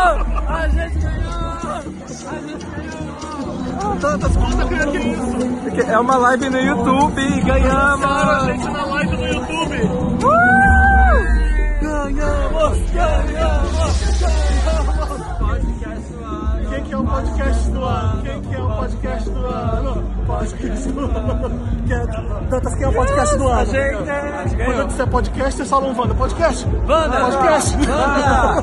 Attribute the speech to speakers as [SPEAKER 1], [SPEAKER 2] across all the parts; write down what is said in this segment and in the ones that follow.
[SPEAKER 1] A gente ganhou! A gente ganhou! Tantas contas, cara, que isso?
[SPEAKER 2] Porque É uma live no YouTube e
[SPEAKER 1] Cara, a
[SPEAKER 2] ganhamos!
[SPEAKER 1] gente na live no YouTube!
[SPEAKER 2] Uh! Ganhamos!
[SPEAKER 1] Quem que é o podcast do ano? Quem que é o podcast do ano? Podcast do ano. Que é- Tantas que é o podcast do ano.
[SPEAKER 2] A gente- a gente ganhou.
[SPEAKER 1] Quando você é podcast, você fala um Wanda. Podcast?
[SPEAKER 2] Wanda!
[SPEAKER 1] Podcast!
[SPEAKER 2] Wanda!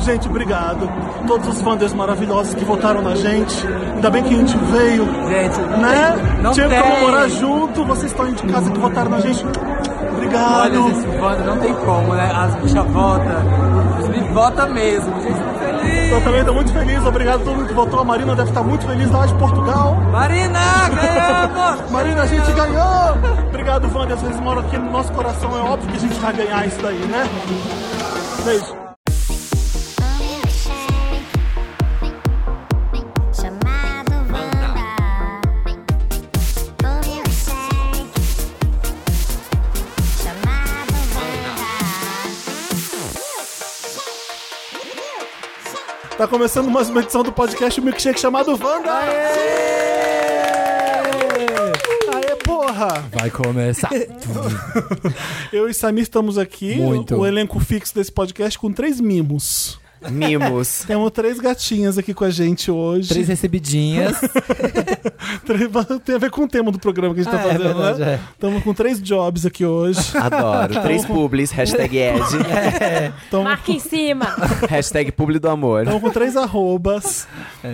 [SPEAKER 1] Gente, obrigado. Todos os Wanders maravilhosos que votaram na gente. Ainda bem que a gente veio.
[SPEAKER 2] Gente,
[SPEAKER 1] Né?
[SPEAKER 2] não
[SPEAKER 1] Tinha que
[SPEAKER 2] tem.
[SPEAKER 1] comemorar junto. Vocês estão aí de casa que votaram na gente.
[SPEAKER 2] Olha,
[SPEAKER 1] Obrigado.
[SPEAKER 2] gente, banda não tem como, né? As bichas votam, os bichos votam mesmo. Gente, tô feliz!
[SPEAKER 1] Eu também estou muito feliz. Obrigado a todo mundo que votou. A Marina deve estar muito feliz lá de Portugal.
[SPEAKER 2] Marina, ganhamos!
[SPEAKER 1] Marina, a gente ganhou! Obrigado, Wander. Vocês moram aqui no nosso coração. É óbvio que a gente vai ganhar isso daí, né? Beijo.
[SPEAKER 3] Chamado Vanda. Chamado Vanda.
[SPEAKER 1] Tá começando mais uma edição do podcast Milkshake chamado Wanda. Aê, porra!
[SPEAKER 4] Vai começar.
[SPEAKER 1] Eu e Samir estamos aqui,
[SPEAKER 4] Muito.
[SPEAKER 1] o elenco fixo desse podcast, com três mimos.
[SPEAKER 4] Mimos.
[SPEAKER 1] Temos três gatinhas aqui com a gente hoje.
[SPEAKER 4] Três recebidinhas.
[SPEAKER 1] Três- Tem a ver com o tema do programa que a gente tá
[SPEAKER 4] Ah, é
[SPEAKER 1] fazendo,
[SPEAKER 4] verdade,
[SPEAKER 1] né?
[SPEAKER 4] é.
[SPEAKER 1] Estamos com três jobs aqui hoje.
[SPEAKER 5] Adoro. Três publis, hashtag Ed,
[SPEAKER 1] Estamos
[SPEAKER 6] Marca em cima.
[SPEAKER 5] hashtag publi do amor.
[SPEAKER 1] Então, com três arrobas.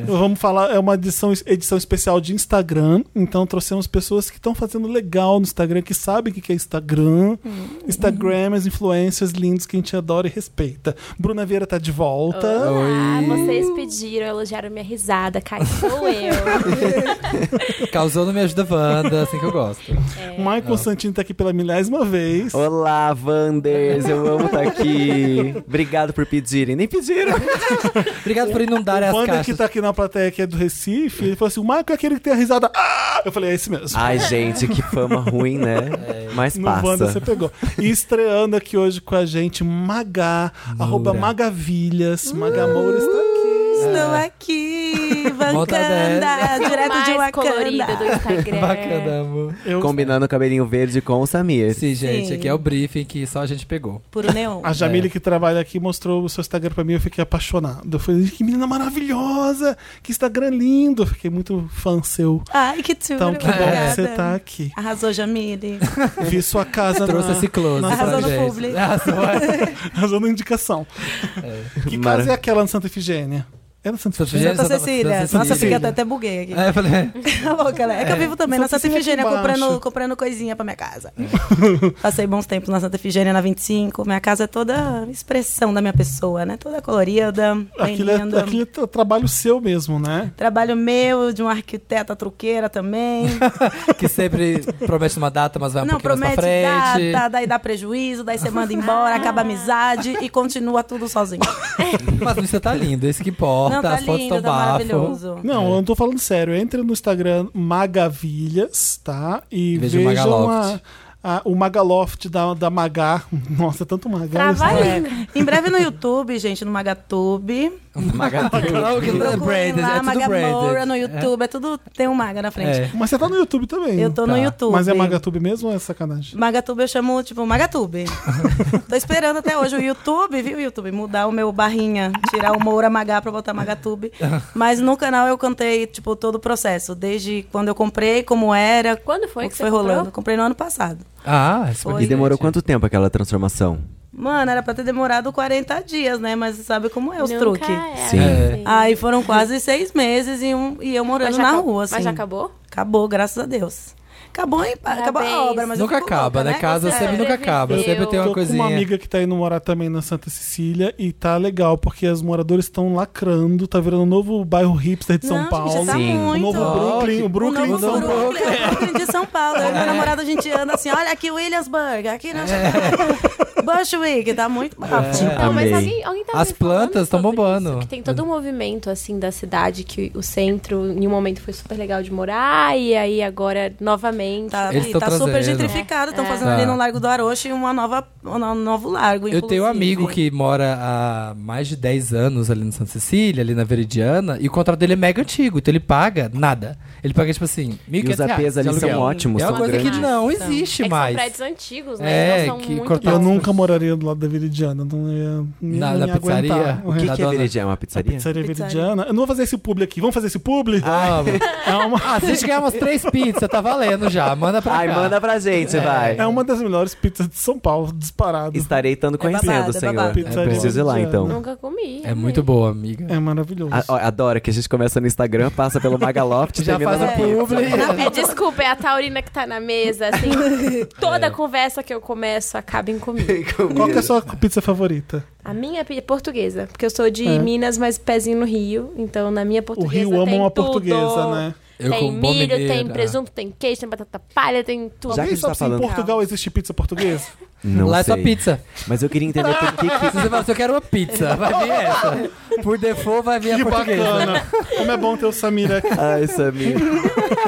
[SPEAKER 1] Vamos falar, é uma edição, edição especial de Instagram. Então, trouxemos pessoas que estão fazendo legal no Instagram, que sabem o que que é Instagram. Instagram, as influências lindas que a gente adora e respeita. Bruna Vieira tá de volta.
[SPEAKER 6] Ah, vocês pediram, elogiaram minha risada. Cá estou eu.
[SPEAKER 4] Causou no Me Ajuda Wanda, assim que eu gosto.
[SPEAKER 1] O Maicon Santini tá aqui pela milésima vez.
[SPEAKER 5] Olá, Wanders, eu amo estar aqui. Obrigado por pedirem. Nem pediram.
[SPEAKER 4] Obrigado por inundar as
[SPEAKER 1] O Wander
[SPEAKER 4] caixas.
[SPEAKER 1] que tá aqui na plateia, que é do Recife, ele falou assim: o Maicon é aquele que tem a risada. "Ah!" Eu falei: é esse mesmo.
[SPEAKER 5] Ai, gente, que fama ruim, né? Mas
[SPEAKER 1] No Wanda você
[SPEAKER 5] passa.
[SPEAKER 1] pegou. E estreando aqui hoje com a gente, Magá, arroba Magavilhas. Magá Moura está aqui.
[SPEAKER 7] Estou aqui,
[SPEAKER 4] Volta dessa.
[SPEAKER 7] Wakanda, É, direto
[SPEAKER 6] mais
[SPEAKER 7] de
[SPEAKER 6] colorida do
[SPEAKER 7] Wakanda.
[SPEAKER 6] Instagram.
[SPEAKER 7] É.
[SPEAKER 4] Bacana, amor.
[SPEAKER 1] Eu-
[SPEAKER 5] Combinando o cabelinho verde com o Samir.
[SPEAKER 4] Sim, gente,
[SPEAKER 7] Sim.
[SPEAKER 4] aqui é o briefing que só a gente pegou.
[SPEAKER 7] Puro neon.
[SPEAKER 1] A Jamile que trabalha aqui mostrou o seu Instagram pra mim, eu fiquei apaixonado. Eu falei, que menina maravilhosa, que Instagram lindo. Eu Fiquei muito fã seu.
[SPEAKER 7] Ai, que tudo.
[SPEAKER 1] Então que bom que
[SPEAKER 7] obrigada.
[SPEAKER 1] você tá aqui.
[SPEAKER 7] Arrasou, Jamile.
[SPEAKER 1] Vi sua casa
[SPEAKER 4] Trouxe
[SPEAKER 1] na,
[SPEAKER 4] esse close
[SPEAKER 1] na-
[SPEAKER 4] pra
[SPEAKER 7] Arrasou no
[SPEAKER 4] gente.
[SPEAKER 7] publi.
[SPEAKER 4] Arrasou.
[SPEAKER 1] arrasou na indicação. Que
[SPEAKER 5] Mara-
[SPEAKER 1] casa é aquela na Santa Efigênia? Era Santa
[SPEAKER 4] Santa
[SPEAKER 1] Efigênia?
[SPEAKER 4] Efigênia?
[SPEAKER 7] Santa
[SPEAKER 4] Santa
[SPEAKER 7] Cecília.
[SPEAKER 4] Santa
[SPEAKER 7] Nossa,
[SPEAKER 4] Cecília.
[SPEAKER 7] fiquei até, até buguei aqui.
[SPEAKER 4] Aí É, eu falei,
[SPEAKER 7] Tá louca, né? É que eu vivo também na
[SPEAKER 1] Santa
[SPEAKER 7] Santa
[SPEAKER 1] Cecília
[SPEAKER 7] Efigênia,
[SPEAKER 1] aqui embaixo. É.
[SPEAKER 7] comprando, comprando coisinha pra minha casa. Passei bons tempos na Santa Efigênia, na 25. Minha casa é toda expressão da minha pessoa, né? Toda colorida, bem
[SPEAKER 1] Aquilo é,
[SPEAKER 7] linda.
[SPEAKER 1] aquilo é tra- trabalho seu mesmo, né?
[SPEAKER 7] Trabalho meu, de uma arquiteta truqueira também.
[SPEAKER 1] Tá
[SPEAKER 4] que sempre promete uma data, mas vai um
[SPEAKER 7] não
[SPEAKER 4] pouquinho mais
[SPEAKER 7] promete
[SPEAKER 4] pra frente.
[SPEAKER 7] data, daí dá prejuízo, daí você manda embora, acaba a amizade e continua tudo sozinho.
[SPEAKER 4] Mas você tá lindo, isso que importa.
[SPEAKER 7] Não, tá
[SPEAKER 4] as fotos
[SPEAKER 7] lindo,
[SPEAKER 4] estão
[SPEAKER 7] tá
[SPEAKER 4] bafo.
[SPEAKER 7] maravilhoso.
[SPEAKER 1] Não, eu não tô falando sério. Entre no Instagram Magavilhas, tá? E
[SPEAKER 4] Veja o
[SPEAKER 1] vejam a,
[SPEAKER 4] Magaloft.
[SPEAKER 1] a- o Magaloft da, da Magá. Nossa, é tanto Magá.
[SPEAKER 6] Trava
[SPEAKER 1] isso, né?
[SPEAKER 6] aí.
[SPEAKER 7] Em breve no YouTube, gente, no Magatube.
[SPEAKER 4] Não, que
[SPEAKER 7] Procurem
[SPEAKER 4] branded,
[SPEAKER 7] lá,
[SPEAKER 4] é tudo branded.
[SPEAKER 7] Magamoura no YouTube, é tudo, tem um Maga na frente.
[SPEAKER 4] É.
[SPEAKER 1] Mas você tá no YouTube também.
[SPEAKER 7] Eu tô no
[SPEAKER 4] Tá.
[SPEAKER 7] YouTube.
[SPEAKER 1] Mas é Magatube mesmo ou é sacanagem?
[SPEAKER 7] Magatube eu chamo, tipo, Magatube. tô esperando até hoje o YouTube, viu, YouTube? Mudar o meu barrinha, tirar o Moura Magá pra botar Magatube. Mas no canal eu cantei, tipo, todo o processo. Desde quando eu comprei, como era.
[SPEAKER 6] Quando foi
[SPEAKER 7] o
[SPEAKER 6] que
[SPEAKER 7] foi
[SPEAKER 6] você comprou?
[SPEAKER 7] rolando? Comprei no ano passado.
[SPEAKER 4] Ah, isso
[SPEAKER 7] Foi.
[SPEAKER 5] E demorou quanto tempo aquela transformação?
[SPEAKER 7] Mano, era pra ter demorado 40 dias, né? Mas você sabe como é os
[SPEAKER 6] Nunca
[SPEAKER 7] truques.
[SPEAKER 6] é
[SPEAKER 5] Sim.
[SPEAKER 6] assim.
[SPEAKER 7] Aí foram quase seis meses e, um, e eu morando
[SPEAKER 6] Mas já
[SPEAKER 7] na
[SPEAKER 6] acabou-
[SPEAKER 7] rua, assim.
[SPEAKER 6] Mas já acabou?
[SPEAKER 7] Acabou, graças a Deus. Acabou, em, acabou a obra, mas eu
[SPEAKER 4] Nunca
[SPEAKER 7] fico louca,
[SPEAKER 4] acaba, né? Casa
[SPEAKER 7] É.
[SPEAKER 4] sempre nunca acaba.
[SPEAKER 6] Sobreviveu.
[SPEAKER 4] Sempre
[SPEAKER 1] Tô
[SPEAKER 4] tem uma
[SPEAKER 1] com uma
[SPEAKER 4] coisinha.
[SPEAKER 1] amiga que tá indo morar também na Santa Cecília e tá legal, porque os moradores estão lacrando, tá virando um novo bairro hipster de São
[SPEAKER 7] Não,
[SPEAKER 1] Paulo.
[SPEAKER 7] Gente, já tá
[SPEAKER 5] Sim.
[SPEAKER 1] O
[SPEAKER 7] muito.
[SPEAKER 1] novo Brooklyn, o Brooklyn
[SPEAKER 7] o novo
[SPEAKER 1] de São Paulo.
[SPEAKER 7] Brooklyn, o Brooklyn de São Paulo. Eu e
[SPEAKER 4] É.
[SPEAKER 7] meu namorado, a gente anda assim, olha aqui Williamsburg, aqui na...
[SPEAKER 4] É.
[SPEAKER 7] Bushwick, tá muito bafo.
[SPEAKER 6] Não, mas
[SPEAKER 5] Amei.
[SPEAKER 6] alguém, alguém tava
[SPEAKER 4] As
[SPEAKER 6] me falando
[SPEAKER 4] plantas tão
[SPEAKER 6] sobre
[SPEAKER 4] bombando.
[SPEAKER 6] isso, que tem todo um movimento, assim, da cidade, que o centro, em um momento, foi super legal de morar, e aí agora, Exatamente.
[SPEAKER 7] Tá,
[SPEAKER 4] Eles
[SPEAKER 7] e
[SPEAKER 4] tão
[SPEAKER 7] tá super
[SPEAKER 4] trazendo. né?
[SPEAKER 7] gentrificado,
[SPEAKER 6] É.
[SPEAKER 7] estão fazendo
[SPEAKER 4] Tá.
[SPEAKER 7] ali no Largo do Aroche uma nova, um novo largo.
[SPEAKER 4] Eu tenho um amigo
[SPEAKER 7] inclusive.
[SPEAKER 4] que mora há mais de 10 anos ali no Santa Cecília, ali na Veridiana, e o contrato dele é mega antigo, então ele paga nada. Ele paga, tipo assim,
[SPEAKER 5] E
[SPEAKER 4] 1.500
[SPEAKER 5] os
[SPEAKER 4] reais
[SPEAKER 5] APs ali
[SPEAKER 4] de
[SPEAKER 5] são
[SPEAKER 4] aluguel.
[SPEAKER 5] ótimos,
[SPEAKER 4] É uma
[SPEAKER 5] são
[SPEAKER 4] coisa
[SPEAKER 5] grandes.
[SPEAKER 4] que não existe
[SPEAKER 6] É que
[SPEAKER 4] mais.
[SPEAKER 6] são prédios antigos,
[SPEAKER 4] É,
[SPEAKER 6] né? Então são
[SPEAKER 4] que
[SPEAKER 6] muito
[SPEAKER 4] cortaram-
[SPEAKER 1] Eu
[SPEAKER 4] Tá.
[SPEAKER 1] nunca moraria do lado da Veridiana, não ia, não ia
[SPEAKER 4] Na- na
[SPEAKER 1] me aguentar.
[SPEAKER 4] pizzaria?
[SPEAKER 1] O
[SPEAKER 5] O
[SPEAKER 1] que
[SPEAKER 5] que,
[SPEAKER 4] Da
[SPEAKER 5] que é
[SPEAKER 4] dona-
[SPEAKER 5] Veridiana? É uma pizzaria?
[SPEAKER 1] Pizzaria
[SPEAKER 7] Pizzaria.
[SPEAKER 1] Veridiana. Eu não vou fazer esse publi aqui. Vamos fazer esse publi?
[SPEAKER 4] Vamos.
[SPEAKER 1] É uma,
[SPEAKER 4] Ah, se a gente ganhar umas três pizzas, tá valendo já. Manda pra
[SPEAKER 5] Ai,
[SPEAKER 4] cá.
[SPEAKER 5] manda pra gente, vai.
[SPEAKER 1] é uma das melhores pizzas de São Paulo, disparado.
[SPEAKER 5] Estarei estando
[SPEAKER 7] babado,
[SPEAKER 5] conhecendo,
[SPEAKER 7] é
[SPEAKER 5] senhor.
[SPEAKER 7] babado.
[SPEAKER 1] Pizzaria
[SPEAKER 5] Preciso ir lá,
[SPEAKER 1] Veridiana.
[SPEAKER 5] então.
[SPEAKER 6] Nunca comi.
[SPEAKER 4] É muito boa, amiga.
[SPEAKER 1] É maravilhoso.
[SPEAKER 5] A- ó, Adoro que a gente começa no Instagram, passa pelo Magaloft,
[SPEAKER 4] Já
[SPEAKER 5] termina
[SPEAKER 4] faz
[SPEAKER 5] na
[SPEAKER 4] o publi.
[SPEAKER 6] É, desculpa, é a Taurina que tá na mesa, assim. Toda conversa que eu começo acaba em comida.
[SPEAKER 1] Qual que é a sua pizza favorita?
[SPEAKER 6] A minha é portuguesa, porque eu sou de
[SPEAKER 1] É.
[SPEAKER 6] Minas, mas pezinho no Rio. Então, na minha
[SPEAKER 1] O
[SPEAKER 6] portuguesa
[SPEAKER 1] Rio ama
[SPEAKER 6] tem
[SPEAKER 1] uma
[SPEAKER 6] tudo.
[SPEAKER 1] portuguesa, né?
[SPEAKER 4] Eu
[SPEAKER 6] tem
[SPEAKER 4] como boa
[SPEAKER 6] milho, tem
[SPEAKER 4] mineira.
[SPEAKER 6] presunto, tem queijo, tem batata palha, tem tudo.
[SPEAKER 5] Já que a
[SPEAKER 1] Alguém
[SPEAKER 5] gente tá
[SPEAKER 1] sabe se em
[SPEAKER 5] falando.
[SPEAKER 1] Portugal existe pizza portuguesa?
[SPEAKER 5] Não
[SPEAKER 4] Lá é só
[SPEAKER 5] sei.
[SPEAKER 4] pizza.
[SPEAKER 5] Mas eu queria entender por que
[SPEAKER 4] Se você fala assim, eu quero uma pizza, vai vir essa. Por default, vai vir a
[SPEAKER 1] que
[SPEAKER 4] portuguesa.
[SPEAKER 1] bacana. Como é bom ter o Samir aqui.
[SPEAKER 5] Ai, Samir.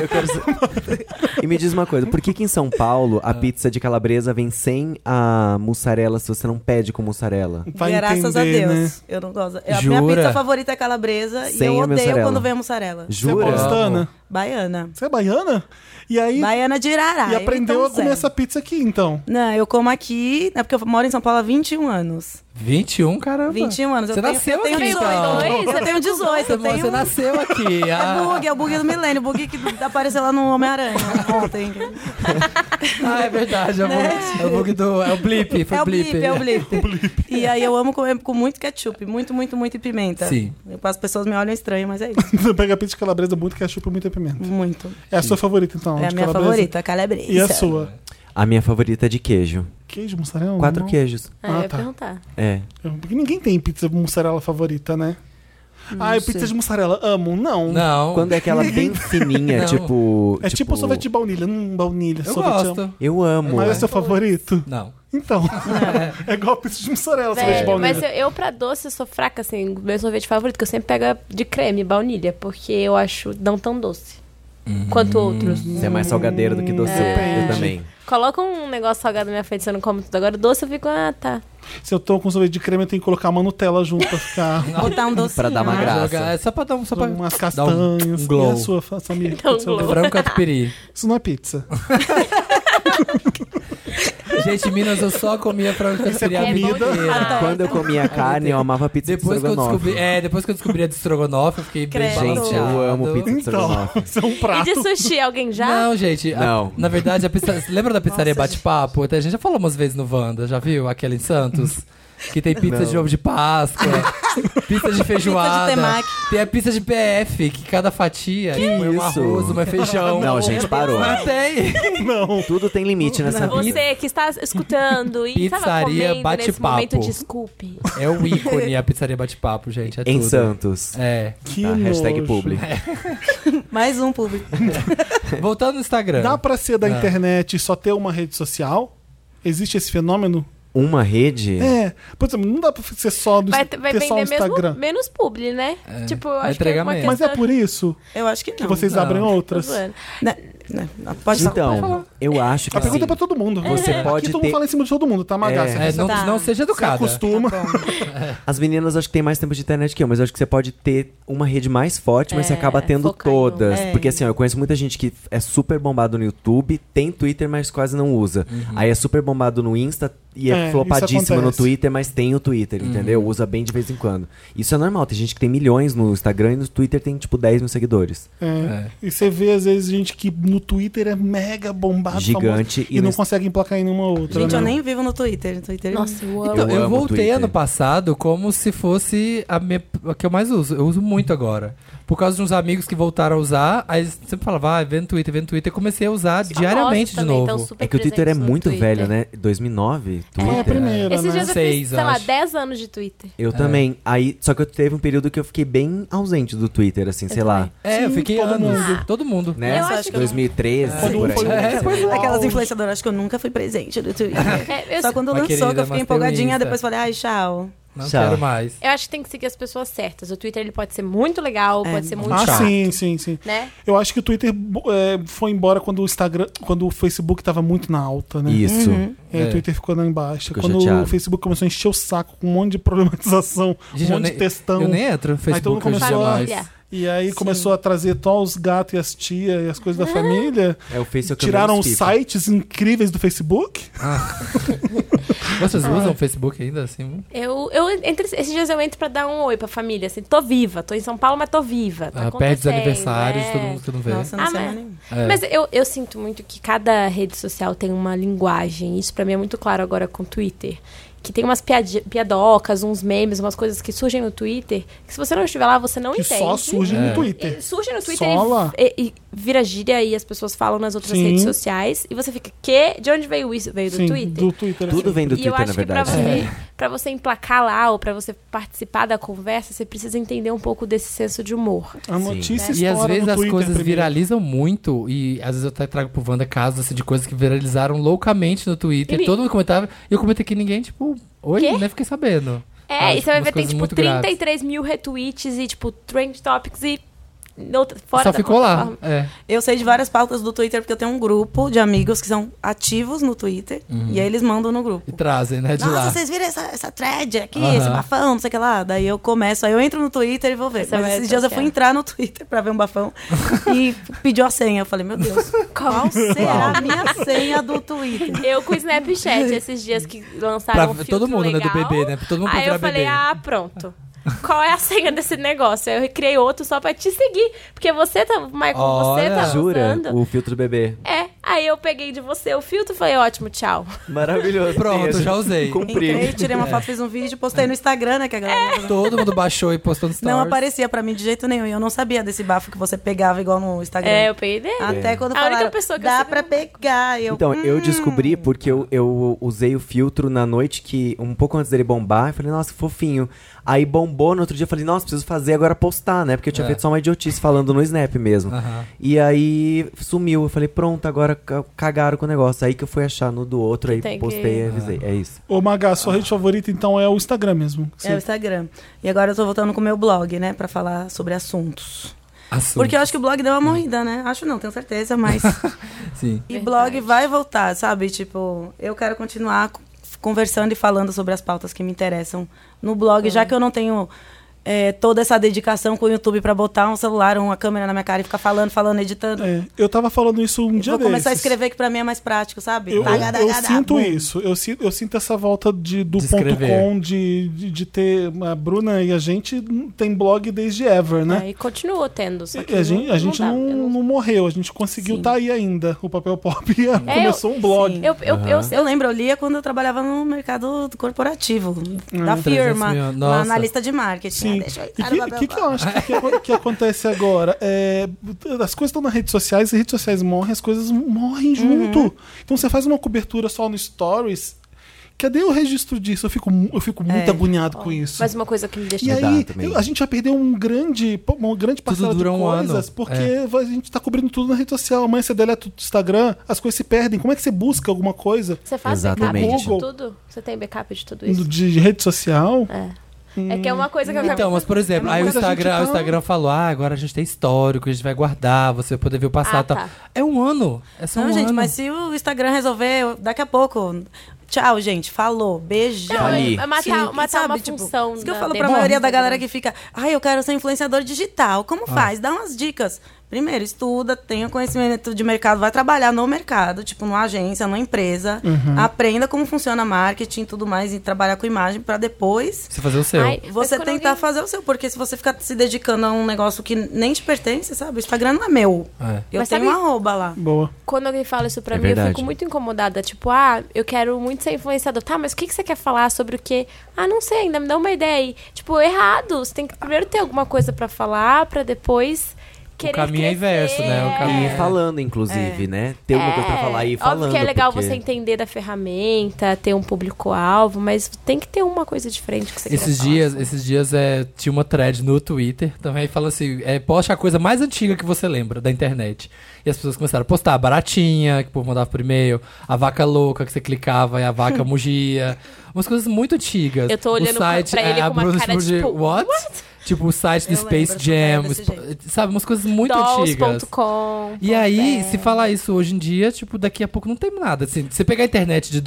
[SPEAKER 5] Eu quero saber. E me diz uma coisa, por que que em São Paulo
[SPEAKER 4] Ah.
[SPEAKER 5] a pizza de calabresa vem sem a mussarela se você não pede com mussarela?
[SPEAKER 1] Vai
[SPEAKER 7] Graças
[SPEAKER 1] entender,
[SPEAKER 7] a
[SPEAKER 1] né?
[SPEAKER 7] Deus. Eu não gosto. A minha
[SPEAKER 4] Jura?
[SPEAKER 7] pizza favorita é calabresa e
[SPEAKER 5] Sem
[SPEAKER 7] eu
[SPEAKER 5] a
[SPEAKER 7] odeio
[SPEAKER 5] mussarela.
[SPEAKER 7] quando vem a mussarela.
[SPEAKER 1] Você é
[SPEAKER 5] Jura?
[SPEAKER 1] paulistana?
[SPEAKER 7] Baiana.
[SPEAKER 1] Você é baiana? E aí...
[SPEAKER 7] Baiana de Irará.
[SPEAKER 1] E
[SPEAKER 7] eu
[SPEAKER 1] aprendeu
[SPEAKER 7] então
[SPEAKER 1] a comer
[SPEAKER 7] zero.
[SPEAKER 1] essa pizza aqui, então.
[SPEAKER 7] Não, eu como aqui, é porque eu moro em São Paulo há 21 anos.
[SPEAKER 4] 21, caramba.
[SPEAKER 7] 21 anos.
[SPEAKER 4] Você
[SPEAKER 7] eu tenho,
[SPEAKER 4] nasceu
[SPEAKER 7] eu tenho
[SPEAKER 4] aqui,
[SPEAKER 7] 18.
[SPEAKER 6] então.
[SPEAKER 7] Eu tenho 18.
[SPEAKER 4] Você,
[SPEAKER 7] eu tenho...
[SPEAKER 4] você nasceu aqui.
[SPEAKER 7] um? É
[SPEAKER 4] Ah,
[SPEAKER 7] bug, é o bug do milênio, o bug que apareceu lá no Homem-Aranha ontem.
[SPEAKER 4] ah, é verdade. É o, bug, é o bug do... É o blip, foi
[SPEAKER 7] Né? é o
[SPEAKER 4] blip.
[SPEAKER 7] blip, é o blip. E aí eu amo comer com muito ketchup, muito, muito, muito e pimenta.
[SPEAKER 4] Sim.
[SPEAKER 7] As pessoas me olham estranho, mas é isso.
[SPEAKER 1] Você pega pizza de calabresa, muito ketchup e muita pimenta.
[SPEAKER 7] Muito.
[SPEAKER 1] É a sua favorita, então?
[SPEAKER 7] é a
[SPEAKER 1] de
[SPEAKER 7] minha
[SPEAKER 1] calabresa?
[SPEAKER 7] favorita, é- a calabresa.
[SPEAKER 1] E a sua?
[SPEAKER 5] A minha favorita é de queijo.
[SPEAKER 1] Queijo, mussarela?
[SPEAKER 5] Quatro
[SPEAKER 1] não?
[SPEAKER 5] queijos.
[SPEAKER 6] Ah, eu
[SPEAKER 1] Ah,
[SPEAKER 6] ia
[SPEAKER 1] tá.
[SPEAKER 6] perguntar.
[SPEAKER 5] É.
[SPEAKER 1] Eu- Porque ninguém tem pizza mussarela favorita, né? ah, pizza de mussarela, amo. Não.
[SPEAKER 4] Não.
[SPEAKER 5] Quando é aquela bem fininha,
[SPEAKER 4] Oh. Não.
[SPEAKER 5] tipo.
[SPEAKER 1] É tipo sorvete de baunilha. Hum, baunilha,
[SPEAKER 4] Eu
[SPEAKER 1] sorvete.
[SPEAKER 4] gosto.
[SPEAKER 1] amo.
[SPEAKER 5] Eu amo.
[SPEAKER 1] Mas é seu favorito?
[SPEAKER 4] Não.
[SPEAKER 1] Então. É igual pizza de mussarela, sorvete de
[SPEAKER 6] Velho,
[SPEAKER 1] baunilha.
[SPEAKER 6] mas eu, eu pra doce eu sou fraca, assim. Meu sorvete favorito, que eu sempre pego é de creme, baunilha, porque eu acho não tão doce quanto outros.
[SPEAKER 5] Você é mais salgadeiro do que doceiro. Eu também.
[SPEAKER 6] Coloca um negócio salgado na minha frente se eu não como tudo. Agora doce eu fico, ah, tá.
[SPEAKER 1] Se eu tô com um sorvete de creme, eu tenho que colocar uma Nutella junto pra ficar.
[SPEAKER 7] Botar um docinho.
[SPEAKER 5] Pra dar uma
[SPEAKER 4] Ah,
[SPEAKER 5] graça.
[SPEAKER 4] joga- É só pra dar um... Só pra...
[SPEAKER 1] umas
[SPEAKER 4] dar um- um
[SPEAKER 1] castanhas.
[SPEAKER 4] glow.
[SPEAKER 1] E a sua, fa- Samir?
[SPEAKER 6] Dá um
[SPEAKER 1] Seu-
[SPEAKER 6] glow.
[SPEAKER 4] Frango catupiry.
[SPEAKER 1] Isso não é pizza.
[SPEAKER 4] Gente, em Minas, eu só comia frango catupiry a vida
[SPEAKER 1] comida.
[SPEAKER 4] inteira.
[SPEAKER 5] é Quando eu comia carne, eu amava pizza
[SPEAKER 4] Depois
[SPEAKER 5] de
[SPEAKER 4] que, eu
[SPEAKER 5] estrogonofe.
[SPEAKER 4] descobri, é, depois que eu descobri a de estrogonofe, eu fiquei bem
[SPEAKER 7] Credo.
[SPEAKER 5] Gente, eu amo
[SPEAKER 4] balanceado.
[SPEAKER 5] pizza de
[SPEAKER 1] Então,
[SPEAKER 5] estrogonofe.
[SPEAKER 1] isso é um
[SPEAKER 6] E
[SPEAKER 1] prato.
[SPEAKER 6] de sushi, alguém já?
[SPEAKER 4] Não, gente. a-
[SPEAKER 5] Não.
[SPEAKER 4] na verdade, a pizza, lembra da pizzaria Bate-Papo? Até A gente já falou umas vezes no Wanda, já viu? Aquela em Santos. Que tem pizza de ovo de Páscoa, pizza de feijoada.
[SPEAKER 7] temaki.
[SPEAKER 4] tem a pizza de PF, que cada fatia é um
[SPEAKER 5] isso?
[SPEAKER 4] arroz, uma é feijão.
[SPEAKER 5] Não, gente, parou.
[SPEAKER 4] Mas tem.
[SPEAKER 1] Não.
[SPEAKER 5] Tudo tem limite nessa vida.
[SPEAKER 6] Você é que está escutando e estava
[SPEAKER 4] Pizzaria
[SPEAKER 6] comendo nesse
[SPEAKER 4] bate-papo.
[SPEAKER 6] momento, desculpe.
[SPEAKER 4] É o ícone a pizzaria Bate-Papo, gente. É
[SPEAKER 5] Em
[SPEAKER 4] tudo.
[SPEAKER 5] Santos.
[SPEAKER 4] É.
[SPEAKER 1] Que
[SPEAKER 5] Tá, hashtag
[SPEAKER 1] nojo. É.
[SPEAKER 5] público.
[SPEAKER 7] Mais um público.
[SPEAKER 4] Voltando no Instagram.
[SPEAKER 1] Dá pra ser da internet e só ter uma rede social? Existe esse fenômeno?
[SPEAKER 5] Uma rede?
[SPEAKER 1] É. Por exemplo, não dá pra ser só do
[SPEAKER 6] Vai, vai
[SPEAKER 1] ter só o
[SPEAKER 6] vender
[SPEAKER 1] Instagram.
[SPEAKER 6] mesmo, menos publi, né? Tipo, eu
[SPEAKER 4] vai
[SPEAKER 6] acho que é
[SPEAKER 4] entregar
[SPEAKER 6] uma
[SPEAKER 4] menos.
[SPEAKER 1] Mas
[SPEAKER 6] questão...
[SPEAKER 1] é por Ah, isso
[SPEAKER 7] Eu acho que não.
[SPEAKER 1] que vocês
[SPEAKER 4] Não.
[SPEAKER 1] abrem
[SPEAKER 6] Tô
[SPEAKER 1] outras.
[SPEAKER 6] zoando.
[SPEAKER 7] Não, não, pode falar.
[SPEAKER 5] Então, eu acho que
[SPEAKER 1] A pergunta é pra
[SPEAKER 5] assim,
[SPEAKER 1] todo mundo.
[SPEAKER 5] Você pode
[SPEAKER 1] Aqui todo
[SPEAKER 5] ter-
[SPEAKER 1] mundo fala em cima de todo mundo, tá, Magá?
[SPEAKER 5] É.
[SPEAKER 1] Você
[SPEAKER 4] É, não,
[SPEAKER 7] Tá.
[SPEAKER 4] não seja educada.
[SPEAKER 1] acostuma.
[SPEAKER 5] as meninas acho que têm mais tempo de internet que eu, mas eu acho que você pode ter uma rede mais forte, mas você
[SPEAKER 6] É,
[SPEAKER 5] acaba tendo
[SPEAKER 6] focar em um.
[SPEAKER 5] todas.
[SPEAKER 7] É.
[SPEAKER 5] Porque assim, ó, eu conheço muita gente que é super bombado no YouTube, tem Twitter, mas quase não usa. Aí é super bombado no Insta e
[SPEAKER 1] Uhum. É,
[SPEAKER 5] é,
[SPEAKER 1] isso
[SPEAKER 5] flopadíssimo no
[SPEAKER 1] acontece. Uhum.
[SPEAKER 5] Twitter, mas tem o Twitter, entendeu? Usa bem de vez em quando. Isso é normal, tem gente que tem milhões no Instagram e no Twitter tem tipo 10 mil seguidores.
[SPEAKER 1] É. E você vê, às vezes, gente que no Twitter é mega bombado,
[SPEAKER 5] Gigante
[SPEAKER 1] famoso, e,
[SPEAKER 5] e no
[SPEAKER 1] não
[SPEAKER 5] Insta-
[SPEAKER 1] consegue emplacar em nenhuma outra.
[SPEAKER 7] Gente,
[SPEAKER 1] né?
[SPEAKER 7] eu nem vivo no Twitter. No Twitter
[SPEAKER 6] Nossa, eu amo.
[SPEAKER 5] Então,
[SPEAKER 4] Eu, eu
[SPEAKER 5] amo o
[SPEAKER 4] voltei
[SPEAKER 5] Twitter.
[SPEAKER 4] ano passado como se fosse a, minha, a que eu mais uso. Eu uso muito agora. Por causa de uns amigos que voltaram a usar, aí eles sempre falavam, ah, vendo Twitter, vendo Twitter. Eu comecei a usar diariamente de
[SPEAKER 1] então,
[SPEAKER 4] novo.
[SPEAKER 5] É que o Twitter é muito velho, né? 2009, Twitter.
[SPEAKER 1] É a primeira,
[SPEAKER 6] Esses
[SPEAKER 1] né?
[SPEAKER 6] dias eu
[SPEAKER 4] Seis,
[SPEAKER 6] fiz, sei lá,
[SPEAKER 4] acho.
[SPEAKER 6] 10 anos de Twitter.
[SPEAKER 5] Eu
[SPEAKER 1] É.
[SPEAKER 5] também. Aí, só que eu teve um período que eu fiquei bem ausente do Twitter, assim, sei lá.
[SPEAKER 4] É, eu
[SPEAKER 1] Sim,
[SPEAKER 4] fiquei
[SPEAKER 1] todo
[SPEAKER 4] anos.
[SPEAKER 1] mundo.
[SPEAKER 4] Todo mundo.
[SPEAKER 5] Né?
[SPEAKER 6] Eu acho que-
[SPEAKER 5] 2013,
[SPEAKER 1] Quando
[SPEAKER 5] por
[SPEAKER 1] um
[SPEAKER 5] aí.
[SPEAKER 1] foi o
[SPEAKER 4] É,
[SPEAKER 1] outro, foi o
[SPEAKER 7] Aquelas
[SPEAKER 1] auge.
[SPEAKER 7] influenciadoras acho que eu nunca fui presente no Twitter.
[SPEAKER 6] É, eu
[SPEAKER 7] Só quando
[SPEAKER 4] Mas,
[SPEAKER 7] lançou
[SPEAKER 4] querida,
[SPEAKER 7] que eu
[SPEAKER 4] mas tem
[SPEAKER 7] fiquei
[SPEAKER 4] o
[SPEAKER 7] empolgadinha,
[SPEAKER 4] Insta.
[SPEAKER 7] depois falei, ai, tchau.
[SPEAKER 4] Não
[SPEAKER 5] Tchau.
[SPEAKER 4] quero mais.
[SPEAKER 6] Eu acho que tem que seguir as pessoas certas. O Twitter ele pode ser muito legal,
[SPEAKER 5] É.
[SPEAKER 6] pode ser muito
[SPEAKER 1] Ah,
[SPEAKER 6] chato,
[SPEAKER 1] sim, sim, sim.
[SPEAKER 6] né?
[SPEAKER 1] Eu acho que o Twitter bo- é, foi embora quando o Instagram, quando o Facebook tava muito na alta, né?
[SPEAKER 5] Isso.
[SPEAKER 1] E aí
[SPEAKER 4] É.
[SPEAKER 1] o Twitter ficou lá embaixo.
[SPEAKER 5] Ficou
[SPEAKER 1] quando
[SPEAKER 5] chateado.
[SPEAKER 1] o Facebook começou a encher o saco com um monte de problematização,
[SPEAKER 4] Gente,
[SPEAKER 1] um
[SPEAKER 4] eu
[SPEAKER 1] monte
[SPEAKER 4] nem,
[SPEAKER 1] de textão.
[SPEAKER 4] eu nem entro no
[SPEAKER 1] todo mundo
[SPEAKER 4] Facebook hoje
[SPEAKER 1] começou a-
[SPEAKER 4] jamais.
[SPEAKER 6] Família.
[SPEAKER 1] E aí começou a trazer só os gatos e as tias e as coisas da
[SPEAKER 6] Ah.
[SPEAKER 1] família.
[SPEAKER 5] É o Facebook. que eu
[SPEAKER 1] Tiraram
[SPEAKER 5] menos
[SPEAKER 1] os
[SPEAKER 5] fico.
[SPEAKER 1] sites incríveis do Facebook.
[SPEAKER 4] Vocês usam o Facebook ainda assim?
[SPEAKER 6] Eu, eu entre, esses dias eu entro pra dar um oi pra família, assim, tô viva, tô em São Paulo, mas tô viva. Tá
[SPEAKER 4] Ah, perde os
[SPEAKER 6] acontecendo,
[SPEAKER 4] aniversários,
[SPEAKER 6] é.
[SPEAKER 4] todo mundo que não vê.
[SPEAKER 7] Nossa, não
[SPEAKER 6] Ah,
[SPEAKER 7] sei
[SPEAKER 6] mas-
[SPEAKER 7] mais nenhum.
[SPEAKER 4] É.
[SPEAKER 6] Mas eu, eu sinto muito que cada rede social tem uma linguagem. Isso pra mim é muito claro agora com o Twitter. Que tem umas piadi- piadocas, uns memes, umas coisas que surgem no Twitter, que se você não estiver lá, você não
[SPEAKER 1] Que
[SPEAKER 6] entende.
[SPEAKER 1] só surge
[SPEAKER 4] É.
[SPEAKER 1] no
[SPEAKER 6] E
[SPEAKER 1] Twitter.
[SPEAKER 6] surge no Twitter
[SPEAKER 1] Só lá.
[SPEAKER 6] e, e- e vira gíria e as pessoas falam nas outras
[SPEAKER 1] Sim.
[SPEAKER 6] redes sociais. E você fica, que? De onde veio isso? Veio
[SPEAKER 1] Sim,
[SPEAKER 6] do Twitter?
[SPEAKER 1] do É. Twitter.
[SPEAKER 5] Tudo vem do
[SPEAKER 6] e eu
[SPEAKER 5] Twitter,
[SPEAKER 6] acho
[SPEAKER 5] na
[SPEAKER 6] que pra
[SPEAKER 5] verdade.
[SPEAKER 6] você, pra você emplacar lá ou pra você participar da conversa, você precisa entender um pouco desse senso de humor.
[SPEAKER 1] A notícia
[SPEAKER 4] E às
[SPEAKER 1] estoura
[SPEAKER 4] vezes
[SPEAKER 1] no
[SPEAKER 4] as
[SPEAKER 1] Twitter
[SPEAKER 4] coisas
[SPEAKER 1] primeiro.
[SPEAKER 4] viralizam muito, e às vezes eu até trago pro Wanda casos assim, de coisas que viralizaram loucamente no Twitter.
[SPEAKER 6] Ele-
[SPEAKER 4] Todo mundo comentava, e eu comentei que ninguém, tipo, oi,
[SPEAKER 6] Quê?
[SPEAKER 4] nem fiquei sabendo.
[SPEAKER 6] É,
[SPEAKER 4] Ah,
[SPEAKER 6] e você vai
[SPEAKER 4] umas
[SPEAKER 6] ver, tem
[SPEAKER 4] coisas
[SPEAKER 6] tipo
[SPEAKER 4] muito graves.
[SPEAKER 6] 33 mil retweets e tipo trend topics e outra, fora
[SPEAKER 4] Só
[SPEAKER 6] da
[SPEAKER 4] ficou lá.
[SPEAKER 6] plataforma.
[SPEAKER 4] É.
[SPEAKER 7] Eu sei de várias pautas do Twitter, porque eu tenho um grupo de amigos que são ativos no Twitter.
[SPEAKER 4] Uhum.
[SPEAKER 7] E aí eles mandam no grupo.
[SPEAKER 4] E trazem, né, de
[SPEAKER 7] Nossa,
[SPEAKER 4] lá.
[SPEAKER 7] vocês viram essa, essa thread aqui,
[SPEAKER 4] Aham.
[SPEAKER 7] esse bafão, não sei o que lá. Daí eu começo, aí eu entro no Twitter e vou ver.
[SPEAKER 6] Essa é
[SPEAKER 7] Mas
[SPEAKER 6] vai
[SPEAKER 7] esses dias eu
[SPEAKER 6] stalkear.
[SPEAKER 7] fui entrar no Twitter pra ver um bafão e pediu a senha. Eu falei, meu Deus, qual será a minha senha do Twitter?
[SPEAKER 6] Eu com o Snapchat esses dias que
[SPEAKER 4] Pra
[SPEAKER 6] lançaram um
[SPEAKER 4] todo
[SPEAKER 6] filtro
[SPEAKER 4] mundo, né, do
[SPEAKER 6] legal.
[SPEAKER 4] bebê, né? Todo mundo pra
[SPEAKER 6] Aí
[SPEAKER 4] virar
[SPEAKER 6] eu falei,
[SPEAKER 4] bebê.
[SPEAKER 6] ah, pronto. Qual é a senha desse negócio? Aí eu criei outro só pra te seguir. Porque você tá, Michael, você
[SPEAKER 4] Olha.
[SPEAKER 6] tá
[SPEAKER 5] Jura?
[SPEAKER 6] usando.
[SPEAKER 5] O filtro do bebê.
[SPEAKER 6] É, aí eu peguei de você o filtro e falei, ótimo, tchau.
[SPEAKER 5] Maravilhoso.
[SPEAKER 4] Pronto,
[SPEAKER 5] Beijo.
[SPEAKER 4] já usei.
[SPEAKER 7] Entrei,
[SPEAKER 5] Cumpri.
[SPEAKER 7] tirei uma foto, fiz um vídeo, postei no Instagram, né, que a galera...
[SPEAKER 4] Todo mundo baixou e postou no stories.
[SPEAKER 7] Não aparecia pra mim de jeito nenhum. E eu não sabia desse bafo que você pegava igual no Instagram.
[SPEAKER 6] É, eu peguei dele.
[SPEAKER 7] Até quando
[SPEAKER 6] A única
[SPEAKER 7] falaram,
[SPEAKER 6] pessoa que eu
[SPEAKER 7] dá
[SPEAKER 6] sigo-
[SPEAKER 7] pra pegar. E Eu,
[SPEAKER 5] Então, eu
[SPEAKER 7] "Hum".
[SPEAKER 5] descobri porque eu, eu usei o filtro na noite que, um pouco antes dele bombar, eu falei, nossa, que fofinho. Aí bombou, no outro dia eu falei, nossa, preciso fazer agora postar, né? Porque eu tinha
[SPEAKER 4] É.
[SPEAKER 5] feito só uma idiotice falando no Snap mesmo.
[SPEAKER 4] Aham.
[SPEAKER 5] E aí sumiu. Eu falei, pronto, agora ca- cagaram com o negócio. Aí que eu fui achar no do outro, aí
[SPEAKER 6] Tem que-
[SPEAKER 5] postei e avisei. É isso.
[SPEAKER 1] Ô, Maga, sua rede favorita então é o Instagram mesmo.
[SPEAKER 7] É o
[SPEAKER 1] Você-
[SPEAKER 7] Instagram. E agora eu tô voltando com o meu blog, né? Pra falar sobre assuntos.
[SPEAKER 4] Assunto,
[SPEAKER 7] Porque eu acho que o blog deu uma
[SPEAKER 1] Hum.
[SPEAKER 7] morrida, né? Acho não, tenho certeza, mas.
[SPEAKER 4] sim.
[SPEAKER 7] e
[SPEAKER 6] Verdade.
[SPEAKER 7] blog vai voltar, sabe? Tipo, eu quero continuar co- conversando e falando sobre as pautas que me interessam no blog, já que eu não tenho. é, toda essa dedicação com o YouTube pra botar um celular, uma câmera na minha cara e ficar falando, falando, editando.
[SPEAKER 1] É, eu tava falando isso um dia
[SPEAKER 7] Vou começar a
[SPEAKER 1] desses.
[SPEAKER 7] escrever, que pra mim é mais prático, sabe?
[SPEAKER 1] Eu, eu-
[SPEAKER 7] Dagá,
[SPEAKER 1] eu
[SPEAKER 7] dagá, dá,
[SPEAKER 1] sinto
[SPEAKER 7] bum.
[SPEAKER 1] isso. Eu sinto, eu sinto essa volta de, do
[SPEAKER 4] De
[SPEAKER 1] ponto
[SPEAKER 4] escrever.
[SPEAKER 1] com de, de, de ter. A Bruna e a gente tem blog desde ever, né?
[SPEAKER 6] Aí continuou tendo, só que
[SPEAKER 1] E a gente,
[SPEAKER 6] É não,
[SPEAKER 1] a gente
[SPEAKER 6] dá,
[SPEAKER 1] não,
[SPEAKER 6] eu
[SPEAKER 1] não, morreu, a gente conseguiu
[SPEAKER 6] Sim.
[SPEAKER 1] estar tá aí ainda. O papel pop e a- começou um blog.
[SPEAKER 6] É, Eu, eu, eu,
[SPEAKER 5] Aham.
[SPEAKER 7] Eu lembro, eu lia quando eu trabalhava no mercado
[SPEAKER 1] Ah,
[SPEAKER 7] corporativo, da
[SPEAKER 4] 300
[SPEAKER 7] firma,
[SPEAKER 4] mil,
[SPEAKER 7] na
[SPEAKER 4] nossa.
[SPEAKER 7] analista de marketing.
[SPEAKER 1] Sim.
[SPEAKER 7] Ah, deixa eu
[SPEAKER 1] E
[SPEAKER 7] entrar
[SPEAKER 1] que,
[SPEAKER 7] no
[SPEAKER 1] que, que eu acho que, que acon- que acontece agora? É, as coisas estão nas redes sociais, as redes sociais morrem, as coisas
[SPEAKER 7] Uhum.
[SPEAKER 1] morrem junto. Então você faz uma cobertura só no Stories. Cadê o registro disso? Eu fico, mu- eu fico
[SPEAKER 7] É.
[SPEAKER 1] muito agudinhado com isso.
[SPEAKER 6] Mas uma coisa que me deixa
[SPEAKER 1] E
[SPEAKER 5] Dá
[SPEAKER 1] aí,
[SPEAKER 5] também.
[SPEAKER 1] eu- a gente já perdeu um grande, pô, uma grande parcela de
[SPEAKER 4] dura um ano.
[SPEAKER 1] coisas, porque a gente tá cobrindo tudo na rede social. Amanhã você deleta o Instagram, as coisas se perdem. Como é que você busca alguma coisa
[SPEAKER 6] Você faz
[SPEAKER 5] Exatamente.
[SPEAKER 6] backup de tudo? Você tem backup de tudo isso?
[SPEAKER 1] de rede social?
[SPEAKER 6] É que é uma coisa que eu
[SPEAKER 4] Então, mas por exemplo, aí o
[SPEAKER 1] Mas a gente
[SPEAKER 4] Instagram,
[SPEAKER 1] tá-
[SPEAKER 4] o Instagram falou: ah, agora a gente tem histórico, a gente vai guardar, você vai poder ver o
[SPEAKER 6] Ah,
[SPEAKER 4] passado e
[SPEAKER 6] tá.
[SPEAKER 4] tal. É um ano. É só
[SPEAKER 7] Não,
[SPEAKER 4] um
[SPEAKER 7] gente,
[SPEAKER 4] ano.
[SPEAKER 7] mas se o Instagram resolver, eu- daqui a pouco. Tchau, gente. Falou. Beijo.
[SPEAKER 6] Não,
[SPEAKER 5] Ali.
[SPEAKER 6] é- é matar,
[SPEAKER 7] Sim,
[SPEAKER 6] matar
[SPEAKER 7] sabe,
[SPEAKER 6] uma
[SPEAKER 7] tipo,
[SPEAKER 6] função.
[SPEAKER 7] Isso que
[SPEAKER 6] da-
[SPEAKER 7] eu
[SPEAKER 6] né?
[SPEAKER 7] falo pra
[SPEAKER 6] dentro do
[SPEAKER 7] maioria da
[SPEAKER 6] Instagram.
[SPEAKER 7] galera que fica, ai, eu quero ser influenciador digital. Como
[SPEAKER 1] Ah.
[SPEAKER 7] faz? Dá umas dicas. Primeiro, estuda, tenha conhecimento de mercado, vai trabalhar no mercado, tipo numa agência, numa empresa.
[SPEAKER 1] Uhum.
[SPEAKER 7] Aprenda como funciona marketing e tudo mais, e trabalhar com imagem pra depois
[SPEAKER 4] Você fazer o seu.
[SPEAKER 6] Ai, mas
[SPEAKER 7] você
[SPEAKER 6] quando
[SPEAKER 7] tentar
[SPEAKER 6] alguém-
[SPEAKER 7] fazer o seu. Porque se você ficar se dedicando a um negócio que nem te pertence, sabe? O Instagram não é meu.
[SPEAKER 4] É.
[SPEAKER 7] Eu
[SPEAKER 6] Mas
[SPEAKER 7] tenho
[SPEAKER 6] sabe-
[SPEAKER 7] um arroba lá.
[SPEAKER 1] Boa.
[SPEAKER 6] Quando alguém fala isso pra
[SPEAKER 5] É
[SPEAKER 6] mim,
[SPEAKER 5] verdade.
[SPEAKER 6] eu fico muito incomodada. Tipo, ah, eu quero muito ser influenciador. Tá, mas o que, que você quer falar sobre o quê? Ah, não sei, ainda me dá uma ideia aí. Tipo, errado. Você tem que primeiro ter alguma coisa pra falar, pra depois querer
[SPEAKER 4] caminho é inverso,
[SPEAKER 6] crescer.
[SPEAKER 4] né? O caminho
[SPEAKER 5] E
[SPEAKER 4] É.
[SPEAKER 5] Tá falando, inclusive, né? Ter uma coisa pra falar e ir falando.
[SPEAKER 6] Óbvio que é legal
[SPEAKER 5] porque-
[SPEAKER 6] você entender da ferramenta, ter um público-alvo, mas tem que ter uma coisa diferente que você
[SPEAKER 4] Esses
[SPEAKER 6] queira
[SPEAKER 4] dias,
[SPEAKER 6] falar.
[SPEAKER 4] esses dias é, tinha uma thread no Twitter também fala assim: é, posta a coisa mais antiga que você lembra da internet. E as pessoas começaram a postar a baratinha, que o povo mandava por e-mail, a vaca louca que você clicava e a vaca mugia. Umas coisas muito antigas.
[SPEAKER 6] Eu tô
[SPEAKER 4] O é,
[SPEAKER 6] olhando pra ele
[SPEAKER 4] a
[SPEAKER 6] com uma
[SPEAKER 4] Bruce
[SPEAKER 6] cara,
[SPEAKER 4] Mugi-
[SPEAKER 6] tipo,
[SPEAKER 4] what? Tipo o site do
[SPEAKER 7] Eu
[SPEAKER 4] Space
[SPEAKER 7] lembro também
[SPEAKER 4] Jam,
[SPEAKER 7] desse
[SPEAKER 4] spa- sabe? Umas coisas muito antigas.
[SPEAKER 6] Dolls.com.
[SPEAKER 4] E
[SPEAKER 6] é.
[SPEAKER 4] aí, se falar isso hoje em dia, tipo, daqui a pouco não tem nada. Assim, se você pegar a internet de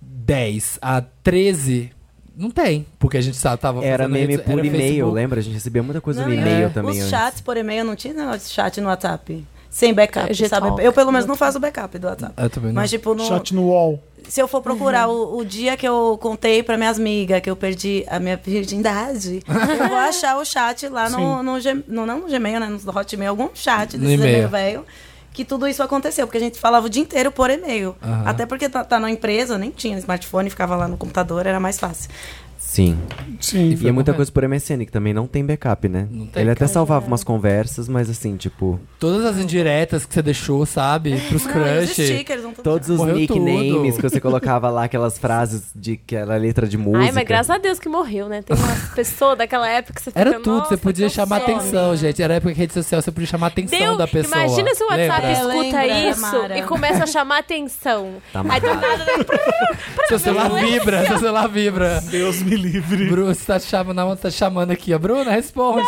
[SPEAKER 4] 2010 a 13, não tem. Porque a gente sabe, tava
[SPEAKER 5] Era
[SPEAKER 4] fazendo
[SPEAKER 5] meme
[SPEAKER 4] redes-
[SPEAKER 5] por
[SPEAKER 4] era
[SPEAKER 5] e-mail,
[SPEAKER 4] Facebook.
[SPEAKER 5] lembra? A gente recebia muita coisa
[SPEAKER 7] Não,
[SPEAKER 5] no
[SPEAKER 7] e
[SPEAKER 5] e-mail
[SPEAKER 4] é.
[SPEAKER 5] também.
[SPEAKER 7] Os
[SPEAKER 5] antes.
[SPEAKER 7] chats por e-mail não tinha negócio de chat no WhatsApp. Sem backup,
[SPEAKER 6] É,
[SPEAKER 7] sabe?
[SPEAKER 6] Gtalk.
[SPEAKER 7] Eu, pelo menos, não faço backup do WhatsApp.
[SPEAKER 5] né?
[SPEAKER 4] Eu também não.
[SPEAKER 7] Mas, tipo, no,
[SPEAKER 8] Chat no wall.
[SPEAKER 7] se eu for procurar
[SPEAKER 8] Uhum.
[SPEAKER 7] o, o dia que eu contei pra minhas amigas que eu perdi a minha virgindade, eu vou achar o chat lá no, no, Gem- no- não no Gmail, né? No Hotmail, algum chat
[SPEAKER 4] No
[SPEAKER 7] desse
[SPEAKER 4] e-mail.
[SPEAKER 7] e-mail velho. Que tudo isso aconteceu, porque a gente falava o dia inteiro por e-mail.
[SPEAKER 4] Aham.
[SPEAKER 7] Até porque tá, tá na empresa, nem tinha smartphone, ficava lá no computador, era mais fácil.
[SPEAKER 5] Sim.
[SPEAKER 8] Sim.
[SPEAKER 5] E é muita
[SPEAKER 4] correndo.
[SPEAKER 5] coisa por MSN, que também não tem backup, né?
[SPEAKER 4] Não tem,
[SPEAKER 5] Ele até
[SPEAKER 4] cara.
[SPEAKER 5] salvava umas conversas, mas assim, tipo,
[SPEAKER 4] Todas as indiretas que você deixou, sabe? Pros
[SPEAKER 7] Não, e os
[SPEAKER 4] crush.
[SPEAKER 7] stickers, não
[SPEAKER 5] todos os
[SPEAKER 4] Morreu
[SPEAKER 5] nicknames
[SPEAKER 4] tudo.
[SPEAKER 5] que você colocava lá, aquelas frases de que era letra de música.
[SPEAKER 6] Ai, mas graças a Deus que morreu, né? Tem uma pessoa daquela época que você fica,
[SPEAKER 4] Era tudo,
[SPEAKER 6] "Nossa,
[SPEAKER 4] você podia
[SPEAKER 6] que
[SPEAKER 4] chamar
[SPEAKER 6] fome".
[SPEAKER 4] atenção, gente. Era a época que rede social você podia chamar a atenção
[SPEAKER 6] Deu,
[SPEAKER 4] da pessoa.
[SPEAKER 6] imagina se o WhatsApp
[SPEAKER 4] Lembra?
[SPEAKER 6] escuta
[SPEAKER 7] É, Lembra,
[SPEAKER 6] isso
[SPEAKER 7] Mara?
[SPEAKER 6] e começa a chamar atenção.
[SPEAKER 4] Tá
[SPEAKER 6] Aí do nada, né?
[SPEAKER 4] Seu celular vibra, seu celular vibra.
[SPEAKER 8] Deus me livre.
[SPEAKER 4] Bruce tá te chamando, na tá te chamando aqui. ó. Bruna, responde.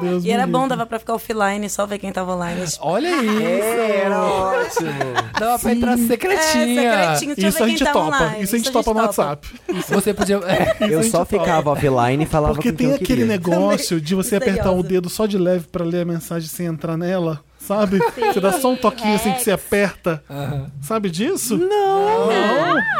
[SPEAKER 8] Deus
[SPEAKER 7] E era
[SPEAKER 8] me
[SPEAKER 7] bom,
[SPEAKER 8] livre.
[SPEAKER 7] dava pra ficar offline, só ver quem tava online.
[SPEAKER 4] Olha isso.
[SPEAKER 5] É, era ótimo.
[SPEAKER 4] Dava pra entrar secretinha.
[SPEAKER 7] É, secretinho, deixa eu
[SPEAKER 8] Isso
[SPEAKER 7] ver
[SPEAKER 8] a
[SPEAKER 7] quem
[SPEAKER 8] gente
[SPEAKER 7] tá
[SPEAKER 8] topa.
[SPEAKER 7] online.
[SPEAKER 8] Isso a gente topa no WhatsApp.
[SPEAKER 4] Você podia. é.
[SPEAKER 5] Eu
[SPEAKER 8] Isso
[SPEAKER 5] só
[SPEAKER 8] a gente topa.
[SPEAKER 5] ficava offline e falava
[SPEAKER 8] Porque
[SPEAKER 5] com quem
[SPEAKER 8] tem
[SPEAKER 5] eu
[SPEAKER 8] aquele
[SPEAKER 5] queria.
[SPEAKER 8] negócio
[SPEAKER 7] Também.
[SPEAKER 8] de você apertar o
[SPEAKER 7] Misteriosa.
[SPEAKER 8] dedo só de leve pra ler a mensagem sem entrar nela, sabe? Você dá só um toquinho assim que você aperta. Sabe disso?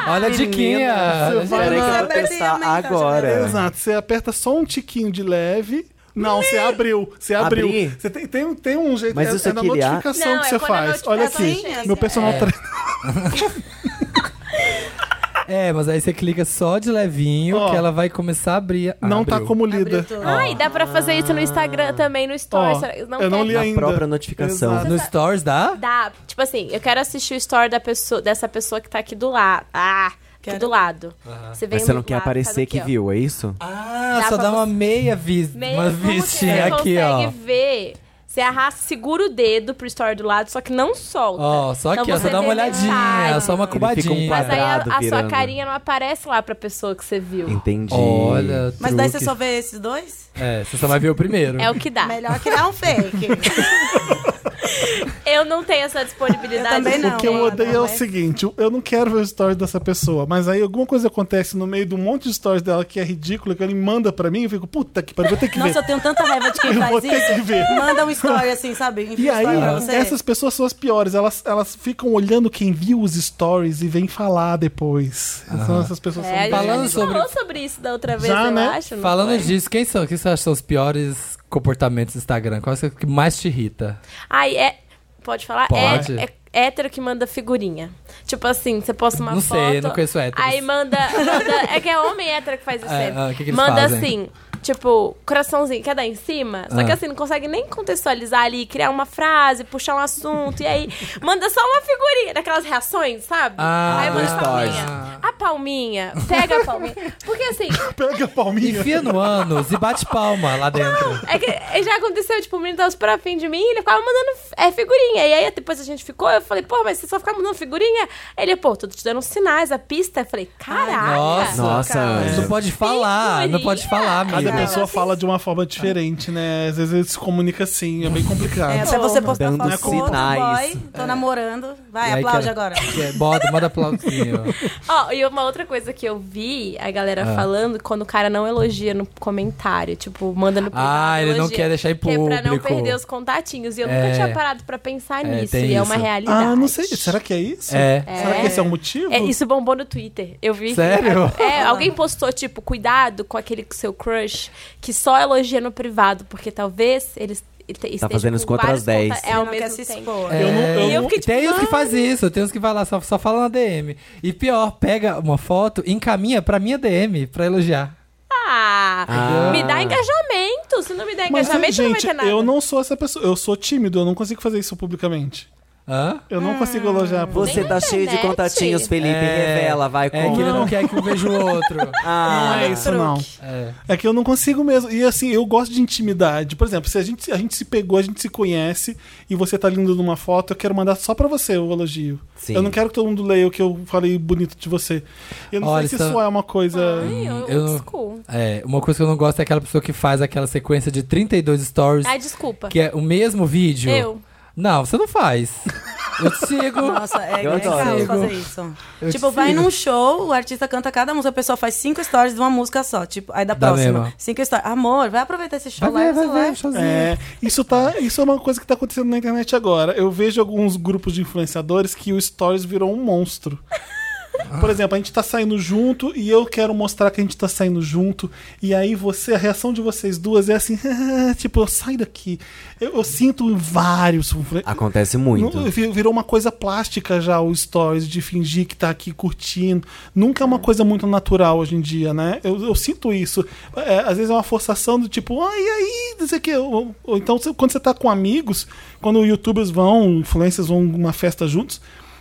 [SPEAKER 4] Olha é a diquinha.
[SPEAKER 8] Você vai
[SPEAKER 5] Peraí que eu
[SPEAKER 8] na-
[SPEAKER 5] vou
[SPEAKER 7] Apertei a
[SPEAKER 5] testar
[SPEAKER 7] mãe, então,
[SPEAKER 5] agora.
[SPEAKER 8] É, Exato, você aperta só um tiquinho de leve. Não, você abriu, você abriu.
[SPEAKER 5] Abri?
[SPEAKER 8] Você tem, tem, tem um jeito,
[SPEAKER 5] Mas
[SPEAKER 8] é,
[SPEAKER 5] isso
[SPEAKER 8] é na
[SPEAKER 5] aqui, ele a-
[SPEAKER 8] notificação
[SPEAKER 6] Não,
[SPEAKER 8] que
[SPEAKER 6] é
[SPEAKER 8] você
[SPEAKER 6] quando a
[SPEAKER 8] faz. Olha aqui,
[SPEAKER 6] notificação
[SPEAKER 8] meu personal
[SPEAKER 4] É.
[SPEAKER 8] trainer.
[SPEAKER 4] É, mas aí você clica só de levinho
[SPEAKER 8] Ó.
[SPEAKER 4] que ela vai começar a abrir.
[SPEAKER 8] não tá
[SPEAKER 4] Abriu.
[SPEAKER 8] como lida.
[SPEAKER 6] Ai, dá pra fazer isso no Instagram também, no Stories.
[SPEAKER 8] Ó,
[SPEAKER 6] não
[SPEAKER 8] eu não
[SPEAKER 6] quer-
[SPEAKER 8] li
[SPEAKER 5] Na
[SPEAKER 8] ainda.
[SPEAKER 5] própria notificação.
[SPEAKER 8] Exato.
[SPEAKER 4] No Stories dá?
[SPEAKER 6] Dá. Tipo assim, eu quero assistir o story da pessoa, dessa pessoa que tá aqui do lado. Ah, aqui
[SPEAKER 7] Quero.
[SPEAKER 6] do lado. Você vem
[SPEAKER 5] Mas você
[SPEAKER 6] do
[SPEAKER 5] não quer
[SPEAKER 6] lado, faz
[SPEAKER 5] aparecer
[SPEAKER 6] aqui,
[SPEAKER 5] que
[SPEAKER 6] ó.
[SPEAKER 5] viu, é isso?
[SPEAKER 4] Ah,
[SPEAKER 6] Dá
[SPEAKER 4] só
[SPEAKER 6] pra
[SPEAKER 4] dá
[SPEAKER 6] você-
[SPEAKER 4] uma meia é? vis,
[SPEAKER 6] Meio
[SPEAKER 4] uma
[SPEAKER 6] como que
[SPEAKER 4] vistinha
[SPEAKER 6] você
[SPEAKER 4] aqui,
[SPEAKER 6] consegue
[SPEAKER 4] ó.
[SPEAKER 6] ver. Você arrasta, segura o dedo pro story do lado, só que não solta.
[SPEAKER 4] Ó, só
[SPEAKER 6] Então
[SPEAKER 4] aqui, ó,
[SPEAKER 6] você
[SPEAKER 4] só dá uma
[SPEAKER 6] vê
[SPEAKER 4] olhadinha,
[SPEAKER 6] mensagem.
[SPEAKER 4] só uma
[SPEAKER 5] fica um
[SPEAKER 4] cubadinha.
[SPEAKER 6] Mas aí a,
[SPEAKER 5] quadrado
[SPEAKER 6] a sua
[SPEAKER 5] virando.
[SPEAKER 6] carinha não aparece lá pra pessoa que você viu.
[SPEAKER 4] Então.
[SPEAKER 5] Entendi.
[SPEAKER 4] Olha,
[SPEAKER 7] Mas daí você
[SPEAKER 4] truque.
[SPEAKER 7] só vê esses dois?
[SPEAKER 4] É, você só vai ver o primeiro.
[SPEAKER 6] É o que
[SPEAKER 8] Ah.
[SPEAKER 6] dá.
[SPEAKER 7] Melhor criar um fake.
[SPEAKER 6] Eu não tenho essa disponibilidade.
[SPEAKER 7] Eu também
[SPEAKER 6] de
[SPEAKER 7] não.
[SPEAKER 8] O que eu
[SPEAKER 7] Não,
[SPEAKER 8] odeio é
[SPEAKER 7] não,
[SPEAKER 8] o
[SPEAKER 7] mas-
[SPEAKER 8] seguinte: eu- eu não quero ver o stories dessa pessoa, mas aí alguma coisa acontece no meio de um monte de stories dela que é ridícula, que ele manda pra mim, eu fico, puta que pariu, vou ter que ver.
[SPEAKER 7] Nossa, eu tenho tanta raiva de quem
[SPEAKER 8] Eu
[SPEAKER 7] faz
[SPEAKER 8] vou ter que
[SPEAKER 7] isso.
[SPEAKER 8] ver.
[SPEAKER 7] Manda um story assim, sabe? Enfia
[SPEAKER 8] E
[SPEAKER 7] um
[SPEAKER 8] aí,
[SPEAKER 7] story pra você.
[SPEAKER 8] essas pessoas são as piores. Elas, elas ficam olhando quem viu os stories e vem falar depois. São essas pessoas
[SPEAKER 6] É, a gente
[SPEAKER 8] são
[SPEAKER 4] Falando
[SPEAKER 6] já
[SPEAKER 4] sobre-
[SPEAKER 6] falou sobre isso da outra vez,
[SPEAKER 8] Já,
[SPEAKER 6] eu
[SPEAKER 8] né?
[SPEAKER 6] acho. não
[SPEAKER 4] Falando
[SPEAKER 6] foi?
[SPEAKER 4] disso, quem são? Quem você acha que são os piores comportamentos do Instagram? Qual é o que mais te irrita?
[SPEAKER 6] Ai, é. Pode falar?
[SPEAKER 4] Pode.
[SPEAKER 6] É, é hétero que manda figurinha. Tipo assim, você posta uma
[SPEAKER 4] Não
[SPEAKER 6] foto.
[SPEAKER 4] sei, não conheço héteros.
[SPEAKER 6] Aí manda, manda- É que é homem hétero que faz isso
[SPEAKER 4] É,
[SPEAKER 6] sempre.
[SPEAKER 4] ah, o que que eles
[SPEAKER 6] manda
[SPEAKER 4] fazem?
[SPEAKER 6] assim, tipo, coraçãozinho, quer dar em cima? Só que
[SPEAKER 4] Ah.
[SPEAKER 6] assim, não consegue nem contextualizar ali, criar uma frase, puxar um assunto. e aí, manda só uma figurinha daquelas reações, sabe?
[SPEAKER 4] Ah,
[SPEAKER 6] aí manda
[SPEAKER 5] do
[SPEAKER 6] a
[SPEAKER 5] stories.
[SPEAKER 6] palminha. A palminha, pega a palminha. Porque assim,
[SPEAKER 8] Pega a palminha.
[SPEAKER 4] Enfia no ânus e bate palma lá dentro.
[SPEAKER 6] é que já aconteceu, tipo, o menino tava super afim de mim e ele ficava mandando é, figurinha. E aí depois a gente ficou, eu falei, pô, mas você só ficar mandando figurinha? Ele, pô, tô te dando uns sinais, a pista. Eu falei, caraca.
[SPEAKER 4] Nossa.
[SPEAKER 5] Nossa,
[SPEAKER 4] Mas
[SPEAKER 5] Ana.
[SPEAKER 4] Não pode falar, não pode falar,
[SPEAKER 8] É. Cada
[SPEAKER 7] é.
[SPEAKER 4] amiga.
[SPEAKER 8] pessoa fala de uma forma diferente, né? Às vezes ele se comunica assim, é bem complicado.
[SPEAKER 7] É, até você postar
[SPEAKER 5] Dando
[SPEAKER 7] foto com outro
[SPEAKER 5] sinais.
[SPEAKER 7] boy, tô namorando. Vai,
[SPEAKER 4] É. E aí,
[SPEAKER 7] aplaude
[SPEAKER 4] cara-
[SPEAKER 7] agora.
[SPEAKER 4] Que é- Bota, manda aplausinho.
[SPEAKER 6] Ó, e uma outra coisa que eu vi a galera
[SPEAKER 4] Ah.
[SPEAKER 6] falando, quando o cara não elogia no comentário, tipo, manda no privado,
[SPEAKER 4] Ah, ele não
[SPEAKER 6] elogia,
[SPEAKER 4] quer deixar em
[SPEAKER 6] que é pra não
[SPEAKER 4] público.
[SPEAKER 6] perder os contatinhos. E eu
[SPEAKER 4] É.
[SPEAKER 6] nunca tinha parado pra pensar
[SPEAKER 4] É,
[SPEAKER 6] nisso.
[SPEAKER 4] tem
[SPEAKER 6] E é uma
[SPEAKER 4] isso.
[SPEAKER 6] realidade.
[SPEAKER 8] Ah, não sei. Será que é isso?
[SPEAKER 4] É.
[SPEAKER 8] Será que esse é o motivo?
[SPEAKER 6] É,
[SPEAKER 1] Tipo,
[SPEAKER 6] isso bombou no Twitter. Eu vi.
[SPEAKER 4] Sério?
[SPEAKER 6] É, alguém postou, tipo, cuidado com aquele seu crush que só elogia no privado, porque talvez eles
[SPEAKER 5] Tá fazendo os contra as 10.
[SPEAKER 6] É, ao
[SPEAKER 7] não quer
[SPEAKER 6] mesmo
[SPEAKER 7] se
[SPEAKER 6] tempo.
[SPEAKER 7] expor.
[SPEAKER 4] É,
[SPEAKER 8] Eu não- eu
[SPEAKER 4] e
[SPEAKER 8] não-
[SPEAKER 6] fiquei tipo,
[SPEAKER 4] tem os que
[SPEAKER 6] mano.
[SPEAKER 4] faz isso, tem os que vai lá, só, só fala na DM. E pior, pega uma foto e encaminha pra minha DM pra elogiar.
[SPEAKER 6] Ah,
[SPEAKER 5] Ah.
[SPEAKER 6] me dá engajamento. aquilo. Se não me der
[SPEAKER 8] Mas,
[SPEAKER 6] engajamento, não vai
[SPEAKER 8] gente,
[SPEAKER 6] ter nada.
[SPEAKER 8] eu não sou essa pessoa. Eu sou tímido, eu não consigo fazer isso publicamente.
[SPEAKER 4] Hã?
[SPEAKER 8] Eu não consigo elogiar.
[SPEAKER 5] Você
[SPEAKER 6] Nem
[SPEAKER 5] tá
[SPEAKER 6] na
[SPEAKER 5] cheio de
[SPEAKER 6] internet.
[SPEAKER 5] contatinhos, Felipe. Revela, vai com.
[SPEAKER 4] É que ele não quer que um veja o outro.
[SPEAKER 5] Ah,
[SPEAKER 8] é isso, não.
[SPEAKER 4] É.
[SPEAKER 8] É que eu não consigo mesmo. E assim, eu gosto de intimidade. Por exemplo, se a gente, a gente se pegou, a gente se conhece e você tá lindo numa foto, eu quero mandar só pra você o elogio.
[SPEAKER 5] Sim.
[SPEAKER 8] Eu não quero que todo mundo leia o que eu falei bonito de você. Eu não
[SPEAKER 4] Olha,
[SPEAKER 8] sei se
[SPEAKER 4] isso-
[SPEAKER 8] isso é uma coisa.
[SPEAKER 6] Ai, eu,
[SPEAKER 4] Eu não-
[SPEAKER 6] desculpa.
[SPEAKER 4] É, uma coisa que eu não gosto é aquela pessoa que faz aquela sequência de 32 stories,
[SPEAKER 6] Ai, desculpa.
[SPEAKER 4] que é o mesmo vídeo.
[SPEAKER 6] Eu.
[SPEAKER 4] Não, você não faz. Eu te sigo.
[SPEAKER 7] Nossa, é
[SPEAKER 5] Eu
[SPEAKER 7] legal
[SPEAKER 5] adoro.
[SPEAKER 7] fazer isso.
[SPEAKER 4] Eu te
[SPEAKER 7] tipo, vai
[SPEAKER 4] sigo.
[SPEAKER 7] num show, o artista canta cada música, a pessoa faz cinco stories de uma música só. Tipo, aí da
[SPEAKER 4] Da
[SPEAKER 7] próxima.
[SPEAKER 4] mesma.
[SPEAKER 7] Cinco stories. Amor, vai aproveitar esse show
[SPEAKER 4] Vai ver,
[SPEAKER 7] lá e você
[SPEAKER 4] vai ver,
[SPEAKER 7] Tipo, vai.
[SPEAKER 4] showzinho.
[SPEAKER 8] É, isso, tá, isso é uma coisa que tá acontecendo na internet agora. Eu vejo alguns grupos de influenciadores que o Stories virou um monstro. Por exemplo, a gente tá saindo junto e eu quero mostrar que a gente tá saindo junto. E aí você, a reação de vocês duas é assim, tipo, sai daqui. Eu, eu sinto vários. influen-
[SPEAKER 5] Acontece
[SPEAKER 8] Não, é
[SPEAKER 5] muito.
[SPEAKER 8] vi- Virou uma coisa plástica já o stories de fingir que tá aqui curtindo. Nunca é uma coisa muito natural hoje em dia, né? Eu, eu sinto isso. É, às vezes é uma forçação do tipo, ai, aí, não sei o quê. Ou, ou então, cê- quando você tá com amigos, quando youtubers vão, influencers vão numa festa juntos,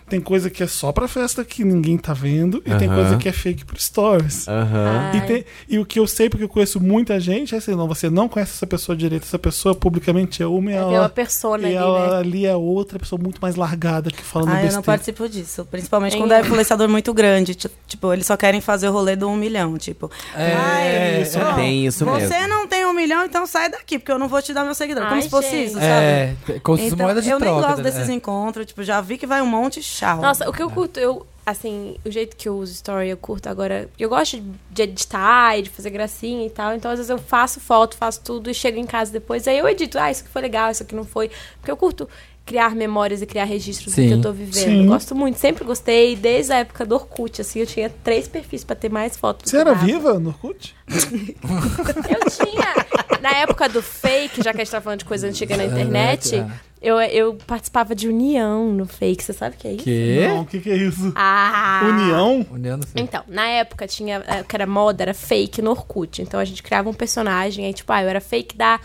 [SPEAKER 8] tem coisa que é só pra festa que ninguém tá vendo, e tem
[SPEAKER 5] Aham.
[SPEAKER 8] coisa que é fake pro stories.
[SPEAKER 5] Aham.
[SPEAKER 8] E, tem- e o que eu sei, porque eu conheço muita gente, é assim, não, você não conhece essa pessoa direito, essa pessoa publicamente é uma e
[SPEAKER 6] É
[SPEAKER 8] ela-
[SPEAKER 6] uma persona ali,
[SPEAKER 8] e ela
[SPEAKER 6] né?
[SPEAKER 8] ali é outra pessoa muito mais largada que falando
[SPEAKER 7] Ah, eu não
[SPEAKER 8] besteira.
[SPEAKER 7] participo disso. Principalmente
[SPEAKER 6] Em-
[SPEAKER 7] quando é influenciador muito grande. ti- Tipo, eles só querem fazer o rolê do um milhão. Tipo,
[SPEAKER 4] É,
[SPEAKER 7] ai,
[SPEAKER 4] isso,
[SPEAKER 7] bom,
[SPEAKER 5] tem isso
[SPEAKER 7] Você
[SPEAKER 5] mesmo.
[SPEAKER 7] não tem um milhão, então sai daqui, porque eu não vou te dar meu seguidor.
[SPEAKER 6] Ai,
[SPEAKER 7] Como se fosse
[SPEAKER 6] gente.
[SPEAKER 7] isso, sabe?
[SPEAKER 4] É, como se fosse
[SPEAKER 7] Então,
[SPEAKER 4] moeda de
[SPEAKER 7] eu
[SPEAKER 4] troca.
[SPEAKER 7] nem gosto
[SPEAKER 4] né?
[SPEAKER 7] desses encontros, tipo, já vi que vai um monte chau.
[SPEAKER 6] Nossa, o que eu curto, eu, assim, o jeito que eu uso story, eu curto agora. Eu gosto de editar e de fazer gracinha e tal. Então, às vezes, eu faço foto, faço tudo e chego em casa depois. Aí eu edito, ah, isso aqui foi legal, isso aqui não foi. Porque eu curto criar memórias e criar registros
[SPEAKER 4] Sim.
[SPEAKER 6] do que eu tô vivendo.
[SPEAKER 8] Sim.
[SPEAKER 6] Eu gosto muito, sempre gostei, desde a época do Orkut, assim, eu tinha três perfis pra ter mais fotos.
[SPEAKER 8] Você era viva no Orkut?
[SPEAKER 6] Eu tinha. Na época do fake, já que a gente tá falando de coisa antiga na internet,
[SPEAKER 4] Ah.
[SPEAKER 6] eu, eu participava de união no fake. Você sabe o que é isso?
[SPEAKER 4] Quê?
[SPEAKER 8] Não, o que, que é isso?
[SPEAKER 6] Ah!
[SPEAKER 8] União?
[SPEAKER 4] Olhando assim.
[SPEAKER 6] Então, na época tinha. eh, que era moda, era fake no Orkut. Então a gente criava um personagem, aí tipo, ah, eu era fake da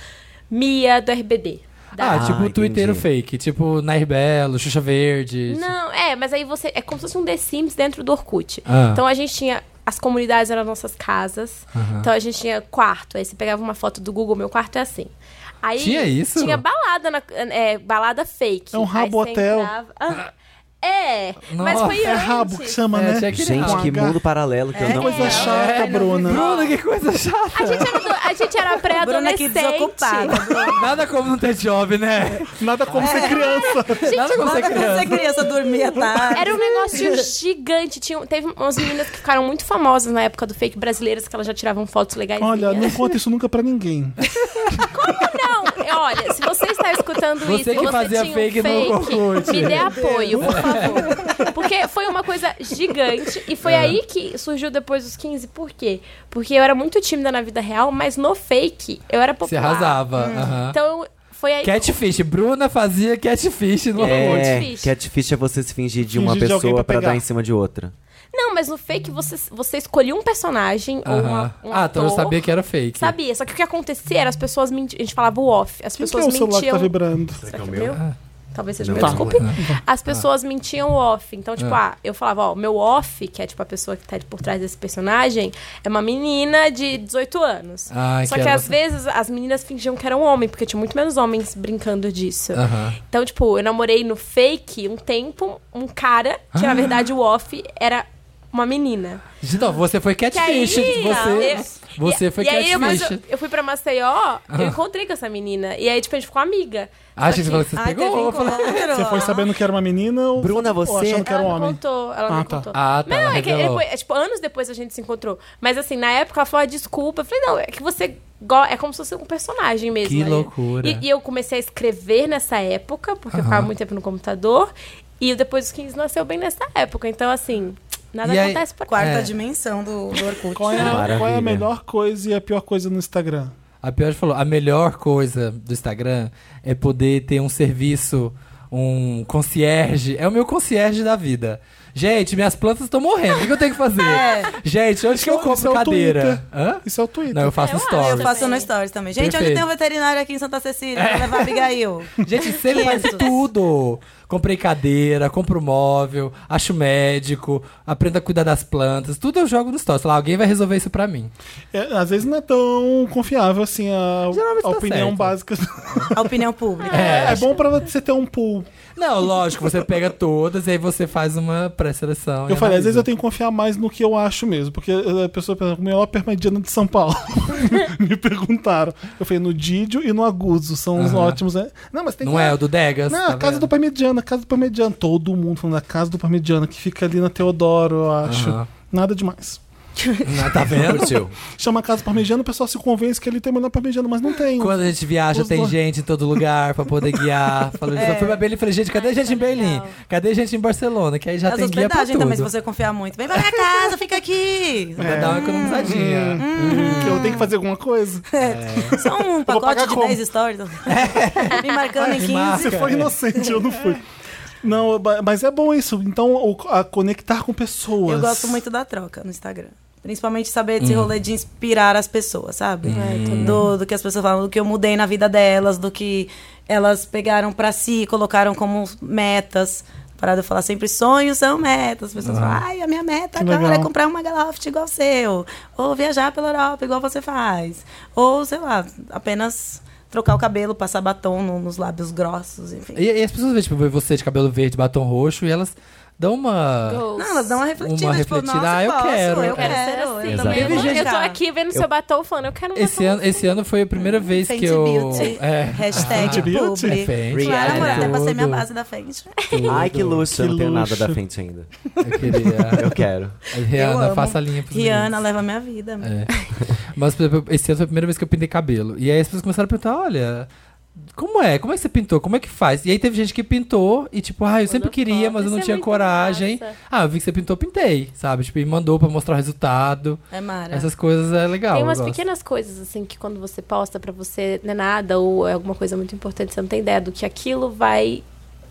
[SPEAKER 6] Mia do RBD. Da...
[SPEAKER 4] Ah, tipo
[SPEAKER 5] Ah,
[SPEAKER 4] o Twitter
[SPEAKER 5] entendi.
[SPEAKER 4] fake, tipo Nair Belo, Xuxa Verde.
[SPEAKER 6] Não, é, mas aí você. É como se fosse um The Sims dentro do Orkut.
[SPEAKER 4] Ah.
[SPEAKER 6] Então a gente tinha. As comunidades eram nossas casas. Então a gente tinha quarto. Aí você pegava uma foto do Google, meu quarto é assim. Aí
[SPEAKER 4] Tinha isso?
[SPEAKER 6] Tinha balada, na, é, balada fake.
[SPEAKER 8] É um
[SPEAKER 6] Aí
[SPEAKER 8] rabo
[SPEAKER 6] você
[SPEAKER 8] hotel.
[SPEAKER 6] entrava- Ah, é, mas
[SPEAKER 4] Nossa.
[SPEAKER 6] foi
[SPEAKER 8] É rabo que
[SPEAKER 6] antes.
[SPEAKER 8] chama,
[SPEAKER 4] É,
[SPEAKER 8] né?
[SPEAKER 4] tinha que-
[SPEAKER 5] Gente,
[SPEAKER 4] Com
[SPEAKER 5] que
[SPEAKER 8] H. É
[SPEAKER 5] mundo paralelo que eu não
[SPEAKER 8] Coisa chata, Bruna.
[SPEAKER 4] Bruna, que coisa chata.
[SPEAKER 6] A gente era, do- a gente era
[SPEAKER 7] Bruna aqui
[SPEAKER 6] pré-adolescente.
[SPEAKER 7] desocupada.
[SPEAKER 4] Nada como não ter job, né?
[SPEAKER 8] Nada como ser criança.
[SPEAKER 4] Nada como ser
[SPEAKER 7] Quando
[SPEAKER 4] é criança.
[SPEAKER 7] você criança dormia tarde.
[SPEAKER 6] Era um negócio gigante. Tinha, um, teve umas meninas que ficaram muito famosas na época do fake brasileiras que elas já tiravam fotos legais.
[SPEAKER 8] Olha, não conta isso nunca pra ninguém.
[SPEAKER 6] Não, é, olha, se você está escutando
[SPEAKER 4] Você
[SPEAKER 6] isso,
[SPEAKER 4] que
[SPEAKER 6] você
[SPEAKER 4] fazia
[SPEAKER 6] tinha
[SPEAKER 4] fake
[SPEAKER 6] um
[SPEAKER 4] no
[SPEAKER 6] fake,
[SPEAKER 4] Orkut.
[SPEAKER 6] me dê apoio, por favor. Porque foi uma coisa gigante e
[SPEAKER 4] É.
[SPEAKER 6] foi aí que surgiu depois dos 15. Por quê? Porque eu era muito tímida na vida real, mas no fake eu era
[SPEAKER 4] Você
[SPEAKER 6] popular.
[SPEAKER 4] arrasava. aham.
[SPEAKER 6] Então foi aí
[SPEAKER 4] Catfish, Bruna fazia catfish no Orkut.
[SPEAKER 5] É,
[SPEAKER 6] Catfish.
[SPEAKER 5] catfish é você se fingir de uma
[SPEAKER 8] Fingir de alguém
[SPEAKER 5] pessoa
[SPEAKER 8] pra
[SPEAKER 5] pra dar
[SPEAKER 8] pegar.
[SPEAKER 5] em cima de outra.
[SPEAKER 6] Não, mas no fake você, você escolhia um personagem ou uma,
[SPEAKER 4] Aham.
[SPEAKER 6] um
[SPEAKER 4] Ah, então eu
[SPEAKER 6] ator.
[SPEAKER 4] sabia que era fake.
[SPEAKER 6] Sabia, só que o que acontecia era as pessoas mentiam. A gente falava o off, as
[SPEAKER 8] Quem que é
[SPEAKER 6] pessoas
[SPEAKER 8] o celular que tá
[SPEAKER 6] mentiam.
[SPEAKER 8] vibrando?
[SPEAKER 6] Será que é o meu? Talvez seja o
[SPEAKER 5] Não,
[SPEAKER 6] meu,
[SPEAKER 5] tá.
[SPEAKER 6] desculpe. As pessoas mentiam o off. Então, tipo, ah, eu falava, ó, meu off, que é tipo a pessoa que tá por trás desse personagem, é uma menina de 18 anos.
[SPEAKER 4] Ai,
[SPEAKER 6] Só
[SPEAKER 4] que
[SPEAKER 6] que,
[SPEAKER 4] ela-
[SPEAKER 6] às vezes as meninas fingiam que era um homem, porque tinha muito menos homens brincando disso.
[SPEAKER 4] Aham.
[SPEAKER 6] Então, tipo, eu namorei no fake um tempo um cara que, na verdade, o off era uma menina.
[SPEAKER 4] É De novo, você foi catfish.
[SPEAKER 6] aí,
[SPEAKER 4] você
[SPEAKER 6] não,
[SPEAKER 4] você
[SPEAKER 6] E-
[SPEAKER 4] foi é
[SPEAKER 6] e aí, eu- mas
[SPEAKER 4] catfish.
[SPEAKER 6] eu, eu fui pra Maceió, eu encontrei com essa menina. E aí, tipo, a gente ficou amiga.
[SPEAKER 4] Ah,
[SPEAKER 6] Só
[SPEAKER 4] gente,
[SPEAKER 6] que-
[SPEAKER 4] falou que você
[SPEAKER 7] Ai, teve
[SPEAKER 6] um
[SPEAKER 4] pegou. eu falei-
[SPEAKER 7] encontro.
[SPEAKER 8] Você foi sabendo que era uma menina ou,
[SPEAKER 5] Bruna,
[SPEAKER 8] ou
[SPEAKER 5] você-
[SPEAKER 8] achando que era
[SPEAKER 6] ela
[SPEAKER 8] um
[SPEAKER 6] me
[SPEAKER 8] homem?
[SPEAKER 6] contou, ela
[SPEAKER 8] Ah,
[SPEAKER 6] me
[SPEAKER 8] tá.
[SPEAKER 6] contou.
[SPEAKER 4] Ah, tá.
[SPEAKER 6] Não,
[SPEAKER 4] ela
[SPEAKER 6] é que
[SPEAKER 4] revelou.
[SPEAKER 6] depois- é, tipo, anos depois a gente se encontrou. Mas assim, na época ela falou, ah, desculpa. Eu falei, não, é que você. go- É como se fosse um personagem mesmo.
[SPEAKER 4] Que
[SPEAKER 6] né?
[SPEAKER 4] loucura.
[SPEAKER 6] E, e eu comecei a escrever nessa época, porque eu ficava muito tempo no computador. E depois dos 15 nasceu bem nessa época. Então, assim, nada
[SPEAKER 4] E aí-
[SPEAKER 6] acontece por
[SPEAKER 7] Quarta
[SPEAKER 4] É.
[SPEAKER 7] dimensão do, do Orkut.
[SPEAKER 8] Qual é, a,
[SPEAKER 5] Maravilha.
[SPEAKER 8] qual é a melhor coisa e a pior coisa no Instagram?
[SPEAKER 4] A Pior falou, a melhor coisa do Instagram é poder ter um serviço, um concierge. É o meu concierge da vida. Gente, minhas plantas estão morrendo. O que que eu tenho que fazer? Gente, onde que eu
[SPEAKER 8] Isso é
[SPEAKER 4] compro
[SPEAKER 8] o
[SPEAKER 4] cadeira?
[SPEAKER 8] Twitter.
[SPEAKER 4] Hã?
[SPEAKER 8] Isso é o Twitter.
[SPEAKER 4] Não, eu faço
[SPEAKER 6] Eu acho,
[SPEAKER 4] stories.
[SPEAKER 7] Eu faço no Stories também. Gente,
[SPEAKER 4] Perfeito. É.
[SPEAKER 7] onde tem um veterinário aqui em Santa Cecília? Vou levar a Abigail.
[SPEAKER 4] Gente, sempre faz tudo. Comprei cadeira, compro móvel, acho médico, aprendo a cuidar das plantas. Tudo eu jogo no Stories. Sei lá, alguém vai resolver isso pra mim.
[SPEAKER 8] É, às vezes não é tão confiável assim a,
[SPEAKER 4] Geralmente tá
[SPEAKER 8] a opinião
[SPEAKER 4] certo.
[SPEAKER 8] básica.
[SPEAKER 7] A opinião pública.
[SPEAKER 8] É, bom pra você ter um pool.
[SPEAKER 4] Não, lógico, você pega todas e aí você faz uma pré-seleção.
[SPEAKER 8] Eu falei, às vezes eu tenho que confiar mais no que eu acho mesmo. Porque a pessoa pensa, melhor permediana de São Paulo. Me perguntaram. Eu falei, no Didio e no Aguzo. São os
[SPEAKER 4] Aham.
[SPEAKER 8] ótimos. né? Não, mas tem
[SPEAKER 4] Não
[SPEAKER 8] que-
[SPEAKER 4] é o do Degas?
[SPEAKER 8] Não,
[SPEAKER 4] tá
[SPEAKER 8] a casa
[SPEAKER 4] vendo?
[SPEAKER 8] do Parmegiana, a casa do Parmegiana. Todo mundo falando da casa do Parmegiana, que fica ali na Teodoro, eu acho.
[SPEAKER 4] Aham.
[SPEAKER 8] Nada demais.
[SPEAKER 4] Não, tá vendo?
[SPEAKER 5] Curtiu.
[SPEAKER 8] Chama a casa do Parmegiana, o pessoal se convence que ele tem o melhor Parmegiana, mas não tem.
[SPEAKER 4] Quando a gente viaja,
[SPEAKER 8] Os É.
[SPEAKER 4] tem
[SPEAKER 8] dois.
[SPEAKER 4] gente em todo lugar pra poder guiar. Falou isso. Eu fui pra Berlim e falei, gente, cadê gente em
[SPEAKER 8] tá
[SPEAKER 4] Berlim? Cadê gente em Barcelona? Que aí já
[SPEAKER 7] As
[SPEAKER 4] tem guia pra
[SPEAKER 7] hospedagens
[SPEAKER 4] tudo.
[SPEAKER 7] também, se você Hum, confiar muito. Vem pra minha casa, fica aqui.
[SPEAKER 4] Pra dar uma economizadinha.
[SPEAKER 7] hum,
[SPEAKER 8] Que eu tenho que fazer alguma coisa.
[SPEAKER 7] Só um
[SPEAKER 8] pagar
[SPEAKER 7] pacote de
[SPEAKER 8] como?
[SPEAKER 7] 10 stories.
[SPEAKER 4] É.
[SPEAKER 7] Me marcando em
[SPEAKER 4] Me
[SPEAKER 7] 15.
[SPEAKER 4] marca.
[SPEAKER 8] Você foi inocente, eu não fui. Não, ba- mas é bom isso. Então, o- a conectar com pessoas.
[SPEAKER 7] Eu gosto muito da troca no Instagram. Principalmente saber
[SPEAKER 4] Hum.
[SPEAKER 7] esse rolê de inspirar as pessoas, sabe? Do, do que as pessoas falam, do que eu mudei na vida delas, do que elas pegaram pra si e colocaram como metas. Parado eu falar sempre, sonhos são metas. As pessoas falam, ai, a minha meta
[SPEAKER 8] Que
[SPEAKER 7] agora é
[SPEAKER 8] legal.
[SPEAKER 7] comprar uma Galoft igual o seu. Ou viajar pela Europa igual você faz. Ou, sei lá, apenas trocar o cabelo, passar batom no- nos lábios grossos, enfim.
[SPEAKER 4] E, e as pessoas veem, tipo, vê você de cabelo verde, batom roxo, e elas dão uma.
[SPEAKER 7] Não, elas dão uma refletida,
[SPEAKER 4] Uma
[SPEAKER 7] tipo,
[SPEAKER 4] refletida,
[SPEAKER 7] nossa,
[SPEAKER 4] ah, eu
[SPEAKER 7] posso,
[SPEAKER 4] quero.
[SPEAKER 7] eu
[SPEAKER 4] Eu
[SPEAKER 7] quero,
[SPEAKER 4] quero
[SPEAKER 6] assim
[SPEAKER 7] eu
[SPEAKER 5] também.
[SPEAKER 7] também
[SPEAKER 4] Teve
[SPEAKER 7] vou
[SPEAKER 4] gente-
[SPEAKER 6] Eu tô
[SPEAKER 7] arriscar.
[SPEAKER 6] aqui vendo seu batom falando, eu quero um
[SPEAKER 4] Esse ano, esse ano foi a primeira vez que
[SPEAKER 7] Fenty
[SPEAKER 4] eu.
[SPEAKER 7] Hum, Beauty.
[SPEAKER 4] É.
[SPEAKER 7] Hashtag
[SPEAKER 8] Beauty.
[SPEAKER 7] publi.
[SPEAKER 4] Fenty,
[SPEAKER 7] Claro,
[SPEAKER 5] é
[SPEAKER 7] amor, até
[SPEAKER 4] tudo.
[SPEAKER 7] passei minha base da frente.
[SPEAKER 5] Ai, que luxo. eu não tenho nada
[SPEAKER 8] luxo.
[SPEAKER 5] da frente ainda.
[SPEAKER 4] Eu queria.
[SPEAKER 5] Eu quero.
[SPEAKER 4] Aí, Rihanna,
[SPEAKER 7] amo.
[SPEAKER 4] faça a linha pros
[SPEAKER 7] Rihanna,
[SPEAKER 4] meninos.
[SPEAKER 7] leva minha vida. meu.
[SPEAKER 4] É. Mas, por exemplo, esse ano foi a primeira vez que eu pintei cabelo. E aí as pessoas começaram a perguntar: olha. Como é? Como é que você pintou? Como é que faz? E aí teve gente que pintou e tipo, ah, eu sempre queria, mas eu
[SPEAKER 6] é
[SPEAKER 4] não tinha coragem. Ah, eu vi que você pintou, pintei, sabe? Tipo, e mandou pra mostrar o resultado.
[SPEAKER 7] É Mara.
[SPEAKER 4] Essas coisas é legal.
[SPEAKER 6] Tem umas
[SPEAKER 4] eu gosto.
[SPEAKER 6] pequenas coisas, assim, que quando você posta pra você não é nada ou é alguma coisa muito importante, você não tem ideia do que aquilo vai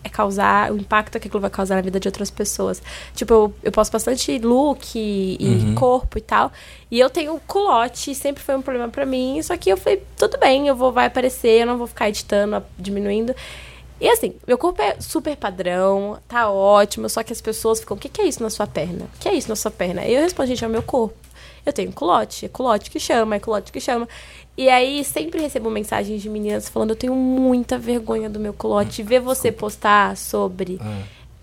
[SPEAKER 6] é, causar, o impacto que aquilo vai causar na vida de outras pessoas. Tipo, eu, eu posto bastante look e, e corpo e tal, e eu tenho culote, sempre foi um problema pra mim, só que eu falei, tudo bem, eu vou, vai aparecer, eu não vou ficar editando, a- diminuindo. E assim, meu corpo é super padrão, tá ótimo, só que as pessoas ficam, o que, que é isso na sua perna? O que é isso na sua perna? E eu respondo, gente, é o meu corpo. Eu tenho culote, é culote que chama, é culote que chama. E aí sempre recebo mensagens de meninas falando, eu tenho muita vergonha do meu culote. Ver você postar sobre.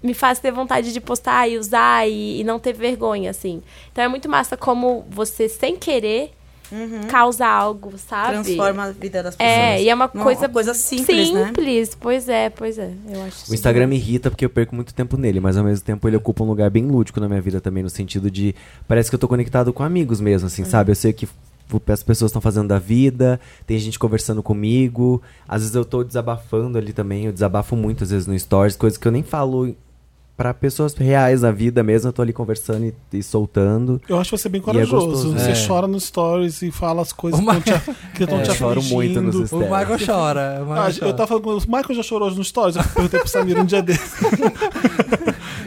[SPEAKER 6] Me faz ter vontade de postar e usar e, e não ter vergonha, assim. Então é muito massa como você, sem querer,
[SPEAKER 8] Uhum.
[SPEAKER 6] causa algo, sabe?
[SPEAKER 7] Transforma a vida das pessoas.
[SPEAKER 5] Uhum.
[SPEAKER 6] É, e é uma
[SPEAKER 7] Uma-
[SPEAKER 6] coisa,
[SPEAKER 7] uma coisa simples, né?
[SPEAKER 6] Simples, pois é, pois é. Eu acho
[SPEAKER 5] O Instagram me irrita porque eu perco muito tempo nele, mas ao mesmo tempo ele ocupa um lugar bem lúdico na minha vida também, no sentido de. Parece que eu tô conectado com amigos mesmo, assim, sabe? Eu sei o que f- as pessoas estão fazendo da vida, tem gente conversando comigo. Às vezes eu tô desabafando ali também, eu desabafo muito, às vezes, no Stories, coisas que eu nem falo pra pessoas reais na vida mesmo, eu tô ali conversando e, e soltando.
[SPEAKER 8] Eu acho você bem
[SPEAKER 5] E é
[SPEAKER 8] corajoso.
[SPEAKER 5] gostoso,
[SPEAKER 8] você
[SPEAKER 5] né?
[SPEAKER 4] É.
[SPEAKER 8] chora nos stories e fala as coisas
[SPEAKER 4] Uma-
[SPEAKER 8] que estão
[SPEAKER 4] É,
[SPEAKER 8] te
[SPEAKER 5] eu choro
[SPEAKER 8] afligindo.
[SPEAKER 5] muito nos
[SPEAKER 4] O
[SPEAKER 5] stories.
[SPEAKER 4] Michael chora. O Michael
[SPEAKER 8] Ah,
[SPEAKER 4] chora.
[SPEAKER 8] eu tava falando com o Michael já chorou hoje nos stories. Eu perguntei pro Samir um dia desse.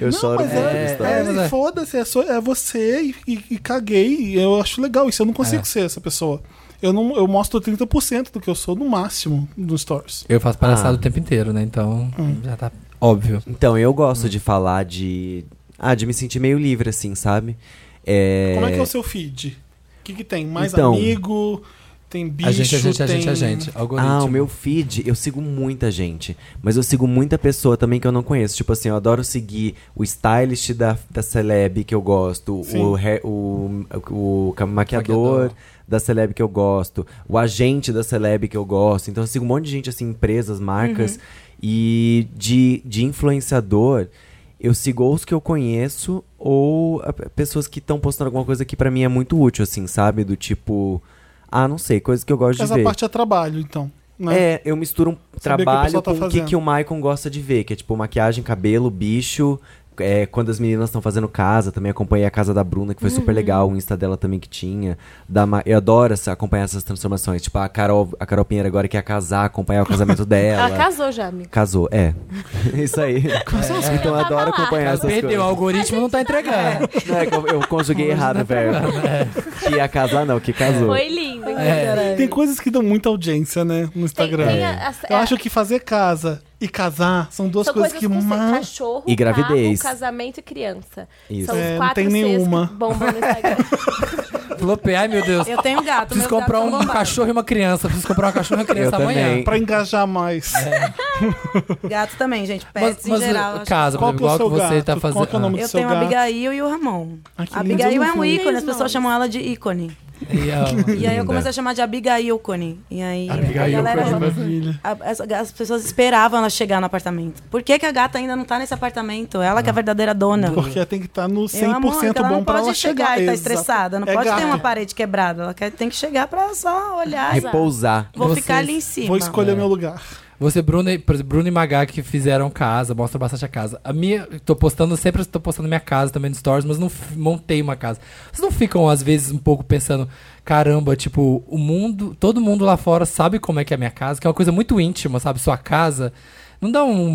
[SPEAKER 5] Eu choro muito
[SPEAKER 4] é-
[SPEAKER 5] nos
[SPEAKER 8] É,
[SPEAKER 5] stories.
[SPEAKER 4] mas é.
[SPEAKER 8] foda-se, é, só- é você e, e- e caguei. E eu acho legal isso. Eu não consigo
[SPEAKER 4] É.
[SPEAKER 8] ser essa pessoa. Eu, não, eu mostro 30% do que eu sou no máximo nos stories.
[SPEAKER 4] Eu faço palhaçada
[SPEAKER 5] Ah.
[SPEAKER 4] o tempo inteiro, né? Então já tá óbvio.
[SPEAKER 5] Então, eu gosto de falar de. Ah, de me sentir meio livre, assim, sabe? É...
[SPEAKER 8] Como é que é o seu feed? O que, que tem? Mais
[SPEAKER 5] Então.
[SPEAKER 8] amigo? Tem bicho?
[SPEAKER 4] a gente, a gente, a
[SPEAKER 8] tem...
[SPEAKER 4] gente, a gente. Algoritmo.
[SPEAKER 5] Ah, o meu feed, eu sigo muita gente. Mas eu sigo muita pessoa também que eu não conheço. Tipo assim, eu adoro seguir o stylist da, da celeb que eu gosto,
[SPEAKER 8] Sim.
[SPEAKER 5] o, re- o, o ca- maquiador,
[SPEAKER 4] Maquiador.
[SPEAKER 5] da celeb que eu gosto, o agente da celeb que eu gosto. Então eu sigo um monte de gente, assim, empresas, marcas. E de, de influenciador, eu sigo ou os que eu conheço ou a- pessoas que estão postando alguma coisa que pra mim é muito útil, assim, sabe? Do tipo. Ah, não sei, coisas que eu gosto
[SPEAKER 8] Essa
[SPEAKER 5] de ver.
[SPEAKER 8] parte é trabalho, então. Né?
[SPEAKER 5] É, eu misturo um
[SPEAKER 8] Saber o que o
[SPEAKER 5] trabalho
[SPEAKER 8] pessoal tá
[SPEAKER 5] com o que,
[SPEAKER 8] fazendo.
[SPEAKER 5] que o Maicon gosta de ver, que é tipo maquiagem, cabelo, bicho, é, quando as meninas estão fazendo casa, também acompanhei a casa da Bruna, que foi super legal, o Insta dela também que tinha. Da Ma- Eu adoro essa- acompanhar essas transformações. Tipo, a Carol, a Carol Pinheiro agora quer casar, acompanhar o casamento dela.
[SPEAKER 6] Ela casou já, amigo.
[SPEAKER 5] Casou, é. Isso aí. Então eu adoro acompanhar essas
[SPEAKER 4] Perdeu, o
[SPEAKER 5] coisas.
[SPEAKER 4] algoritmo não tá entregando.
[SPEAKER 5] Não, é que eu, eu conjuguei errado, velho. Que ia casar, não, que casou.
[SPEAKER 6] Foi lindo.
[SPEAKER 4] É.
[SPEAKER 8] Tem coisas que dão muita audiência, né? No Instagram.
[SPEAKER 6] tem a- as-
[SPEAKER 8] Eu
[SPEAKER 6] é-
[SPEAKER 8] acho que fazer casa e casar são duas
[SPEAKER 6] São
[SPEAKER 8] coisas,
[SPEAKER 6] coisas
[SPEAKER 8] que
[SPEAKER 6] com
[SPEAKER 8] ma-
[SPEAKER 6] cachorro,
[SPEAKER 5] E gravidez.
[SPEAKER 6] carro, casamento e criança.
[SPEAKER 5] Isso.
[SPEAKER 6] São os
[SPEAKER 8] É, não
[SPEAKER 6] quatro
[SPEAKER 8] tem
[SPEAKER 6] Cs
[SPEAKER 8] nenhuma.
[SPEAKER 6] que bombam no Instagram.
[SPEAKER 4] Flopei, ai meu Deus.
[SPEAKER 7] Eu tenho gato.
[SPEAKER 4] Preciso
[SPEAKER 7] meus gatos
[SPEAKER 4] comprar
[SPEAKER 7] são
[SPEAKER 4] um
[SPEAKER 7] bombados.
[SPEAKER 4] cachorro e uma criança. Preciso comprar um cachorro e uma criança
[SPEAKER 5] Eu
[SPEAKER 4] amanhã.
[SPEAKER 5] também.
[SPEAKER 8] pra engajar mais.
[SPEAKER 4] É.
[SPEAKER 7] Gato também, gente.
[SPEAKER 4] Mas,
[SPEAKER 7] Pets
[SPEAKER 4] mas,
[SPEAKER 7] É, em geral. eu acho
[SPEAKER 4] casa, por
[SPEAKER 8] Qual que é
[SPEAKER 4] exemplo,
[SPEAKER 8] o
[SPEAKER 4] igual que
[SPEAKER 8] seu
[SPEAKER 4] você
[SPEAKER 8] gato?
[SPEAKER 4] tá fazendo.
[SPEAKER 8] Qual que é o nome
[SPEAKER 7] Eu
[SPEAKER 8] do seu
[SPEAKER 7] tenho a
[SPEAKER 8] gato?
[SPEAKER 7] Abigail e o Ramon.
[SPEAKER 8] Ah, que
[SPEAKER 7] A Abigail
[SPEAKER 8] lindo,
[SPEAKER 7] é um
[SPEAKER 8] fofo.
[SPEAKER 7] ícone, as
[SPEAKER 6] Três
[SPEAKER 7] pessoas
[SPEAKER 6] nomes.
[SPEAKER 7] chamam ela de ícone.
[SPEAKER 4] Ah,
[SPEAKER 7] E aí eu
[SPEAKER 5] Linda.
[SPEAKER 7] comecei a chamar de Abigail ícone. E aí
[SPEAKER 4] Abigail
[SPEAKER 7] a galera.
[SPEAKER 8] Maravilha.
[SPEAKER 7] a- as, as pessoas esperavam ela chegar no apartamento. Por que, que a gata ainda não tá nesse apartamento? Ela que é a verdadeira dona.
[SPEAKER 8] Porque tem que estar no
[SPEAKER 7] Eu amo ela,
[SPEAKER 8] 100%
[SPEAKER 7] ela
[SPEAKER 8] bom
[SPEAKER 7] não
[SPEAKER 8] pra
[SPEAKER 7] pode
[SPEAKER 8] ela
[SPEAKER 7] chegar
[SPEAKER 8] chegar.
[SPEAKER 7] e tá
[SPEAKER 8] Exato.
[SPEAKER 7] estressada. Não
[SPEAKER 8] É
[SPEAKER 7] pode ter
[SPEAKER 8] gato.
[SPEAKER 7] uma parede quebrada. Ela quer- tem que chegar pra só olhar.
[SPEAKER 5] Repousar.
[SPEAKER 7] Vou
[SPEAKER 4] Vocês-
[SPEAKER 7] ficar ali em cima.
[SPEAKER 8] Vou escolher meu lugar.
[SPEAKER 4] Você, Bruno, e- por exemplo, Bruno e Magá que fizeram casa, mostram bastante a casa. A minha, tô postando, sempre tô postando minha casa também no stories, mas não f- montei uma casa. Vocês não ficam, às vezes, um pouco pensando, caramba, tipo, o mundo, todo mundo lá fora sabe como é que é a minha casa, que é uma coisa muito íntima, sabe? Sua casa. Não dá um-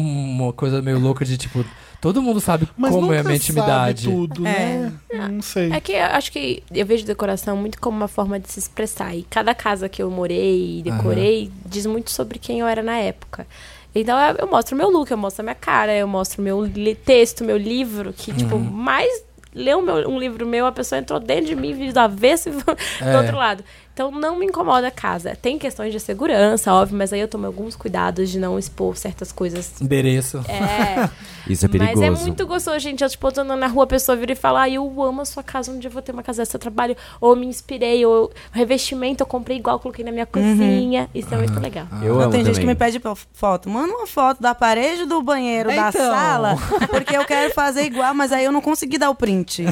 [SPEAKER 4] uma coisa meio louca de, tipo, todo mundo sabe
[SPEAKER 8] Mas
[SPEAKER 4] como
[SPEAKER 8] nunca
[SPEAKER 4] é a minha intimidade.
[SPEAKER 8] sabe tudo, né? Não sei.
[SPEAKER 6] É que eu acho que eu vejo decoração muito como uma forma de se expressar. E cada casa que eu morei e decorei diz muito sobre quem eu era na época. Então eu, eu mostro meu look, eu mostro a minha cara, eu mostro meu li- texto, meu livro, que, tipo, mais ler um, meu- um livro meu, a pessoa entrou dentro de mim, viu do avesso e do
[SPEAKER 4] É.
[SPEAKER 6] outro lado. Então não me incomoda a casa. Tem questões de segurança, óbvio, mas aí eu tomo alguns cuidados de não expor certas coisas.
[SPEAKER 4] Endereço.
[SPEAKER 6] É,
[SPEAKER 5] Isso é perigoso.
[SPEAKER 6] Mas é muito gostoso, gente. Eu, tipo, eu tô andando na rua, a pessoa vira e fala: ah, eu amo a sua casa, onde eu vou ter uma casa dessa, eu trabalho. Ou eu me inspirei, ou eu- o revestimento eu comprei igual, coloquei na minha cozinha. Isso é muito legal.
[SPEAKER 5] Eu amo
[SPEAKER 7] Não, Ah, tem gente
[SPEAKER 5] também.
[SPEAKER 7] que me pede pra- foto. Manda uma foto da parede do banheiro, da
[SPEAKER 4] Então.
[SPEAKER 7] sala, porque eu quero fazer igual, mas aí eu não consegui dar o print.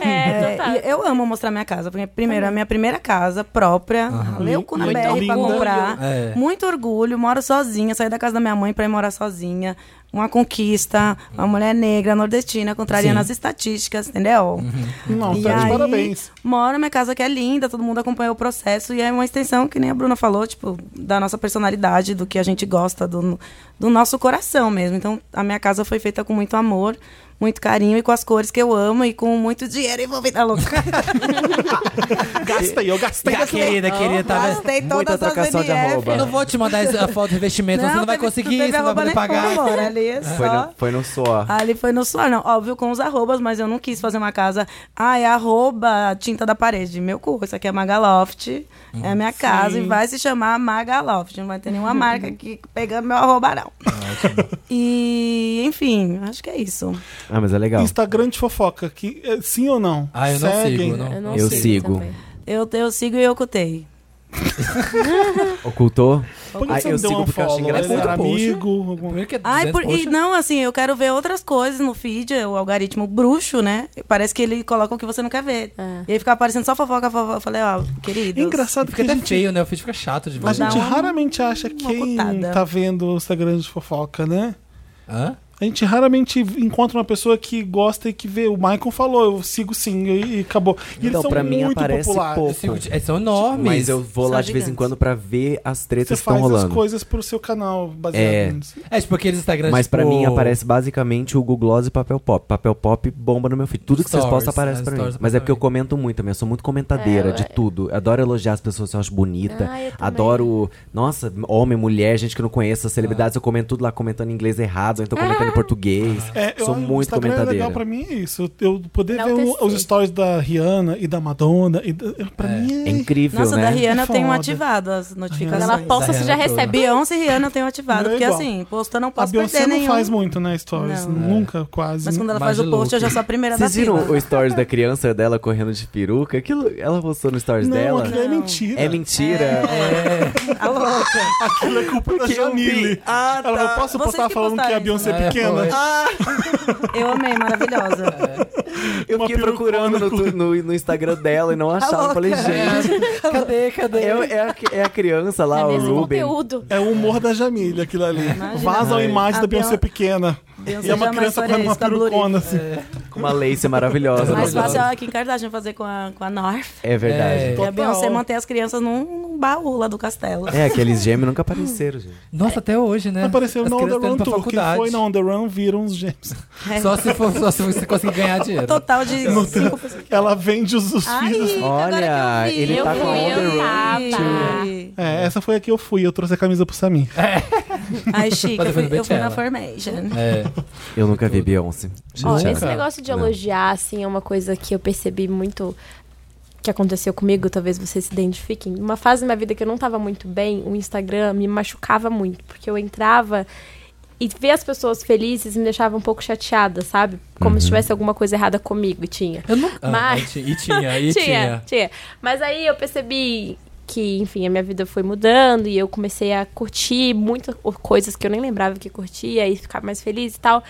[SPEAKER 6] É,
[SPEAKER 7] É,
[SPEAKER 6] total.
[SPEAKER 7] e eu amo mostrar minha casa, porque primeiro é a minha primeira casa própria, leu cu na
[SPEAKER 4] Muito
[SPEAKER 7] BR pra
[SPEAKER 4] orgulho.
[SPEAKER 7] comprar.
[SPEAKER 4] É.
[SPEAKER 7] Muito orgulho, moro sozinha, saí da casa da minha mãe pra ir morar sozinha. Uma conquista, uma mulher negra, nordestina, contrariando
[SPEAKER 4] Uhum. Sim. Uhum.
[SPEAKER 7] as estatísticas, entendeu?
[SPEAKER 8] Não,
[SPEAKER 7] E
[SPEAKER 8] tá de
[SPEAKER 7] aí,
[SPEAKER 8] parabéns.
[SPEAKER 7] Moro na minha casa que é linda, todo mundo acompanha o processo e é uma extensão, que nem a Bruna falou, tipo, da nossa personalidade, do que a gente gosta, do, do nosso coração mesmo. Então, a minha casa foi feita com muito amor, muito carinho e com as cores que eu amo e com muito dinheiro envolvido. Ah, louca. assim,
[SPEAKER 8] Gastei, eu gastei.
[SPEAKER 4] Querida, querida, tá.
[SPEAKER 7] Gastei
[SPEAKER 5] Muita
[SPEAKER 7] todas as
[SPEAKER 5] trocação de
[SPEAKER 7] NF.
[SPEAKER 5] arroba.
[SPEAKER 4] Eu não vou te mandar essa foto de revestimento, Então, você não vai
[SPEAKER 7] teve-
[SPEAKER 4] conseguir,
[SPEAKER 7] teve
[SPEAKER 4] você não vai
[SPEAKER 7] arroba
[SPEAKER 4] poder pagar.
[SPEAKER 7] nenhuma, amor, ali é
[SPEAKER 5] Foi
[SPEAKER 7] só...
[SPEAKER 5] no, foi no suor.
[SPEAKER 7] Ali foi no suor, não. Óbvio com os arrobas, mas eu não quis fazer uma casa. Ah, é arroba tinta da parede. Meu cu, isso aqui é Magaloft. é minha casa e vai se chamar Magaloft. Não vai ter nenhuma marca aqui pegando meu arroba, não. e, enfim, acho que é isso.
[SPEAKER 5] Ah, mas é legal.
[SPEAKER 8] Instagram de fofoca, que, é, sim ou não?
[SPEAKER 4] Ah, eu não
[SPEAKER 8] Seguem.
[SPEAKER 4] sigo, não.
[SPEAKER 6] não
[SPEAKER 5] Eu sigo.
[SPEAKER 6] também.
[SPEAKER 7] Eu, eu sigo e eu cutei.
[SPEAKER 5] Ocultou?
[SPEAKER 8] Por que
[SPEAKER 5] Ah,
[SPEAKER 8] você
[SPEAKER 5] eu
[SPEAKER 8] não deu
[SPEAKER 5] sigo
[SPEAKER 8] um
[SPEAKER 5] porque eu acho
[SPEAKER 8] follow?
[SPEAKER 5] engraçado.
[SPEAKER 8] Era
[SPEAKER 4] Poxa.
[SPEAKER 8] amigo, alguma
[SPEAKER 4] Primeiro que é
[SPEAKER 7] Ai,
[SPEAKER 4] 200
[SPEAKER 7] por, e
[SPEAKER 4] posts.
[SPEAKER 7] não, assim, eu quero ver outras coisas no feed, o algoritmo bruxo, né? Parece que ele coloca o que você não quer ver.
[SPEAKER 6] É.
[SPEAKER 7] E aí fica aparecendo só fofoca, fofoca. Eu falei, ó, querido.
[SPEAKER 8] Engraçado
[SPEAKER 4] Fica
[SPEAKER 8] que assim. a
[SPEAKER 4] até
[SPEAKER 6] é
[SPEAKER 8] gente,
[SPEAKER 4] feio, né? O feed fica chato de ver.
[SPEAKER 8] a gente
[SPEAKER 7] uma-
[SPEAKER 8] raramente acha quem
[SPEAKER 7] cutada.
[SPEAKER 8] tá vendo o Instagram de fofoca, né?
[SPEAKER 6] um
[SPEAKER 4] Hã?
[SPEAKER 8] A gente raramente encontra uma pessoa que gosta e que vê. O Michael falou, eu sigo sim, e, e acabou. E eles
[SPEAKER 5] Então,
[SPEAKER 8] são
[SPEAKER 5] pra mim
[SPEAKER 8] muito
[SPEAKER 5] aparece
[SPEAKER 8] populares.
[SPEAKER 5] pouco.
[SPEAKER 4] Eu sigo de- é, são enormes.
[SPEAKER 5] Mas eu vou
[SPEAKER 7] São
[SPEAKER 5] lá de vez em
[SPEAKER 7] gigantes.
[SPEAKER 5] quando pra ver as
[SPEAKER 8] Você
[SPEAKER 5] tretas que estão
[SPEAKER 8] faz as
[SPEAKER 5] rolando.
[SPEAKER 8] coisas pro seu canal, baseado
[SPEAKER 5] É.
[SPEAKER 8] nisso.
[SPEAKER 4] É tipo aqueles Instagrams.
[SPEAKER 5] Mas pra
[SPEAKER 4] tipo,
[SPEAKER 5] mim aparece basicamente o Google Gloss e Papel Pop. Papel Pop bomba no meu feed. Tudo que vocês
[SPEAKER 4] Stories,
[SPEAKER 5] postam aparece
[SPEAKER 4] né?
[SPEAKER 5] pra mim.
[SPEAKER 4] Stories
[SPEAKER 5] Mas é porque eu
[SPEAKER 4] aparece.
[SPEAKER 5] comento muito também. Eu sou muito comentadeira
[SPEAKER 6] É,
[SPEAKER 5] de
[SPEAKER 6] eu-
[SPEAKER 5] tudo. Adoro elogiar as pessoas que eu acho bonita.
[SPEAKER 6] Ah, eu também.
[SPEAKER 5] Adoro, nossa, homem, mulher, gente que eu não conheço, celebridades. Eu comento tudo lá comentando em inglês errado, ou então
[SPEAKER 6] Ah.
[SPEAKER 5] comentando em português.
[SPEAKER 8] É, eu,
[SPEAKER 5] sou
[SPEAKER 8] acho que o
[SPEAKER 5] muito
[SPEAKER 8] Instagram é
[SPEAKER 5] comentadeira.
[SPEAKER 8] legal pra mim é isso. Eu poder
[SPEAKER 6] Dá
[SPEAKER 8] ver
[SPEAKER 6] um
[SPEAKER 8] o-
[SPEAKER 6] TC.
[SPEAKER 8] os stories da Rihanna e da Madonna. E da, eu- pra mim é.
[SPEAKER 5] É incrível,
[SPEAKER 7] Nossa,
[SPEAKER 5] né?
[SPEAKER 7] da Rihanna eu tenho
[SPEAKER 8] Foda.
[SPEAKER 7] ativado as
[SPEAKER 6] Quando
[SPEAKER 7] notificações.
[SPEAKER 6] ela posta, você já
[SPEAKER 4] Diana toda.
[SPEAKER 6] recebe.
[SPEAKER 7] Beyoncé e Rihanna eu tenho ativado,
[SPEAKER 8] Não é
[SPEAKER 7] porque
[SPEAKER 8] igual.
[SPEAKER 7] assim, posto eu não
[SPEAKER 8] A
[SPEAKER 7] posso
[SPEAKER 8] Beyoncé
[SPEAKER 7] perder
[SPEAKER 8] não
[SPEAKER 7] nenhum.
[SPEAKER 8] faz muito, né? Stories.
[SPEAKER 5] É.
[SPEAKER 7] Não.
[SPEAKER 8] Nunca, quase.
[SPEAKER 7] Mas quando ela
[SPEAKER 4] Mais
[SPEAKER 7] faz
[SPEAKER 4] de
[SPEAKER 7] o post,
[SPEAKER 4] look.
[SPEAKER 7] eu já sou a primeira
[SPEAKER 5] Vocês
[SPEAKER 7] da Tá fila.
[SPEAKER 5] viram o stories da criança dela correndo de peruca? Aquilo, ela postou no stories
[SPEAKER 8] não,
[SPEAKER 5] dela?
[SPEAKER 8] aquilo é
[SPEAKER 7] Não.
[SPEAKER 8] mentira.
[SPEAKER 5] É mentira.
[SPEAKER 7] A Tá louca.
[SPEAKER 8] Aquilo é culpa da
[SPEAKER 5] Porque eu vi.
[SPEAKER 8] Jamile.
[SPEAKER 5] Ah,
[SPEAKER 8] Ela
[SPEAKER 5] tá.
[SPEAKER 8] não posso
[SPEAKER 7] Vocês
[SPEAKER 8] postar
[SPEAKER 7] que
[SPEAKER 8] falando que
[SPEAKER 7] postaram
[SPEAKER 8] a Beyoncé
[SPEAKER 4] isso, né?
[SPEAKER 8] é pequena.
[SPEAKER 4] É, foi.
[SPEAKER 7] Eu amei, maravilhosa.
[SPEAKER 5] É. Eu
[SPEAKER 8] Uma
[SPEAKER 5] fiquei
[SPEAKER 8] perucona
[SPEAKER 5] procurando no, tu- no- no Instagram dela e não achava. Eu falei, gente,
[SPEAKER 4] Cadê, cadê?
[SPEAKER 5] é, é a, é a criança lá,
[SPEAKER 6] É
[SPEAKER 5] o
[SPEAKER 6] mesmo
[SPEAKER 5] Ruben.
[SPEAKER 6] conteúdo.
[SPEAKER 8] É o humor da Jamile, aquilo ali. Vaza a imagem
[SPEAKER 7] A
[SPEAKER 8] da Beyoncé
[SPEAKER 7] Beyon-
[SPEAKER 8] pequena.
[SPEAKER 7] Beyoncé
[SPEAKER 8] E é uma
[SPEAKER 7] jamais
[SPEAKER 8] criança
[SPEAKER 7] faria
[SPEAKER 8] fazendo uma
[SPEAKER 7] isso com a Blue Ivy.
[SPEAKER 8] perucona, assim.
[SPEAKER 5] Com uma lace maravilhosa.
[SPEAKER 7] Mais
[SPEAKER 4] Maravilhosa.
[SPEAKER 7] fácil é a Kim Kardashian fazer com a, com a North.
[SPEAKER 5] É verdade.
[SPEAKER 7] Porque a
[SPEAKER 8] Total.
[SPEAKER 7] Beyoncé mantém as crianças num, num baú lá do castelo.
[SPEAKER 5] É, aqueles gêmeos nunca apareceram, gente.
[SPEAKER 4] Nossa, até hoje, né?
[SPEAKER 8] Não Apareceu
[SPEAKER 4] As
[SPEAKER 8] no On The
[SPEAKER 4] crianças estão
[SPEAKER 8] Run
[SPEAKER 4] indo pra
[SPEAKER 8] Tour. Quem
[SPEAKER 4] faculdade.
[SPEAKER 8] foi na On The Run viram os gêmeos.
[SPEAKER 7] É.
[SPEAKER 4] Só se, for, só se você conseguir ganhar dinheiro.
[SPEAKER 7] Total de cinco pessoas.
[SPEAKER 8] Ela vende os, os
[SPEAKER 7] Ai,
[SPEAKER 8] filhos.
[SPEAKER 5] Olha,
[SPEAKER 7] agora que eu vi.
[SPEAKER 5] ele
[SPEAKER 6] Eu
[SPEAKER 5] tá
[SPEAKER 6] fui,
[SPEAKER 5] com a On The
[SPEAKER 6] eu
[SPEAKER 5] Run
[SPEAKER 6] tava.
[SPEAKER 8] É, essa foi a que eu fui. Eu trouxe a camisa pro Samir.
[SPEAKER 7] Ai, chique,
[SPEAKER 5] Tá
[SPEAKER 4] Mas
[SPEAKER 7] eu
[SPEAKER 4] foi
[SPEAKER 7] fui,
[SPEAKER 4] no
[SPEAKER 7] eu fui na
[SPEAKER 4] Beychella.
[SPEAKER 7] Formation.
[SPEAKER 4] É.
[SPEAKER 5] Eu nunca vi Beyoncé.
[SPEAKER 6] Ó,
[SPEAKER 5] Gente,
[SPEAKER 6] esse
[SPEAKER 5] é.
[SPEAKER 6] negócio de
[SPEAKER 5] Não.
[SPEAKER 6] elogiar, assim, é uma coisa que eu percebi muito que aconteceu comigo, talvez vocês se identifiquem. Uma fase da minha vida que eu não tava muito bem, o Instagram me machucava muito, porque eu entrava e ver as pessoas felizes me deixava um pouco chateada, sabe? Como se tivesse alguma coisa errada comigo, e tinha.
[SPEAKER 4] Eu nunca. Ah,
[SPEAKER 6] Mas-
[SPEAKER 4] e ti- E tinha, e tinha.
[SPEAKER 6] tinha. Mas aí eu percebi que, enfim, a minha vida foi mudando e eu comecei a curtir muitas o- coisas que eu nem lembrava que curtia e ficar mais feliz e tal.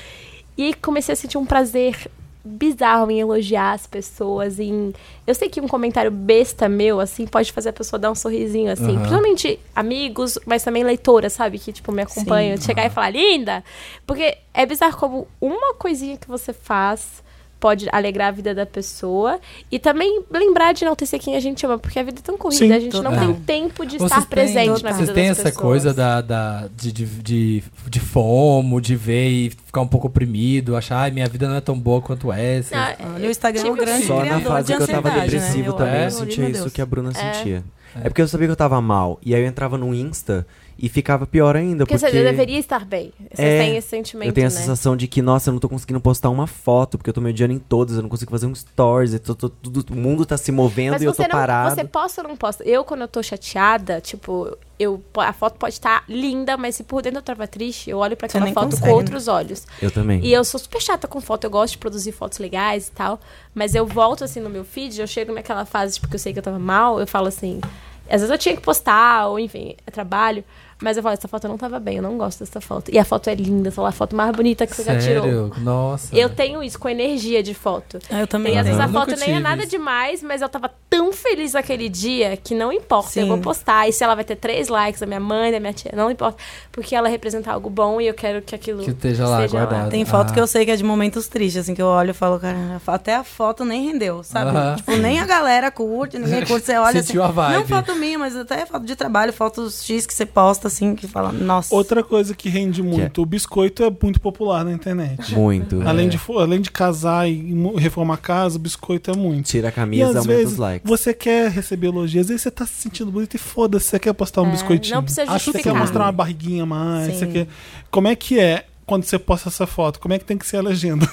[SPEAKER 6] E aí comecei a sentir um prazer bizarro em elogiar as pessoas, em... Eu sei que um comentário besta meu, assim, pode fazer a pessoa dar um sorrisinho, assim.
[SPEAKER 4] Aham.
[SPEAKER 6] Principalmente amigos, mas também leitoras, sabe? Que, tipo, me acompanham. Chegar e falar, linda! Porque é bizarro como uma coisinha que você faz pode alegrar a vida da pessoa e também lembrar de enaltecer quem a gente ama, porque a vida é tão corrida,
[SPEAKER 8] Sim,
[SPEAKER 6] a gente não
[SPEAKER 4] total.
[SPEAKER 6] tem tempo de
[SPEAKER 4] Vocês
[SPEAKER 6] estar
[SPEAKER 4] têm-
[SPEAKER 6] presente na
[SPEAKER 4] Vocês
[SPEAKER 6] vida
[SPEAKER 4] têm
[SPEAKER 6] das
[SPEAKER 4] essa
[SPEAKER 6] pessoas.
[SPEAKER 4] coisa da, da, de, de, de, de fomo, de ver e ficar um pouco oprimido, achar, ai, minha vida não é tão boa quanto essa.
[SPEAKER 6] Ah,
[SPEAKER 7] Olha, o Instagram é um
[SPEAKER 6] Tipo,
[SPEAKER 7] grande
[SPEAKER 5] Só na
[SPEAKER 7] criador
[SPEAKER 5] fase
[SPEAKER 7] de
[SPEAKER 5] que eu tava
[SPEAKER 7] ansiedade,
[SPEAKER 5] depressivo
[SPEAKER 7] né?
[SPEAKER 5] também, eu
[SPEAKER 7] acho,
[SPEAKER 5] sentia
[SPEAKER 7] meu
[SPEAKER 5] isso
[SPEAKER 7] Deus.
[SPEAKER 5] que a Bruna sentia. É. porque eu sabia que eu tava mal. E aí eu entrava no Insta e ficava pior ainda.
[SPEAKER 6] porque
[SPEAKER 5] Porque,
[SPEAKER 6] você deveria estar bem. Você
[SPEAKER 5] É,
[SPEAKER 6] tem esse sentimento,
[SPEAKER 5] Eu tenho a
[SPEAKER 6] né?
[SPEAKER 5] sensação de que, nossa, eu não tô conseguindo postar uma foto, porque eu tô me odiando em todas, eu não consigo fazer um stories, eu tô- tô- tudo- o mundo tá se movendo
[SPEAKER 6] Mas
[SPEAKER 5] e eu
[SPEAKER 6] você,
[SPEAKER 5] tô
[SPEAKER 6] não,
[SPEAKER 5] parado.
[SPEAKER 6] você posta ou não posta? Eu, quando eu tô chateada, tipo, eu, a foto pode estar linda, mas se por dentro eu tava triste, eu olho pra
[SPEAKER 7] Você
[SPEAKER 6] aquela
[SPEAKER 7] nem
[SPEAKER 6] foto
[SPEAKER 7] consegue,
[SPEAKER 6] com
[SPEAKER 7] né?
[SPEAKER 6] outros olhos.
[SPEAKER 5] Eu também.
[SPEAKER 6] E eu sou super chata com foto, eu gosto de produzir fotos legais e tal. Mas eu volto assim no meu feed, eu chego naquela fase, tipo, que eu sei que eu tava mal, eu falo assim. Às vezes eu tinha que postar, ou enfim, é trabalho. Mas eu falo, essa foto não tava bem, eu não gosto dessa foto. E a foto é linda, sei lá, a foto mais bonita que você já tirou.
[SPEAKER 4] Sério? Nossa.
[SPEAKER 6] Eu tenho isso com energia de foto.
[SPEAKER 7] Ah, Eu também
[SPEAKER 6] E às
[SPEAKER 7] tenho.
[SPEAKER 6] vezes a
[SPEAKER 4] Nunca
[SPEAKER 6] foto nem é
[SPEAKER 4] tive
[SPEAKER 6] nada
[SPEAKER 4] isso.
[SPEAKER 6] demais, mas eu tava tão feliz naquele dia que não importa, eu
[SPEAKER 7] Sim.
[SPEAKER 6] vou postar. E se ela vai ter três likes da minha mãe, da minha tia, não importa. Porque ela representa algo bom e eu quero que aquilo
[SPEAKER 4] Que esteja lá, guardado.
[SPEAKER 7] Tem foto
[SPEAKER 4] Ah.
[SPEAKER 7] que eu sei que é de momentos tristes, assim, que eu olho e falo, cara, até a foto nem rendeu, sabe?
[SPEAKER 4] Aham.
[SPEAKER 7] Tipo, nem a galera curte, ninguém curte, você olha
[SPEAKER 4] Sentiu
[SPEAKER 7] assim.
[SPEAKER 4] a vibe.
[SPEAKER 7] Não foto minha, mas até foto de trabalho, fotos X que você posta, assim, que fala, nossa.
[SPEAKER 8] Outra coisa que rende muito, o biscoito é muito popular na internet.
[SPEAKER 5] Muito.
[SPEAKER 8] É. Além, de, fo- além de casar e mu- reformar a casa, o biscoito é muito.
[SPEAKER 5] Tira a
[SPEAKER 8] E
[SPEAKER 5] camisa,
[SPEAKER 8] às
[SPEAKER 5] aumenta
[SPEAKER 8] vezes
[SPEAKER 5] os likes.
[SPEAKER 8] você quer receber elogios, aí você tá se sentindo bonito e foda-se, você quer postar um biscoitinho.
[SPEAKER 6] É, não precisa
[SPEAKER 8] Acho que Você quer
[SPEAKER 6] justificar.
[SPEAKER 8] mostrar uma barriguinha a mais,
[SPEAKER 7] Sim.
[SPEAKER 8] você quer... Como é que é quando você posta essa foto? Como é que tem que ser a legenda?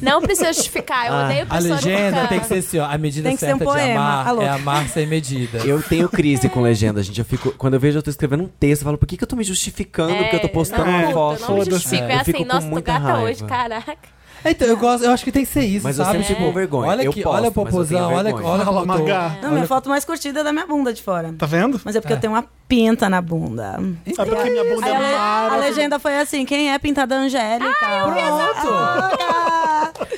[SPEAKER 6] Não precisa justificar. Eu
[SPEAKER 5] Ah,
[SPEAKER 6] odeio
[SPEAKER 4] A
[SPEAKER 7] É
[SPEAKER 6] pessoa
[SPEAKER 4] legenda
[SPEAKER 6] nunca... É,
[SPEAKER 4] tem que ser assim, ó. A medida
[SPEAKER 7] Tem que ser
[SPEAKER 4] certa
[SPEAKER 7] um
[SPEAKER 4] de
[SPEAKER 7] poema,
[SPEAKER 4] amar
[SPEAKER 7] alô.
[SPEAKER 4] é amar sem medida.
[SPEAKER 5] Eu tenho crise com legenda, gente. Eu fico, quando eu vejo, eu tô escrevendo um texto, eu falo, por que, que eu tô me justificando? porque eu tô postando
[SPEAKER 6] É, não,
[SPEAKER 5] uma
[SPEAKER 6] curto,
[SPEAKER 5] foto.
[SPEAKER 6] Não me
[SPEAKER 8] Foda-se.
[SPEAKER 6] justifico.
[SPEAKER 5] É,
[SPEAKER 6] É,
[SPEAKER 5] eu fico
[SPEAKER 6] assim,
[SPEAKER 5] com
[SPEAKER 6] nossa, tô
[SPEAKER 5] muita
[SPEAKER 6] gata
[SPEAKER 5] raiva.
[SPEAKER 6] hoje, caraca.
[SPEAKER 4] Então, eu gosto, eu acho que tem que ser isso,
[SPEAKER 5] Mas eu
[SPEAKER 4] sabe?
[SPEAKER 5] sempre fico com vergonha.
[SPEAKER 4] Olha
[SPEAKER 5] Eu
[SPEAKER 4] aqui,
[SPEAKER 5] posto,
[SPEAKER 4] olha a
[SPEAKER 5] mas eu tenho
[SPEAKER 4] popozão, olha,
[SPEAKER 5] vergonha.
[SPEAKER 4] olha
[SPEAKER 8] Fala,
[SPEAKER 4] como eu tô.
[SPEAKER 8] Magá.
[SPEAKER 7] Não, minha foto mais curtida é da minha bunda de fora.
[SPEAKER 8] Tá vendo?
[SPEAKER 7] Mas é porque eu tenho uma pinta na bunda.
[SPEAKER 8] É porque minha bunda
[SPEAKER 7] Aí
[SPEAKER 8] é
[SPEAKER 7] a, le- a
[SPEAKER 8] mara.
[SPEAKER 7] legenda foi assim: quem é pintada Angélica? Olha!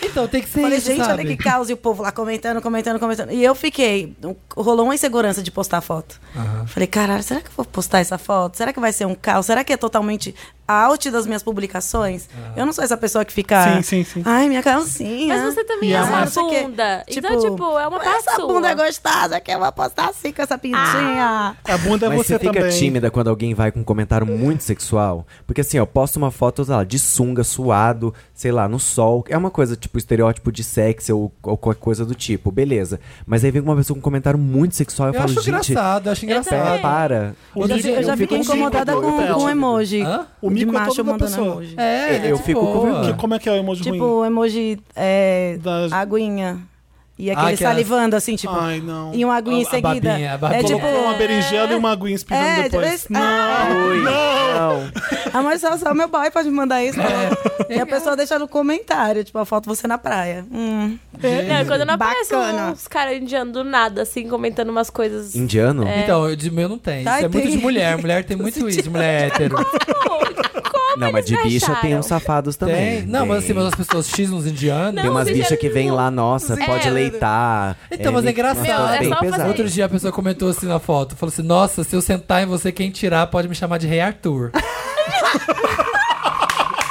[SPEAKER 4] Então, tem que ser
[SPEAKER 7] Falei,
[SPEAKER 4] isso,
[SPEAKER 7] gente,
[SPEAKER 4] sabe?
[SPEAKER 7] olha que caos. E o povo lá comentando, comentando, comentando. E eu fiquei. Rolou uma insegurança de postar foto. Falei, caralho, será que eu vou postar essa foto? Será que vai ser um caos? Será que é totalmente out das minhas publicações? Eu não sou essa pessoa que fica.
[SPEAKER 8] Sim, sim, sim.
[SPEAKER 7] Ai, minha calcinha.
[SPEAKER 6] Mas você também
[SPEAKER 8] E
[SPEAKER 6] é
[SPEAKER 8] é
[SPEAKER 6] uma
[SPEAKER 8] uma-
[SPEAKER 6] bunda. Então, tipo, é uma parte
[SPEAKER 7] Essa
[SPEAKER 6] sua.
[SPEAKER 7] bunda é gostosa, que eu vou postar assim com essa
[SPEAKER 6] Ah.
[SPEAKER 7] pintinha.
[SPEAKER 8] A bunda é
[SPEAKER 5] Mas
[SPEAKER 8] você,
[SPEAKER 5] você fica
[SPEAKER 8] também.
[SPEAKER 5] tímida quando alguém vai com um comentário muito sexual? Porque assim, ó, posta uma foto, sei lá, de sunga, suado, sei lá, no sol. É uma coisa, tipo, estereótipo de sexo ou, ou qualquer coisa do tipo, beleza. Mas aí vem uma pessoa com um comentário muito sexual e eu,
[SPEAKER 4] Eu
[SPEAKER 5] falo,
[SPEAKER 4] acho
[SPEAKER 5] gente,
[SPEAKER 4] engraçado, né?" eu acho
[SPEAKER 5] pera,
[SPEAKER 4] engraçado.
[SPEAKER 5] para.
[SPEAKER 8] O
[SPEAKER 7] Eu,
[SPEAKER 8] mico-
[SPEAKER 7] já- eu já
[SPEAKER 8] fico
[SPEAKER 7] fiquei
[SPEAKER 8] com mico
[SPEAKER 7] incomodada
[SPEAKER 8] todo
[SPEAKER 7] com,
[SPEAKER 8] pé.
[SPEAKER 7] com um emoji.
[SPEAKER 4] Hã?
[SPEAKER 8] O
[SPEAKER 7] de
[SPEAKER 8] mico é
[SPEAKER 7] macho
[SPEAKER 8] todo da
[SPEAKER 7] mandando
[SPEAKER 8] pessoa.
[SPEAKER 7] emoji.
[SPEAKER 4] É, ele é
[SPEAKER 5] Eu
[SPEAKER 4] de
[SPEAKER 5] fico com
[SPEAKER 4] boa.
[SPEAKER 5] vergonha.
[SPEAKER 8] Que- como é que é o emoji ruim?
[SPEAKER 7] Tipo, emoji é,
[SPEAKER 8] Das-
[SPEAKER 7] aguinha. E
[SPEAKER 4] Ah,
[SPEAKER 7] aquele
[SPEAKER 4] aquelas-
[SPEAKER 7] salivando, assim, tipo.
[SPEAKER 8] é Ai, não.
[SPEAKER 7] E uma aguinha em
[SPEAKER 4] A- a
[SPEAKER 7] seguida.
[SPEAKER 4] babinha, a babinha.
[SPEAKER 7] É tipo.
[SPEAKER 8] Colocou uma berinjela e uma aguinha espirrando
[SPEAKER 7] É,
[SPEAKER 8] depois.
[SPEAKER 7] esse-
[SPEAKER 8] Não!
[SPEAKER 5] Oi, não.
[SPEAKER 7] Ah, mas só, só meu boy pode me mandar isso.
[SPEAKER 8] É.
[SPEAKER 7] E a pessoa deixa no comentário, tipo, a foto você na praia. Hum.
[SPEAKER 6] Não, quando não aparece
[SPEAKER 7] Bacana.
[SPEAKER 6] uns caras indianos do nada, assim, comentando umas coisas...
[SPEAKER 5] Indiano?
[SPEAKER 6] É.
[SPEAKER 4] Então, eu de meu não tem. Isso
[SPEAKER 7] Ai,
[SPEAKER 4] é muito
[SPEAKER 7] Tá, tem.
[SPEAKER 4] de mulher. Mulher tem muito isso, de mulher hétero.
[SPEAKER 6] Como
[SPEAKER 5] Não, mas de
[SPEAKER 6] eles
[SPEAKER 5] bicha
[SPEAKER 6] acharam?
[SPEAKER 5] tem um uns safados também.
[SPEAKER 4] Tem. Não, mas assim, mas as pessoas X uns indianos.
[SPEAKER 5] Tem
[SPEAKER 6] Não,
[SPEAKER 5] umas
[SPEAKER 6] bicha
[SPEAKER 5] bichas que vêm lá, nossa, pode leitar.
[SPEAKER 4] Então, mas é engraçado.
[SPEAKER 5] umas coisas
[SPEAKER 6] Meu, é
[SPEAKER 5] bem
[SPEAKER 6] só fazer
[SPEAKER 5] pesadas.
[SPEAKER 4] Outro dia a pessoa comentou assim na foto, falou assim: Nossa, se eu sentar em você, quem tirar pode me chamar de Rei Arthur.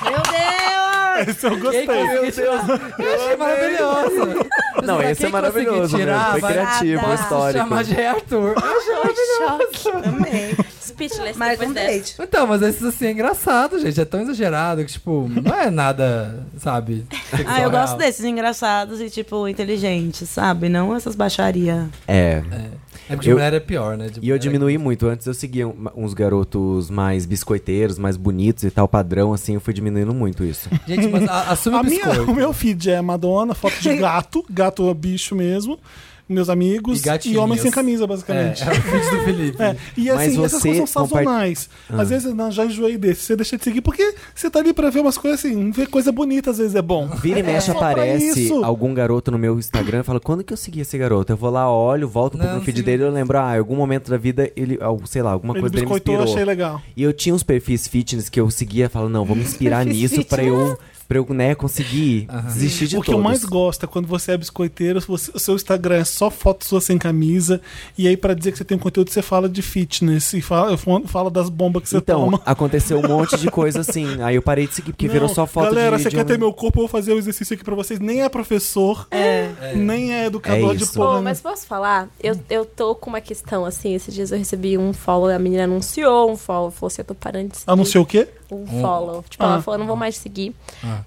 [SPEAKER 7] Meu Deus!
[SPEAKER 8] Esse eu gostei.
[SPEAKER 4] Eu achei maravilhoso.
[SPEAKER 5] Não,
[SPEAKER 4] Pra
[SPEAKER 5] esse
[SPEAKER 4] quem que você
[SPEAKER 5] é maravilhoso
[SPEAKER 4] quer
[SPEAKER 5] mesmo.
[SPEAKER 4] tirar?
[SPEAKER 5] Foi
[SPEAKER 4] Vai
[SPEAKER 6] Ah, tá.
[SPEAKER 5] criativo,
[SPEAKER 7] dar-
[SPEAKER 5] histórico.
[SPEAKER 4] Chamar de Rei Arthur.
[SPEAKER 7] Amei.
[SPEAKER 6] Speechless
[SPEAKER 7] Mas
[SPEAKER 6] depois
[SPEAKER 7] um
[SPEAKER 6] dessa.
[SPEAKER 7] date.
[SPEAKER 4] Então, mas esses assim é engraçado, gente. É tão exagerado que, tipo, não é nada, sabe?
[SPEAKER 7] Ah, eu
[SPEAKER 4] sexual.
[SPEAKER 7] gosto desses engraçados e, tipo, inteligentes, sabe? Não essas baixaria.
[SPEAKER 5] É.
[SPEAKER 4] É porque de
[SPEAKER 5] Eu-
[SPEAKER 4] mulher é pior, né? De
[SPEAKER 5] E eu
[SPEAKER 4] mulher é-
[SPEAKER 5] diminuí muito. Antes eu seguia um- uns garotos mais biscoiteiros, mais bonitos e tal, padrão, assim. Eu fui diminuindo muito isso.
[SPEAKER 4] Gente, mas a- assume
[SPEAKER 8] A
[SPEAKER 4] o
[SPEAKER 8] minha,
[SPEAKER 4] biscoito.
[SPEAKER 8] o meu feed é Madonna, foto de gato, gato é bicho mesmo, meus amigos e,
[SPEAKER 4] gatinhos.
[SPEAKER 8] homem sem camisa,
[SPEAKER 4] É,
[SPEAKER 8] basicamente.
[SPEAKER 4] é o vídeo do Felipe.
[SPEAKER 8] É, e
[SPEAKER 5] Mas
[SPEAKER 8] assim, essas
[SPEAKER 5] você
[SPEAKER 8] coisas são
[SPEAKER 5] compart- Ah.
[SPEAKER 8] sazonais. Às vezes não, já enjoei desse, você deixa de seguir, porque você tá ali pra ver umas coisas assim, ver coisa bonita às vezes é bom.
[SPEAKER 5] Vira e mexe
[SPEAKER 8] É só pra
[SPEAKER 5] aparece
[SPEAKER 8] isso.
[SPEAKER 5] algum garoto no meu Instagram e fala: Quando que eu segui esse garoto? Eu vou lá, olho, volto um pouco
[SPEAKER 4] Não,
[SPEAKER 5] no feed
[SPEAKER 4] sim.
[SPEAKER 5] dele eu lembro, ah, em algum momento da vida, ele, ah, sei lá, alguma
[SPEAKER 8] Ele
[SPEAKER 5] coisa dele me
[SPEAKER 8] biscoitou,
[SPEAKER 5] inspirou.
[SPEAKER 8] achei legal.
[SPEAKER 5] E eu tinha uns perfis fitness que eu seguia, falando, não, vou me inspirar nisso pra eu, pra eu né, conseguir desistir de
[SPEAKER 8] o que eu
[SPEAKER 5] todos.
[SPEAKER 8] mais gosto é quando você é biscoiteiro, você- o seu Instagram é só foto sua sem camisa, e aí pra dizer que você tem um conteúdo, você fala de fitness e fala, fala das bombas que você
[SPEAKER 5] Então,
[SPEAKER 8] toma.
[SPEAKER 5] aconteceu um monte de coisa assim. Aí eu parei de seguir, porque virou
[SPEAKER 8] Não,
[SPEAKER 5] só foto
[SPEAKER 8] Galera,
[SPEAKER 5] de.
[SPEAKER 8] você
[SPEAKER 5] de
[SPEAKER 8] quer
[SPEAKER 5] homem.
[SPEAKER 8] ter meu corpo? Eu vou fazer o exercício aqui pra vocês. Nem é professor, nem é educador
[SPEAKER 5] É
[SPEAKER 8] de
[SPEAKER 5] isso.
[SPEAKER 8] porra.
[SPEAKER 6] Pô, mas posso falar? Eu, eu tô com uma questão, assim, esses dias eu recebi um follow, a menina anunciou um follow, falou assim, eu tô parando de seguir
[SPEAKER 8] Anunciou o quê?
[SPEAKER 6] um follow. Tipo,
[SPEAKER 8] Ah.
[SPEAKER 6] ela falou, não vou mais seguir,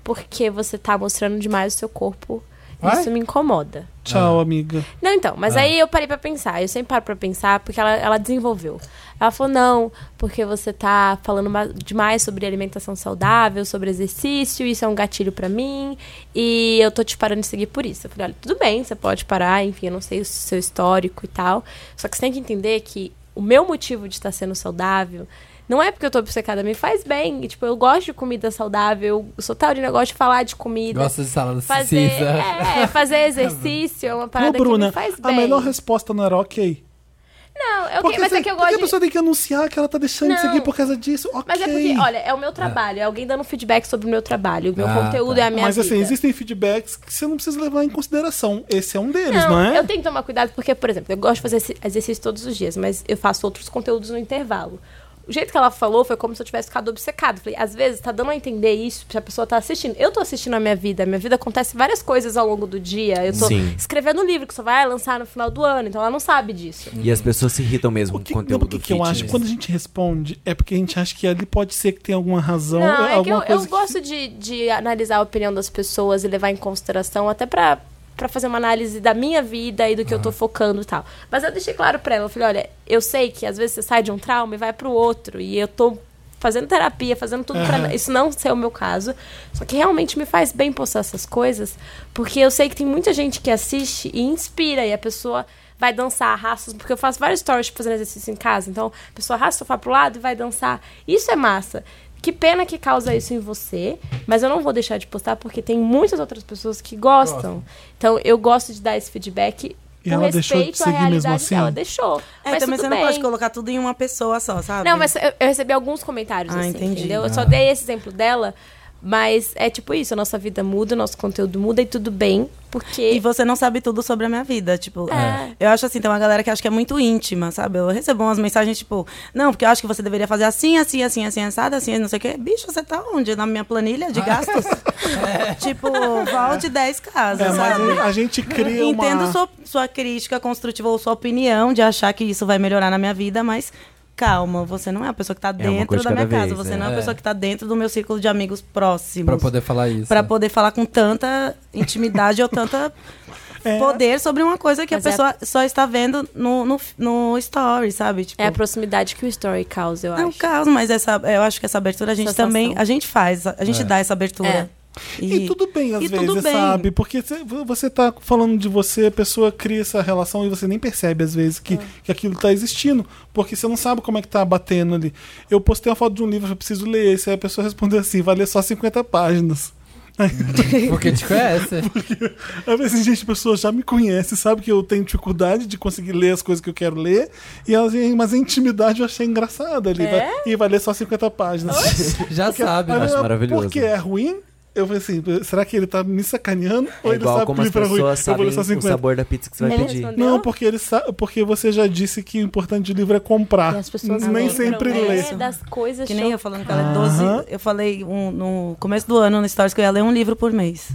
[SPEAKER 6] porque você tá mostrando demais o seu corpo,
[SPEAKER 4] Ai.
[SPEAKER 6] isso me incomoda.
[SPEAKER 5] É.
[SPEAKER 8] Tchau, amiga.
[SPEAKER 6] Não, então, mas
[SPEAKER 4] Ah.
[SPEAKER 6] aí eu parei pra pensar. Eu sempre paro pra pensar porque ela, ela desenvolveu. Ela falou, não, porque você tá falando ma- demais sobre alimentação saudável, sobre exercício, isso é um gatilho pra mim, e eu tô te parando de seguir por isso. Eu falei, olha, tudo bem, você pode parar, enfim, eu não sei o seu histórico e tal. Só que você tem que entender que o meu motivo de estar sendo saudável não é porque eu tô obcecada, me faz bem. E, tipo, eu gosto de comida saudável, eu sou taurina, eu gosto de falar de comida.
[SPEAKER 4] Gosto de salada
[SPEAKER 6] Fazer,
[SPEAKER 4] Cisa.
[SPEAKER 6] é, fazer exercício é uma
[SPEAKER 8] Ô,
[SPEAKER 6] parada
[SPEAKER 8] Bruna,
[SPEAKER 6] que me faz
[SPEAKER 8] a
[SPEAKER 6] bem.
[SPEAKER 8] melhor resposta é não era ok.
[SPEAKER 6] Não, é ok,
[SPEAKER 8] Porque
[SPEAKER 6] mas
[SPEAKER 8] você-
[SPEAKER 6] é que eu
[SPEAKER 8] porque
[SPEAKER 6] gosto
[SPEAKER 8] a
[SPEAKER 6] de-
[SPEAKER 8] pessoa tem que anunciar que ela tá deixando de
[SPEAKER 6] Não.
[SPEAKER 8] seguir por causa disso. Ok.
[SPEAKER 6] Mas é porque, olha, é o meu trabalho, é alguém dando feedback sobre o meu trabalho, o meu
[SPEAKER 4] Ah,
[SPEAKER 6] conteúdo
[SPEAKER 4] tá.
[SPEAKER 6] é a minha
[SPEAKER 8] Mas
[SPEAKER 6] vida.
[SPEAKER 8] assim, existem feedbacks que você não precisa levar em consideração. Esse é um deles,
[SPEAKER 6] Não,
[SPEAKER 8] não, é?
[SPEAKER 6] eu tenho que tomar cuidado porque, por exemplo, eu gosto de fazer esse- exercício todos os dias, mas eu faço outros conteúdos no intervalo. O jeito que ela falou foi como se eu tivesse ficado obcecado. Falei, às vezes tá dando a entender isso se a pessoa tá assistindo. Eu tô assistindo a minha vida, a minha vida acontece várias coisas ao longo do dia. Eu tô
[SPEAKER 5] Sim.
[SPEAKER 6] escrevendo um livro que só vai lançar no final do ano, então ela não sabe disso.
[SPEAKER 5] E as pessoas se irritam mesmo
[SPEAKER 8] O
[SPEAKER 5] com o
[SPEAKER 8] que,
[SPEAKER 5] conteúdo
[SPEAKER 8] o que, que eu
[SPEAKER 5] fitness.
[SPEAKER 8] acho? Quando a gente responde, é porque a gente acha que ali pode ser que tem alguma razão.
[SPEAKER 6] Não, é que
[SPEAKER 8] alguma
[SPEAKER 6] eu, eu
[SPEAKER 8] coisa que-
[SPEAKER 6] gosto de, de analisar a opinião das pessoas e levar em consideração, até pra, pra fazer uma análise da minha vida e do que eu tô focando e tal. Mas eu deixei claro pra ela, eu falei, olha, eu sei que às vezes você sai de um trauma e vai pro outro, e eu tô fazendo terapia, fazendo tudo pra isso não ser o meu caso. Só que realmente me faz bem postar essas coisas, porque eu sei que tem muita gente que assiste e inspira, e a pessoa vai dançar, arrasta, porque eu faço vários stories tipo, fazendo exercício em casa, então a pessoa arrasta o sofá pro lado e vai dançar. Isso é massa. Que pena que causa isso em você, mas eu não vou deixar de postar porque tem muitas outras pessoas que gostam. Então eu gosto de dar esse feedback
[SPEAKER 8] E
[SPEAKER 6] com
[SPEAKER 8] ela deixou de
[SPEAKER 6] respeito à
[SPEAKER 8] seguir mesmo
[SPEAKER 6] realidade
[SPEAKER 8] assim?
[SPEAKER 6] dela. Deixou.
[SPEAKER 7] É,
[SPEAKER 6] mas
[SPEAKER 7] também
[SPEAKER 6] tudo
[SPEAKER 7] você
[SPEAKER 6] bem.
[SPEAKER 7] não pode colocar tudo em uma pessoa só, sabe?
[SPEAKER 6] Não, mas eu, eu recebi alguns comentários
[SPEAKER 7] Ah,
[SPEAKER 6] assim,
[SPEAKER 7] entendi.
[SPEAKER 6] entendeu? Eu só dei esse exemplo dela, mas é tipo isso, a nossa vida muda, o nosso conteúdo muda e tudo bem, porque
[SPEAKER 7] E você não sabe tudo sobre a minha vida, tipo...
[SPEAKER 6] É.
[SPEAKER 7] Eu acho assim, tem uma galera que acha que é muito íntima, sabe? Eu recebo umas mensagens, tipo... Não, porque eu acho que você deveria fazer assim, assim, assim, assim, assado, assim, não sei o quê. Bicho, você tá onde? Na minha planilha de gastos? Tipo, volte 10 casas,
[SPEAKER 8] É,
[SPEAKER 7] sabe?
[SPEAKER 8] mas a gente cria uma...
[SPEAKER 7] Entendo sua, sua crítica construtiva ou sua opinião de achar que isso vai melhorar na minha vida, mas calma, você não é a pessoa que tá
[SPEAKER 5] uma
[SPEAKER 7] dentro
[SPEAKER 5] coisa
[SPEAKER 7] da
[SPEAKER 5] de
[SPEAKER 7] minha
[SPEAKER 5] cada
[SPEAKER 7] casa,
[SPEAKER 5] vez,
[SPEAKER 7] você
[SPEAKER 5] né?
[SPEAKER 7] não é a
[SPEAKER 4] É.
[SPEAKER 7] pessoa que tá dentro do meu círculo de amigos próximos.
[SPEAKER 4] Pra poder falar isso.
[SPEAKER 7] Pra poder falar com tanta intimidade ou tanta
[SPEAKER 8] É.
[SPEAKER 7] poder sobre uma coisa que
[SPEAKER 6] Mas
[SPEAKER 7] a
[SPEAKER 6] é
[SPEAKER 7] pessoa só está vendo no, no, no story, sabe? Tipo,
[SPEAKER 6] é a proximidade que o story causa, eu
[SPEAKER 7] é um
[SPEAKER 6] acho.
[SPEAKER 7] caos, mas essa, eu acho que essa abertura a gente
[SPEAKER 6] Sensação.
[SPEAKER 7] também, a gente faz, a gente dá essa abertura.
[SPEAKER 6] É.
[SPEAKER 8] E, tudo bem, às
[SPEAKER 7] e
[SPEAKER 8] vezes,
[SPEAKER 7] tudo bem.
[SPEAKER 8] sabe? Porque cê- você tá falando de você, a pessoa cria essa relação e você nem percebe, às vezes, que, que aquilo tá existindo. Porque você não sabe como é que tá batendo ali. Eu postei uma foto de um livro, eu preciso ler esse. Aí a pessoa respondeu assim, vai ler só 50 páginas.
[SPEAKER 4] Porque te conhece.
[SPEAKER 8] Aí eu falei assim, gente, a pessoa já me conhece, sabe que eu tenho dificuldade de conseguir ler as coisas que eu quero ler. E elas, mas a intimidade eu achei
[SPEAKER 6] É?
[SPEAKER 8] engraçada ali. vai- e vai ler só 50 páginas.
[SPEAKER 4] Já sabe.
[SPEAKER 8] Aí eu,
[SPEAKER 4] né?
[SPEAKER 5] acho maravilhoso.
[SPEAKER 8] Porque é ruim? Eu falei assim, será que ele tá me sacaneando? ou
[SPEAKER 5] É
[SPEAKER 8] ele sabe
[SPEAKER 5] igual como as
[SPEAKER 8] pedir pra ruim?
[SPEAKER 5] pessoas
[SPEAKER 8] Eu vou
[SPEAKER 5] sabem
[SPEAKER 8] ler só
[SPEAKER 5] o
[SPEAKER 8] 50.
[SPEAKER 5] sabor da pizza que você vai
[SPEAKER 6] Ele
[SPEAKER 5] pedir.
[SPEAKER 6] respondeu?
[SPEAKER 8] Não, porque, ele sa... porque você já disse que o importante de livro é comprar.
[SPEAKER 6] E as pessoas
[SPEAKER 8] nem
[SPEAKER 6] lembram,
[SPEAKER 8] sempre
[SPEAKER 6] né,
[SPEAKER 8] lê.
[SPEAKER 7] isso.
[SPEAKER 6] das coisas
[SPEAKER 7] Que nem eu
[SPEAKER 6] chocantes.
[SPEAKER 7] falando que ela é 12.
[SPEAKER 8] Aham.
[SPEAKER 7] Eu falei um- no começo do ano no Stories que eu ia ler um livro por mês.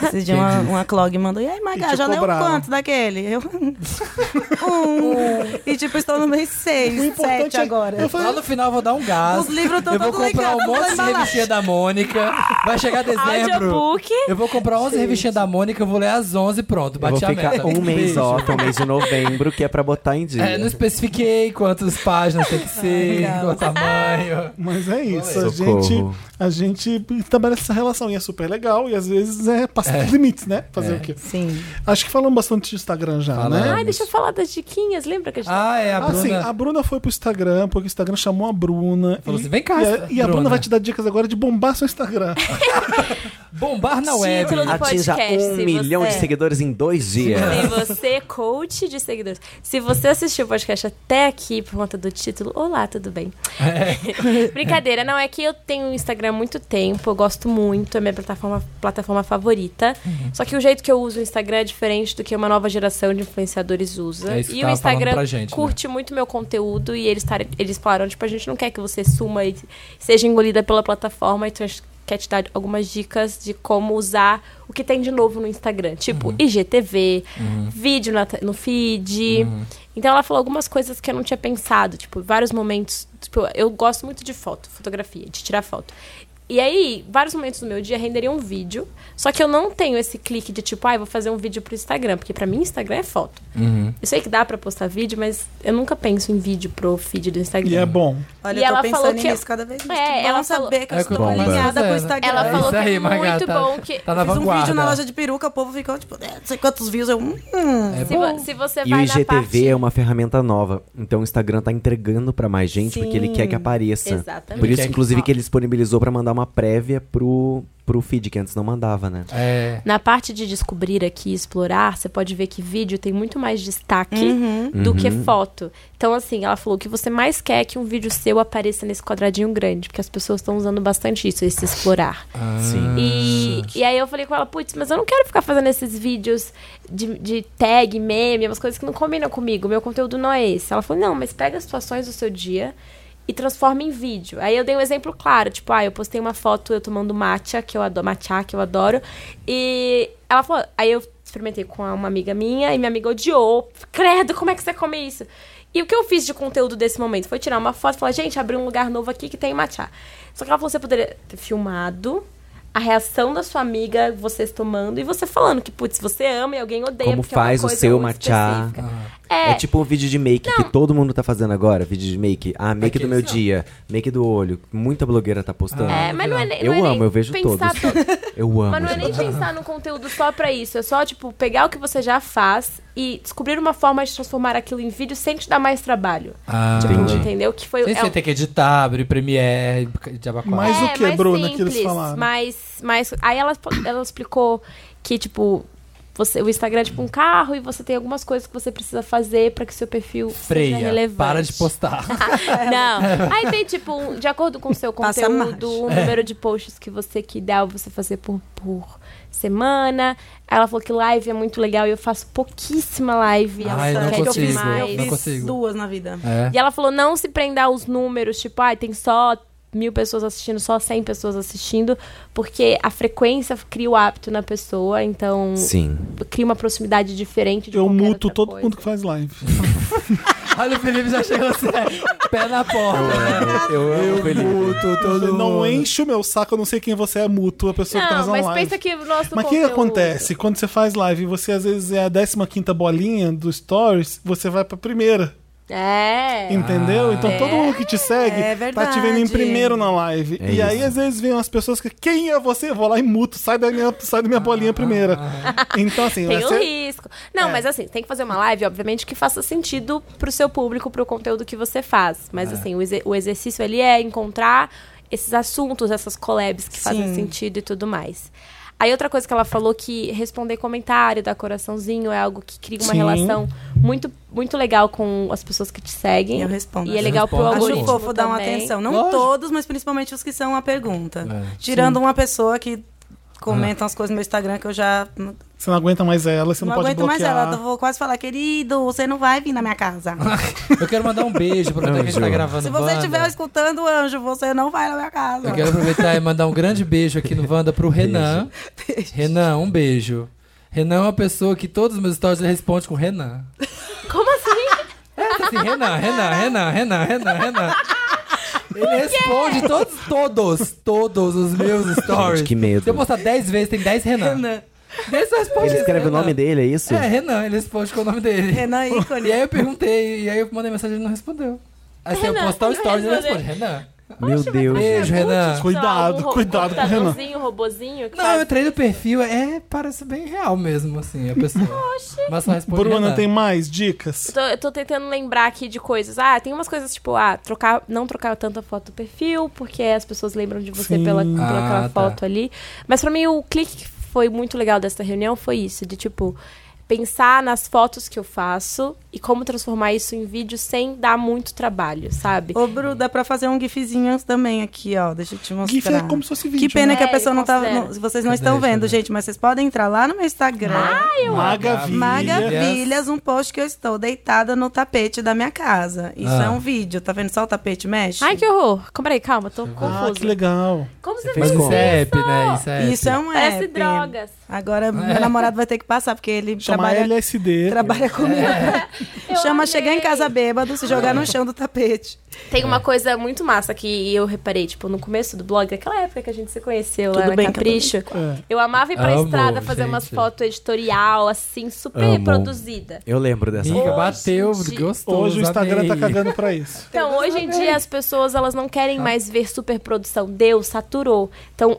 [SPEAKER 7] Esse dia uma,
[SPEAKER 4] Entendi.
[SPEAKER 7] uma Clog mandou, e aí,
[SPEAKER 8] E
[SPEAKER 7] Maga,
[SPEAKER 8] te
[SPEAKER 7] já leu
[SPEAKER 8] cobraram.
[SPEAKER 7] quanto daquele? Eu. um. e tipo, estou no mês
[SPEAKER 8] O
[SPEAKER 7] 6,
[SPEAKER 8] importante
[SPEAKER 7] 7
[SPEAKER 8] é-
[SPEAKER 7] agora.
[SPEAKER 8] eu
[SPEAKER 4] Lá
[SPEAKER 8] falei,
[SPEAKER 4] no final eu vou dar um gás.
[SPEAKER 7] Os livros estão
[SPEAKER 4] Eu vou
[SPEAKER 7] todos
[SPEAKER 4] comprar
[SPEAKER 7] ligados
[SPEAKER 4] um monte de
[SPEAKER 7] na embalagem.
[SPEAKER 4] revistinha da Mônica. Vai chegar dezembro.
[SPEAKER 6] Audiobook.
[SPEAKER 4] Eu vou comprar 11 revistinhas da Mônica, eu vou ler as 11 pronto.
[SPEAKER 5] Eu vou
[SPEAKER 4] Bati a
[SPEAKER 5] ficar
[SPEAKER 4] meta.
[SPEAKER 5] um mês
[SPEAKER 4] Beijo.
[SPEAKER 5] off, um mês de novembro, que é pra botar em dia.
[SPEAKER 4] É, não especifiquei quantas páginas tem que ser,
[SPEAKER 7] Ai,
[SPEAKER 4] qual tamanho.
[SPEAKER 8] mas é isso, a
[SPEAKER 5] Socorro.
[SPEAKER 8] gente, a gente estabelece essa relação e é super legal e às vezes é passar dos limites, né? Fazer o quê?
[SPEAKER 7] Sim.
[SPEAKER 8] Acho que falamos bastante de Instagram
[SPEAKER 5] Ah,
[SPEAKER 8] já,
[SPEAKER 4] Falamos.
[SPEAKER 8] né?
[SPEAKER 6] Ai, deixa eu falar das diquinhas. Lembra que a gente
[SPEAKER 4] Ah, é, a
[SPEAKER 8] Ah, sim,
[SPEAKER 4] Bruna.
[SPEAKER 8] a Bruna foi pro Instagram, porque o Instagram chamou a Bruna.
[SPEAKER 4] Falou
[SPEAKER 8] e-
[SPEAKER 4] assim, "Vem cá,
[SPEAKER 8] E a, e a Bruna.
[SPEAKER 4] Bruna
[SPEAKER 8] vai te dar dicas agora de bombar seu Instagram.
[SPEAKER 4] Bombar na web. É
[SPEAKER 6] Título do
[SPEAKER 5] Atinja
[SPEAKER 6] podcast,
[SPEAKER 5] um
[SPEAKER 6] se
[SPEAKER 5] milhão
[SPEAKER 6] você- é.
[SPEAKER 5] de seguidores em dois dias.
[SPEAKER 6] Se você, é coach de seguidores, se você assistiu o podcast até aqui por conta do título, olá, tudo bem? Brincadeira, não, é que eu tenho um Instagram há muito tempo, eu gosto muito, é minha plataforma, plataforma favorita.
[SPEAKER 4] Uhum.
[SPEAKER 6] Só que o jeito que eu uso o Instagram é diferente do que uma nova geração de influenciadores usa.
[SPEAKER 4] É isso que
[SPEAKER 6] e
[SPEAKER 4] tava
[SPEAKER 6] o
[SPEAKER 4] falando
[SPEAKER 6] Instagram
[SPEAKER 4] pra gente, né?
[SPEAKER 6] curte muito meu conteúdo e eles, tar- eles falaram, tipo, a gente não quer que você suma e seja engolida pela plataforma, então a gente quer te dar algumas dicas de como usar o que tem de novo no Instagram. Tipo, IGTV, vídeo na te- no feed. Então ela falou algumas coisas que eu não tinha pensado, tipo, vários momentos. Tipo, eu gosto muito de foto, fotografia, de tirar foto. E aí, vários momentos do meu dia renderia um vídeo, só que eu não tenho esse clique de tipo, ah, eu vou fazer um vídeo pro Instagram, porque pra mim Instagram é foto. Eu sei que dá pra postar vídeo, mas eu nunca penso em vídeo pro feed do Instagram.
[SPEAKER 8] e é bom.
[SPEAKER 6] E
[SPEAKER 7] Olha, eu tô
[SPEAKER 6] ela
[SPEAKER 7] pensando
[SPEAKER 6] falou que-
[SPEAKER 7] nisso cada vez mais.
[SPEAKER 6] É,
[SPEAKER 7] que bom
[SPEAKER 6] ela
[SPEAKER 7] saber
[SPEAKER 6] falou-
[SPEAKER 7] que eu
[SPEAKER 4] É o que eu
[SPEAKER 7] estou
[SPEAKER 5] tô pensando.
[SPEAKER 7] alinhada com o
[SPEAKER 4] Ela
[SPEAKER 7] Instagram.
[SPEAKER 6] Ela
[SPEAKER 4] É
[SPEAKER 6] falou
[SPEAKER 4] isso aí,
[SPEAKER 6] que é
[SPEAKER 4] Maga,
[SPEAKER 6] muito
[SPEAKER 4] tá-
[SPEAKER 6] bom que
[SPEAKER 4] tá na
[SPEAKER 7] Fiz um
[SPEAKER 4] vanguarda.
[SPEAKER 7] vídeo na loja de peruca, o povo ficou tipo, "É, não sei quantos views. Eu, hum,
[SPEAKER 4] É
[SPEAKER 6] se, vo- se você
[SPEAKER 5] E o
[SPEAKER 6] vai na
[SPEAKER 5] IGTV
[SPEAKER 6] parte...
[SPEAKER 5] é uma ferramenta nova. Então o Instagram tá entregando pra mais gente porque ele
[SPEAKER 6] Sim.
[SPEAKER 5] quer que apareça.
[SPEAKER 6] Exatamente.
[SPEAKER 5] Por
[SPEAKER 4] Ele
[SPEAKER 5] isso,
[SPEAKER 4] quer que-
[SPEAKER 5] inclusive, que ele disponibilizou pra mandar uma prévia pro, pro feed, que antes não mandava, né?
[SPEAKER 4] É.
[SPEAKER 6] Na parte de descobrir aqui, explorar, você pode ver que vídeo tem muito mais destaque
[SPEAKER 5] Uhum.
[SPEAKER 6] do que foto. Então, assim, ela falou que você mais quer que um vídeo seu apareça nesse quadradinho grande, porque as pessoas estão usando bastante isso, esse explorar.
[SPEAKER 5] Sim.
[SPEAKER 6] E, e aí eu falei com ela, putz, mas eu não quero ficar fazendo esses vídeos de, de tag, meme, umas coisas que não combinam comigo. Meu conteúdo não é esse. Ela falou, não, mas pega as situações do seu dia e transforma em vídeo. Aí eu dei um exemplo claro, tipo, ah, eu postei uma foto eu tomando matcha, que eu adoro, matcha, que eu adoro. E ela falou, aí eu experimentei com uma amiga minha e minha amiga odiou. Credo, como é que você come isso? E o que eu fiz de conteúdo desse momento foi tirar uma foto e falar, gente, abri um lugar novo aqui que tem matcha. Só que ela falou, você poderia ter filmado a reação da sua amiga, vocês tomando, e você falando que, putz, você ama e alguém odeia.
[SPEAKER 5] Como
[SPEAKER 6] porque
[SPEAKER 5] faz
[SPEAKER 6] é uma
[SPEAKER 5] o
[SPEAKER 6] coisa
[SPEAKER 5] seu
[SPEAKER 6] muito
[SPEAKER 5] matcha.
[SPEAKER 6] específica.
[SPEAKER 5] É.
[SPEAKER 6] É,
[SPEAKER 5] tipo um vídeo de make que todo mundo tá fazendo agora. Vídeo de make. Ah, make do meu dia. Make do olho. Muita blogueira tá postando.
[SPEAKER 6] é, mas não é, nem-
[SPEAKER 5] eu
[SPEAKER 6] não é
[SPEAKER 5] amo,
[SPEAKER 6] nem
[SPEAKER 5] eu vejo todos.
[SPEAKER 6] pensar todo-
[SPEAKER 5] Eu amo.
[SPEAKER 6] Mas não é
[SPEAKER 5] gente.
[SPEAKER 6] nem pensar num conteúdo só pra isso. É só, tipo, pegar o que você já faz e descobrir uma forma de transformar aquilo em vídeo sem te dar mais trabalho.
[SPEAKER 4] Ah,
[SPEAKER 6] Tipo,
[SPEAKER 5] Entendi.
[SPEAKER 6] entendeu? Que foi
[SPEAKER 4] Sem
[SPEAKER 6] é
[SPEAKER 4] você
[SPEAKER 6] um-
[SPEAKER 4] ter que editar, abrir Premiere, Jabacó.
[SPEAKER 8] Mas o que,
[SPEAKER 6] É, mais
[SPEAKER 8] Bruna, que eles
[SPEAKER 6] simples,
[SPEAKER 8] falaram?
[SPEAKER 6] Mais, mais, aí ela, ela explicou que, tipo, você, o Instagram é tipo um carro e você tem algumas coisas que você precisa fazer pra que seu perfil seja
[SPEAKER 4] Freia,
[SPEAKER 6] relevante.
[SPEAKER 4] para de postar.
[SPEAKER 6] Não. Aí tem, tipo, um- de acordo com o seu
[SPEAKER 7] Passa a marcha.
[SPEAKER 6] conteúdo, o número de posts que você que dá você fazer por, por semana. Aí Ela falou que live é muito legal e eu faço pouquíssima live. Ela
[SPEAKER 4] Ai,
[SPEAKER 6] só
[SPEAKER 4] não
[SPEAKER 6] quer que eu
[SPEAKER 4] consigo,
[SPEAKER 6] fiz
[SPEAKER 4] não
[SPEAKER 6] mais.
[SPEAKER 7] eu fiz
[SPEAKER 4] consigo.
[SPEAKER 7] duas na vida.
[SPEAKER 4] É.
[SPEAKER 6] E ela falou não se prender aos números, tipo, ai, tem só mil pessoas assistindo, só 100 pessoas assistindo, porque a frequência cria o hábito na pessoa, então
[SPEAKER 5] Sim.
[SPEAKER 6] cria uma proximidade diferente de
[SPEAKER 8] Eu
[SPEAKER 6] qualquer
[SPEAKER 8] muto
[SPEAKER 6] outra
[SPEAKER 8] todo
[SPEAKER 6] coisa.
[SPEAKER 8] mundo que faz live.
[SPEAKER 4] Olha, o Felipe já chegou assim, pé na porta. né?
[SPEAKER 5] Eu amo o Felipe.
[SPEAKER 4] Puto, todo
[SPEAKER 8] Não
[SPEAKER 4] mundo.
[SPEAKER 8] enche o meu saco, eu não sei quem você é mútuo, a pessoa que
[SPEAKER 6] Não,
[SPEAKER 8] traz
[SPEAKER 6] mas
[SPEAKER 8] online.
[SPEAKER 6] pensa que o nosso
[SPEAKER 8] Mas o que
[SPEAKER 6] conteúdo-
[SPEAKER 8] acontece? Quando você faz live e você às vezes é a 15 quinta bolinha do Stories, você vai pra primeira.
[SPEAKER 6] É.
[SPEAKER 8] Entendeu? Então todo mundo que te segue
[SPEAKER 7] É
[SPEAKER 8] tá te vendo em
[SPEAKER 7] verdade.
[SPEAKER 8] primeiro na live.
[SPEAKER 5] É
[SPEAKER 8] e aí
[SPEAKER 5] isso.
[SPEAKER 8] às vezes vem umas pessoas que quem é você? Eu vou lá e muto, sai da minha, sai da minha
[SPEAKER 4] Ah.
[SPEAKER 8] bolinha primeira. Então assim,
[SPEAKER 6] Tem o
[SPEAKER 8] você-
[SPEAKER 6] risco. Não, mas assim, tem que fazer uma live, obviamente, que faça sentido pro seu público, pro conteúdo que você faz. Mas assim, o, exe- o exercício ali é encontrar esses assuntos, essas collabs que fazem
[SPEAKER 7] Sim.
[SPEAKER 6] sentido e tudo mais. Aí outra coisa que ela falou que responder comentário, dar coraçãozinho, é algo que cria uma
[SPEAKER 8] Sim.
[SPEAKER 6] relação muito, muito legal com as pessoas que te seguem.
[SPEAKER 7] Eu respondo.
[SPEAKER 6] E é legal pro
[SPEAKER 4] Respondo.
[SPEAKER 7] Acho
[SPEAKER 6] algoritmo
[SPEAKER 7] fofo dar uma
[SPEAKER 6] também.
[SPEAKER 7] atenção. Não
[SPEAKER 4] Lógico.
[SPEAKER 7] todos, mas principalmente os que são a pergunta.
[SPEAKER 4] É.
[SPEAKER 7] Tirando uma pessoa que comentam as coisas no meu Instagram que eu já não,
[SPEAKER 8] Você não aguenta mais ela, você não, pode
[SPEAKER 7] aguento mais
[SPEAKER 6] tá
[SPEAKER 8] bloquear.
[SPEAKER 7] ela. Eu vou quase falar, querido, você não vai vir na minha casa.
[SPEAKER 5] Ah.
[SPEAKER 4] Eu quero mandar um beijo pra quem
[SPEAKER 5] Anjo.
[SPEAKER 4] tá gravando.
[SPEAKER 7] Se você
[SPEAKER 4] Wanda.
[SPEAKER 7] estiver escutando, anjo, você não vai na minha casa.
[SPEAKER 4] Eu quero aproveitar e mandar um grande beijo aqui no Wanda pro Renan. Renan, um beijo. Renan é uma pessoa que todos os meus stories ele responde com Renan.
[SPEAKER 6] Como assim?
[SPEAKER 4] É tá assim, Renan, Renan, Renan, Renan, Renan, Renan. Ele responde todos, todos, todos os meus stories.
[SPEAKER 5] Gente, que medo.
[SPEAKER 4] Se eu postar 10 vezes, tem 10 Renan.
[SPEAKER 7] Renan.
[SPEAKER 4] Daí só responde
[SPEAKER 5] Ele
[SPEAKER 4] isso,
[SPEAKER 5] escreve o
[SPEAKER 4] Renan.
[SPEAKER 5] nome dele, é isso?
[SPEAKER 4] É, Renan, ele responde com o nome dele.
[SPEAKER 7] Renan
[SPEAKER 4] E aí
[SPEAKER 7] ícone.
[SPEAKER 4] eu perguntei, e aí eu mandei mensagem e ele não respondeu. Aí se eu
[SPEAKER 6] Renan,
[SPEAKER 4] postar o
[SPEAKER 6] ele
[SPEAKER 4] story, ele
[SPEAKER 6] respondeu.
[SPEAKER 4] responde, Renan.
[SPEAKER 5] Meu Deus.
[SPEAKER 6] é.
[SPEAKER 4] Beijo, Renan.
[SPEAKER 8] Cuidado,
[SPEAKER 6] Só algum ro-
[SPEAKER 8] cuidado com o Renan.
[SPEAKER 6] computadorzinho, robozinho que
[SPEAKER 4] Não, eu
[SPEAKER 6] faz-
[SPEAKER 4] entrei no perfil, é, parece bem real mesmo, assim, a pessoa.
[SPEAKER 6] Oxi.
[SPEAKER 4] Mas só responde
[SPEAKER 8] Bruna,
[SPEAKER 4] Renan.
[SPEAKER 8] tem mais dicas?
[SPEAKER 6] Eu tô, eu tô tentando lembrar aqui de coisas. Ah, tem umas coisas tipo, ah, trocar, não trocar tanta foto do perfil, porque as pessoas lembram de você
[SPEAKER 8] Sim.
[SPEAKER 6] pela, pela
[SPEAKER 4] Ah,
[SPEAKER 6] aquela
[SPEAKER 4] tá.
[SPEAKER 6] foto ali. Mas pra mim o clique que foi muito legal dessa reunião foi isso, de tipo pensar nas fotos que eu faço e como transformar isso em vídeo sem dar muito trabalho, sabe?
[SPEAKER 7] Ô, Bru, dá pra fazer um gifzinho também aqui, ó. Deixa eu te mostrar.
[SPEAKER 8] GIF é como se fosse vídeo.
[SPEAKER 7] Que pena
[SPEAKER 8] né?
[SPEAKER 7] que a
[SPEAKER 6] É,
[SPEAKER 7] pessoa
[SPEAKER 6] ele
[SPEAKER 7] não tá.
[SPEAKER 6] considera.
[SPEAKER 7] não- vocês não
[SPEAKER 4] Cadê?
[SPEAKER 7] estão vendo,
[SPEAKER 4] Cadê?
[SPEAKER 7] gente, mas vocês podem entrar lá no meu Instagram.
[SPEAKER 8] Magavilha.
[SPEAKER 4] Magavilha.
[SPEAKER 7] Magavilhas, um post que eu estou deitada no tapete da minha casa. Isso
[SPEAKER 4] Ah.
[SPEAKER 7] é um vídeo, tá vendo? Só o tapete mexe?
[SPEAKER 6] Ai, que horror. Calma aí, calma, tô confusa.
[SPEAKER 8] Ah, que legal.
[SPEAKER 6] Como você
[SPEAKER 4] Mas
[SPEAKER 6] fez
[SPEAKER 4] isso é app, né? Isso é app.
[SPEAKER 7] Isso é um
[SPEAKER 6] Parece
[SPEAKER 7] app.
[SPEAKER 6] drogas.
[SPEAKER 7] Agora meu namorado vai ter que passar, porque ele
[SPEAKER 8] Chamar
[SPEAKER 7] trabalha,
[SPEAKER 8] LSD.
[SPEAKER 7] trabalha comigo.
[SPEAKER 6] Eu
[SPEAKER 7] Chama chegar em
[SPEAKER 6] amei.
[SPEAKER 7] casa bêbado, se jogar no chão do tapete.
[SPEAKER 6] Tem uma coisa muito massa que eu reparei, tipo, no começo do blog, daquela época que a gente se conheceu lá
[SPEAKER 7] Tudo
[SPEAKER 6] na
[SPEAKER 7] bem,
[SPEAKER 6] Capricho.
[SPEAKER 8] É.
[SPEAKER 6] Eu amava ir pra
[SPEAKER 4] Amo,
[SPEAKER 6] estrada fazer
[SPEAKER 4] gente.
[SPEAKER 6] umas fotos editorial, assim, super
[SPEAKER 5] Amo.
[SPEAKER 6] produzida.
[SPEAKER 5] Eu lembro dessa.
[SPEAKER 4] Amiga,
[SPEAKER 5] foto.
[SPEAKER 4] bateu,
[SPEAKER 6] gente.
[SPEAKER 4] gostou.
[SPEAKER 8] Hoje o Instagram tá cagando pra isso.
[SPEAKER 6] Então, hoje em dia as pessoas, elas não querem mais ver super produção. Deus, saturou. Então,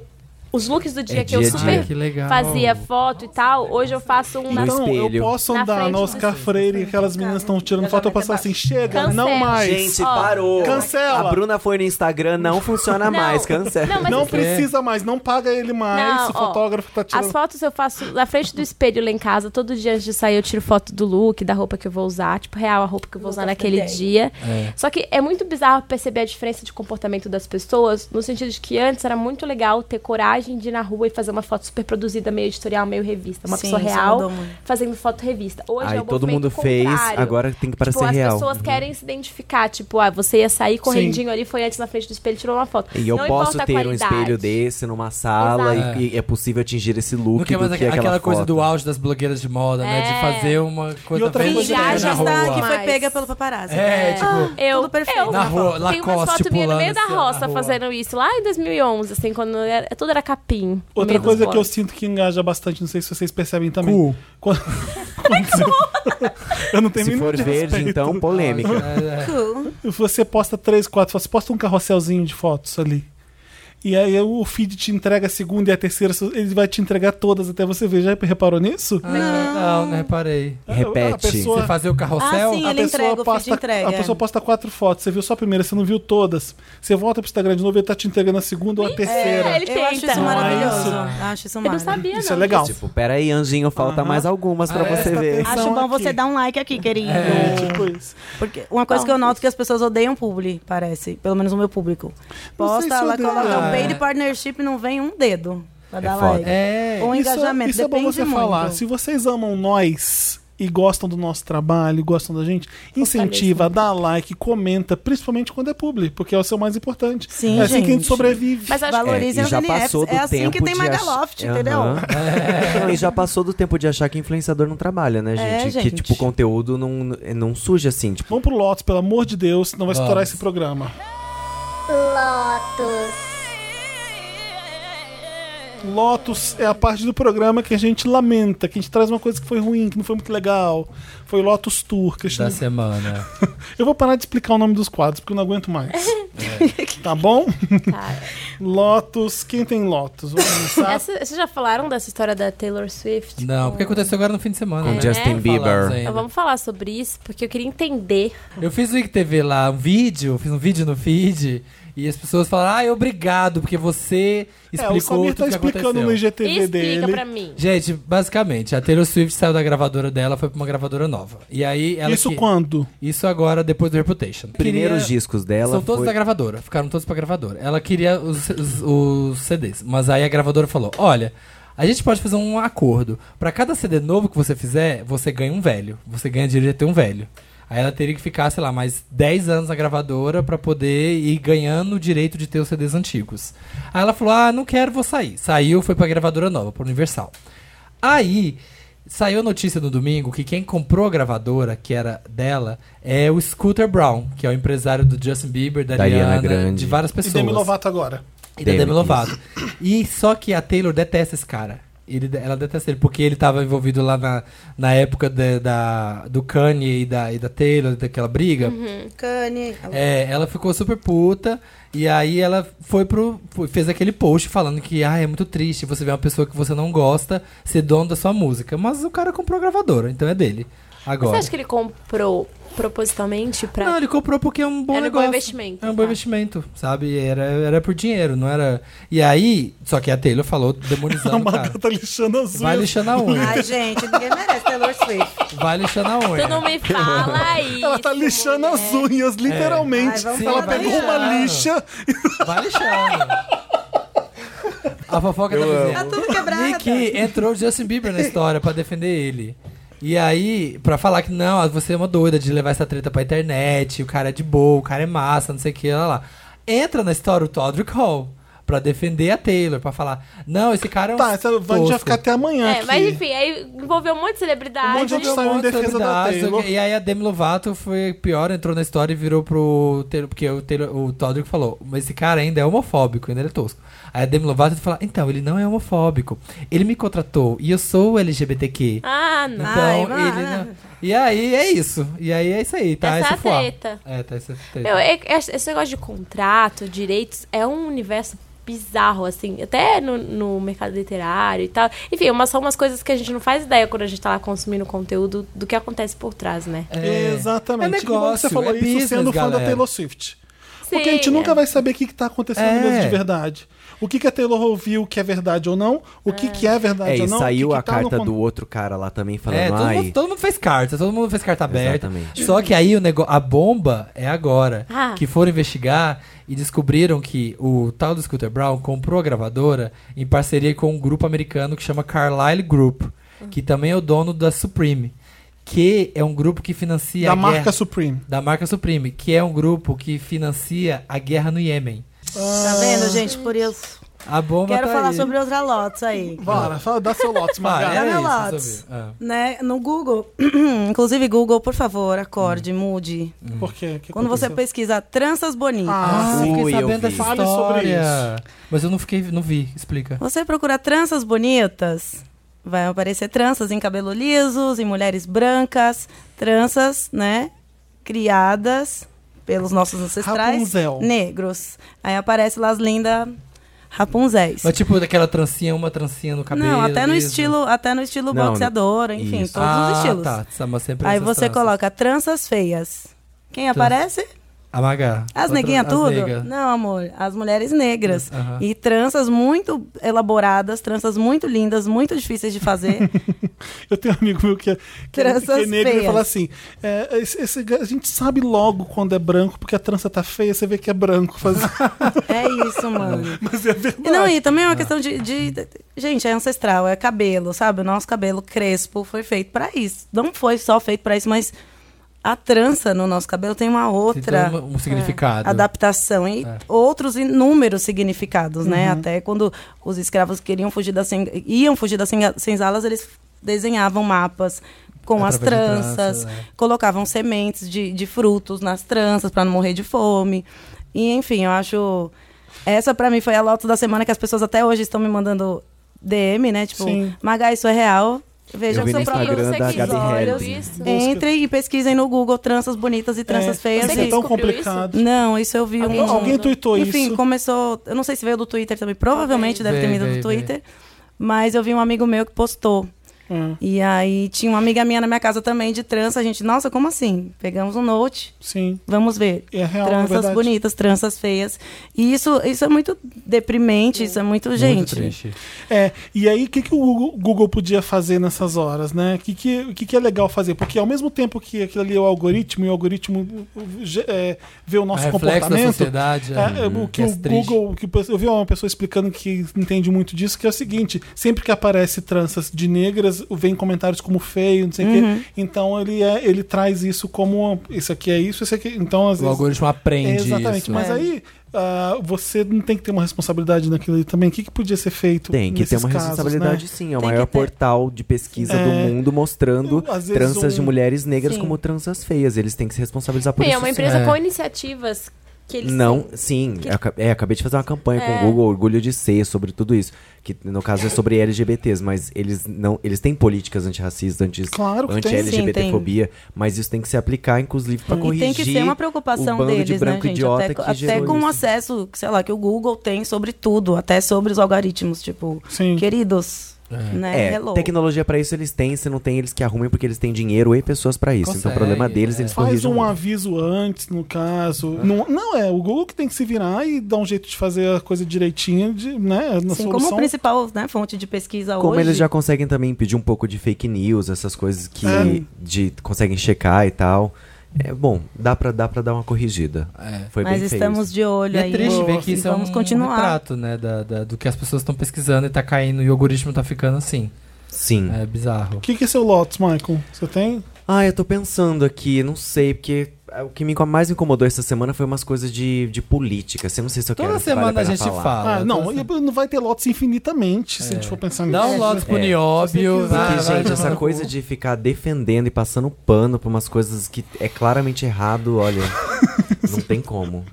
[SPEAKER 6] os looks do dia que eu
[SPEAKER 5] dia a
[SPEAKER 6] super
[SPEAKER 5] dia.
[SPEAKER 4] que legal.
[SPEAKER 6] fazia foto e tal, hoje eu faço um na
[SPEAKER 5] No
[SPEAKER 8] Então, eu
[SPEAKER 5] espelho.
[SPEAKER 8] posso
[SPEAKER 6] Na
[SPEAKER 8] andar
[SPEAKER 6] frente
[SPEAKER 8] no
[SPEAKER 6] do
[SPEAKER 8] Oscar Freire, aquelas meninas estão tirando foto, eu passar assim, chega,
[SPEAKER 6] Cancela.
[SPEAKER 8] não mais.
[SPEAKER 5] Gente,
[SPEAKER 6] Ó,
[SPEAKER 5] parou.
[SPEAKER 8] cancela.
[SPEAKER 5] A Bruna foi no Instagram, não funciona
[SPEAKER 6] Não.
[SPEAKER 5] mais, cancela.
[SPEAKER 6] Não, mas
[SPEAKER 8] não
[SPEAKER 6] assim,
[SPEAKER 8] precisa mais, não paga ele mais,
[SPEAKER 6] Não,
[SPEAKER 8] o
[SPEAKER 6] ó,
[SPEAKER 8] fotógrafo tá
[SPEAKER 6] As
[SPEAKER 8] tirando.
[SPEAKER 6] fotos eu faço na frente do espelho lá em casa. Todo dia antes de sair eu tiro foto do look, da roupa que eu vou usar. Tipo, real, a roupa que eu vou usar naquele dia. Só que é muito bizarro perceber a diferença de comportamento das pessoas. No sentido de que antes era muito legal ter coragem de ir na rua e fazer uma foto super produzida, meio editorial, meio revista. Uma
[SPEAKER 7] Sim,
[SPEAKER 6] pessoa
[SPEAKER 7] isso
[SPEAKER 6] real
[SPEAKER 7] mudou muito.
[SPEAKER 6] fazendo foto revista. Hoje é
[SPEAKER 5] Aí
[SPEAKER 6] um
[SPEAKER 5] todo mundo
[SPEAKER 6] movimento
[SPEAKER 5] fez,
[SPEAKER 6] contrário.
[SPEAKER 5] agora tem que parecer
[SPEAKER 6] tipo, as
[SPEAKER 5] real. Uhum.
[SPEAKER 6] pessoas querem se identificar. Tipo, ah, você ia sair correndinho ali, foi antes na frente do espelho e tirou uma foto.
[SPEAKER 5] E eu
[SPEAKER 6] Não
[SPEAKER 5] posso
[SPEAKER 6] importa a
[SPEAKER 5] ter um
[SPEAKER 6] qualidade.
[SPEAKER 5] espelho desse numa sala
[SPEAKER 4] Exato.
[SPEAKER 5] e, e é possível atingir esse
[SPEAKER 4] Não
[SPEAKER 5] look
[SPEAKER 4] quer
[SPEAKER 8] é
[SPEAKER 4] mais
[SPEAKER 5] do que
[SPEAKER 4] aquela,
[SPEAKER 5] aquela
[SPEAKER 4] coisa
[SPEAKER 5] foto.
[SPEAKER 4] do auge das blogueiras de moda, né? De
[SPEAKER 6] É.
[SPEAKER 4] fazer uma coisa
[SPEAKER 8] outra
[SPEAKER 4] bem
[SPEAKER 8] coisa
[SPEAKER 4] bonita
[SPEAKER 6] que
[SPEAKER 4] na
[SPEAKER 7] Viagem da- que
[SPEAKER 4] rua.
[SPEAKER 7] foi
[SPEAKER 6] Mas-
[SPEAKER 7] pega pelo paparazzi.
[SPEAKER 4] É, tipo,
[SPEAKER 6] Eu,
[SPEAKER 7] Tudo perfeito.
[SPEAKER 6] eu
[SPEAKER 4] na rua,
[SPEAKER 6] Tem umas
[SPEAKER 4] Lacoste
[SPEAKER 6] fotos minha no
[SPEAKER 4] pulando.
[SPEAKER 6] meio da
[SPEAKER 4] assim, ó, na
[SPEAKER 6] roça
[SPEAKER 4] rua.
[SPEAKER 6] fazendo isso, lá em 2011, assim, quando era, tudo era capim. no
[SPEAKER 8] Outra
[SPEAKER 6] meio dos
[SPEAKER 8] coisa que eu
[SPEAKER 6] bosques.
[SPEAKER 8] sinto que engaja bastante, não sei se vocês percebem também.
[SPEAKER 4] Cu.
[SPEAKER 8] Quando- quando você- eu não tenho
[SPEAKER 5] Se
[SPEAKER 8] mínimo
[SPEAKER 5] for
[SPEAKER 8] de
[SPEAKER 5] verde,
[SPEAKER 8] respeito.
[SPEAKER 5] então, polêmica.
[SPEAKER 4] É, é.
[SPEAKER 7] Cool.
[SPEAKER 8] Você posta três, quatro fotos, posta um carrosselzinho de fotos ali. E aí o feed te entrega a segunda e a terceira, ele vai te entregar todas até você ver. Já reparou nisso?
[SPEAKER 4] Não, não, não reparei.
[SPEAKER 8] A
[SPEAKER 5] Repete.
[SPEAKER 8] pessoa-
[SPEAKER 4] né? Você fazer o carrossel?
[SPEAKER 7] Ah, sim.
[SPEAKER 8] a
[SPEAKER 7] Ele
[SPEAKER 8] pessoa
[SPEAKER 7] entrega, o feed
[SPEAKER 8] posta,
[SPEAKER 7] entrega.
[SPEAKER 8] A pessoa posta quatro fotos, você viu só a primeira, você não viu todas. Você volta pro Instagram de novo, ele tá te entregando a segunda ou a terceira.
[SPEAKER 6] É, ele
[SPEAKER 7] Eu acho
[SPEAKER 6] tenta.
[SPEAKER 7] isso
[SPEAKER 8] Não é
[SPEAKER 7] maravilhoso.
[SPEAKER 8] isso?
[SPEAKER 7] Acho isso
[SPEAKER 6] Eu não
[SPEAKER 7] maravilhoso.
[SPEAKER 6] sabia,
[SPEAKER 8] Isso
[SPEAKER 6] não.
[SPEAKER 8] é legal.
[SPEAKER 5] Tipo, peraí, anjinho, falta
[SPEAKER 8] Aham. Ah, é.
[SPEAKER 5] mais algumas pra
[SPEAKER 4] Presta
[SPEAKER 5] você ver. É,
[SPEAKER 8] atenção.
[SPEAKER 7] Acho bom
[SPEAKER 8] aqui.
[SPEAKER 7] você dar um like aqui, querido.
[SPEAKER 8] É, tipo isso.
[SPEAKER 7] Porque uma coisa que eu noto é que as pessoas odeiam publi, parece. Pelo menos o meu público.
[SPEAKER 8] Não sei
[SPEAKER 7] Posta,
[SPEAKER 8] se
[SPEAKER 7] ela
[SPEAKER 8] odeia.
[SPEAKER 7] coloca
[SPEAKER 4] Ah,
[SPEAKER 7] um paid
[SPEAKER 4] é.
[SPEAKER 7] partnership e não vem um dedo pra dar
[SPEAKER 5] foda.
[SPEAKER 7] like.
[SPEAKER 4] É.
[SPEAKER 7] Ou
[SPEAKER 8] Isso é-
[SPEAKER 7] engajamento,
[SPEAKER 8] isso é bom
[SPEAKER 7] depende
[SPEAKER 8] você
[SPEAKER 7] muito.
[SPEAKER 8] falar. Se vocês amam nós e gostam do nosso trabalho, gostam da gente, incentiva, dá like, comenta, principalmente quando é publi, porque é o seu mais importante.
[SPEAKER 7] Sim,
[SPEAKER 8] é assim que a gente
[SPEAKER 7] gente.
[SPEAKER 8] sobrevive.
[SPEAKER 6] Mas acho que
[SPEAKER 7] Valorizem
[SPEAKER 5] e
[SPEAKER 7] os
[SPEAKER 5] já
[SPEAKER 7] NFs.
[SPEAKER 5] passou do
[SPEAKER 7] É assim
[SPEAKER 5] tempo
[SPEAKER 7] que tem
[SPEAKER 5] de ach-
[SPEAKER 7] Megaloft, entendeu?
[SPEAKER 5] Aham. Não, e já passou do tempo de achar que influenciador não trabalha, né,
[SPEAKER 7] É,
[SPEAKER 5] gente? Que,
[SPEAKER 7] gente.
[SPEAKER 5] tipo, o conteúdo não, não surge assim. Tipo,
[SPEAKER 8] Vamos pro Lotus, pelo amor de Deus, não vai
[SPEAKER 4] Vamos.
[SPEAKER 8] estourar esse programa.
[SPEAKER 3] Lotus,
[SPEAKER 8] Lotus é a parte do programa que a gente lamenta, que a gente traz uma coisa que foi ruim, que não foi muito legal. Foi Lotus Tour, Cristina.
[SPEAKER 4] Da semana.
[SPEAKER 8] Eu vou parar de explicar o nome dos quadros, porque eu não aguento mais. Tá bom?
[SPEAKER 7] Tá.
[SPEAKER 8] Lotus, quem tem Lotus? Vamos
[SPEAKER 7] É
[SPEAKER 8] começar?
[SPEAKER 6] essa, vocês já falaram dessa história da Taylor Swift?
[SPEAKER 4] Não, porque aconteceu agora no fim de semana.
[SPEAKER 5] Com
[SPEAKER 4] né?
[SPEAKER 5] Justin
[SPEAKER 4] Não
[SPEAKER 5] Bieber.
[SPEAKER 4] falamos ainda.
[SPEAKER 6] Então, vamos falar sobre isso, porque eu queria entender.
[SPEAKER 4] Eu fiz o IGTV lá, um vídeo, fiz um vídeo no feed. E as pessoas falam, ah, obrigado, porque você
[SPEAKER 8] É, o
[SPEAKER 4] explicou
[SPEAKER 8] Samir
[SPEAKER 4] tudo
[SPEAKER 8] tá
[SPEAKER 4] que
[SPEAKER 8] explicando
[SPEAKER 4] aconteceu.
[SPEAKER 8] no IGTV
[SPEAKER 6] Explica
[SPEAKER 8] dele.
[SPEAKER 6] pra mim.
[SPEAKER 4] Gente, basicamente, a Taylor Swift saiu da gravadora dela, foi pra uma gravadora nova. E aí ela
[SPEAKER 8] Isso
[SPEAKER 4] que-
[SPEAKER 8] quando?
[SPEAKER 4] Isso agora, depois do Reputation.
[SPEAKER 5] Primeiros
[SPEAKER 4] Queria-
[SPEAKER 5] discos dela.
[SPEAKER 4] São todos
[SPEAKER 5] foi-
[SPEAKER 4] da gravadora, ficaram todos pra gravadora. Ela queria os, os- os CDs, mas aí a gravadora falou: olha, a gente pode fazer um acordo. Pra cada CD novo que você fizer, você ganha um velho. Você ganha direito de ter um velho. Aí ela teria que ficar, sei lá, mais 10 anos na gravadora pra poder ir ganhando o direito de ter os CDs antigos. Aí ela falou: ah, não quero, vou sair. Saiu, foi pra gravadora nova, pra Universal. Aí saiu a notícia no domingo que quem comprou a gravadora, que era dela, é o Scooter Brown, que é o empresário do Justin Bieber, da,
[SPEAKER 5] Da
[SPEAKER 4] Ariana,
[SPEAKER 5] Ariana Grande.
[SPEAKER 4] de várias
[SPEAKER 8] E
[SPEAKER 4] pessoas.
[SPEAKER 8] Demi Lovato agora.
[SPEAKER 4] E da Demi
[SPEAKER 5] Demi,
[SPEAKER 4] Lovato. E só que a Taylor detesta esse cara. Ele- ela detesta ele, porque ele estava envolvido lá na, na época da- da- do Kanye e da, e da Taylor, daquela briga.
[SPEAKER 7] Kanye.
[SPEAKER 4] É, ela ficou super puta. E aí ela foi pro. foi- fez aquele post falando que ah, é muito triste você ver uma pessoa que você não gosta ser dono da sua música. Mas o cara comprou a gravadora, então é dele. Agora.
[SPEAKER 6] Você acha que ele comprou propositalmente pra.
[SPEAKER 4] Não, ele comprou porque é um bom
[SPEAKER 6] Era um
[SPEAKER 4] negócio.
[SPEAKER 6] bom investimento,
[SPEAKER 4] É um bom
[SPEAKER 6] tá.
[SPEAKER 4] investimento, sabe? Era, era por dinheiro, não era. E aí, só que a Taylor falou
[SPEAKER 8] A
[SPEAKER 4] demonizando o cara.
[SPEAKER 8] Maga tá lixando as
[SPEAKER 4] Vai
[SPEAKER 8] unhas.
[SPEAKER 4] lixando a unha.
[SPEAKER 7] Ai, gente, ninguém merece Taylor Swift.
[SPEAKER 4] Vai lixando a
[SPEAKER 6] Tu não
[SPEAKER 4] unha.
[SPEAKER 6] me fala isso.
[SPEAKER 8] Ela tá lixando as unhas,
[SPEAKER 7] Ai,
[SPEAKER 8] literalmente.
[SPEAKER 7] vamos
[SPEAKER 8] Ela
[SPEAKER 7] falar
[SPEAKER 6] né?
[SPEAKER 7] da
[SPEAKER 8] pegou uma
[SPEAKER 4] Rihanna.
[SPEAKER 8] lixa
[SPEAKER 4] Vai lixando. A fofoca da
[SPEAKER 7] Tá
[SPEAKER 4] vizinha.
[SPEAKER 7] tudo quebrado.
[SPEAKER 4] E que entrou o Justin Bieber na história pra defender ele. E aí, pra falar que não, você é uma doida de levar essa treta pra internet, o cara é de boa, o cara é massa, não sei o que, lá lá. Entra na história o Todrick Hall pra defender a Taylor, pra falar, não, esse cara é um.
[SPEAKER 8] Tá, essa vai
[SPEAKER 4] tosco.
[SPEAKER 8] já ficar até amanhã.
[SPEAKER 6] É,
[SPEAKER 8] aqui.
[SPEAKER 6] mas enfim, aí envolveu um monte de celebridade.
[SPEAKER 8] Um monte de
[SPEAKER 4] Tá
[SPEAKER 8] gente saiu em defesa da
[SPEAKER 4] Autoridade,
[SPEAKER 8] Taylor.
[SPEAKER 4] E aí a Demi Lovato foi pior, entrou na história e virou pro Taylor, porque o, Taylor, o Todrick falou, mas esse cara ainda é homofóbico, ainda ele é tosco. Aí a Demi Lovato falou, então, ele não é homofóbico. Ele me contratou e eu sou LGBTQ.
[SPEAKER 6] Ah, não.
[SPEAKER 4] Então,
[SPEAKER 7] Ai,
[SPEAKER 4] ele
[SPEAKER 7] vai.
[SPEAKER 4] não... E aí é isso. E aí é isso aí, tá?
[SPEAKER 6] Essa é a
[SPEAKER 4] esse fuá.
[SPEAKER 6] treta.
[SPEAKER 4] É, tá essa treta.
[SPEAKER 6] Meu, é- é- esse negócio de contrato, direitos, é um universo bizarro, assim, até no, no mercado literário e tal. Enfim, umas, são umas coisas que a gente não faz ideia quando a gente tá lá consumindo conteúdo do que acontece por trás, né?
[SPEAKER 4] É.
[SPEAKER 8] Exatamente.
[SPEAKER 4] É
[SPEAKER 8] E você
[SPEAKER 4] negócio,
[SPEAKER 8] falou
[SPEAKER 4] é
[SPEAKER 8] isso
[SPEAKER 4] business,
[SPEAKER 8] sendo fã da
[SPEAKER 4] galera.
[SPEAKER 8] Taylor Swift. Porque
[SPEAKER 6] Sim,
[SPEAKER 8] a gente nunca vai saber o que, que tá acontecendo
[SPEAKER 4] É.
[SPEAKER 8] mesmo de verdade. O que, que a Taylor ouviu que é verdade ou não, o que, que é verdade
[SPEAKER 5] É,
[SPEAKER 8] ou
[SPEAKER 5] e
[SPEAKER 8] não. o
[SPEAKER 5] saiu
[SPEAKER 8] que que
[SPEAKER 5] a
[SPEAKER 8] tá no
[SPEAKER 5] carta
[SPEAKER 8] con-
[SPEAKER 5] do outro cara lá também falando,
[SPEAKER 4] É, todo
[SPEAKER 5] ai.
[SPEAKER 4] mundo, todo mundo fez carta, todo mundo fez carta aberta.
[SPEAKER 5] Exatamente.
[SPEAKER 4] Só que aí o negócio. A bomba é agora.
[SPEAKER 6] Ah.
[SPEAKER 4] Que foram investigar e descobriram que o tal do Scooter Brown comprou a gravadora em parceria com um grupo americano que chama Carlyle Group,
[SPEAKER 6] Hum.
[SPEAKER 4] que também é o dono da Supreme. Que é um grupo que financia.
[SPEAKER 8] Da
[SPEAKER 4] a
[SPEAKER 8] marca
[SPEAKER 4] guerra-
[SPEAKER 8] Supreme.
[SPEAKER 4] Da marca Supreme, que é um grupo que financia a guerra no Iêmen.
[SPEAKER 7] Tá vendo, gente? Por isso.
[SPEAKER 4] A bomba
[SPEAKER 7] Quero
[SPEAKER 4] tá
[SPEAKER 7] falar
[SPEAKER 4] aí.
[SPEAKER 7] sobre outra Lotus aí.
[SPEAKER 8] Bora, fala, dá seu lote,
[SPEAKER 4] Vai,
[SPEAKER 8] Magali.
[SPEAKER 7] Tá
[SPEAKER 4] era
[SPEAKER 7] na
[SPEAKER 4] isso,
[SPEAKER 7] Lotus.
[SPEAKER 4] sobre- ah.
[SPEAKER 7] Né? No Google, inclusive Google, por favor, acorde, mude.
[SPEAKER 8] Por quê? O que
[SPEAKER 7] Quando você
[SPEAKER 8] aconteceu?
[SPEAKER 7] pesquisa tranças bonitas,
[SPEAKER 8] Ah,
[SPEAKER 4] Ah, fiquei
[SPEAKER 5] Fui, eu
[SPEAKER 4] sabendo
[SPEAKER 5] vi.
[SPEAKER 4] dessa
[SPEAKER 8] Fale
[SPEAKER 4] história.
[SPEAKER 8] sobre
[SPEAKER 4] Mas eu não fiquei, não vi. Explica.
[SPEAKER 7] você procurar tranças bonitas, vai aparecer tranças em cabelo lisos, em mulheres brancas, tranças, né? Criadas pelos nossos ancestrais
[SPEAKER 8] Rapunzel.
[SPEAKER 7] negros. Aí aparece lá as lindas Rapunzéis.
[SPEAKER 4] Mas tipo daquela trancinha, uma trancinha no cabelo.
[SPEAKER 7] Não, até no
[SPEAKER 4] liso.
[SPEAKER 7] estilo, até no estilo
[SPEAKER 5] Não,
[SPEAKER 7] boxeador, enfim,
[SPEAKER 5] isso.
[SPEAKER 7] todos
[SPEAKER 4] ah,
[SPEAKER 7] os estilos.
[SPEAKER 4] Tá, tá, mas sempre
[SPEAKER 7] Aí
[SPEAKER 4] essas
[SPEAKER 7] você
[SPEAKER 4] tranças.
[SPEAKER 7] coloca tranças feias. Quem aparece?
[SPEAKER 4] A Maga.
[SPEAKER 7] As
[SPEAKER 4] Outra-
[SPEAKER 7] neguinhas
[SPEAKER 4] as
[SPEAKER 7] tudo?
[SPEAKER 4] nega.
[SPEAKER 7] Não, amor, as mulheres negras.
[SPEAKER 4] Aham.
[SPEAKER 7] E tranças muito elaboradas, tranças muito lindas, muito difíceis de fazer.
[SPEAKER 8] Eu tenho um amigo meu que é, que é,
[SPEAKER 7] Tranças
[SPEAKER 8] que é negro e
[SPEAKER 7] feias.
[SPEAKER 8] fala assim: é, esse- esse ga- a gente sabe logo quando é branco, porque a trança tá feia, você vê que é branco. Faz...
[SPEAKER 7] é isso, mano.
[SPEAKER 8] Mas é verdade.
[SPEAKER 7] E não, e também é uma questão de, de- Gente, é ancestral, é cabelo, sabe? O nosso cabelo crespo foi feito pra isso. Não foi só feito pra isso, mas a trança no nosso cabelo tem uma
[SPEAKER 4] Tem
[SPEAKER 7] outra.
[SPEAKER 4] todo um, um significado.
[SPEAKER 7] adaptação e
[SPEAKER 4] É. Uhum.
[SPEAKER 7] outros inúmeros significados, né? Até quando os escravos queriam fugir das sen- iam fugir das sen- senzalas, eles desenhavam mapas com as
[SPEAKER 4] Através de
[SPEAKER 7] tranças,
[SPEAKER 4] tranças, é.
[SPEAKER 7] colocavam sementes de, de frutos nas tranças para não morrer de fome. E enfim, eu acho essa pra mim foi a loto da semana que as pessoas até hoje estão me mandando DM, né? Tipo,
[SPEAKER 8] Sim.
[SPEAKER 7] Magá, isso é real. Veja
[SPEAKER 5] Eu vi
[SPEAKER 7] seu
[SPEAKER 5] no
[SPEAKER 7] próprio
[SPEAKER 5] Instagram da
[SPEAKER 6] você que
[SPEAKER 5] Gabi
[SPEAKER 6] olha
[SPEAKER 5] Harris.
[SPEAKER 6] é. isso.
[SPEAKER 7] Entrem e pesquisem no Google tranças bonitas e tranças feias.
[SPEAKER 8] Isso
[SPEAKER 6] Você
[SPEAKER 8] é
[SPEAKER 7] e-
[SPEAKER 8] tão
[SPEAKER 6] descobriu
[SPEAKER 8] complicado.
[SPEAKER 7] não, isso eu vi
[SPEAKER 6] Alguém
[SPEAKER 7] um.
[SPEAKER 8] Alguém tuitou
[SPEAKER 7] Enfim,
[SPEAKER 8] isso.
[SPEAKER 7] começou. Eu não sei se veio do Twitter também, provavelmente deve ter
[SPEAKER 4] Veio,
[SPEAKER 7] vindo do
[SPEAKER 4] veio,
[SPEAKER 7] Twitter. Mas eu vi um amigo meu que postou.
[SPEAKER 8] Hum.
[SPEAKER 7] E aí tinha uma amiga minha na minha casa também de trança. A gente, nossa, como assim? Pegamos um note,
[SPEAKER 8] Sim.
[SPEAKER 7] vamos ver.
[SPEAKER 8] E é real, é
[SPEAKER 7] tranças
[SPEAKER 8] verdade.
[SPEAKER 7] bonitas, tranças feias. E isso, isso é muito deprimente, isso é muito, gente.
[SPEAKER 4] Muito triste.
[SPEAKER 8] É, e aí o que, que o Google, Google podia fazer nessas horas, né? O que, que, o que, que é legal fazer? Porque ao mesmo tempo que aquilo ali é o algoritmo, e o algoritmo uh, uh, ge- é, vê o nosso
[SPEAKER 4] reflexo da
[SPEAKER 8] comportamento.
[SPEAKER 4] sociedade.
[SPEAKER 8] É, o que,
[SPEAKER 4] é
[SPEAKER 8] o
[SPEAKER 4] triste.
[SPEAKER 8] Google, o que eu vi uma pessoa explicando que entende muito disso, que é o seguinte: sempre que aparece tranças de negras, vem comentários como feio, não sei o quê. Então ele, é- ele traz isso como isso aqui é isso, isso aqui. Então às
[SPEAKER 4] O
[SPEAKER 8] vezes
[SPEAKER 4] algoritmo aprende
[SPEAKER 8] Exatamente,
[SPEAKER 4] isso. né?
[SPEAKER 8] mas
[SPEAKER 7] É.
[SPEAKER 8] aí ah, você não tem que ter uma responsabilidade naquilo ali também. O que, que podia ser feito?
[SPEAKER 5] Tem que ter
[SPEAKER 8] nesses
[SPEAKER 5] uma
[SPEAKER 8] casos,
[SPEAKER 5] responsabilidade,
[SPEAKER 8] né?
[SPEAKER 5] sim. É o
[SPEAKER 7] Tem que
[SPEAKER 5] maior
[SPEAKER 7] ter.
[SPEAKER 5] portal de pesquisa do
[SPEAKER 8] É.
[SPEAKER 5] mundo mostrando
[SPEAKER 8] Às vezes
[SPEAKER 5] tranças de
[SPEAKER 8] um-
[SPEAKER 5] mulheres negras
[SPEAKER 7] Sim.
[SPEAKER 5] como tranças feias. Eles têm que se responsabilizar por
[SPEAKER 6] Bem,
[SPEAKER 5] isso.
[SPEAKER 6] é uma
[SPEAKER 5] sim.
[SPEAKER 6] empresa
[SPEAKER 4] É.
[SPEAKER 6] com iniciativas que eles
[SPEAKER 5] Não, sim. eu aca- É, acabei de fazer uma campanha
[SPEAKER 7] É.
[SPEAKER 5] com o Google, Orgulho de Ser, sobre tudo isso. Que no caso é sobre LGBTs, mas eles não. Eles têm políticas antirracistas, anti,
[SPEAKER 8] Claro que tem.
[SPEAKER 5] anti-LGBTfobia, mas isso tem que se aplicar, inclusive, pra
[SPEAKER 7] E
[SPEAKER 5] corrigir.
[SPEAKER 7] tem que ser uma
[SPEAKER 5] o
[SPEAKER 7] preocupação
[SPEAKER 5] bando de
[SPEAKER 7] deles, né,
[SPEAKER 5] branco
[SPEAKER 7] gente?
[SPEAKER 5] idiota
[SPEAKER 7] até
[SPEAKER 5] que
[SPEAKER 7] até
[SPEAKER 5] gerou
[SPEAKER 7] com né? o
[SPEAKER 5] isso.
[SPEAKER 7] acesso, sei lá, que o Google tem sobre tudo, até sobre os algoritmos, tipo,
[SPEAKER 8] Sim.
[SPEAKER 7] queridos, né?
[SPEAKER 5] É,
[SPEAKER 7] Hello.
[SPEAKER 5] tecnologia pra isso eles têm, se não tem, eles que arrumem porque eles têm dinheiro e pessoas pra isso. então
[SPEAKER 4] Consegue,
[SPEAKER 5] o problema deles,
[SPEAKER 4] é.
[SPEAKER 5] eles
[SPEAKER 8] Faz
[SPEAKER 5] corrigem.
[SPEAKER 8] um aviso antes, no caso. Não, não é, o Google que tem que se virar e dar um jeito de fazer a coisa direitinho, de, né? Na
[SPEAKER 7] Assim, como
[SPEAKER 8] solução.
[SPEAKER 7] principal né, fonte de pesquisa
[SPEAKER 5] Como
[SPEAKER 7] hoje.
[SPEAKER 5] eles já conseguem também impedir um pouco de fake news, essas coisas que
[SPEAKER 8] É.
[SPEAKER 5] de, conseguem checar e tal. É bom, dá pra, dá pra dar uma corrigida.
[SPEAKER 4] É.
[SPEAKER 5] Foi
[SPEAKER 7] Mas
[SPEAKER 5] bem feio
[SPEAKER 7] estamos
[SPEAKER 5] isso.
[SPEAKER 7] de olho
[SPEAKER 4] E é
[SPEAKER 7] aí.
[SPEAKER 4] triste ver
[SPEAKER 7] Vamos-
[SPEAKER 4] que isso é um
[SPEAKER 7] Vamos continuar.
[SPEAKER 4] retrato, né, da, da- do que as pessoas estão pesquisando e tá caindo, e o algoritmo tá ficando assim.
[SPEAKER 5] Sim.
[SPEAKER 4] É bizarro.
[SPEAKER 8] O que, que é seu Lotus, Michael? Você tem?
[SPEAKER 5] Ah, eu tô pensando aqui, não sei, porque ah, o que me inco- mais me incomodou essa semana foi umas coisas de, de política. Assim, eu não sei se eu
[SPEAKER 4] Toda
[SPEAKER 5] quero. se vale
[SPEAKER 4] semana a
[SPEAKER 5] pena
[SPEAKER 4] gente
[SPEAKER 5] falar.
[SPEAKER 4] fala.
[SPEAKER 8] Ah, não,
[SPEAKER 4] toda semana.
[SPEAKER 8] não vai ter Lotus infinitamente, se a gente for pensar nisso.
[SPEAKER 4] Dá um lote pro
[SPEAKER 5] É.
[SPEAKER 4] Nióbio.
[SPEAKER 8] Porque,
[SPEAKER 4] vai-
[SPEAKER 5] Porque,
[SPEAKER 4] Ah, vai
[SPEAKER 5] gente,
[SPEAKER 4] tomar
[SPEAKER 5] essa
[SPEAKER 4] no
[SPEAKER 5] coisa
[SPEAKER 4] cu.
[SPEAKER 5] de ficar defendendo e passando pano pra umas coisas que é claramente errado, olha. não tem como.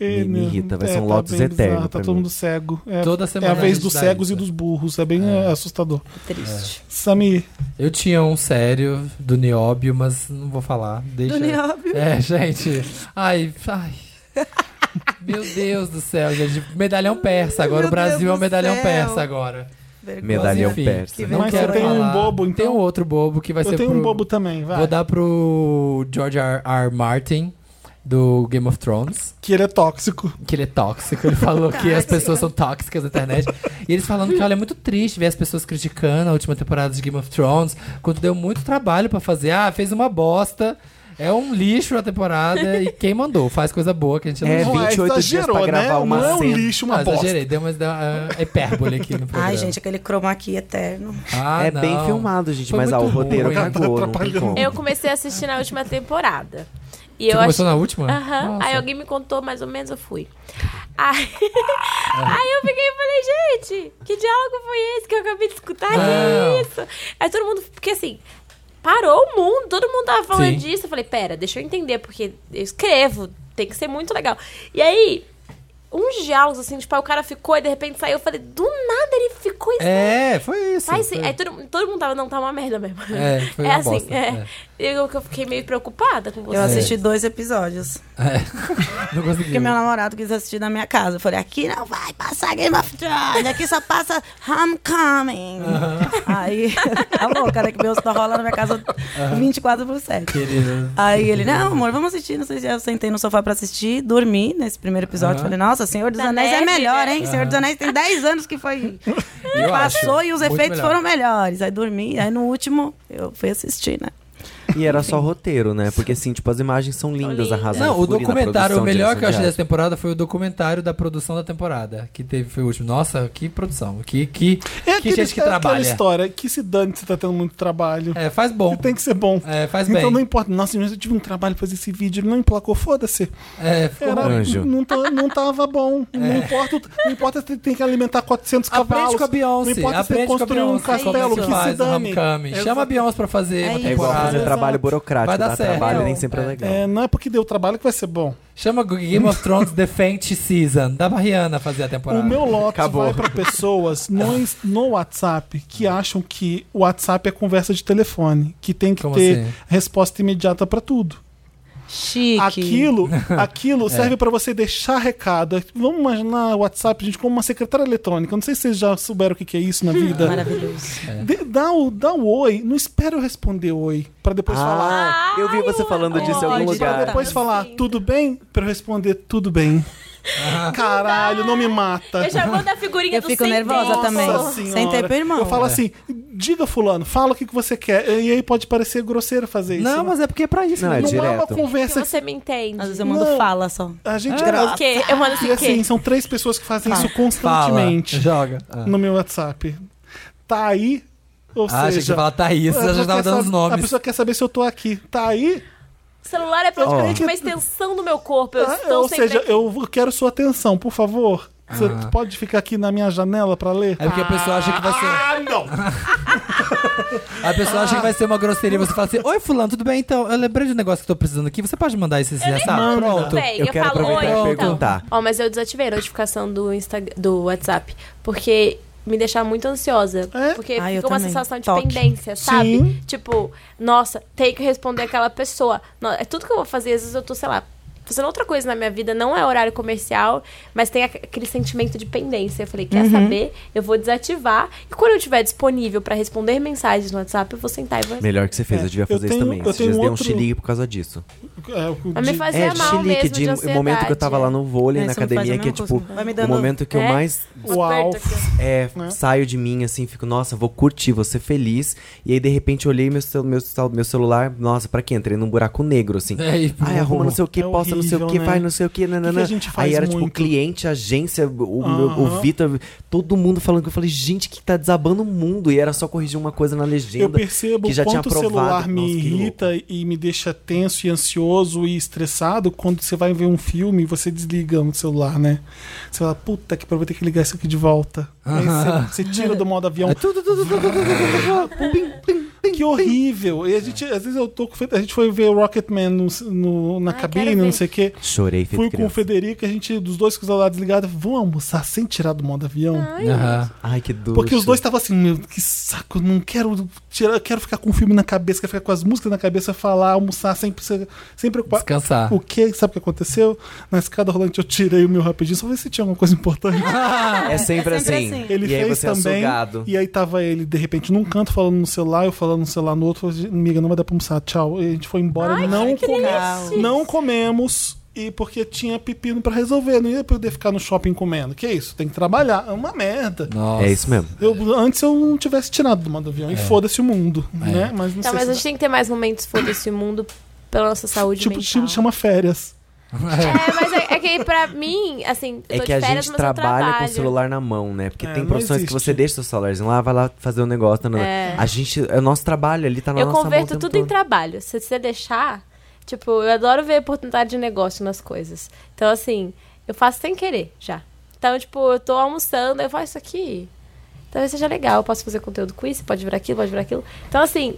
[SPEAKER 8] É,
[SPEAKER 5] Me- me
[SPEAKER 8] né?
[SPEAKER 5] irrita, vai ser um
[SPEAKER 8] tá
[SPEAKER 5] Lotus
[SPEAKER 8] bem
[SPEAKER 5] eterno
[SPEAKER 8] bizarro, Tá
[SPEAKER 5] pra
[SPEAKER 8] todo
[SPEAKER 5] mim.
[SPEAKER 8] mundo cego. É,
[SPEAKER 4] Toda
[SPEAKER 8] é
[SPEAKER 4] semana
[SPEAKER 8] a vez
[SPEAKER 4] gente
[SPEAKER 8] dos
[SPEAKER 4] dá
[SPEAKER 8] cegos
[SPEAKER 4] isso.
[SPEAKER 8] e dos burros, é bem é, assustador.
[SPEAKER 7] Triste.
[SPEAKER 4] É.
[SPEAKER 8] Samir, é
[SPEAKER 4] Eu tinha um sério do Nióbio, mas não vou falar. Deixa...
[SPEAKER 7] Do Nióbio.
[SPEAKER 4] É, gente. Ai, ai. Meu Deus do céu, gente. Medalhão persa agora.
[SPEAKER 7] Meu
[SPEAKER 4] o Brasil
[SPEAKER 7] Deus
[SPEAKER 4] é um
[SPEAKER 7] do
[SPEAKER 4] medalhão
[SPEAKER 7] céu.
[SPEAKER 4] persa agora.
[SPEAKER 7] Vergonha.
[SPEAKER 5] Medalhão
[SPEAKER 4] enfim,
[SPEAKER 5] persa.
[SPEAKER 7] que
[SPEAKER 4] Não
[SPEAKER 8] Mas
[SPEAKER 4] quero
[SPEAKER 8] você tem um
[SPEAKER 4] falar.
[SPEAKER 8] bobo, então?
[SPEAKER 4] Tem um outro bobo que vai
[SPEAKER 8] eu
[SPEAKER 4] ser
[SPEAKER 8] tenho um
[SPEAKER 4] pro-
[SPEAKER 8] bobo também, vai.
[SPEAKER 4] Vou dar pro George R. R. Martin, do Game of Thrones,
[SPEAKER 8] Que ele é tóxico.
[SPEAKER 4] que ele é tóxico. Ele falou que as pessoas são tóxicas na internet. E eles falando que, olha, é muito triste ver as pessoas criticando a última temporada de Game of Thrones, quando deu muito trabalho pra fazer. Ah, fez uma bosta. É um lixo a temporada e quem mandou? Faz coisa boa que a gente não né?
[SPEAKER 5] É,
[SPEAKER 4] faz.
[SPEAKER 8] Não
[SPEAKER 5] 28 dias pra gravar uma
[SPEAKER 8] Não é um
[SPEAKER 5] cena.
[SPEAKER 8] lixo, uma
[SPEAKER 4] Ah,
[SPEAKER 8] bosta.
[SPEAKER 4] exagerei, deu uma uh, hipérbole aqui no programa.
[SPEAKER 7] Ai, gente, aquele chroma aqui eterno.
[SPEAKER 4] Ah,
[SPEAKER 5] é bem
[SPEAKER 4] não.
[SPEAKER 5] filmado, gente,
[SPEAKER 4] Foi
[SPEAKER 5] mas ah, o
[SPEAKER 4] muito
[SPEAKER 5] roteiro
[SPEAKER 4] ruim. né?
[SPEAKER 5] cagou, não tem como.
[SPEAKER 6] Eu comecei a assistir na última temporada. E
[SPEAKER 4] Você
[SPEAKER 6] eu
[SPEAKER 4] começou
[SPEAKER 6] achei...
[SPEAKER 4] na última?
[SPEAKER 6] Aham.
[SPEAKER 4] Nossa.
[SPEAKER 6] Aí alguém me contou, mais ou menos, eu fui. Aí, aí eu fiquei e falei, gente, que diálogo foi esse que eu acabei de escutar?
[SPEAKER 4] Não.
[SPEAKER 6] Que isso? Aí todo mundo, porque assim, parou o mundo, todo mundo tava falando
[SPEAKER 4] Sim.
[SPEAKER 6] disso. Eu falei, pera, deixa eu entender, porque eu escrevo, tem que ser muito legal. E aí, uns diálogos, assim, tipo, aí o cara ficou e de repente saiu. Eu falei, do nada ele ficou e
[SPEAKER 4] É, foi isso.
[SPEAKER 6] Sai sim.
[SPEAKER 4] foi.
[SPEAKER 6] Aí todo, todo mundo tava, não, tá uma merda mesmo.
[SPEAKER 4] É, foi uma
[SPEAKER 6] assim,
[SPEAKER 4] bosta,
[SPEAKER 6] é. Eu, eu fiquei meio preocupada com
[SPEAKER 5] É.
[SPEAKER 6] você.
[SPEAKER 7] Eu assisti dois episódios.
[SPEAKER 4] Não consegui.
[SPEAKER 7] Porque meu namorado quis assistir na minha casa. Eu falei, aqui não vai passar Game of Thrones, aqui só passa Homecoming. Aí, tá louca, né? Que meu só rola na minha casa 24 por 7.
[SPEAKER 4] Querido.
[SPEAKER 7] Aí ele, não, amor, vamos assistir. Não sei se eu sentei no sofá pra assistir, dormi nesse primeiro episódio. Falei, nossa, Senhor dos
[SPEAKER 6] Da
[SPEAKER 7] Anéis é
[SPEAKER 6] neve,
[SPEAKER 7] melhor,
[SPEAKER 6] né?
[SPEAKER 7] hein? Senhor dos Anéis tem 10 anos que foi.
[SPEAKER 4] Eu
[SPEAKER 7] passou
[SPEAKER 4] acho
[SPEAKER 7] e os
[SPEAKER 4] muito
[SPEAKER 7] efeitos
[SPEAKER 4] melhor.
[SPEAKER 7] foram melhores. Aí dormi, aí no último eu fui assistir, né?
[SPEAKER 5] E era só roteiro, né? Porque assim, tipo, as imagens são lindas, a razão.
[SPEAKER 4] Não, o documentário, o melhor que eu achei dessa temporada foi o documentário da produção da temporada. Que teve, foi o último. Nossa, que produção. Que, que,
[SPEAKER 8] É
[SPEAKER 4] que
[SPEAKER 8] aquele-
[SPEAKER 4] gente que
[SPEAKER 8] é aquela
[SPEAKER 4] trabalha.
[SPEAKER 8] história que se dane se tá tendo muito trabalho.
[SPEAKER 4] É, faz bom.
[SPEAKER 8] Tem que ser bom.
[SPEAKER 4] É, faz
[SPEAKER 8] então
[SPEAKER 4] bem.
[SPEAKER 8] não importa. Nossa, mas eu tive um trabalho pra fazer esse vídeo, ele não emplacou, foda-se.
[SPEAKER 4] É, ficou
[SPEAKER 8] Era,
[SPEAKER 4] bom.
[SPEAKER 5] Anjo.
[SPEAKER 8] Não, tá- não tava bom. Não importa, o- não importa se tem que alimentar 400
[SPEAKER 4] É. Aprende
[SPEAKER 8] cavalos.
[SPEAKER 4] com a Beyoncé.
[SPEAKER 8] Não importa se
[SPEAKER 4] aprende
[SPEAKER 8] tem que
[SPEAKER 4] com a
[SPEAKER 8] construir um
[SPEAKER 4] Beyoncé como
[SPEAKER 8] castelo,
[SPEAKER 4] se
[SPEAKER 8] que se
[SPEAKER 4] faz o
[SPEAKER 8] dane.
[SPEAKER 4] Homecoming. Chama a Beyoncé pra fazer uma
[SPEAKER 7] isso.
[SPEAKER 5] É igual
[SPEAKER 4] temporada.
[SPEAKER 5] fazer trabalho burocrático,
[SPEAKER 4] Vai dar
[SPEAKER 5] dá
[SPEAKER 4] certo.
[SPEAKER 5] trabalho nem
[SPEAKER 4] Não,
[SPEAKER 5] sempre é
[SPEAKER 4] é.
[SPEAKER 5] legal.
[SPEAKER 8] É, não é porque deu trabalho que vai ser bom.
[SPEAKER 4] Chama Game of Thrones The Faint Season. Dá pra Rihanna fazer a temporada.
[SPEAKER 8] O meu lote
[SPEAKER 5] Acabou.
[SPEAKER 8] vai pra pessoas no, ins- no WhatsApp que acham que o WhatsApp é conversa de telefone, que tem que
[SPEAKER 4] Como
[SPEAKER 8] ter
[SPEAKER 4] assim?
[SPEAKER 8] resposta imediata pra tudo.
[SPEAKER 7] Chique.
[SPEAKER 8] Aquilo, aquilo serve pra você deixar recado. Vamos imaginar o WhatsApp, gente, como uma secretária eletrônica. Não sei se vocês já souberam o que que é isso na vida.
[SPEAKER 7] Maravilhoso.
[SPEAKER 8] Dê- dá, o, dá o oi, não espera eu responder oi, pra depois falar.
[SPEAKER 5] Ah, eu vi você falando disso em algum
[SPEAKER 7] ódio.
[SPEAKER 5] lugar.
[SPEAKER 8] Depois falar, tudo bem? Pra eu responder, tudo bem. Caralho, não me mata.
[SPEAKER 6] Eu já mando a figurinha
[SPEAKER 7] Eu
[SPEAKER 6] do
[SPEAKER 7] fico
[SPEAKER 6] sem
[SPEAKER 7] nervosa
[SPEAKER 6] tempo.
[SPEAKER 7] também.
[SPEAKER 8] Nossa
[SPEAKER 7] Sem
[SPEAKER 8] senhora.
[SPEAKER 7] tempo, irmão.
[SPEAKER 8] Eu falo assim, diga fulano, fala o que que você quer. E aí pode parecer grosseiro fazer isso.
[SPEAKER 4] Não,
[SPEAKER 8] né?
[SPEAKER 4] mas é porque é pra isso.
[SPEAKER 5] Não, é
[SPEAKER 4] né?
[SPEAKER 8] não é uma
[SPEAKER 5] direto.
[SPEAKER 6] Que
[SPEAKER 8] conversa.
[SPEAKER 6] você me entende.
[SPEAKER 7] Às vezes eu mando
[SPEAKER 8] Não.
[SPEAKER 7] fala só.
[SPEAKER 8] A gente
[SPEAKER 6] O quê? Eu mando assim
[SPEAKER 8] E
[SPEAKER 6] o quê?
[SPEAKER 8] assim, são três pessoas que
[SPEAKER 4] Tá.
[SPEAKER 8] fazem isso
[SPEAKER 4] Fala,
[SPEAKER 8] constantemente
[SPEAKER 4] joga.
[SPEAKER 5] Ah.
[SPEAKER 8] no meu WhatsApp. Tá aí, ou
[SPEAKER 4] Ah, achei que você
[SPEAKER 8] seja.
[SPEAKER 4] fala Thaís,
[SPEAKER 8] a
[SPEAKER 4] você já
[SPEAKER 8] pessoa
[SPEAKER 4] tava
[SPEAKER 8] quer
[SPEAKER 4] dando os
[SPEAKER 8] saber- A
[SPEAKER 4] nomes.
[SPEAKER 8] pessoa quer saber se eu tô aqui. Tá aí?
[SPEAKER 6] O celular é praticamente uma extensão do meu corpo. Eu
[SPEAKER 8] Ah,
[SPEAKER 6] estou
[SPEAKER 8] ou
[SPEAKER 6] sempre
[SPEAKER 8] seja,
[SPEAKER 6] aqui.
[SPEAKER 8] eu quero sua atenção, por favor. Você
[SPEAKER 4] Ah.
[SPEAKER 8] pode ficar aqui na minha janela pra ler?
[SPEAKER 4] É porque a pessoa acha que vai ser.
[SPEAKER 8] Ah, não!
[SPEAKER 4] A pessoa acha que vai ser uma grosseria. Você fala assim, oi fulano, tudo bem? Então, eu lembrei de um negócio que eu tô precisando aqui. Você pode mandar esse essa?
[SPEAKER 6] mando,
[SPEAKER 4] Pronto.
[SPEAKER 6] velho.
[SPEAKER 5] Eu quero
[SPEAKER 6] falo,
[SPEAKER 5] aproveitar
[SPEAKER 6] "Oi,
[SPEAKER 5] e
[SPEAKER 6] então."
[SPEAKER 5] perguntar.
[SPEAKER 6] Ó, mas eu desativei a notificação do, Instagram, do WhatsApp. Porque me deixava muito ansiosa.
[SPEAKER 8] É?
[SPEAKER 6] Porque
[SPEAKER 7] Ah, eu
[SPEAKER 6] fica uma
[SPEAKER 7] também.
[SPEAKER 6] sensação de
[SPEAKER 7] Toque.
[SPEAKER 6] pendência, sabe?
[SPEAKER 8] Sim.
[SPEAKER 6] Tipo, nossa, tenho que responder aquela pessoa. Não, é tudo que eu vou fazer. Às vezes eu tô, sei lá, fazendo outra coisa na minha vida. Não é horário comercial, mas tem aqu- aquele sentimento de pendência. Eu falei, quer saber? Eu vou desativar. E quando eu estiver disponível pra responder mensagens no WhatsApp, eu vou sentar e vou responder.
[SPEAKER 5] Melhor que você fez,
[SPEAKER 8] É,
[SPEAKER 5] eu devia
[SPEAKER 8] eu
[SPEAKER 5] fazer
[SPEAKER 8] tenho-
[SPEAKER 5] isso também.
[SPEAKER 8] eu
[SPEAKER 5] Esses
[SPEAKER 8] tenho
[SPEAKER 5] dias deu um
[SPEAKER 8] outro-
[SPEAKER 5] xilique por causa disso.
[SPEAKER 8] É, o
[SPEAKER 6] Mas me
[SPEAKER 8] de-
[SPEAKER 6] fazia
[SPEAKER 5] de
[SPEAKER 6] mal mesmo de
[SPEAKER 5] o momento que eu tava lá no vôlei,
[SPEAKER 7] É,
[SPEAKER 5] na
[SPEAKER 7] isso me faz a
[SPEAKER 5] academia, que é
[SPEAKER 7] mesma
[SPEAKER 5] tipo,
[SPEAKER 7] coisa. Vai me dando-
[SPEAKER 5] o momento que eu
[SPEAKER 6] É?
[SPEAKER 5] mais
[SPEAKER 8] Uau.
[SPEAKER 6] Aperto aqui.
[SPEAKER 5] é,
[SPEAKER 8] Né?
[SPEAKER 5] saio de mim, assim, fico, nossa, vou curtir, vou ser feliz. E aí, de repente, eu olhei meu, cel- meu, cel- meu celular, nossa, pra quê? Entrei num buraco negro, assim.
[SPEAKER 4] É, e-
[SPEAKER 5] Ai, arruma não sei o que,
[SPEAKER 8] É
[SPEAKER 5] posta não sei o
[SPEAKER 8] horrível,
[SPEAKER 5] que,
[SPEAKER 8] né?
[SPEAKER 5] faz não sei o que,
[SPEAKER 8] que
[SPEAKER 5] nanana.
[SPEAKER 8] que a gente faz
[SPEAKER 5] Aí era
[SPEAKER 8] muito?
[SPEAKER 5] tipo cliente, agência, o, meu-
[SPEAKER 8] Aham.
[SPEAKER 5] o Vitor, todo mundo falando que eu falei, gente, que tá desabando o mundo. E era só corrigir uma coisa na legenda.
[SPEAKER 8] Eu percebo
[SPEAKER 5] que já tinha
[SPEAKER 8] quanto o celular
[SPEAKER 5] aprovado.
[SPEAKER 8] me
[SPEAKER 5] Nossa, que louco.
[SPEAKER 8] irrita e me deixa tenso e ansioso e estressado quando você vai ver um filme e você desliga o celular, né? Você fala, puta que pariu, vou ter que ligar isso aqui de volta. Aí você, você tira do modo
[SPEAKER 5] É
[SPEAKER 8] avião. Que horrível! E a gente, às vezes eu tô com. A gente foi ver Rocketman no, no- na
[SPEAKER 6] Ai,
[SPEAKER 8] cabine,
[SPEAKER 6] Ah, quero ver.
[SPEAKER 8] não sei o quê.
[SPEAKER 5] Chorei, feito
[SPEAKER 8] Fui com o
[SPEAKER 5] criança.
[SPEAKER 8] Federico, a gente, dos dois com os celulares ligados, vamos almoçar sem tirar do modo avião.
[SPEAKER 6] Ah,
[SPEAKER 4] Aham.
[SPEAKER 5] Ai, que doce.
[SPEAKER 8] Porque os dois estavam assim, meu, que saco, não quero tirar, quero ficar com o filme na cabeça, quero ficar com as músicas na cabeça, falar, almoçar, sem, precisar- sem preocupar.
[SPEAKER 4] Descansar.
[SPEAKER 8] O que? Sabe o que aconteceu? Na escada rolante eu tirei o meu rapidinho, só ver se tinha alguma coisa importante.
[SPEAKER 6] Ah.
[SPEAKER 8] Ah,
[SPEAKER 5] É sempre,
[SPEAKER 7] É sempre
[SPEAKER 5] assim.
[SPEAKER 7] assim.
[SPEAKER 8] Ele
[SPEAKER 5] e aí
[SPEAKER 8] fez
[SPEAKER 5] você
[SPEAKER 8] também.
[SPEAKER 5] açougado.
[SPEAKER 8] E aí tava ele, de repente, num canto falando no celular, eu falando no celular no outro, eu falei, amiga, não vai dar pra almoçar, tchau. E a gente foi embora,
[SPEAKER 6] Ai,
[SPEAKER 8] não,
[SPEAKER 6] que Tá, delícia.
[SPEAKER 8] não comemos. E porque tinha pepino pra resolver, não ia poder ficar no shopping comendo. Que isso? Tem que trabalhar. É uma merda.
[SPEAKER 4] Nossa.
[SPEAKER 5] É isso mesmo.
[SPEAKER 8] Eu- antes eu não tivesse tirado do modo
[SPEAKER 5] É.
[SPEAKER 8] avião. E foda-se o mundo, né? Mas não
[SPEAKER 6] Tá,
[SPEAKER 8] sei
[SPEAKER 6] mas
[SPEAKER 8] se
[SPEAKER 6] a gente tem que ter mais momentos foda-se o mundo pela nossa saúde
[SPEAKER 8] tipo,
[SPEAKER 6] mental.
[SPEAKER 8] tipo, chama férias.
[SPEAKER 6] É, mas é, é que pra mim, assim,
[SPEAKER 5] É
[SPEAKER 6] eu tô
[SPEAKER 5] que
[SPEAKER 6] de
[SPEAKER 5] a
[SPEAKER 6] férias,
[SPEAKER 5] gente
[SPEAKER 6] mas eu
[SPEAKER 5] trabalha com o
[SPEAKER 6] trabalho.
[SPEAKER 5] celular na mão, né? Porque
[SPEAKER 8] É,
[SPEAKER 5] tem
[SPEAKER 8] não
[SPEAKER 5] profissões que
[SPEAKER 8] existe.
[SPEAKER 5] você deixa seu celularzinho lá, vai lá fazer um negócio. nanana.
[SPEAKER 6] É.
[SPEAKER 5] A gente, é o nosso trabalho ali tá na
[SPEAKER 6] Eu
[SPEAKER 5] nossa mão. o
[SPEAKER 6] converto
[SPEAKER 5] tempo
[SPEAKER 6] tudo em
[SPEAKER 5] todo.
[SPEAKER 6] trabalho. Se você deixar, tipo, eu adoro ver oportunidade de negócio nas coisas. Então, assim, eu faço sem querer já. Então, tipo, eu tô almoçando, eu faço isso aqui. Talvez seja legal, eu posso fazer conteúdo com isso, pode virar aquilo, pode virar aquilo. Então, assim,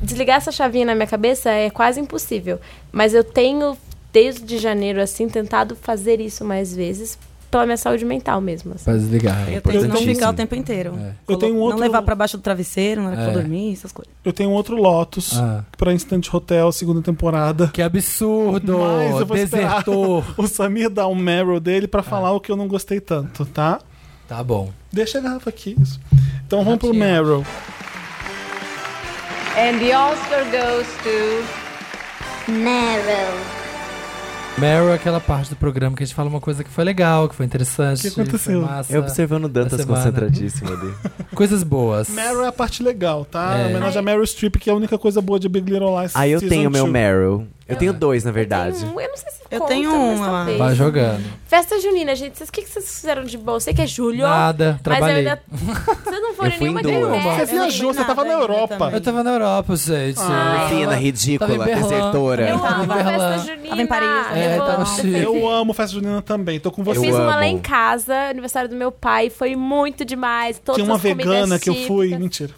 [SPEAKER 6] desligar essa chavinha na minha cabeça é quase impossível. Mas eu tenho, desde janeiro, assim, tentado fazer isso mais vezes pela minha saúde mental mesmo. assim.
[SPEAKER 4] Pra desligar.
[SPEAKER 5] É
[SPEAKER 7] Eu tento não
[SPEAKER 5] importantíssimo.
[SPEAKER 7] ficar o tempo inteiro.
[SPEAKER 8] Eu
[SPEAKER 1] um
[SPEAKER 8] tenho
[SPEAKER 7] Não
[SPEAKER 8] outro-
[SPEAKER 7] levar pra baixo do travesseiro, na hora que
[SPEAKER 4] É.
[SPEAKER 7] for dormir, essas coisas.
[SPEAKER 8] Eu tenho outro Lotus
[SPEAKER 4] Ah.
[SPEAKER 8] pra Instant Hotel, segunda temporada.
[SPEAKER 4] Que absurdo!
[SPEAKER 8] Mas eu vou esperar
[SPEAKER 4] Desertor.
[SPEAKER 8] o Samir dar um Meryl dele pra falar o que eu não gostei tanto, tá?
[SPEAKER 4] Tá bom.
[SPEAKER 8] Deixa a garrafa aqui. isso. Então vamos pro
[SPEAKER 4] Garrafinha.
[SPEAKER 8] Meryl.
[SPEAKER 9] And the Oscar goes to.
[SPEAKER 3] Meryl.
[SPEAKER 4] Meryl é aquela parte do programa que a gente fala uma coisa que foi legal, que foi interessante.
[SPEAKER 8] O que aconteceu?
[SPEAKER 4] Foi massa.
[SPEAKER 5] Eu observando o Dantas
[SPEAKER 4] semana.
[SPEAKER 5] concentradíssimo ali.
[SPEAKER 4] Coisas boas.
[SPEAKER 8] Meryl é a parte legal, tá?
[SPEAKER 4] É.
[SPEAKER 8] Em homenagem a Meryl Streep, que é a única coisa boa de Big Little Lies.
[SPEAKER 5] Aí eu
[SPEAKER 8] Season
[SPEAKER 5] tenho meu
[SPEAKER 8] two.
[SPEAKER 5] Meryl. Eu tenho dois, na
[SPEAKER 6] Ah. Eu tenho
[SPEAKER 5] verdade.
[SPEAKER 6] um, eu não sei se
[SPEAKER 7] Eu
[SPEAKER 6] conta,
[SPEAKER 7] tenho
[SPEAKER 6] mas
[SPEAKER 7] uma.
[SPEAKER 6] talvez.
[SPEAKER 4] Vai jogando.
[SPEAKER 6] Festa junina, gente. Vocês- O que que vocês fizeram de bom? Eu sei que é julho.
[SPEAKER 4] Nada, trabalhei.
[SPEAKER 6] Mas eu ainda. Vocês não
[SPEAKER 5] Eu
[SPEAKER 6] foram em
[SPEAKER 5] fui em
[SPEAKER 6] nenhuma
[SPEAKER 5] duas.
[SPEAKER 8] Você
[SPEAKER 6] Você
[SPEAKER 8] viajou, você tava na Europa.
[SPEAKER 4] Eu tava na Europa, gente.
[SPEAKER 6] um.
[SPEAKER 5] Fina,
[SPEAKER 4] tava
[SPEAKER 5] ridícula,
[SPEAKER 4] em Berlim.
[SPEAKER 5] desertora.
[SPEAKER 6] Eu
[SPEAKER 4] Tava em
[SPEAKER 6] amo festa
[SPEAKER 4] Berlim.
[SPEAKER 6] junina.
[SPEAKER 7] Tava em Paris. né?
[SPEAKER 4] É,
[SPEAKER 6] Ah, eu vou-
[SPEAKER 4] tava chique.
[SPEAKER 8] Eu amo festa junina também, tô com
[SPEAKER 6] Eu
[SPEAKER 8] você.
[SPEAKER 6] fiz uma lá
[SPEAKER 5] amo.
[SPEAKER 6] em casa, aniversário do meu pai, foi muito demais. Todas
[SPEAKER 8] Tinha uma
[SPEAKER 6] as comidas
[SPEAKER 8] vegana que eu fui.
[SPEAKER 6] típicas.
[SPEAKER 8] Mentira.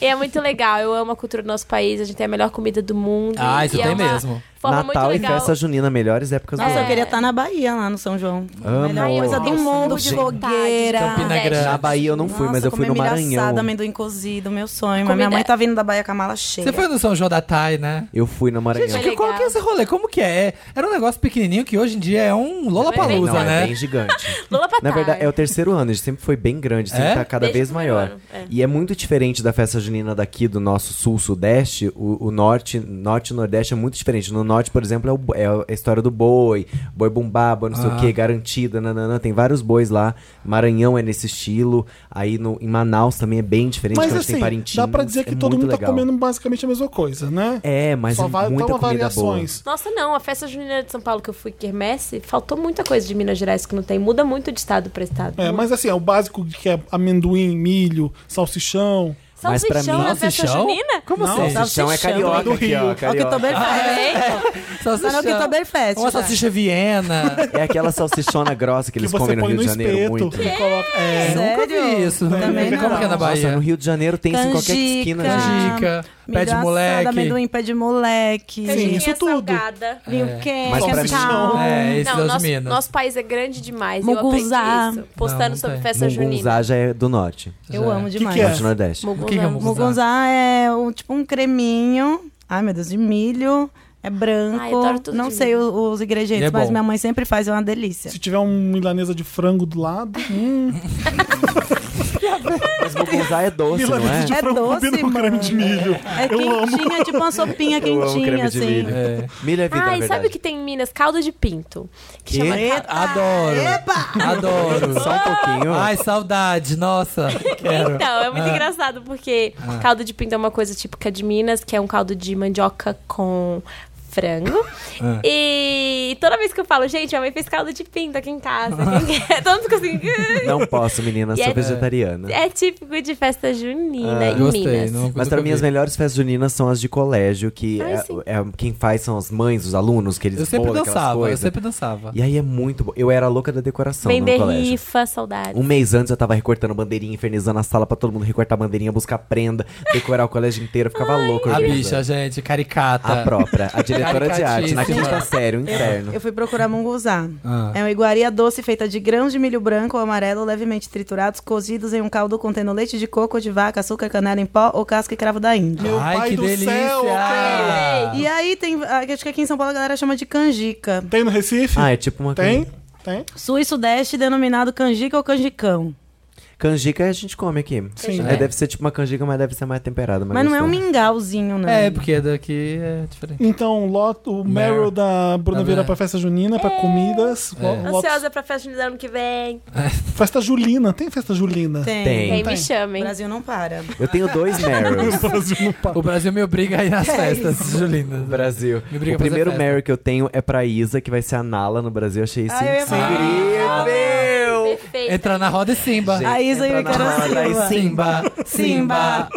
[SPEAKER 6] E é muito legal, eu amo a cultura do nosso país, a gente tem a melhor comida do mundo.
[SPEAKER 4] Ah, isso
[SPEAKER 6] e é
[SPEAKER 4] tem
[SPEAKER 6] uma
[SPEAKER 4] mesmo.
[SPEAKER 6] forma
[SPEAKER 5] Natal
[SPEAKER 6] muito
[SPEAKER 5] e
[SPEAKER 6] legal. É.
[SPEAKER 5] festa junina, melhores épocas
[SPEAKER 7] Nossa,
[SPEAKER 5] do
[SPEAKER 7] eu
[SPEAKER 5] ano.
[SPEAKER 7] queria estar na Bahia, lá no São João.
[SPEAKER 5] É. Amo.
[SPEAKER 7] Melhor
[SPEAKER 5] Ai, eu
[SPEAKER 7] coisa, tem um
[SPEAKER 5] gosto
[SPEAKER 7] mundo
[SPEAKER 5] muito
[SPEAKER 7] de
[SPEAKER 5] de
[SPEAKER 7] fogueira.
[SPEAKER 4] Campina
[SPEAKER 6] Inveja.
[SPEAKER 4] Grande.
[SPEAKER 5] Na Bahia eu não fui, mas eu fui no
[SPEAKER 6] é
[SPEAKER 5] Maranhão.
[SPEAKER 7] assada, amendoim cozido, meu sonho. Mas
[SPEAKER 6] Comida-
[SPEAKER 7] minha mãe tá vindo da Bahia com a mala cheia.
[SPEAKER 4] Você foi no São João da Thay, né?
[SPEAKER 5] Eu fui no Maranhão.
[SPEAKER 6] Gente,
[SPEAKER 4] Que, qual
[SPEAKER 6] legal.
[SPEAKER 4] que é esse rolê? Como que é? É- Era um negócio pequenininho que hoje em dia é um
[SPEAKER 5] não,
[SPEAKER 4] Lollapalooza,
[SPEAKER 5] é
[SPEAKER 4] né?
[SPEAKER 5] bem gigante.
[SPEAKER 6] Lula pra
[SPEAKER 5] Na verdade,
[SPEAKER 6] tarde.
[SPEAKER 5] é o terceiro ano, ele sempre foi bem grande, sempre
[SPEAKER 4] É?
[SPEAKER 5] tá cada
[SPEAKER 6] Tá, Desde
[SPEAKER 5] vez
[SPEAKER 6] o primeiro
[SPEAKER 5] maior.
[SPEAKER 6] ano, é.
[SPEAKER 5] E é muito diferente da festa junina daqui do nosso sul-sudeste, o, o norte, norte e nordeste é muito diferente. No norte, por exemplo, é, o bo- é a história do boi, boi bumbá, boi não
[SPEAKER 8] Ah.
[SPEAKER 5] sei o que, garantida, nananã, tem vários bois lá. Maranhão é nesse estilo, aí no, em Manaus também é bem diferente,
[SPEAKER 8] Mas
[SPEAKER 5] que a gente
[SPEAKER 8] assim,
[SPEAKER 5] tem Parintins.
[SPEAKER 8] dá pra dizer que
[SPEAKER 5] é
[SPEAKER 8] todo
[SPEAKER 5] muito
[SPEAKER 8] mundo tá
[SPEAKER 5] legal.
[SPEAKER 8] comendo basicamente a mesma coisa, né?
[SPEAKER 5] É, mas
[SPEAKER 8] Só
[SPEAKER 5] é
[SPEAKER 8] vai
[SPEAKER 5] muita
[SPEAKER 8] toma
[SPEAKER 5] comida
[SPEAKER 8] variações.
[SPEAKER 6] Nossa, não, a festa junina de São Paulo que eu fui, quermesse, faltou muita coisa de Minas Gerais que não tem. Muda muito de estado pra estado.
[SPEAKER 8] É, mas assim, é o básico que é amendoim, milho, salsichão.
[SPEAKER 5] mas pra
[SPEAKER 6] Salsichão
[SPEAKER 5] mim-
[SPEAKER 6] na festa
[SPEAKER 4] Salsichão?
[SPEAKER 6] junina?
[SPEAKER 4] Como
[SPEAKER 8] Não,
[SPEAKER 5] boa.
[SPEAKER 4] assim?
[SPEAKER 8] salsicha-
[SPEAKER 5] Salsichão é
[SPEAKER 7] Salsichão
[SPEAKER 5] carioca
[SPEAKER 8] do
[SPEAKER 5] aqui, ó,
[SPEAKER 8] Rio.
[SPEAKER 7] É o
[SPEAKER 5] carioca.
[SPEAKER 7] Oktoberfest.
[SPEAKER 6] É,
[SPEAKER 7] Tá né? no Oktoberfest.
[SPEAKER 4] Uma
[SPEAKER 7] já.
[SPEAKER 4] salsicha Viena.
[SPEAKER 5] É aquela salsichona grossa que
[SPEAKER 8] Que
[SPEAKER 5] eles
[SPEAKER 8] você
[SPEAKER 5] comem no
[SPEAKER 8] põe
[SPEAKER 5] Rio
[SPEAKER 8] no
[SPEAKER 5] de Janeiro
[SPEAKER 8] espeto.
[SPEAKER 5] muito.
[SPEAKER 8] e coloca- É.
[SPEAKER 4] Nunca
[SPEAKER 7] Sério?
[SPEAKER 4] vi isso.
[SPEAKER 8] Também
[SPEAKER 4] Como
[SPEAKER 8] não.
[SPEAKER 4] que é na Bahia?
[SPEAKER 5] Nossa, no Rio de Janeiro tem isso em qualquer
[SPEAKER 7] Canjica.
[SPEAKER 5] esquina.
[SPEAKER 7] Canjica.
[SPEAKER 5] gente.
[SPEAKER 4] Canjica, pé de
[SPEAKER 7] Milho assado,
[SPEAKER 4] moleque.
[SPEAKER 7] amendoim, pé de moleque.
[SPEAKER 8] Sim,
[SPEAKER 6] Canjiquinha
[SPEAKER 8] isso tudo.
[SPEAKER 6] salgada.
[SPEAKER 7] Vinho quente,
[SPEAKER 5] É, Mas pra mim
[SPEAKER 7] quentão.
[SPEAKER 8] não.
[SPEAKER 4] É, esse
[SPEAKER 6] Não,
[SPEAKER 4] das
[SPEAKER 6] nosso,
[SPEAKER 4] Minas.
[SPEAKER 6] nosso país é grande demais.
[SPEAKER 7] Mugunzá.
[SPEAKER 6] Eu aprendi isso.
[SPEAKER 4] Não,
[SPEAKER 6] Postando
[SPEAKER 4] não
[SPEAKER 6] sobre
[SPEAKER 4] tem.
[SPEAKER 6] festa junina.
[SPEAKER 5] Mungunzá já é do norte,
[SPEAKER 7] Eu amo
[SPEAKER 8] que
[SPEAKER 7] demais.
[SPEAKER 8] é?
[SPEAKER 5] norte e nordeste.
[SPEAKER 4] O que que é
[SPEAKER 6] Mugunzá.
[SPEAKER 7] Mugunzá é um, tipo um creminho. Ai, meu Deus, de milho. É branco.
[SPEAKER 6] Ai, eu adoro tudo
[SPEAKER 7] não
[SPEAKER 6] de
[SPEAKER 7] sei
[SPEAKER 6] milho.
[SPEAKER 7] o- os
[SPEAKER 4] E
[SPEAKER 7] ingredientes,
[SPEAKER 4] é
[SPEAKER 7] mas
[SPEAKER 4] bom.
[SPEAKER 7] minha mãe sempre faz, é uma delícia.
[SPEAKER 8] Se tiver um milanesa de frango do lado, hum,
[SPEAKER 5] Mas Mugunzá é doce, não
[SPEAKER 8] milanesa
[SPEAKER 5] é?
[SPEAKER 8] de
[SPEAKER 7] É
[SPEAKER 8] frango
[SPEAKER 7] doce,
[SPEAKER 8] combina com
[SPEAKER 7] mano.
[SPEAKER 8] creme de milho.
[SPEAKER 7] É quentinha, tipo uma sopinha
[SPEAKER 5] Eu amo
[SPEAKER 7] quentinha,
[SPEAKER 5] creme de
[SPEAKER 7] assim.
[SPEAKER 5] milho. Milho é vida, na
[SPEAKER 6] Ai,
[SPEAKER 5] verdade.
[SPEAKER 6] sabe o que tem em Minas? Caldo de pinto.
[SPEAKER 5] Que?
[SPEAKER 6] Que, chama caldo-
[SPEAKER 4] Adoro. Adoro.
[SPEAKER 5] Só um pouquinho.
[SPEAKER 4] Ai, saudade. Nossa, quero.
[SPEAKER 6] Então, é muito engraçado porque
[SPEAKER 4] Ah.
[SPEAKER 6] caldo de pinto é uma coisa típica de Minas, que é um caldo de mandioca com frango.
[SPEAKER 4] Ah.
[SPEAKER 6] E toda vez que eu falo, gente, minha mãe fez caldo de pinto aqui em casa. Quem quer? Todo mundo fica assim. "Ah".
[SPEAKER 5] Não posso, menina,
[SPEAKER 6] E
[SPEAKER 5] sou
[SPEAKER 6] é-
[SPEAKER 5] vegetariana.
[SPEAKER 6] É típico de festa junina em
[SPEAKER 4] Ah, Gostei.
[SPEAKER 6] Minas.
[SPEAKER 4] não-
[SPEAKER 5] Mas
[SPEAKER 4] nunca
[SPEAKER 5] pra
[SPEAKER 4] vi.
[SPEAKER 5] mim, as melhores festas juninas são as de colégio, que
[SPEAKER 6] Ai,
[SPEAKER 5] é-
[SPEAKER 6] sim.
[SPEAKER 5] é, quem faz são as mães, os alunos, que eles
[SPEAKER 4] Eu sempre
[SPEAKER 5] bolam aquelas
[SPEAKER 4] dançava, eu
[SPEAKER 5] coisas.
[SPEAKER 4] sempre dançava.
[SPEAKER 5] E aí é muito bom. Eu era louca da decoração no
[SPEAKER 6] Vender
[SPEAKER 5] colégio.
[SPEAKER 6] rifa, saudades.
[SPEAKER 5] Um mês antes eu tava recortando bandeirinha, infernizando a sala pra todo mundo recortar bandeirinha, buscar prenda, decorar o colégio inteiro, eu ficava louco.
[SPEAKER 4] A
[SPEAKER 5] organizando.
[SPEAKER 4] bicha, gente, caricata.
[SPEAKER 5] A própria, a diretora de arte, na
[SPEAKER 4] É. Caricatíssima.
[SPEAKER 5] quinta série, o inferno.
[SPEAKER 7] Eu fui procurar munguzá.
[SPEAKER 4] Ah.
[SPEAKER 7] É uma iguaria doce feita de grãos de milho branco ou amarelo levemente triturados, cozidos em um caldo contendo leite de coco, de vaca, açúcar, canela em pó ou casca e cravo da índia.
[SPEAKER 8] Meu
[SPEAKER 4] Ai,
[SPEAKER 8] pai
[SPEAKER 4] que
[SPEAKER 8] do
[SPEAKER 4] delícia.
[SPEAKER 8] céu, eu quero.
[SPEAKER 7] E aí tem, ah, acho que aqui em São Paulo a galera chama de canjica.
[SPEAKER 8] Tem no Recife?
[SPEAKER 5] Ah, é tipo uma
[SPEAKER 8] Tem?
[SPEAKER 5] can-
[SPEAKER 8] Tem?
[SPEAKER 7] Sul e Sudeste denominado canjica ou canjicão.
[SPEAKER 5] canjica a gente come aqui.
[SPEAKER 8] Sim.
[SPEAKER 5] É, deve ser tipo uma canjica, mas deve ser mais temperada. mais
[SPEAKER 7] Mas não é um
[SPEAKER 5] gostosa.
[SPEAKER 7] mingauzinho, né?
[SPEAKER 4] É, porque daqui é diferente.
[SPEAKER 8] Então, loto, o
[SPEAKER 4] Meryl.
[SPEAKER 8] Meryl da Bruna
[SPEAKER 4] Da
[SPEAKER 5] é.
[SPEAKER 8] Vieira
[SPEAKER 4] Vera.
[SPEAKER 8] pra festa junina, pra comidas. lo- lotos-
[SPEAKER 6] Ansiosa pra festa junina ano que vem.
[SPEAKER 8] Festa julina. Tem festa julina?
[SPEAKER 7] Tem.
[SPEAKER 5] Tem.
[SPEAKER 6] Quem me
[SPEAKER 8] tem.
[SPEAKER 7] O
[SPEAKER 6] chamem.
[SPEAKER 7] Brasil não para.
[SPEAKER 5] Eu tenho dois Meryls.
[SPEAKER 8] O Brasil não para.
[SPEAKER 4] O Brasil me obriga a ir
[SPEAKER 6] é
[SPEAKER 4] nas festas
[SPEAKER 5] no
[SPEAKER 4] julinas.
[SPEAKER 5] Brasil.
[SPEAKER 4] Me obriga
[SPEAKER 5] o
[SPEAKER 4] a fazer
[SPEAKER 5] primeiro
[SPEAKER 4] festa.
[SPEAKER 5] Meryl que eu tenho é pra Isa, que vai ser a Nala no Brasil. Eu achei isso
[SPEAKER 7] Ai, Ah, eu ia falar.
[SPEAKER 5] incrível.
[SPEAKER 6] é Perfeito.
[SPEAKER 4] Entrar na roda e Simba.
[SPEAKER 5] Gente,
[SPEAKER 7] A Isa e o
[SPEAKER 5] entra na
[SPEAKER 7] Ícaro
[SPEAKER 5] roda, aí
[SPEAKER 7] Silva.
[SPEAKER 5] sim.
[SPEAKER 4] Simba, Simba.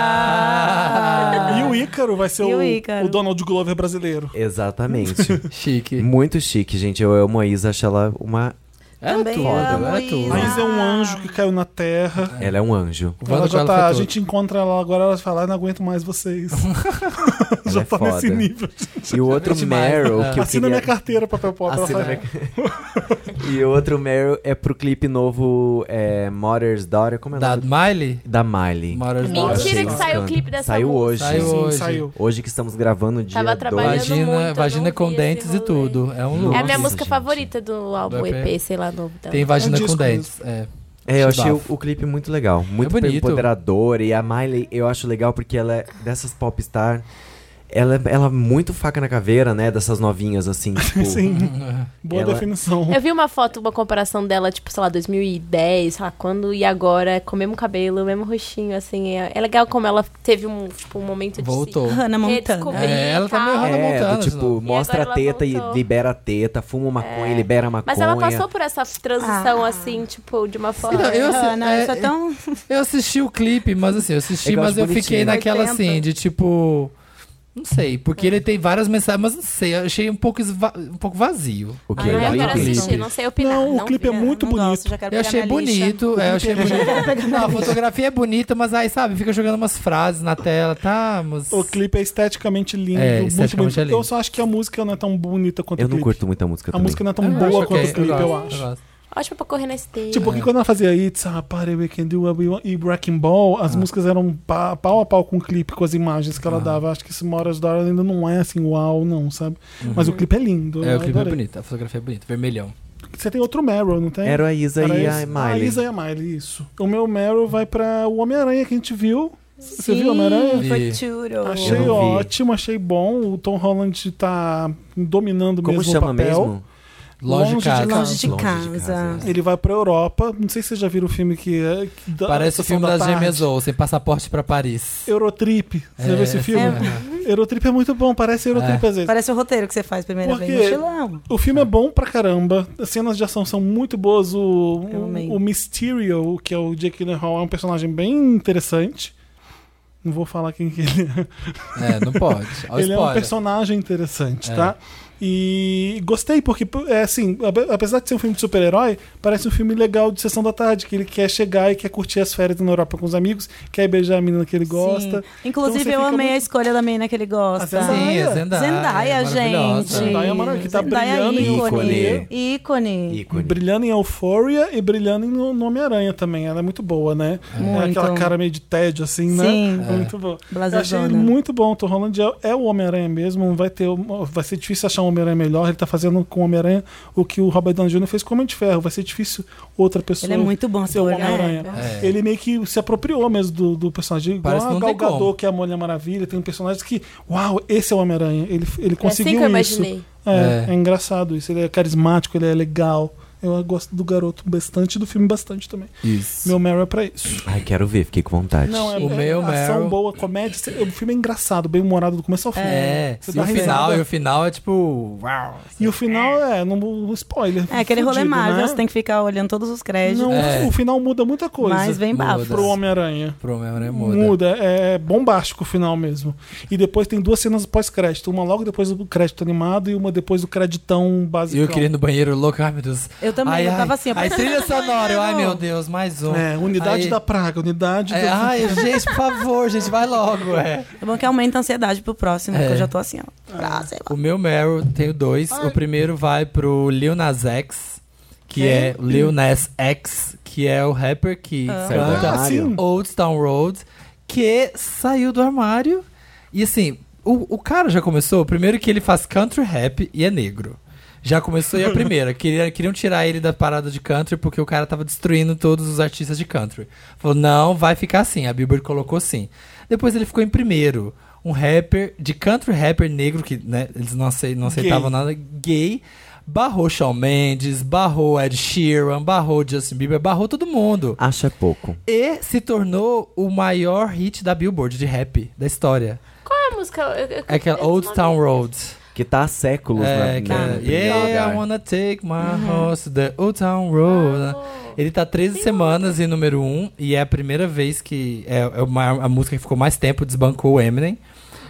[SPEAKER 4] Ah.
[SPEAKER 8] E o Ícaro vai ser
[SPEAKER 7] E
[SPEAKER 8] o,
[SPEAKER 7] o Ícaro?
[SPEAKER 8] o Donald Glover
[SPEAKER 7] Ah,
[SPEAKER 8] brasileiro.
[SPEAKER 5] Exatamente.
[SPEAKER 6] Ah.
[SPEAKER 4] Chique.
[SPEAKER 5] Muito chique, gente. Eu amo a Isa, acho ela uma.
[SPEAKER 4] É
[SPEAKER 7] Também
[SPEAKER 4] tudo,
[SPEAKER 7] amo
[SPEAKER 4] é
[SPEAKER 7] Isa.
[SPEAKER 4] tudo.
[SPEAKER 8] A Isa é
[SPEAKER 7] Ah.
[SPEAKER 8] um anjo que caiu na terra.
[SPEAKER 4] Ah.
[SPEAKER 5] Ela é um anjo.
[SPEAKER 4] O
[SPEAKER 8] Ela
[SPEAKER 4] Wanda
[SPEAKER 8] já
[SPEAKER 4] Jola
[SPEAKER 8] tá, a
[SPEAKER 4] foi tudo.
[SPEAKER 8] gente encontra ela agora, ela fala, "Ah, não aguento mais vocês. já
[SPEAKER 5] é
[SPEAKER 8] tá
[SPEAKER 5] foda.
[SPEAKER 8] nesse nível.
[SPEAKER 5] E o outro
[SPEAKER 4] Demais.
[SPEAKER 5] Meryl que eu
[SPEAKER 8] Assina
[SPEAKER 5] queria...
[SPEAKER 8] minha carteira, papel pop. ela
[SPEAKER 5] Assina
[SPEAKER 8] fala.
[SPEAKER 5] minha- Assim, né, e o outro Meryl é pro clipe novo é, Mother's Daughter. Como é o
[SPEAKER 4] Da
[SPEAKER 5] nome?
[SPEAKER 8] tá-
[SPEAKER 4] Miley?
[SPEAKER 5] Da Miley.
[SPEAKER 4] Mara's
[SPEAKER 6] Mentira
[SPEAKER 4] Daughter.
[SPEAKER 5] Achei um
[SPEAKER 6] que saiu o
[SPEAKER 5] escândalo.
[SPEAKER 6] clipe dessa
[SPEAKER 5] Saiu
[SPEAKER 6] música.
[SPEAKER 5] hoje.
[SPEAKER 4] Saiu
[SPEAKER 8] Sim,
[SPEAKER 4] hoje.
[SPEAKER 8] saiu.
[SPEAKER 5] Hoje que estamos gravando, dia
[SPEAKER 6] Tava
[SPEAKER 5] 2.
[SPEAKER 6] trabalhando.
[SPEAKER 4] Vagina,
[SPEAKER 6] muito, eu
[SPEAKER 4] vagina
[SPEAKER 6] não
[SPEAKER 4] com
[SPEAKER 6] vi esse
[SPEAKER 4] dentes e
[SPEAKER 6] rolê.
[SPEAKER 4] tudo. É um look.
[SPEAKER 6] É a minha
[SPEAKER 5] Nossa,
[SPEAKER 6] música
[SPEAKER 5] gente.
[SPEAKER 6] favorita do álbum
[SPEAKER 4] Do EP.
[SPEAKER 6] EP, sei lá, novo. dela.
[SPEAKER 4] Tem vagina
[SPEAKER 8] É um
[SPEAKER 4] com
[SPEAKER 8] disco
[SPEAKER 4] dentes. É.
[SPEAKER 5] É, eu
[SPEAKER 4] Que
[SPEAKER 5] achei o,
[SPEAKER 4] bafo.
[SPEAKER 5] o clipe muito legal. Muito
[SPEAKER 4] bonito.
[SPEAKER 5] empoderador. E a Miley, eu acho legal porque ela é dessas popstar. Ela, é- ela é muito faca na caveira, né? Dessas novinhas, assim. Tipo,
[SPEAKER 8] Sim. Boa
[SPEAKER 5] Ela-
[SPEAKER 8] definição.
[SPEAKER 6] Eu vi uma foto, uma comparação dela, tipo, sei lá, 2010, sei lá quando, e agora, com o mesmo cabelo, o mesmo rostinho, assim. É, é legal como ela teve um, tipo, um momento de
[SPEAKER 4] Voltou.
[SPEAKER 7] Hannah
[SPEAKER 6] se
[SPEAKER 7] Montana.
[SPEAKER 6] redescobrir
[SPEAKER 4] É, ela
[SPEAKER 6] e
[SPEAKER 4] tá meio
[SPEAKER 6] tal.
[SPEAKER 4] Hannah
[SPEAKER 5] É,
[SPEAKER 4] Montana
[SPEAKER 5] do
[SPEAKER 4] de
[SPEAKER 5] tipo,
[SPEAKER 4] novo.
[SPEAKER 5] mostra
[SPEAKER 6] E
[SPEAKER 5] a
[SPEAKER 6] agora ela
[SPEAKER 5] teta e
[SPEAKER 6] voltou. É.
[SPEAKER 5] libera a teta, fuma maconha, libera a maconha.
[SPEAKER 6] Mas ela passou por essa transição, assim, tipo, de uma forma...
[SPEAKER 4] Então, eu-
[SPEAKER 7] Ana,
[SPEAKER 4] é-
[SPEAKER 7] isso é tão...
[SPEAKER 4] Eu assisti o clipe, mas assim, eu
[SPEAKER 5] É
[SPEAKER 4] assisti,
[SPEAKER 5] que eu
[SPEAKER 4] mas
[SPEAKER 5] acho
[SPEAKER 8] tipo,
[SPEAKER 4] eu
[SPEAKER 5] bonitinho.
[SPEAKER 4] fiquei naquela
[SPEAKER 7] 80.
[SPEAKER 4] assim, de tipo. Não sei, porque ele tem várias mensagens, mas não sei, eu achei um pouco, esva- um pouco vazio.
[SPEAKER 5] O que
[SPEAKER 6] Ah, eu
[SPEAKER 5] é
[SPEAKER 6] quero
[SPEAKER 4] clipe.
[SPEAKER 6] assistir, não sei opinar.
[SPEAKER 8] Não, o clipe é
[SPEAKER 6] vi, né?
[SPEAKER 8] muito
[SPEAKER 7] não gosto,
[SPEAKER 8] bonito.
[SPEAKER 7] já quero
[SPEAKER 4] Eu
[SPEAKER 7] pegar
[SPEAKER 4] achei
[SPEAKER 7] minha lixa.
[SPEAKER 4] bonito, é, eu achei bonito. Não, a fotografia é bonita, mas aí, sabe, fica jogando umas frases na tela, tá? Mas...
[SPEAKER 8] O clipe é esteticamente lindo,
[SPEAKER 4] É,
[SPEAKER 8] muito
[SPEAKER 4] esteticamente
[SPEAKER 8] bonito.
[SPEAKER 4] é lindo.
[SPEAKER 8] Eu só acho que a música não é tão bonita quanto
[SPEAKER 5] Eu
[SPEAKER 8] o
[SPEAKER 5] não
[SPEAKER 8] clipe.
[SPEAKER 5] curto muito a música
[SPEAKER 8] A
[SPEAKER 5] também.
[SPEAKER 8] música não é tão
[SPEAKER 4] Eu
[SPEAKER 8] boa
[SPEAKER 4] acho
[SPEAKER 8] quanto
[SPEAKER 4] ok,
[SPEAKER 8] o clipe, eu,
[SPEAKER 4] gosto,
[SPEAKER 8] acho.
[SPEAKER 4] gosto.
[SPEAKER 6] Ótimo pra correr na esteira. É assim
[SPEAKER 8] Tipo, que quando ela fazia It's a Party We Can Do What We Want e Wrecking Ball,
[SPEAKER 5] Ah.
[SPEAKER 8] as músicas eram pa- pau a pau com o clipe, com as imagens que ela dava. Acho que esse Mora's Daughter ainda não é assim, uau, não, sabe?
[SPEAKER 5] Uhum.
[SPEAKER 8] Mas o clipe é lindo.
[SPEAKER 4] É,
[SPEAKER 8] eu
[SPEAKER 4] o clipe é
[SPEAKER 8] adorei.
[SPEAKER 4] bonito, a fotografia é bonita, vermelhão.
[SPEAKER 8] Você tem outro Meryl, não tem?
[SPEAKER 5] Era a Isa
[SPEAKER 8] é- Era
[SPEAKER 5] e
[SPEAKER 8] esse-
[SPEAKER 5] a Miley.
[SPEAKER 8] A Isa e a Miley, isso. O meu Meryl vai pra o Homem-Aranha que a gente viu. C- Você viu o Homem-Aranha?
[SPEAKER 4] Vi.
[SPEAKER 7] Foi
[SPEAKER 4] É
[SPEAKER 7] tudo.
[SPEAKER 5] Eu não
[SPEAKER 8] Achei
[SPEAKER 5] vi.
[SPEAKER 8] ótimo, achei bom. O Tom Holland tá dominando
[SPEAKER 5] Como
[SPEAKER 8] mesmo
[SPEAKER 5] chama
[SPEAKER 8] o papel.
[SPEAKER 5] mesmo?
[SPEAKER 4] Longe,
[SPEAKER 8] Longe de
[SPEAKER 4] de casa.
[SPEAKER 8] casa.
[SPEAKER 7] Longe de
[SPEAKER 5] Longe de
[SPEAKER 7] casa.
[SPEAKER 5] casa,
[SPEAKER 8] Ele vai pra Europa. Não sei se vocês já viram o filme que é. que da-
[SPEAKER 4] Parece o
[SPEAKER 8] Sessão
[SPEAKER 4] filme
[SPEAKER 8] da
[SPEAKER 4] das
[SPEAKER 8] Tarde.
[SPEAKER 4] Gêmeas ou sem passaporte pra Paris.
[SPEAKER 8] Eurotrip. Você já
[SPEAKER 4] É,
[SPEAKER 8] viu esse filme? Eurotrip é muito bom, parece Eurotrip às vezes.
[SPEAKER 7] Parece o roteiro que você faz primeira
[SPEAKER 8] Por
[SPEAKER 7] vez.
[SPEAKER 8] quê?
[SPEAKER 7] Mochilão.
[SPEAKER 8] O filme é bom pra caramba, as cenas de ação são muito boas. O,
[SPEAKER 7] Eu amei.
[SPEAKER 8] o Mysterio, que é o Jake Hall, é um personagem bem interessante. Não vou falar quem que ele é.
[SPEAKER 4] É, não pode. Olha o
[SPEAKER 8] ele é um
[SPEAKER 4] spoiler.
[SPEAKER 8] personagem interessante,
[SPEAKER 4] É.
[SPEAKER 8] tá? E gostei, porque, é assim, ape- apesar de ser um filme de super-herói, parece um filme legal de sessão da tarde, que ele quer chegar e quer curtir as férias na Europa com os amigos, quer beijar a menina que ele gosta.
[SPEAKER 7] Sim. Inclusive,
[SPEAKER 8] Então
[SPEAKER 7] eu
[SPEAKER 8] você fica
[SPEAKER 7] amei a
[SPEAKER 8] muito-
[SPEAKER 7] escolha da menina que ele gosta.
[SPEAKER 8] A Zendaya.
[SPEAKER 4] Sim, é Zendaya.
[SPEAKER 7] Zendaya, gente.
[SPEAKER 4] maravilhosa.
[SPEAKER 8] Zendaya é maravilhosa, que tá brilhando em
[SPEAKER 7] ícone.
[SPEAKER 5] Ícone.
[SPEAKER 7] Ícone.
[SPEAKER 5] Ícone.
[SPEAKER 8] Brilhando em Euphoria e brilhando no, no Homem-Aranha também. Ela é muito boa, né? É
[SPEAKER 7] Muito.
[SPEAKER 8] aquela cara meio de tédio, assim,
[SPEAKER 7] Sim.
[SPEAKER 8] né? É. Muito boa. Eu achei
[SPEAKER 7] Blasezona.
[SPEAKER 8] ele muito bom. O Tom Holland é, é o Homem-Aranha mesmo. Não Vai, ter, uma- vai ser difícil achar um Homem-Aranha melhor. Ele tá fazendo com o Homem-Aranha o que o Robert Downey Jr. fez com o Homem de Ferro. Vai ser difícil outra pessoa
[SPEAKER 7] Ele é muito bom,
[SPEAKER 8] ser o
[SPEAKER 7] ator, né?
[SPEAKER 8] Homem-Aranha.
[SPEAKER 4] É.
[SPEAKER 8] Ele meio que se apropriou mesmo do, do personagem. Igual
[SPEAKER 4] Parece que
[SPEAKER 8] a
[SPEAKER 4] não
[SPEAKER 8] Gal
[SPEAKER 4] tem como.
[SPEAKER 8] Gadot, que é a Mulher Maravilha. Tem personagens que, uau, esse é o Homem-Aranha. Ele,
[SPEAKER 6] É
[SPEAKER 8] ele
[SPEAKER 6] assim
[SPEAKER 8] conseguiu
[SPEAKER 6] que eu
[SPEAKER 8] isso.
[SPEAKER 6] imaginei.
[SPEAKER 8] É,
[SPEAKER 4] É.
[SPEAKER 8] é engraçado isso. Ele é carismático, ele é legal. Eu gosto do garoto bastante e do filme bastante também.
[SPEAKER 4] Isso.
[SPEAKER 8] Meu Meryl é pra isso.
[SPEAKER 5] Ai, quero ver, fiquei com vontade.
[SPEAKER 8] Não, é,
[SPEAKER 4] O
[SPEAKER 8] é
[SPEAKER 4] meu
[SPEAKER 8] ação
[SPEAKER 4] Meryl-
[SPEAKER 8] boa, comédia. cê- O filme é engraçado, bem humorado do começo ao fim.
[SPEAKER 4] É,
[SPEAKER 8] Você
[SPEAKER 4] e
[SPEAKER 8] tá dá
[SPEAKER 4] o final,
[SPEAKER 8] risada.
[SPEAKER 4] e o final é tipo. Uau.
[SPEAKER 8] E o final é, não um spoiler.
[SPEAKER 7] É aquele rolê
[SPEAKER 8] fudido,
[SPEAKER 7] Marvel,
[SPEAKER 8] né?
[SPEAKER 7] você tem que ficar olhando todos os créditos.
[SPEAKER 8] Não,
[SPEAKER 4] É.
[SPEAKER 8] o final muda muita coisa.
[SPEAKER 7] mas vem
[SPEAKER 4] Muda. assim,
[SPEAKER 7] bafo.
[SPEAKER 8] pro Homem-Aranha.
[SPEAKER 4] Pro meu, né?
[SPEAKER 8] Muda.
[SPEAKER 4] Muda.
[SPEAKER 8] é bombástico o final mesmo. E depois tem duas cenas pós-crédito, uma logo depois do crédito animado e uma depois do creditão
[SPEAKER 4] E
[SPEAKER 8] básico.
[SPEAKER 4] eu queria ir no banheiro louco, ai meu Deus.
[SPEAKER 7] Eu também,
[SPEAKER 4] ai,
[SPEAKER 7] eu
[SPEAKER 4] ai.
[SPEAKER 7] tava assim, eu
[SPEAKER 4] Aí
[SPEAKER 7] pensando
[SPEAKER 4] trilha
[SPEAKER 7] no
[SPEAKER 4] sonora, eu, ai
[SPEAKER 7] banheiro.
[SPEAKER 4] meu Deus, mais um.
[SPEAKER 8] É, unidade
[SPEAKER 4] Aí-
[SPEAKER 8] da praga, unidade
[SPEAKER 4] É,
[SPEAKER 8] da...
[SPEAKER 4] ai, gente, por favor, gente, vai logo. É.
[SPEAKER 7] É bom que aumenta a ansiedade pro próximo, porque
[SPEAKER 4] É.
[SPEAKER 7] eu já tô assim, ó. Pra,
[SPEAKER 8] É.
[SPEAKER 7] sei
[SPEAKER 4] O
[SPEAKER 7] lá.
[SPEAKER 4] meu Meryl, tenho dois. O primeiro vai pro Lil Nas X, que é Lil Nas X, que é o rapper que
[SPEAKER 5] Ah. Saiu do
[SPEAKER 4] canta
[SPEAKER 5] armário?
[SPEAKER 4] Old Town Road, que saiu do armário. E assim, o, o cara já começou, primeiro que ele faz country rap e é negro. Já começou e a primeira. Queria, queriam tirar ele da parada de country porque o cara tava destruindo todos os artistas de country. Falou, não, vai ficar assim. A Billboard colocou sim. Depois ele ficou em primeiro. Um rapper, de country rapper negro, que né, eles não, acei- não aceitavam nada, gay. Barrou Shawn Mendes, barrou Ed Sheeran, barrou Justin Bieber, barrou todo mundo.
[SPEAKER 5] Acha pouco.
[SPEAKER 4] E se tornou o maior hit da Billboard de rap da história.
[SPEAKER 6] Qual é a música? Eu- eu-
[SPEAKER 4] É aquela
[SPEAKER 6] eu-
[SPEAKER 4] Old Town Road.
[SPEAKER 5] Que tá há séculos
[SPEAKER 4] É, que
[SPEAKER 5] na, na,
[SPEAKER 4] é,
[SPEAKER 5] no primeiro
[SPEAKER 4] yeah, I
[SPEAKER 5] lugar.
[SPEAKER 4] wanna take my horse to the Old Town Road. né? Ele tá 13 semanas em número 1 e é a primeira vez que. É, é uma- a música que ficou mais tempo, desbancou o Eminem.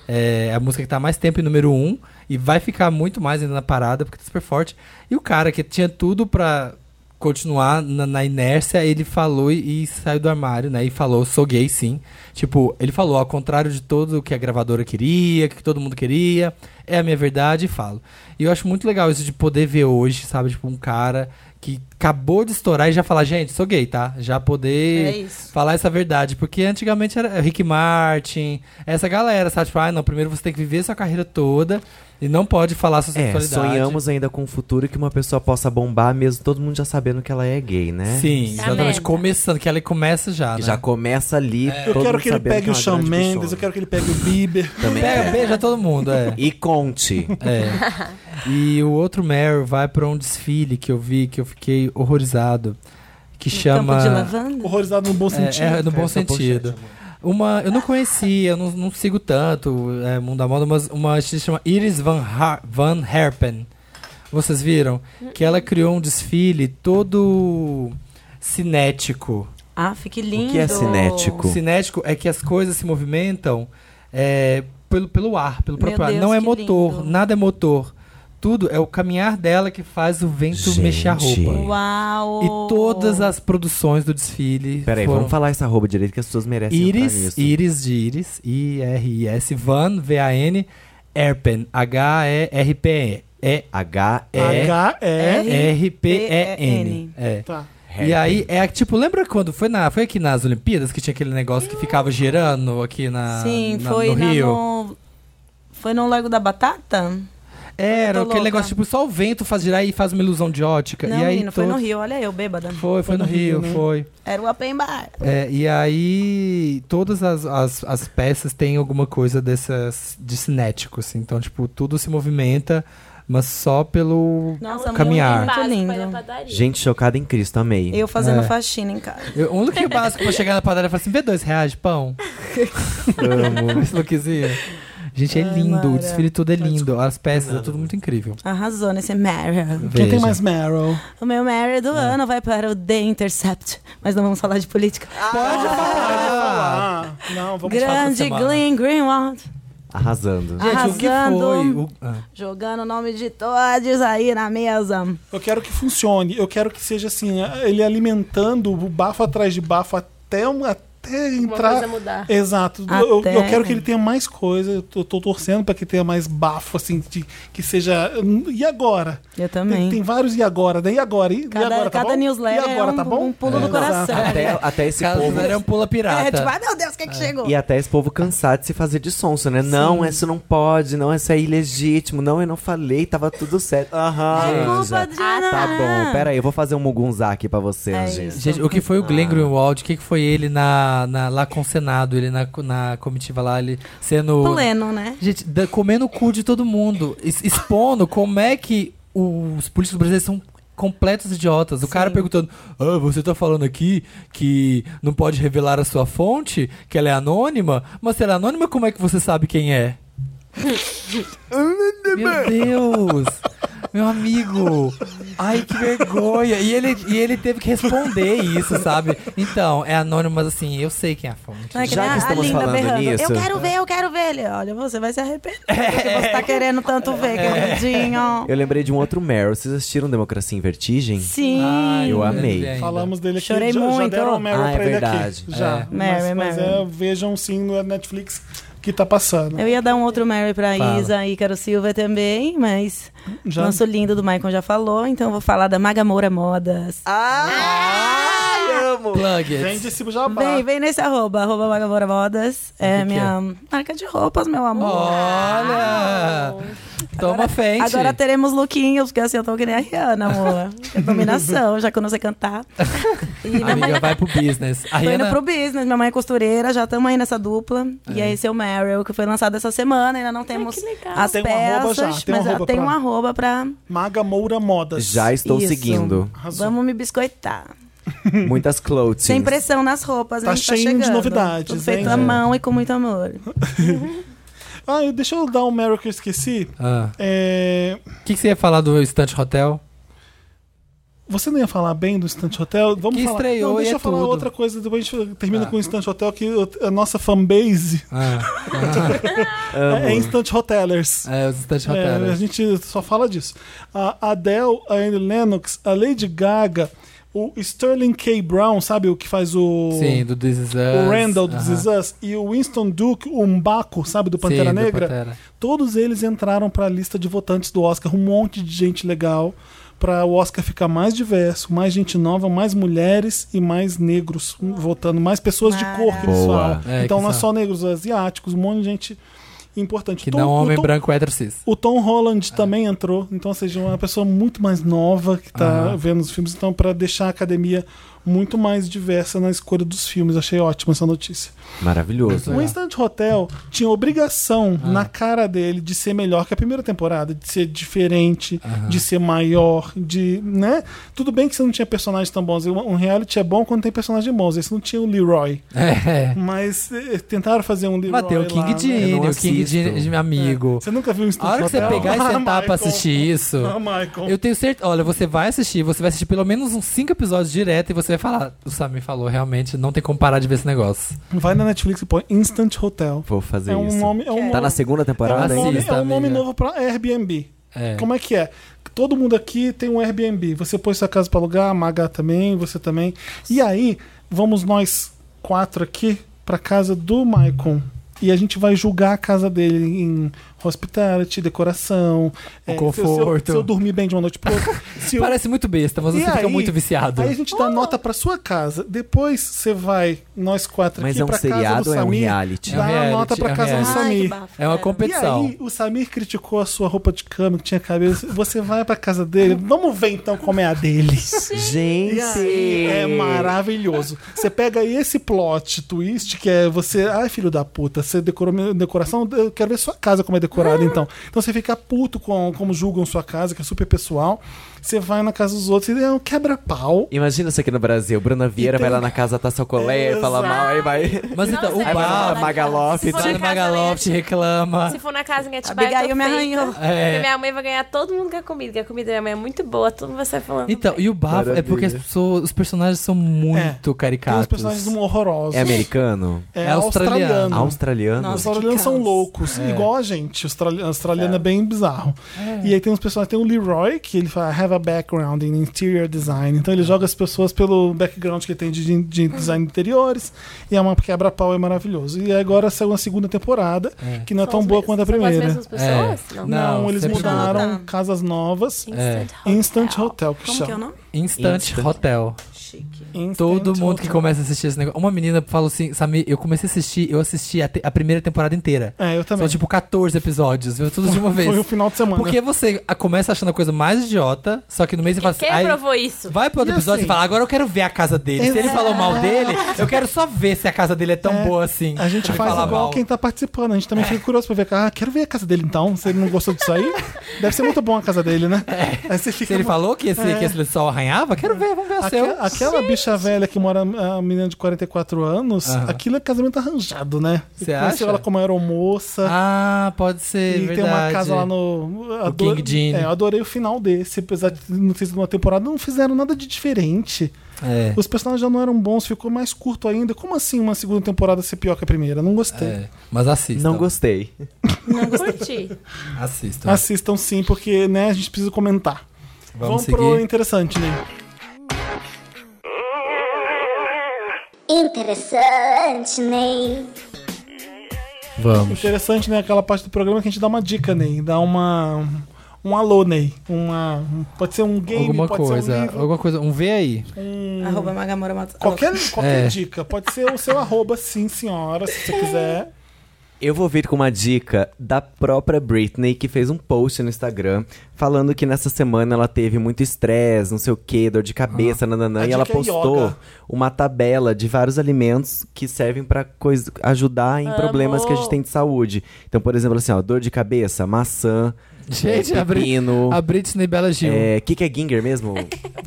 [SPEAKER 4] É a música que tá mais tempo em número 1 e vai ficar muito mais ainda na parada porque tá super forte. E o cara que tinha tudo pra continuar na, na inércia, ele falou e, e saiu do armário, né? E falou, sou gay sim. Tipo, ele falou, ao contrário de tudo que a gravadora queria, que todo mundo queria, é a minha verdade e falo. E eu acho muito legal isso de poder ver hoje, sabe? Tipo, um cara que acabou de estourar e já falar, gente, sou gay, tá? Já poder
[SPEAKER 7] É isso.
[SPEAKER 4] falar essa verdade, porque antigamente era Rick Martin, essa galera, sabe? Tipo, ah, não, primeiro você tem que viver sua carreira toda e não pode falar sua
[SPEAKER 5] É,
[SPEAKER 4] sexualidade.
[SPEAKER 5] sonhamos ainda com um futuro que uma pessoa possa bombar, mesmo todo mundo já sabendo que ela é gay, né?
[SPEAKER 4] Sim,
[SPEAKER 6] Tá
[SPEAKER 4] exatamente.
[SPEAKER 6] merda.
[SPEAKER 4] Começando, que ela começa já,
[SPEAKER 5] Que
[SPEAKER 4] né?
[SPEAKER 5] Já começa ali.
[SPEAKER 8] Eu
[SPEAKER 5] todo
[SPEAKER 8] quero
[SPEAKER 5] mundo
[SPEAKER 8] que ele
[SPEAKER 5] sabendo
[SPEAKER 8] pegue
[SPEAKER 5] é
[SPEAKER 8] o
[SPEAKER 5] uma
[SPEAKER 8] Shawn
[SPEAKER 5] grande
[SPEAKER 8] Mendes,
[SPEAKER 5] pessoa.
[SPEAKER 8] eu quero que ele pegue o Bieber.
[SPEAKER 5] Também
[SPEAKER 4] Pega,
[SPEAKER 5] é.
[SPEAKER 4] beija todo mundo, é.
[SPEAKER 5] E conte.
[SPEAKER 4] É. E o outro Meryl vai pra um desfile que eu vi, que eu fiquei horrorizado, que
[SPEAKER 7] No
[SPEAKER 4] chama...
[SPEAKER 7] Campo de lavanda?
[SPEAKER 8] Horrorizado no bom sentido.
[SPEAKER 4] É, é, no bom
[SPEAKER 5] Essa
[SPEAKER 4] sentido. Uma, eu não conhecia, eu não, não sigo tanto é, mundo da moda, mas uma artista chama Iris Van, Har Van Herpen. Vocês viram? Que ela criou um desfile todo cinético. é
[SPEAKER 7] Ah, fique lindo.
[SPEAKER 5] O que é cinético?
[SPEAKER 4] Cinético é que as coisas se movimentam é, pelo, pelo ar, pelo
[SPEAKER 7] Meu
[SPEAKER 4] próprio ar.
[SPEAKER 7] Deus,
[SPEAKER 4] Não é
[SPEAKER 7] que
[SPEAKER 4] motor,
[SPEAKER 7] lindo.
[SPEAKER 4] nada é motor. Tudo é o caminhar dela que faz o vento
[SPEAKER 5] Gente.
[SPEAKER 4] mexer a roupa.
[SPEAKER 7] Uau!
[SPEAKER 4] E todas
[SPEAKER 7] Oh.
[SPEAKER 4] as produções do desfile
[SPEAKER 5] Peraí,
[SPEAKER 4] foram
[SPEAKER 5] vamos falar essa roupa direito que as pessoas merecem entrar
[SPEAKER 4] Iris,
[SPEAKER 5] nisso.
[SPEAKER 4] Iris de Iris, I-R-I-S, Van, V-A-N, Erpen, H-E-R-P-E,
[SPEAKER 5] H-E...
[SPEAKER 8] Ah,
[SPEAKER 7] É
[SPEAKER 8] H-E.
[SPEAKER 4] É, E-R-P-E-N. É.
[SPEAKER 8] Tá.
[SPEAKER 4] E aí, é tipo, lembra quando foi na foi aqui nas Olimpíadas que tinha aquele negócio que ficava girando aqui na,
[SPEAKER 7] Sim,
[SPEAKER 4] na-
[SPEAKER 7] foi
[SPEAKER 4] no
[SPEAKER 7] na-
[SPEAKER 4] Rio?
[SPEAKER 7] no- Foi no Lago da Batata?
[SPEAKER 4] Era
[SPEAKER 7] Tô
[SPEAKER 4] aquele
[SPEAKER 7] louca.
[SPEAKER 4] negócio, tipo, só o vento faz girar e faz uma ilusão de ótica.
[SPEAKER 7] Não,
[SPEAKER 4] e aí
[SPEAKER 7] menino, foi
[SPEAKER 4] todo-
[SPEAKER 7] no Rio, olha eu, bêbada.
[SPEAKER 4] Foi, foi, no, Rio,
[SPEAKER 8] né?
[SPEAKER 4] foi.
[SPEAKER 7] Era o Open Bar.
[SPEAKER 4] É, e aí, todas as, as, as peças têm alguma coisa dessas de cinético, assim. Então, tipo, tudo se movimenta, mas só pelo.
[SPEAKER 7] Nossa,
[SPEAKER 4] Caminhar.
[SPEAKER 7] muito
[SPEAKER 6] Básico,
[SPEAKER 7] lindo.
[SPEAKER 6] vai na padaria.
[SPEAKER 5] Gente chocada em Cristo, amei.
[SPEAKER 7] Eu fazendo
[SPEAKER 4] É.
[SPEAKER 7] faxina em casa.
[SPEAKER 4] Eu, um look básico pra chegar na padaria e falar assim: vê dois reais de pão?
[SPEAKER 5] amo.
[SPEAKER 4] Esse lookzinho. Gente, é
[SPEAKER 7] Ai,
[SPEAKER 4] lindo. O
[SPEAKER 7] Mara.
[SPEAKER 4] desfile tudo é lindo. As peças, é tudo muito incrível.
[SPEAKER 7] Arrasou nesse Meryl.
[SPEAKER 8] Quem tem
[SPEAKER 4] Veja.
[SPEAKER 8] mais Meryl?
[SPEAKER 7] O meu Meryl do ano vai para o The Intercept. Mas não vamos falar de política.
[SPEAKER 4] Pode falar.
[SPEAKER 8] Ah, não, vamos falar.
[SPEAKER 7] Grande
[SPEAKER 4] semana.
[SPEAKER 7] Glenn Greenwald.
[SPEAKER 5] Arrasando.
[SPEAKER 4] Gente, o
[SPEAKER 7] Arrasando.
[SPEAKER 4] que foi? O- ah.
[SPEAKER 7] Jogando o nome de todos aí na mesa.
[SPEAKER 8] Eu quero que funcione. Eu quero que seja assim, ele alimentando o bafo atrás de bafo até, um- até
[SPEAKER 6] Uma
[SPEAKER 8] entrar.
[SPEAKER 6] coisa mudar.
[SPEAKER 8] Exato. Eu,
[SPEAKER 7] Até-
[SPEAKER 8] eu quero que ele tenha mais coisa. Eu tô, tô torcendo pra que tenha mais bafo, assim, de- que seja. hum, E agora?
[SPEAKER 7] Eu
[SPEAKER 8] Tem,
[SPEAKER 7] também.
[SPEAKER 8] tem vários e agora, né? E agora? E, e
[SPEAKER 7] Cada,
[SPEAKER 8] agora, tá
[SPEAKER 7] cada
[SPEAKER 8] bom?
[SPEAKER 7] newsletter
[SPEAKER 8] E agora,
[SPEAKER 7] é um,
[SPEAKER 8] tá bom?
[SPEAKER 7] um pulo do
[SPEAKER 8] É.
[SPEAKER 7] coração.
[SPEAKER 5] Até, até esse
[SPEAKER 4] Caso
[SPEAKER 5] povo...
[SPEAKER 4] era um pula pirata.
[SPEAKER 7] É, tipo, ai meu Deus, o que, que chegou?
[SPEAKER 5] E até esse povo cansado de se fazer de sonso, né? Não, isso não pode, não, isso é ilegítimo, não, eu não falei, tava tudo certo. Aham,
[SPEAKER 7] É culpa
[SPEAKER 5] anja.
[SPEAKER 7] de
[SPEAKER 5] Tá bom, peraí, eu vou fazer um mugunzá aqui pra você,
[SPEAKER 7] É
[SPEAKER 5] Anjinha.
[SPEAKER 7] isso.
[SPEAKER 4] Gente, o que foi o Glenn Greenwald? O que, que foi ele na, na- lá com o Senado? Ele na, na comitiva lá, ele sendo.
[SPEAKER 7] Pleno, né?
[SPEAKER 4] Gente, da- comendo o cu de todo mundo. es- Expondo como é que os políticos brasileiros são completos idiotas. O cara perguntando: "Ah, você tá falando aqui que não pode revelar a sua fonte, que ela é anônima, mas se ela é anônima, como é que você sabe quem é? Meu Deus! Meu amigo! Ai, que vergonha! E ele, e ele teve que responder isso, sabe? Então, é anônimo, mas assim, eu sei quem é a fonte.
[SPEAKER 7] Não é que
[SPEAKER 5] Já
[SPEAKER 7] nem
[SPEAKER 5] que
[SPEAKER 7] a- a
[SPEAKER 5] estamos
[SPEAKER 7] Linda
[SPEAKER 5] falando
[SPEAKER 7] berrando,
[SPEAKER 5] nisso-
[SPEAKER 7] Eu quero ver, eu quero ver. Ele, olha, você vai se arrepender. porque você tá querendo tanto ver, queridinho.
[SPEAKER 5] Eu lembrei de um outro Meryl. Vocês assistiram Democracia em Vertigem?
[SPEAKER 7] Sim.
[SPEAKER 4] Ai,
[SPEAKER 5] eu
[SPEAKER 4] não
[SPEAKER 5] amei.
[SPEAKER 4] vi ainda.
[SPEAKER 8] Falamos dele aqui.
[SPEAKER 7] Chorei
[SPEAKER 8] já, Já
[SPEAKER 7] muito.
[SPEAKER 8] deram o Meryl
[SPEAKER 5] Ah, é
[SPEAKER 8] pra ele
[SPEAKER 5] verdade.
[SPEAKER 8] aqui. Já.
[SPEAKER 4] É.
[SPEAKER 8] Mas,
[SPEAKER 7] Meryl,
[SPEAKER 8] mas
[SPEAKER 7] Meryl.
[SPEAKER 8] é, vejam sim no Netflix que tá passando.
[SPEAKER 7] Eu ia dar um outro Mary pra
[SPEAKER 4] Fala.
[SPEAKER 7] Isa e Caro Silva também, mas
[SPEAKER 8] Já-
[SPEAKER 7] nosso lindo do Maicon já falou, então eu vou falar da Maga Moura Modas.
[SPEAKER 4] Plug it.
[SPEAKER 8] Vende esse jabá.
[SPEAKER 7] Vem, vem nesse arroba, arroba Maga Moura Modas. É
[SPEAKER 4] que
[SPEAKER 7] minha marca de roupas, meu amor.
[SPEAKER 4] Olha! Toma frente.
[SPEAKER 7] Agora teremos lookinhos, porque assim eu tô que nem a Rihanna, amor. É Dominação, já que eu não sei cantar. E minha mãe
[SPEAKER 4] Amiga, vai pro business. A
[SPEAKER 7] Tô indo
[SPEAKER 4] Rihanna,
[SPEAKER 7] pro business, minha mãe é costureira, já estamos aí nessa dupla. E aí esse é o Meryl, que foi lançado essa semana, ainda não temos as
[SPEAKER 8] Tem um
[SPEAKER 7] peças,
[SPEAKER 8] arroba já, tem um
[SPEAKER 7] mas
[SPEAKER 8] arroba
[SPEAKER 7] tem
[SPEAKER 8] pra-
[SPEAKER 7] um arroba pra.
[SPEAKER 8] Maga Moura Modas.
[SPEAKER 5] Já estou
[SPEAKER 7] Isso.
[SPEAKER 5] seguindo.
[SPEAKER 8] Arrasou.
[SPEAKER 7] Vamos me biscoitar.
[SPEAKER 5] Muitas clothes.
[SPEAKER 7] Sem pressão nas roupas,
[SPEAKER 8] Tá
[SPEAKER 7] hein?
[SPEAKER 8] cheio de
[SPEAKER 7] chegando.
[SPEAKER 8] novidades,
[SPEAKER 7] Tudo feito
[SPEAKER 8] hein?
[SPEAKER 7] à mão e com muito amor.
[SPEAKER 8] Ah, eu- deixa eu dar um Meryl que eu esqueci.
[SPEAKER 4] Ah,
[SPEAKER 8] É,
[SPEAKER 4] O que, que você ia falar do Estante Hotel?
[SPEAKER 8] Você não ia falar bem do Instant Hotel? Vamos
[SPEAKER 4] Que
[SPEAKER 8] falar.
[SPEAKER 4] estreou
[SPEAKER 8] não, deixa
[SPEAKER 4] e é
[SPEAKER 8] eu falar
[SPEAKER 4] tudo.
[SPEAKER 8] outra coisa, depois a gente termina
[SPEAKER 4] Ah.
[SPEAKER 8] com o Instant Hotel, que eu- a nossa fanbase
[SPEAKER 4] Ah,
[SPEAKER 8] é Instant Hotelers.
[SPEAKER 4] é, os Estante
[SPEAKER 8] É, a
[SPEAKER 4] Hotel.
[SPEAKER 8] gente só fala disso. A Adele, a Annie Lennox, a Lady Gaga, o Sterling K. Brown, sabe o que faz o.
[SPEAKER 4] Sim, do This Is Us.
[SPEAKER 8] O Randall do
[SPEAKER 4] Aham.
[SPEAKER 8] This Is Us e o Winston Duke, o Umbaco, sabe, do Pantera
[SPEAKER 4] Sim, do
[SPEAKER 8] Negra?
[SPEAKER 4] Pantera.
[SPEAKER 8] Todos eles entraram para a lista de votantes do Oscar. Um monte de gente legal para o Oscar ficar mais diverso, mais gente nova, mais mulheres e mais negros votando, mais pessoas de cor que eles
[SPEAKER 5] Boa.
[SPEAKER 8] falam.
[SPEAKER 4] É, que
[SPEAKER 8] então não é
[SPEAKER 4] só-
[SPEAKER 8] só negros, asiáticos, um monte de gente importante.
[SPEAKER 4] Que
[SPEAKER 8] Tom-
[SPEAKER 4] não é um
[SPEAKER 8] o
[SPEAKER 4] homem
[SPEAKER 8] Tom-
[SPEAKER 4] branco Ah. hétero cis.
[SPEAKER 8] O Tom Holland também entrou, então ou seja uma pessoa muito mais nova que tá
[SPEAKER 4] Aham.
[SPEAKER 8] vendo os filmes, então para deixar a academia muito mais diversa na escolha dos filmes. Achei ótima essa notícia.
[SPEAKER 5] Maravilhoso.
[SPEAKER 4] Tá.
[SPEAKER 8] O Instant Hotel Um tinha obrigação
[SPEAKER 4] Ah.
[SPEAKER 8] na cara dele de ser melhor que a primeira temporada, de ser diferente, de ser maior, de. né? Tudo bem que você não tinha personagens tão bons. Um um reality é bom quando tem personagens bons. Esse não tinha o Leroy.
[SPEAKER 4] É.
[SPEAKER 8] Mas eh, tentaram fazer um Leroy.
[SPEAKER 4] Mas tem o
[SPEAKER 8] lá,
[SPEAKER 4] King
[SPEAKER 8] né?
[SPEAKER 5] Eu
[SPEAKER 4] Gene,
[SPEAKER 5] não
[SPEAKER 4] o King
[SPEAKER 5] assisto.
[SPEAKER 4] Gene, meu amigo.
[SPEAKER 8] Você nunca viu o Instant
[SPEAKER 4] A hora que
[SPEAKER 8] É. Hotel?
[SPEAKER 4] você pegar e
[SPEAKER 8] Ah,
[SPEAKER 4] sentar pra
[SPEAKER 8] Michael.
[SPEAKER 4] assistir isso,
[SPEAKER 8] Ah, Michael.
[SPEAKER 4] Eu tenho certeza. Olha, você vai assistir, você vai assistir pelo menos uns cinco episódios direto e você vai ia falar, o Samir falou, realmente não tem como parar de ver esse negócio.
[SPEAKER 8] Vai na Netflix e põe Instant Hotel.
[SPEAKER 5] Vou fazer
[SPEAKER 8] é um
[SPEAKER 5] isso.
[SPEAKER 8] nome. É um
[SPEAKER 5] Tá
[SPEAKER 8] nome-
[SPEAKER 5] na segunda temporada
[SPEAKER 8] é um nome,
[SPEAKER 5] ainda?
[SPEAKER 4] Assista,
[SPEAKER 8] é um nome
[SPEAKER 4] amiga.
[SPEAKER 8] novo pra Airbnb.
[SPEAKER 4] É.
[SPEAKER 8] Como é que é? Todo mundo aqui tem um Airbnb. Você põe sua casa pra alugar, a Maga também, você também. E aí, vamos nós quatro aqui pra casa do Maicon. E a gente vai julgar a casa dele em hospitality, decoração,
[SPEAKER 4] O
[SPEAKER 8] é, se eu- Se eu,
[SPEAKER 4] conforto.
[SPEAKER 8] se eu dormir bem de uma noite pra outra. se eu-
[SPEAKER 4] Parece muito besta, mas
[SPEAKER 8] E
[SPEAKER 4] você fica
[SPEAKER 8] aí-
[SPEAKER 4] muito viciado.
[SPEAKER 8] Aí a gente dá nota pra sua casa. Depois você vai, nós quatro
[SPEAKER 5] Mas
[SPEAKER 8] aqui,
[SPEAKER 5] é um
[SPEAKER 8] pra casa do
[SPEAKER 5] seriado ou é um
[SPEAKER 8] Samir,
[SPEAKER 5] reality?
[SPEAKER 8] Dá
[SPEAKER 4] É um reality,
[SPEAKER 8] nota
[SPEAKER 4] é
[SPEAKER 8] pra
[SPEAKER 4] um
[SPEAKER 8] casa do
[SPEAKER 4] reality.
[SPEAKER 8] Samir.
[SPEAKER 4] É uma
[SPEAKER 8] E
[SPEAKER 4] competição.
[SPEAKER 8] aí, o Samir criticou a sua roupa de cama que tinha cabelo. Você vai pra casa dele, vamos ver então como é a dele. E aí,
[SPEAKER 5] Gente!
[SPEAKER 8] é maravilhoso. Você pega aí esse plot twist que é você. Ai, filho da puta, você decorou minha decoração. Eu quero ver sua casa como é decorada, então. Então você fica puto com como julgam sua casa, que é super pessoal. Você vai na casa dos outros e é um quebra-pau.
[SPEAKER 5] Imagina isso aqui no Brasil. Bruna Vieira
[SPEAKER 8] E tem-
[SPEAKER 5] vai lá na casa tá da sua colega, fala
[SPEAKER 8] Exato.
[SPEAKER 5] mal, aí vai.
[SPEAKER 4] Mas então, o
[SPEAKER 6] Nossa, é
[SPEAKER 5] Aí vai lá na
[SPEAKER 4] bar,
[SPEAKER 5] Magalop.
[SPEAKER 6] Se for
[SPEAKER 4] vai
[SPEAKER 6] na
[SPEAKER 4] no
[SPEAKER 6] casa
[SPEAKER 4] Magaloft,
[SPEAKER 6] dele.
[SPEAKER 4] reclama.
[SPEAKER 6] Se for na casa em Atibaia, eu
[SPEAKER 7] Abigail
[SPEAKER 6] tô
[SPEAKER 7] me
[SPEAKER 6] feita.
[SPEAKER 7] arranhou.
[SPEAKER 6] Porque
[SPEAKER 4] É.
[SPEAKER 6] minha mãe vai ganhar todo mundo que a comida, que a comida da minha mãe é muito boa, todo mundo vai sair falando.
[SPEAKER 4] Então, e o bafo é
[SPEAKER 5] Maravilha.
[SPEAKER 4] porque as pessoas- os personagens são muito
[SPEAKER 8] É. Tem uns
[SPEAKER 4] caricatos.
[SPEAKER 8] personagens horrorosos.
[SPEAKER 5] É americano?
[SPEAKER 8] É
[SPEAKER 4] É australiano.
[SPEAKER 8] australiano.
[SPEAKER 5] Australiano?
[SPEAKER 8] Os
[SPEAKER 7] Nossa.
[SPEAKER 8] australianos
[SPEAKER 7] que
[SPEAKER 8] são
[SPEAKER 7] caos.
[SPEAKER 8] loucos,
[SPEAKER 4] É.
[SPEAKER 8] igual a gente. O australi- o australiano é, bem bizarro. E aí tem uns personagens, tem o Leroy, que ele fala, have a background in interior design. Então ele
[SPEAKER 4] É.
[SPEAKER 8] joga as pessoas pelo background que ele tem de, de design de interiores. E é uma quebra-pau, é maravilhoso. E agora saiu uma segunda temporada, que não é tão boa quanto a
[SPEAKER 6] São
[SPEAKER 8] primeira.
[SPEAKER 6] as mesmas pessoas?
[SPEAKER 4] É.
[SPEAKER 6] Não.
[SPEAKER 8] Não,
[SPEAKER 4] Não,
[SPEAKER 8] eles
[SPEAKER 4] sempre
[SPEAKER 8] mudaram
[SPEAKER 7] muda.
[SPEAKER 8] casas novas.
[SPEAKER 4] É.
[SPEAKER 6] Então.
[SPEAKER 8] Instant Hotel, que
[SPEAKER 7] Como que é o
[SPEAKER 8] chama.
[SPEAKER 7] nome?
[SPEAKER 4] Instant, Hotel.
[SPEAKER 7] Chique.
[SPEAKER 8] Instant
[SPEAKER 4] Todo mundo que
[SPEAKER 8] Hotel.
[SPEAKER 4] começa a assistir esse negócio. Uma menina falou assim: Samir, eu comecei a assistir, eu assisti a, te- a primeira temporada inteira.
[SPEAKER 8] É, eu também.
[SPEAKER 4] São tipo 14 episódios, viu? Tudo de uma vez.
[SPEAKER 8] Foi o final de semana.
[SPEAKER 4] Porque você a- começa achando a coisa mais idiota, só que no mês você fala assim.
[SPEAKER 6] Quem
[SPEAKER 4] "Ai,
[SPEAKER 6] aprovou isso?
[SPEAKER 4] Vai pro outro
[SPEAKER 8] E
[SPEAKER 4] episódio
[SPEAKER 8] assim-
[SPEAKER 4] e fala, agora eu quero ver a casa dele. Se ele falou mal dele, eu quero só ver se a casa dele é tão
[SPEAKER 8] É,
[SPEAKER 4] boa assim.
[SPEAKER 8] A gente
[SPEAKER 4] Pra
[SPEAKER 8] faz
[SPEAKER 4] falar
[SPEAKER 8] igual
[SPEAKER 4] mal. É.
[SPEAKER 8] quem tá participando. A gente também fica curioso pra ver. Ah, quero ver a casa dele então. Se ele não gostou disso aí, deve ser muito bom a casa dele, né? Aí você fica.
[SPEAKER 4] É. Se ele falou que esse,
[SPEAKER 8] É.
[SPEAKER 4] que esse lençol arranhava, quero ver, vamos ver o
[SPEAKER 8] Aque-
[SPEAKER 4] seu.
[SPEAKER 8] aquela bicha velha que mora, a menina de 44 anos,
[SPEAKER 4] Aham.
[SPEAKER 8] aquilo é casamento arranjado, né?
[SPEAKER 4] Você
[SPEAKER 8] Conheceu
[SPEAKER 4] acha?
[SPEAKER 8] ela como aeromoça.
[SPEAKER 4] Ah, pode ser.
[SPEAKER 8] E
[SPEAKER 4] verdade.
[SPEAKER 8] tem uma casa lá no. adoro-
[SPEAKER 4] King Gene.
[SPEAKER 8] É, eu adorei o final desse. Apesar de não ter sido uma temporada, não fizeram nada de diferente.
[SPEAKER 4] É.
[SPEAKER 8] Os personagens já não eram bons, ficou mais curto ainda. Como assim uma segunda temporada ser pior que a primeira? Não gostei.
[SPEAKER 4] É, mas assistam.
[SPEAKER 5] Não gostei.
[SPEAKER 6] Curti.
[SPEAKER 4] Assistam.
[SPEAKER 8] Assistam sim, porque né, a gente precisa comentar.
[SPEAKER 4] Vamos
[SPEAKER 8] Vamos, pro
[SPEAKER 4] seguir.
[SPEAKER 8] interessante, né?
[SPEAKER 3] Interessante, Ney.
[SPEAKER 4] Vamos.
[SPEAKER 8] Interessante, né? Aquela parte do programa que a gente dá uma dica, Ney. Dá uma. Um alô, Ney. Uma. um- Pode ser um game,
[SPEAKER 4] alguma
[SPEAKER 8] pode ser um
[SPEAKER 4] coisa.
[SPEAKER 8] livro.
[SPEAKER 4] alguma coisa. Um vê aí.
[SPEAKER 7] Arroba Magamora Matos.
[SPEAKER 8] Qualquer, qualquer
[SPEAKER 4] É.
[SPEAKER 8] dica. Pode ser o seu arroba, sim, senhora, se você
[SPEAKER 6] É,
[SPEAKER 8] quiser.
[SPEAKER 5] Eu vou vir com uma dica da própria Britney, que fez um post no Instagram falando que nessa semana ela teve muito estresse, não sei o que, dor de cabeça, nananã,
[SPEAKER 8] A
[SPEAKER 5] e ela
[SPEAKER 8] dica é
[SPEAKER 5] postou
[SPEAKER 8] yoga.
[SPEAKER 5] uma tabela de vários alimentos que servem pra coisa- ajudar em problemas que a gente tem de saúde. Então, por exemplo, assim, ó, dor de cabeça, maçã,
[SPEAKER 4] Gente,
[SPEAKER 5] é,
[SPEAKER 4] a, Brit
[SPEAKER 5] pepino,
[SPEAKER 4] a Britney Bela Gil. É,
[SPEAKER 5] é, que que é ginger mesmo?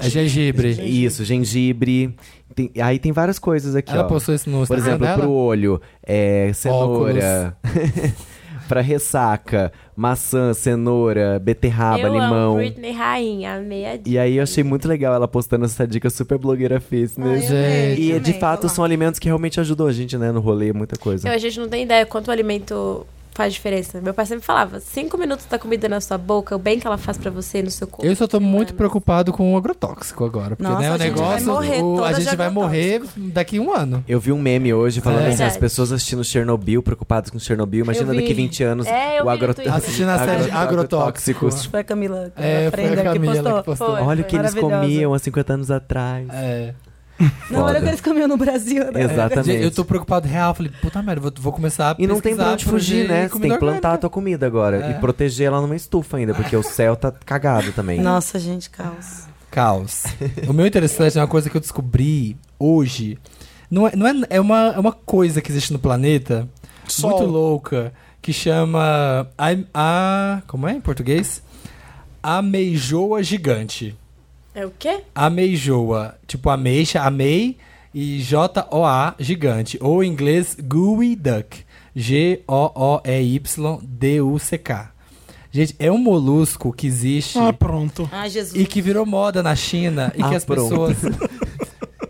[SPEAKER 4] gengibre.
[SPEAKER 5] Isso, gengibre. Tem- aí tem várias coisas aqui,
[SPEAKER 4] Ela
[SPEAKER 5] ó.
[SPEAKER 4] postou isso no
[SPEAKER 5] Por
[SPEAKER 4] Instagram
[SPEAKER 5] exemplo,
[SPEAKER 4] dela?
[SPEAKER 5] pro olho, é, cenoura. pra ressaca, maçã, cenoura, beterraba,
[SPEAKER 6] eu amo
[SPEAKER 5] limão.
[SPEAKER 6] Britney Rainha, amei a dica.
[SPEAKER 5] E aí eu achei muito legal ela postando essa dica super blogueira fitness.
[SPEAKER 4] Gente.
[SPEAKER 5] e de fato são alimentos que realmente ajudou a gente, né, no rolê, muita coisa.
[SPEAKER 6] Então, a gente não tem ideia quanto o alimento faz diferença. Meu pai sempre falava, cinco minutos da comida na sua boca, o bem que ela faz pra você no seu corpo.
[SPEAKER 4] Eu só tô muito
[SPEAKER 6] preocupada.
[SPEAKER 4] preocupado com o agrotóxico agora. Porque,
[SPEAKER 7] né, Nossa,
[SPEAKER 4] né, o
[SPEAKER 7] a gente vai
[SPEAKER 4] negócio.
[SPEAKER 7] morrer
[SPEAKER 4] o- a
[SPEAKER 7] toda de
[SPEAKER 4] gente vai morrer
[SPEAKER 7] agrotóxico.
[SPEAKER 4] daqui um ano.
[SPEAKER 5] Eu vi um meme hoje falando
[SPEAKER 4] É.
[SPEAKER 5] assim, as
[SPEAKER 6] Verdade.
[SPEAKER 5] pessoas assistindo Chernobyl, preocupadas com Chernobyl. Imagina
[SPEAKER 4] Eu vi.
[SPEAKER 5] daqui 20 anos o
[SPEAKER 6] É, eu vi no
[SPEAKER 5] agro...
[SPEAKER 6] Twitter.
[SPEAKER 4] Assistindo a série Agrotóxicos.
[SPEAKER 7] Foi a Camila,
[SPEAKER 4] É, foi
[SPEAKER 7] a prenda
[SPEAKER 4] a
[SPEAKER 7] que
[SPEAKER 4] Camila
[SPEAKER 7] postou.
[SPEAKER 4] que postou.
[SPEAKER 6] Foi.
[SPEAKER 5] Olha o que eles
[SPEAKER 7] Maravilhosa.
[SPEAKER 5] comiam há 50 anos atrás.
[SPEAKER 4] É.
[SPEAKER 7] Não, olha o
[SPEAKER 5] Foda.
[SPEAKER 7] que eles comiam no Brasil. Né?
[SPEAKER 5] Exatamente.
[SPEAKER 4] Eu tô preocupado real. Falei, puta merda, vou, vou começar a
[SPEAKER 5] E não tem
[SPEAKER 4] pesquisar
[SPEAKER 5] pra onde fugir,
[SPEAKER 4] produzir
[SPEAKER 5] né? Você tem
[SPEAKER 4] comida
[SPEAKER 5] que plantar a
[SPEAKER 4] orgânica.
[SPEAKER 5] tua comida agora.
[SPEAKER 4] É.
[SPEAKER 5] E proteger ela numa estufa ainda, porque o céu tá cagado também.
[SPEAKER 7] Nossa, gente, caos.
[SPEAKER 4] Caos. o meu interessante é uma coisa que eu descobri hoje. Não é, não é, é, uma, é uma coisa que existe no planeta
[SPEAKER 8] Sol.
[SPEAKER 4] muito louca que chama. A, a- como é em português? Ameijoa gigante.
[SPEAKER 6] É o quê?
[SPEAKER 4] Ameijoa. Tipo ameixa, amei e J-O-A gigante. Ou em inglês gooey duck. G-O-O-E-Y-D-U-C-K. Gente, é um molusco que existe
[SPEAKER 8] Ah, pronto.
[SPEAKER 7] Ai, Jesus.
[SPEAKER 4] e que virou moda na China e
[SPEAKER 5] Ah,
[SPEAKER 4] que as
[SPEAKER 5] pronto.
[SPEAKER 4] pessoas.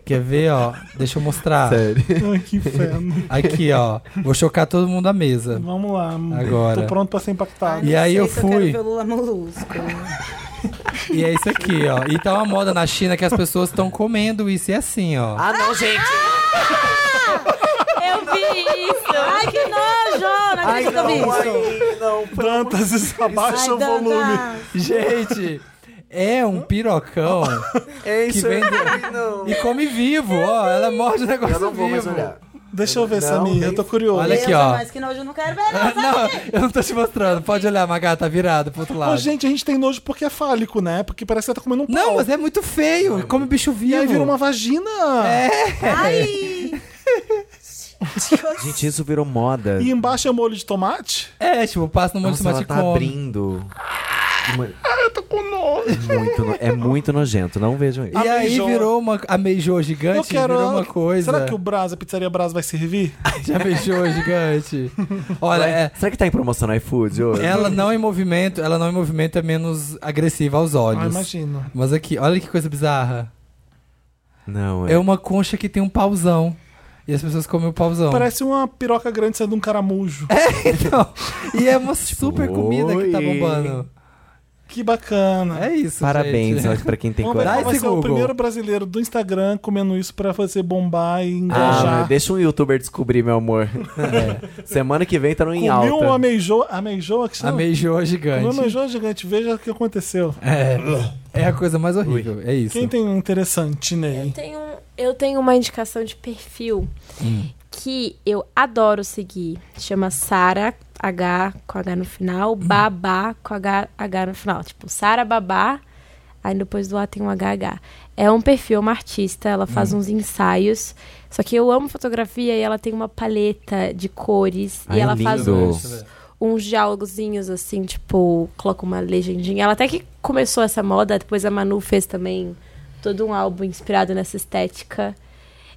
[SPEAKER 4] Quer ver, ó? Deixa eu mostrar.
[SPEAKER 5] Sério.
[SPEAKER 8] Ai, que inferno.
[SPEAKER 4] Aqui, ó. Vou chocar todo mundo à mesa.
[SPEAKER 8] Vamos lá.
[SPEAKER 4] Agora.
[SPEAKER 8] Tô pronto pra ser impactado.
[SPEAKER 4] E aí
[SPEAKER 7] Sei
[SPEAKER 4] eu
[SPEAKER 7] se Eu quero
[SPEAKER 4] fui,
[SPEAKER 7] ver o Lula Molusco.
[SPEAKER 4] e é isso aqui, ó. E tá uma moda na China que as pessoas estão comendo isso, e é assim, ó.
[SPEAKER 5] Ah, não, gente!
[SPEAKER 6] Eu vi isso. Ai,
[SPEAKER 7] Ai, que nojo! Não acredito que eu vi isso.
[SPEAKER 5] não,
[SPEAKER 8] Dantas, abaixa o
[SPEAKER 7] Dantas.
[SPEAKER 8] volume.
[SPEAKER 4] Gente, é um pirocão
[SPEAKER 5] É
[SPEAKER 4] que vem do- e come vivo, ó. Ela morde o negócio
[SPEAKER 5] Eu não vou mais
[SPEAKER 4] vivo.
[SPEAKER 5] olhar.
[SPEAKER 8] Deixa eu ver,
[SPEAKER 5] Não,
[SPEAKER 8] Samir.
[SPEAKER 5] nem-
[SPEAKER 8] Eu tô curioso.
[SPEAKER 4] Olha aqui,
[SPEAKER 7] Deus,
[SPEAKER 4] ó.
[SPEAKER 7] Mas que nojo, eu não quero ver não.
[SPEAKER 4] Não, eu não tô te mostrando. Pode olhar, Magá, tá virado pro outro
[SPEAKER 8] Ô,
[SPEAKER 4] lado.
[SPEAKER 8] gente, a gente tem nojo porque é fálico, né? Porque parece que você tá comendo um pau.
[SPEAKER 4] Não, mas é muito feio. Come bicho
[SPEAKER 8] E
[SPEAKER 4] vivo. É.
[SPEAKER 8] aí vira uma vagina.
[SPEAKER 5] Gente, isso virou moda.
[SPEAKER 8] E embaixo é molho de tomate?
[SPEAKER 4] É, tipo, passa no monte de
[SPEAKER 5] Nossa,
[SPEAKER 4] tomate
[SPEAKER 5] ela
[SPEAKER 4] e
[SPEAKER 5] tá
[SPEAKER 4] come.
[SPEAKER 5] abrindo. Ah, eu tô com nojo. Muito no- É muito nojento, não vejam isso.
[SPEAKER 4] E aí
[SPEAKER 8] Ameijoa.
[SPEAKER 4] virou uma. A Meijoa gigante
[SPEAKER 8] eu quero.
[SPEAKER 4] virou uma coisa. Ah,
[SPEAKER 8] Será que o Brás, a pizzaria Brás vai servir?
[SPEAKER 4] Já beijou gigante. Olha, é,
[SPEAKER 5] Será que tá em promoção no iFood hoje?
[SPEAKER 4] ela não em movimento, ela não em movimento é menos agressiva aos
[SPEAKER 8] Ah,
[SPEAKER 4] olhos.
[SPEAKER 8] imagino.
[SPEAKER 4] Mas aqui, olha que coisa bizarra.
[SPEAKER 5] Não, é.
[SPEAKER 4] É uma concha que tem um pauzão. E as pessoas comem o pauzão.
[SPEAKER 8] Parece uma piroca grande saindo de um caramujo.
[SPEAKER 4] Então, e é
[SPEAKER 5] Tipo,
[SPEAKER 4] uma super comida que tá bombando.
[SPEAKER 8] Que bacana.
[SPEAKER 4] É isso,
[SPEAKER 5] Parabéns
[SPEAKER 4] gente.
[SPEAKER 5] ó, pra quem tem
[SPEAKER 8] Vamos ver
[SPEAKER 4] Dá
[SPEAKER 5] coragem.
[SPEAKER 8] qual vai
[SPEAKER 4] esse
[SPEAKER 8] ser o
[SPEAKER 4] Google.
[SPEAKER 8] primeiro brasileiro do Instagram comendo isso pra fazer bombar e
[SPEAKER 5] Ah,
[SPEAKER 8] engajar.
[SPEAKER 5] deixa um youtuber descobrir, meu amor. É. Semana que vem tá no em alta.
[SPEAKER 8] Comiu
[SPEAKER 4] um
[SPEAKER 8] uma ameijoa. Ameijoa um
[SPEAKER 4] A
[SPEAKER 8] que chama?
[SPEAKER 4] Meijoa
[SPEAKER 8] Comiu uma
[SPEAKER 4] gigante.
[SPEAKER 8] ameijoa gigante. Veja o que aconteceu.
[SPEAKER 4] É, é a coisa mais horrível. É isso.
[SPEAKER 8] Quem tem um interessante,
[SPEAKER 6] Eu
[SPEAKER 8] Ney?
[SPEAKER 6] tenho, eu tenho uma indicação de perfil
[SPEAKER 5] Hum.
[SPEAKER 6] que eu adoro seguir. Chama Sara H com H no final,
[SPEAKER 5] Uhum.
[SPEAKER 6] Babá com H, H no final. Tipo, Sara Babá, aí depois do A tem um HH. É um perfil, é uma artista, ela faz
[SPEAKER 5] Hum.
[SPEAKER 6] uns ensaios. Só que eu amo fotografia e ela tem uma paleta de cores.
[SPEAKER 5] Ai, é
[SPEAKER 6] e ela faz
[SPEAKER 5] lindo.
[SPEAKER 6] uns uns diálogozinhos assim, tipo, coloca uma legendinha. Ela até que começou essa moda, depois a Manu fez também todo um álbum inspirado nessa estética.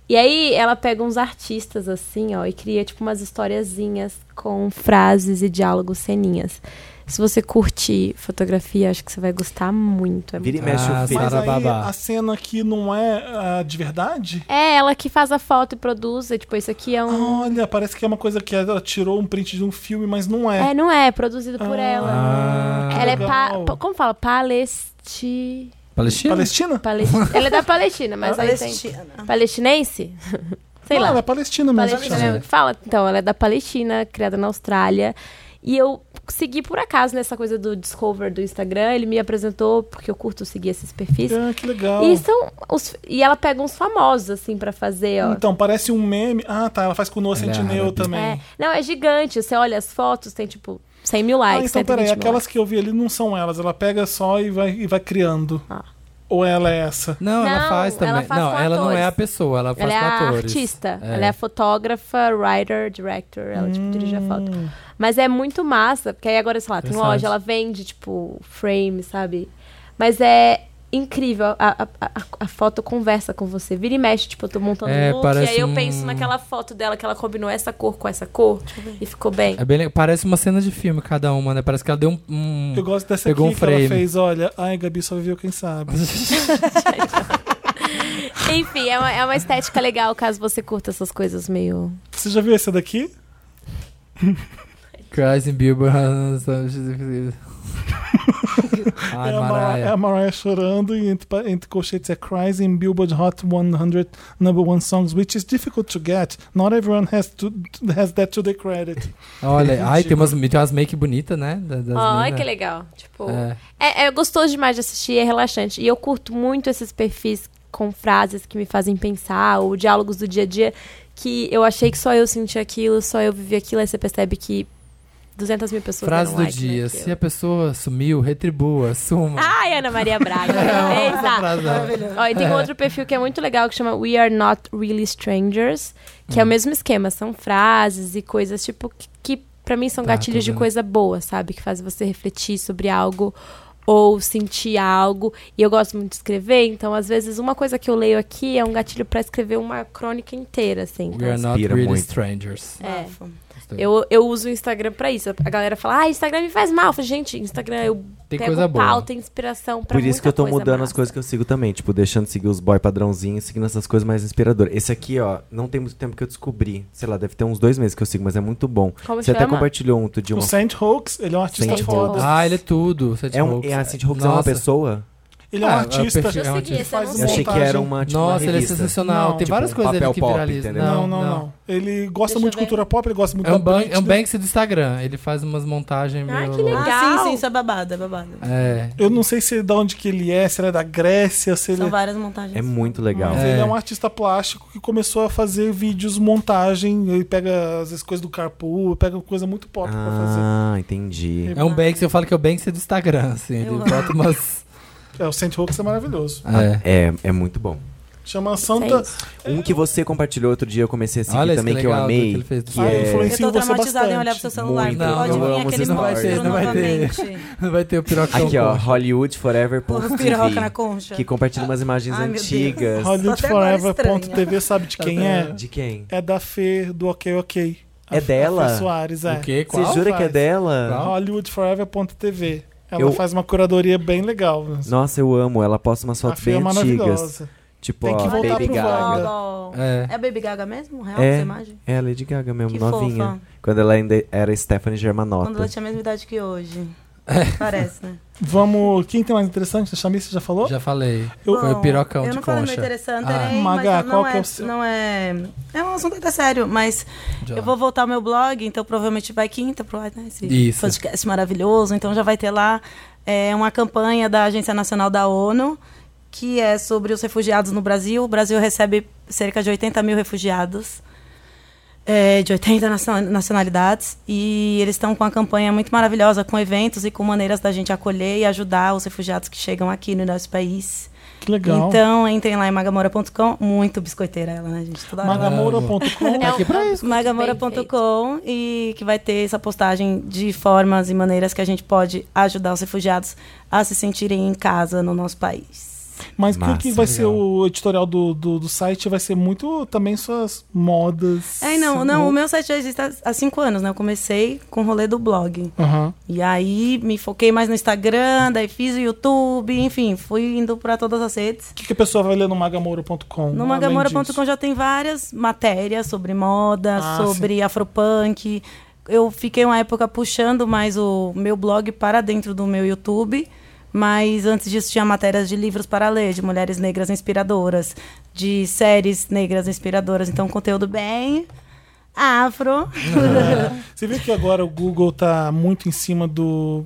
[SPEAKER 6] E aí ela pega uns artistas assim, ó, e cria tipo umas historiazinhas com frases e diálogos ceninhas. Se você curte fotografia, acho que você vai gostar muito. É, muito-
[SPEAKER 5] Vira e mexe
[SPEAKER 4] Ah,
[SPEAKER 5] o filho.
[SPEAKER 8] Mas aí,
[SPEAKER 4] Sarababá.
[SPEAKER 8] a cena aqui não é ah, de verdade?
[SPEAKER 6] É ela que faz a foto e produz, é, tipo, isso aqui é um
[SPEAKER 8] Olha, parece que é uma coisa que ela tirou um print de um filme, mas não é.
[SPEAKER 6] É, não é, é produzido por ela.
[SPEAKER 4] Ah,
[SPEAKER 6] ela é
[SPEAKER 8] legal.
[SPEAKER 6] pa... pa- como fala? Palesti
[SPEAKER 4] Palestina?
[SPEAKER 8] Palestina?
[SPEAKER 6] Palestina. Ela é da Palestina, mas aí tem.
[SPEAKER 7] Palestina.
[SPEAKER 6] Palestinense? Sei
[SPEAKER 8] Não,
[SPEAKER 6] lá.
[SPEAKER 8] ela é Palestina mesmo.
[SPEAKER 6] Palestina é o que Fala, então, ela é da Palestina, criada na Austrália. E eu segui por acaso nessa coisa do Discover do Instagram. Ele me apresentou, porque eu curto seguir esses perfis.
[SPEAKER 8] Ah, que legal.
[SPEAKER 6] E são. os- e ela pega uns famosos, assim, pra fazer, ó.
[SPEAKER 8] Então, parece um meme. Ah, tá. Ela faz com o Noah
[SPEAKER 4] Ela é
[SPEAKER 8] Centineo
[SPEAKER 4] árabe.
[SPEAKER 8] também.
[SPEAKER 6] É. Não, é gigante. Você olha as fotos, tem tipo 100 mil
[SPEAKER 8] Ah,
[SPEAKER 6] likes.
[SPEAKER 8] então peraí,
[SPEAKER 6] 120 mil
[SPEAKER 8] aquelas que eu vi ali não são elas. Ela pega só e vai, e vai criando.
[SPEAKER 6] Ah.
[SPEAKER 8] Ou ela é essa?
[SPEAKER 4] Não, ela
[SPEAKER 6] Não,
[SPEAKER 4] faz também.
[SPEAKER 6] ela faz
[SPEAKER 4] não,
[SPEAKER 6] com
[SPEAKER 4] ela não é
[SPEAKER 6] atores.
[SPEAKER 4] a pessoa, ela faz
[SPEAKER 6] Ela é
[SPEAKER 4] com
[SPEAKER 6] a
[SPEAKER 4] atores.
[SPEAKER 6] artista, ela é a fotógrafa, writer, director, ela tipo dirige a foto. Mas é muito massa, porque aí agora, sei lá, tem
[SPEAKER 4] Hum. Interessante.
[SPEAKER 6] loja, ela vende tipo frame, sabe? Mas é incrível, a, a, a- a foto conversa com você, vira e mexe, tipo, eu tô montando
[SPEAKER 4] É,
[SPEAKER 6] um look, e
[SPEAKER 4] parece
[SPEAKER 6] aí eu
[SPEAKER 4] um-
[SPEAKER 6] penso naquela foto dela que ela combinou essa cor com essa cor e ficou bem.
[SPEAKER 4] É bem le- Parece uma cena de filme cada uma, né? Parece que ela deu um. um-
[SPEAKER 8] Eu gosto dessa
[SPEAKER 4] Pegou
[SPEAKER 8] aqui
[SPEAKER 4] um
[SPEAKER 8] que ela
[SPEAKER 4] frame.
[SPEAKER 8] fez, olha. Ai, Gabi só viveu quem sabe.
[SPEAKER 6] Enfim, é uma, é uma estética legal, caso você curta essas coisas meio...
[SPEAKER 8] Você já viu essa daqui?
[SPEAKER 4] Crazy Bieber. Ai,
[SPEAKER 8] é, a Mariah. é a
[SPEAKER 4] Mariah.
[SPEAKER 8] Mariah chorando e entre, pa- entre colchetes é Cries in Billboard Hot 100 Number One Songs, which is difficult to get. Not everyone has, to, has that to their credit.
[SPEAKER 4] Olha, ai, tem umas, tem umas make bonitas, né? da- das
[SPEAKER 6] Ai,
[SPEAKER 4] meninas.
[SPEAKER 6] que legal. Tipo,
[SPEAKER 4] É.
[SPEAKER 6] É, é gostoso demais de assistir, é relaxante. E eu curto muito esses perfis com frases que me fazem pensar, ou diálogos do dia a dia, que eu achei que só eu senti aquilo, só eu vivi aquilo, aí você percebe que 200 mil pessoas
[SPEAKER 4] Frase do
[SPEAKER 6] deram like
[SPEAKER 4] dia:
[SPEAKER 6] naquilo.
[SPEAKER 4] se é a pessoa sumiu, retribua, suma. é
[SPEAKER 6] Ai, Ana Maria Braga. parabéns, tá? Ó, e tem um outro perfil que é muito legal que chama We Are Not Really Strangers, que é o mesmo esquema, são frases e coisas tipo que, que pra mim são
[SPEAKER 4] Tá,
[SPEAKER 6] gatilhos
[SPEAKER 4] tô
[SPEAKER 6] de
[SPEAKER 4] vendo.
[SPEAKER 6] coisa boa, sabe? Que fazem você refletir sobre algo ou sentir algo. E eu gosto muito de escrever, então às vezes uma coisa que eu leio aqui é um gatilho pra escrever uma crônica inteira, assim.
[SPEAKER 4] We
[SPEAKER 6] Então,
[SPEAKER 4] are not
[SPEAKER 5] Inspira
[SPEAKER 4] really
[SPEAKER 5] muito.
[SPEAKER 7] Ah,
[SPEAKER 4] strangers.
[SPEAKER 6] é.
[SPEAKER 4] Insta.
[SPEAKER 6] Eu, eu uso o Instagram pra isso. A galera fala, ah, Instagram me faz mal. Eu falo, gente, Instagram eu
[SPEAKER 4] Tem
[SPEAKER 6] pego
[SPEAKER 4] coisa boa.
[SPEAKER 6] pauta, inspiração pra
[SPEAKER 5] Por isso
[SPEAKER 6] muita
[SPEAKER 5] que eu tô
[SPEAKER 6] coisa
[SPEAKER 5] mudando as
[SPEAKER 6] massa.
[SPEAKER 5] coisas que eu sigo também, tipo, deixando de seguir os boy padrãozinhos, seguindo essas coisas mais inspiradoras. Esse aqui, ó, não tem muito tempo que eu descobri. Sei lá, deve ter uns dois meses que eu sigo, mas é muito bom.
[SPEAKER 6] Como
[SPEAKER 5] Você
[SPEAKER 6] se
[SPEAKER 5] até
[SPEAKER 6] chama?
[SPEAKER 5] compartilhou ontem de um.
[SPEAKER 8] O
[SPEAKER 5] uma.
[SPEAKER 8] Saint Hoax, ele é um artista
[SPEAKER 6] Saint
[SPEAKER 8] foda.
[SPEAKER 6] Hoax.
[SPEAKER 4] Ah, ele é tudo. Seth
[SPEAKER 5] É, um,
[SPEAKER 4] Rogen.
[SPEAKER 5] é a Cindy Roxana é uma
[SPEAKER 4] Nossa.
[SPEAKER 5] pessoa?
[SPEAKER 8] Ele assim, é um
[SPEAKER 4] Ah, é o
[SPEAKER 8] artista.
[SPEAKER 4] perfil- é um
[SPEAKER 6] Eu segui,
[SPEAKER 4] artista.
[SPEAKER 6] esse eu não
[SPEAKER 8] Faz
[SPEAKER 6] sei.
[SPEAKER 5] Eu achei que
[SPEAKER 8] montagem.
[SPEAKER 5] era uma. Tipo, uma
[SPEAKER 4] Nossa, ele é
[SPEAKER 5] revista.
[SPEAKER 4] sensacional.
[SPEAKER 8] Não,
[SPEAKER 4] Tem
[SPEAKER 8] tipo,
[SPEAKER 4] várias coisas
[SPEAKER 5] papel
[SPEAKER 4] dele que
[SPEAKER 5] pop,
[SPEAKER 4] viralizam.
[SPEAKER 5] entendeu?
[SPEAKER 8] Não, não, não, Ele gosta
[SPEAKER 6] Deixa
[SPEAKER 8] muito
[SPEAKER 6] eu
[SPEAKER 8] de
[SPEAKER 6] ver.
[SPEAKER 8] cultura pop, ele gosta muito
[SPEAKER 4] É um,
[SPEAKER 8] da né?
[SPEAKER 4] ban- é um
[SPEAKER 8] Britney.
[SPEAKER 4] Banksy do Instagram. Ele faz umas montagens
[SPEAKER 6] Ai,
[SPEAKER 4] meio...
[SPEAKER 6] que legal.
[SPEAKER 7] Ah, sim, sim, isso é babado, é babado.
[SPEAKER 4] É.
[SPEAKER 8] Eu não sei se é de onde que ele é, se ele é da Grécia, se ele
[SPEAKER 7] São várias montagens.
[SPEAKER 5] É muito legal.
[SPEAKER 8] Mas
[SPEAKER 4] É.
[SPEAKER 8] ele é um artista plástico que começou a fazer vídeos montagem. Ele pega às vezes coisas do carpool, pega coisa muito pop pra fazer.
[SPEAKER 5] Ah, entendi.
[SPEAKER 4] É um Banksy, eu falo que é o Banksy do Instagram, assim. Ele
[SPEAKER 7] Eu amo.
[SPEAKER 4] bota umas...
[SPEAKER 8] É, o Saint Hoax é maravilhoso.
[SPEAKER 4] É.
[SPEAKER 5] É, é muito bom.
[SPEAKER 8] Chama
[SPEAKER 6] É
[SPEAKER 8] Santa.
[SPEAKER 5] Um que você compartilhou outro dia, eu comecei a seguir
[SPEAKER 4] Olha esse
[SPEAKER 5] também,
[SPEAKER 4] que
[SPEAKER 5] que eu
[SPEAKER 4] legal, do que
[SPEAKER 5] amei.
[SPEAKER 4] ele fez do
[SPEAKER 5] que
[SPEAKER 8] Ah,
[SPEAKER 5] é...
[SPEAKER 8] influencia.
[SPEAKER 7] Eu tô
[SPEAKER 8] Sim, você
[SPEAKER 7] traumatizada em
[SPEAKER 8] bastante.
[SPEAKER 7] olhar pro seu celular.
[SPEAKER 5] Muito.
[SPEAKER 7] Não, pode
[SPEAKER 4] Eu
[SPEAKER 7] vir
[SPEAKER 4] amo
[SPEAKER 7] aquele
[SPEAKER 4] esse
[SPEAKER 5] story.
[SPEAKER 4] Não vai ter,
[SPEAKER 7] monstro
[SPEAKER 4] não vai
[SPEAKER 7] novamente.
[SPEAKER 4] ter. Não vai ter o pirocão.
[SPEAKER 5] Aqui, ó,
[SPEAKER 4] pô.
[SPEAKER 5] Hollywood Forever.
[SPEAKER 7] Porra, piroca na concha.
[SPEAKER 5] Que compartilha umas imagens
[SPEAKER 7] Ai, meu Deus.
[SPEAKER 5] antigas.
[SPEAKER 7] Só até agora
[SPEAKER 8] HollywoodForever.tv sabe de quem é?
[SPEAKER 5] De quem?
[SPEAKER 8] É da Fê do Ok Ok. A
[SPEAKER 5] É
[SPEAKER 8] Fê-
[SPEAKER 5] dela?
[SPEAKER 8] A Fê Soares, é.
[SPEAKER 4] O quê?
[SPEAKER 5] Você
[SPEAKER 4] Qual?
[SPEAKER 5] jura que é
[SPEAKER 8] faz?
[SPEAKER 5] dela?
[SPEAKER 8] HollywoodForever.tv. Ela
[SPEAKER 5] Eu-
[SPEAKER 8] faz uma curadoria bem legal. né?
[SPEAKER 5] Nossa, eu amo. Ela posta umas
[SPEAKER 8] a
[SPEAKER 5] fotos
[SPEAKER 8] Fê
[SPEAKER 5] bem
[SPEAKER 8] é
[SPEAKER 5] antigas.
[SPEAKER 8] maravilhosa.
[SPEAKER 5] Tipo,
[SPEAKER 8] Tem que
[SPEAKER 5] ó,
[SPEAKER 8] voltar
[SPEAKER 5] Baby
[SPEAKER 8] pro
[SPEAKER 5] Gaga.
[SPEAKER 8] Vogue.
[SPEAKER 7] Ó,
[SPEAKER 4] É.
[SPEAKER 7] É a Baby Gaga mesmo? Real,
[SPEAKER 5] É.
[SPEAKER 7] essa imagem?
[SPEAKER 5] É, a Lady Gaga mesmo,
[SPEAKER 7] Que
[SPEAKER 5] novinha.
[SPEAKER 7] fofa.
[SPEAKER 5] Quando ela ainda era Stephanie
[SPEAKER 7] Quando ela
[SPEAKER 5] Germanota.
[SPEAKER 7] tinha a mesma idade que hoje. Parece, né?
[SPEAKER 8] Vamos. Quem tem mais interessante? A Chamice já falou?
[SPEAKER 4] Já falei.
[SPEAKER 8] Eu-
[SPEAKER 4] Foi o pirocão
[SPEAKER 7] eu
[SPEAKER 4] de
[SPEAKER 7] não falei meu
[SPEAKER 4] concha.
[SPEAKER 7] interessante,
[SPEAKER 4] Ah.
[SPEAKER 7] hein,
[SPEAKER 8] Maga,
[SPEAKER 7] mas não
[SPEAKER 8] qual
[SPEAKER 7] é,
[SPEAKER 8] que é o seu?
[SPEAKER 7] Não é... É um assunto até sério, mas
[SPEAKER 4] Já.
[SPEAKER 7] eu vou voltar ao meu blog, então provavelmente vai quinta pro ar, né, esse
[SPEAKER 4] Isso.
[SPEAKER 7] podcast maravilhoso. Então já vai ter lá é, uma campanha da Agência Nacional da ONU, que é sobre os refugiados no Brasil. O Brasil recebe cerca de 80 mil refugiados. é, de 80 nacio- nacionalidades e eles estão com uma campanha muito maravilhosa com eventos e com maneiras da gente acolher e ajudar os refugiados que chegam aqui no nosso país.
[SPEAKER 8] Que legal.
[SPEAKER 7] Então, entrem lá em magamora.com. Muito biscoiteira ela, né, gente? Toda hora.
[SPEAKER 8] Magamoura.com.
[SPEAKER 6] É um
[SPEAKER 4] aqui pra
[SPEAKER 6] hub
[SPEAKER 4] isso.
[SPEAKER 6] bem
[SPEAKER 7] Magamora.com e que vai ter essa postagem de formas e maneiras que a gente pode ajudar os refugiados a se sentirem em casa no nosso país.
[SPEAKER 8] Mas o que
[SPEAKER 5] Massa,
[SPEAKER 8] vai ser o editorial do, do, do site? Vai ser muito também suas modas.
[SPEAKER 7] É, não, não, o meu site já existe há- há cinco anos, né? Eu comecei com o rolê do blog.
[SPEAKER 8] Aham.
[SPEAKER 7] E aí me foquei mais no Instagram, daí fiz o YouTube, enfim, fui indo pra todas as redes.
[SPEAKER 8] O que, que a pessoa vai ler no magamoura.com?
[SPEAKER 7] No
[SPEAKER 8] além
[SPEAKER 7] magamora.com
[SPEAKER 8] disso?
[SPEAKER 7] já tem várias matérias sobre moda,
[SPEAKER 8] Ah,
[SPEAKER 7] sobre afropunk. Eu fiquei uma época puxando mais o meu blog para dentro do meu YouTube, mas antes disso tinha matérias de livros para ler, de mulheres negras inspiradoras, de séries negras inspiradoras. Então, conteúdo bem afro.
[SPEAKER 8] Você viu que agora o Google tá muito em cima do.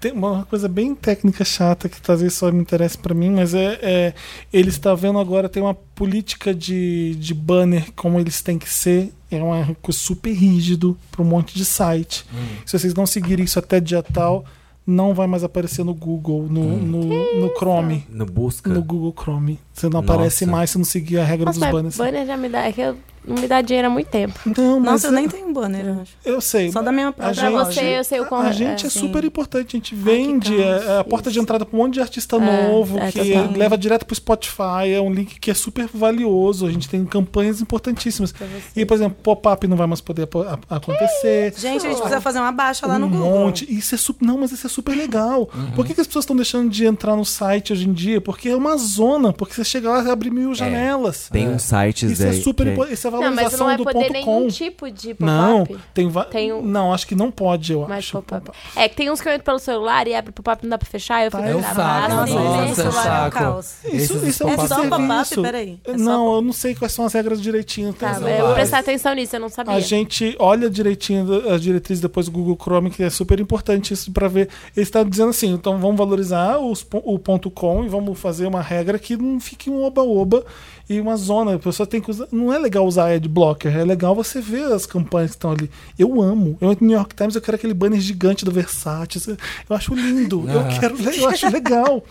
[SPEAKER 8] Tem uma coisa bem técnica chata que talvez só me interesse pra mim, mas é, é- ele está vendo agora, tem uma política de, de banner como eles têm que ser. É um arco super rígido pra um monte de site. Se vocês não seguirem isso até dia tal, não vai mais aparecer no Google, no, no, no Chrome.
[SPEAKER 5] No busca.
[SPEAKER 8] No Google Chrome. Você não
[SPEAKER 5] Nossa.
[SPEAKER 8] aparece mais se não seguir a regra
[SPEAKER 6] Nossa,
[SPEAKER 8] dos
[SPEAKER 6] mas
[SPEAKER 8] banners.
[SPEAKER 6] banner já me dá. É que eu, não me dá dinheiro há muito tempo.
[SPEAKER 8] Não, mas é-
[SPEAKER 7] Nossa, eu nem tenho um banner, eu acho.
[SPEAKER 8] eu sei.
[SPEAKER 7] Só da minha
[SPEAKER 8] a
[SPEAKER 7] própria
[SPEAKER 6] Pra
[SPEAKER 8] gente-
[SPEAKER 6] você, eu sei o assim. como.
[SPEAKER 8] A gente é
[SPEAKER 7] sim.
[SPEAKER 8] super importante, a gente vende, é, é a porta de entrada para um monte de artista novo,
[SPEAKER 6] é,
[SPEAKER 8] que
[SPEAKER 6] total.
[SPEAKER 8] leva direto pro Spotify, é um link que é super valioso, a gente tem campanhas importantíssimas. E, por exemplo, pop-up não vai mais poder apo- a- acontecer.
[SPEAKER 7] Gente, a gente precisa fazer uma baixa lá no
[SPEAKER 8] um
[SPEAKER 7] Google.
[SPEAKER 8] monte. Isso é super. Não, mas isso é super legal. Por que, que as pessoas estão deixando de entrar no site hoje em dia? Porque é uma zona, porque você chega lá e abre mil janelas.
[SPEAKER 5] Tem uns sites
[SPEAKER 8] Isso é
[SPEAKER 5] aí.
[SPEAKER 8] super
[SPEAKER 5] que
[SPEAKER 8] importante. Isso
[SPEAKER 6] Não,
[SPEAKER 8] é
[SPEAKER 6] mas não
[SPEAKER 8] valorização
[SPEAKER 6] vai
[SPEAKER 8] do
[SPEAKER 6] poder
[SPEAKER 8] ponto com.
[SPEAKER 6] nenhum tipo de pop-up.
[SPEAKER 8] Não, tem, va-
[SPEAKER 6] Tem um-
[SPEAKER 8] Não, acho que não pode, eu
[SPEAKER 6] Mais
[SPEAKER 8] acho.
[SPEAKER 6] pop-up. É que tem uns que eu entro pelo celular e abre pop-up não dá pra fechar.
[SPEAKER 8] Tá
[SPEAKER 6] Eu fico
[SPEAKER 4] É um
[SPEAKER 6] brava.
[SPEAKER 4] saco.
[SPEAKER 6] Ah, sim,
[SPEAKER 7] nossa,
[SPEAKER 6] né?
[SPEAKER 4] Nossa, é um
[SPEAKER 7] celular é um
[SPEAKER 4] saco.
[SPEAKER 7] caos.
[SPEAKER 8] Isso,
[SPEAKER 4] Esses
[SPEAKER 8] isso é um
[SPEAKER 4] pop-up-
[SPEAKER 7] É só pop-up?
[SPEAKER 8] serviço.
[SPEAKER 7] Peraí, é só
[SPEAKER 8] não, eu não sei quais são as regras direitinho.
[SPEAKER 6] Tá,
[SPEAKER 8] então,
[SPEAKER 6] eu vou prestar atenção nisso, eu não sabia.
[SPEAKER 8] a gente olha direitinho as diretrizes depois do Google Chrome, que é super importante isso para ver. Ele está dizendo assim, então vamos valorizar os po- o ponto .com e vamos fazer uma regra que não fique um oba-oba e uma zona. A pessoa tem que usar. Não é legal usar adblocker, é legal você ver as campanhas que estão ali. Eu amo. Eu entro no New York Times, eu quero aquele banner gigante do Versace. Eu acho lindo.
[SPEAKER 5] Ah.
[SPEAKER 8] Eu quero, eu acho legal.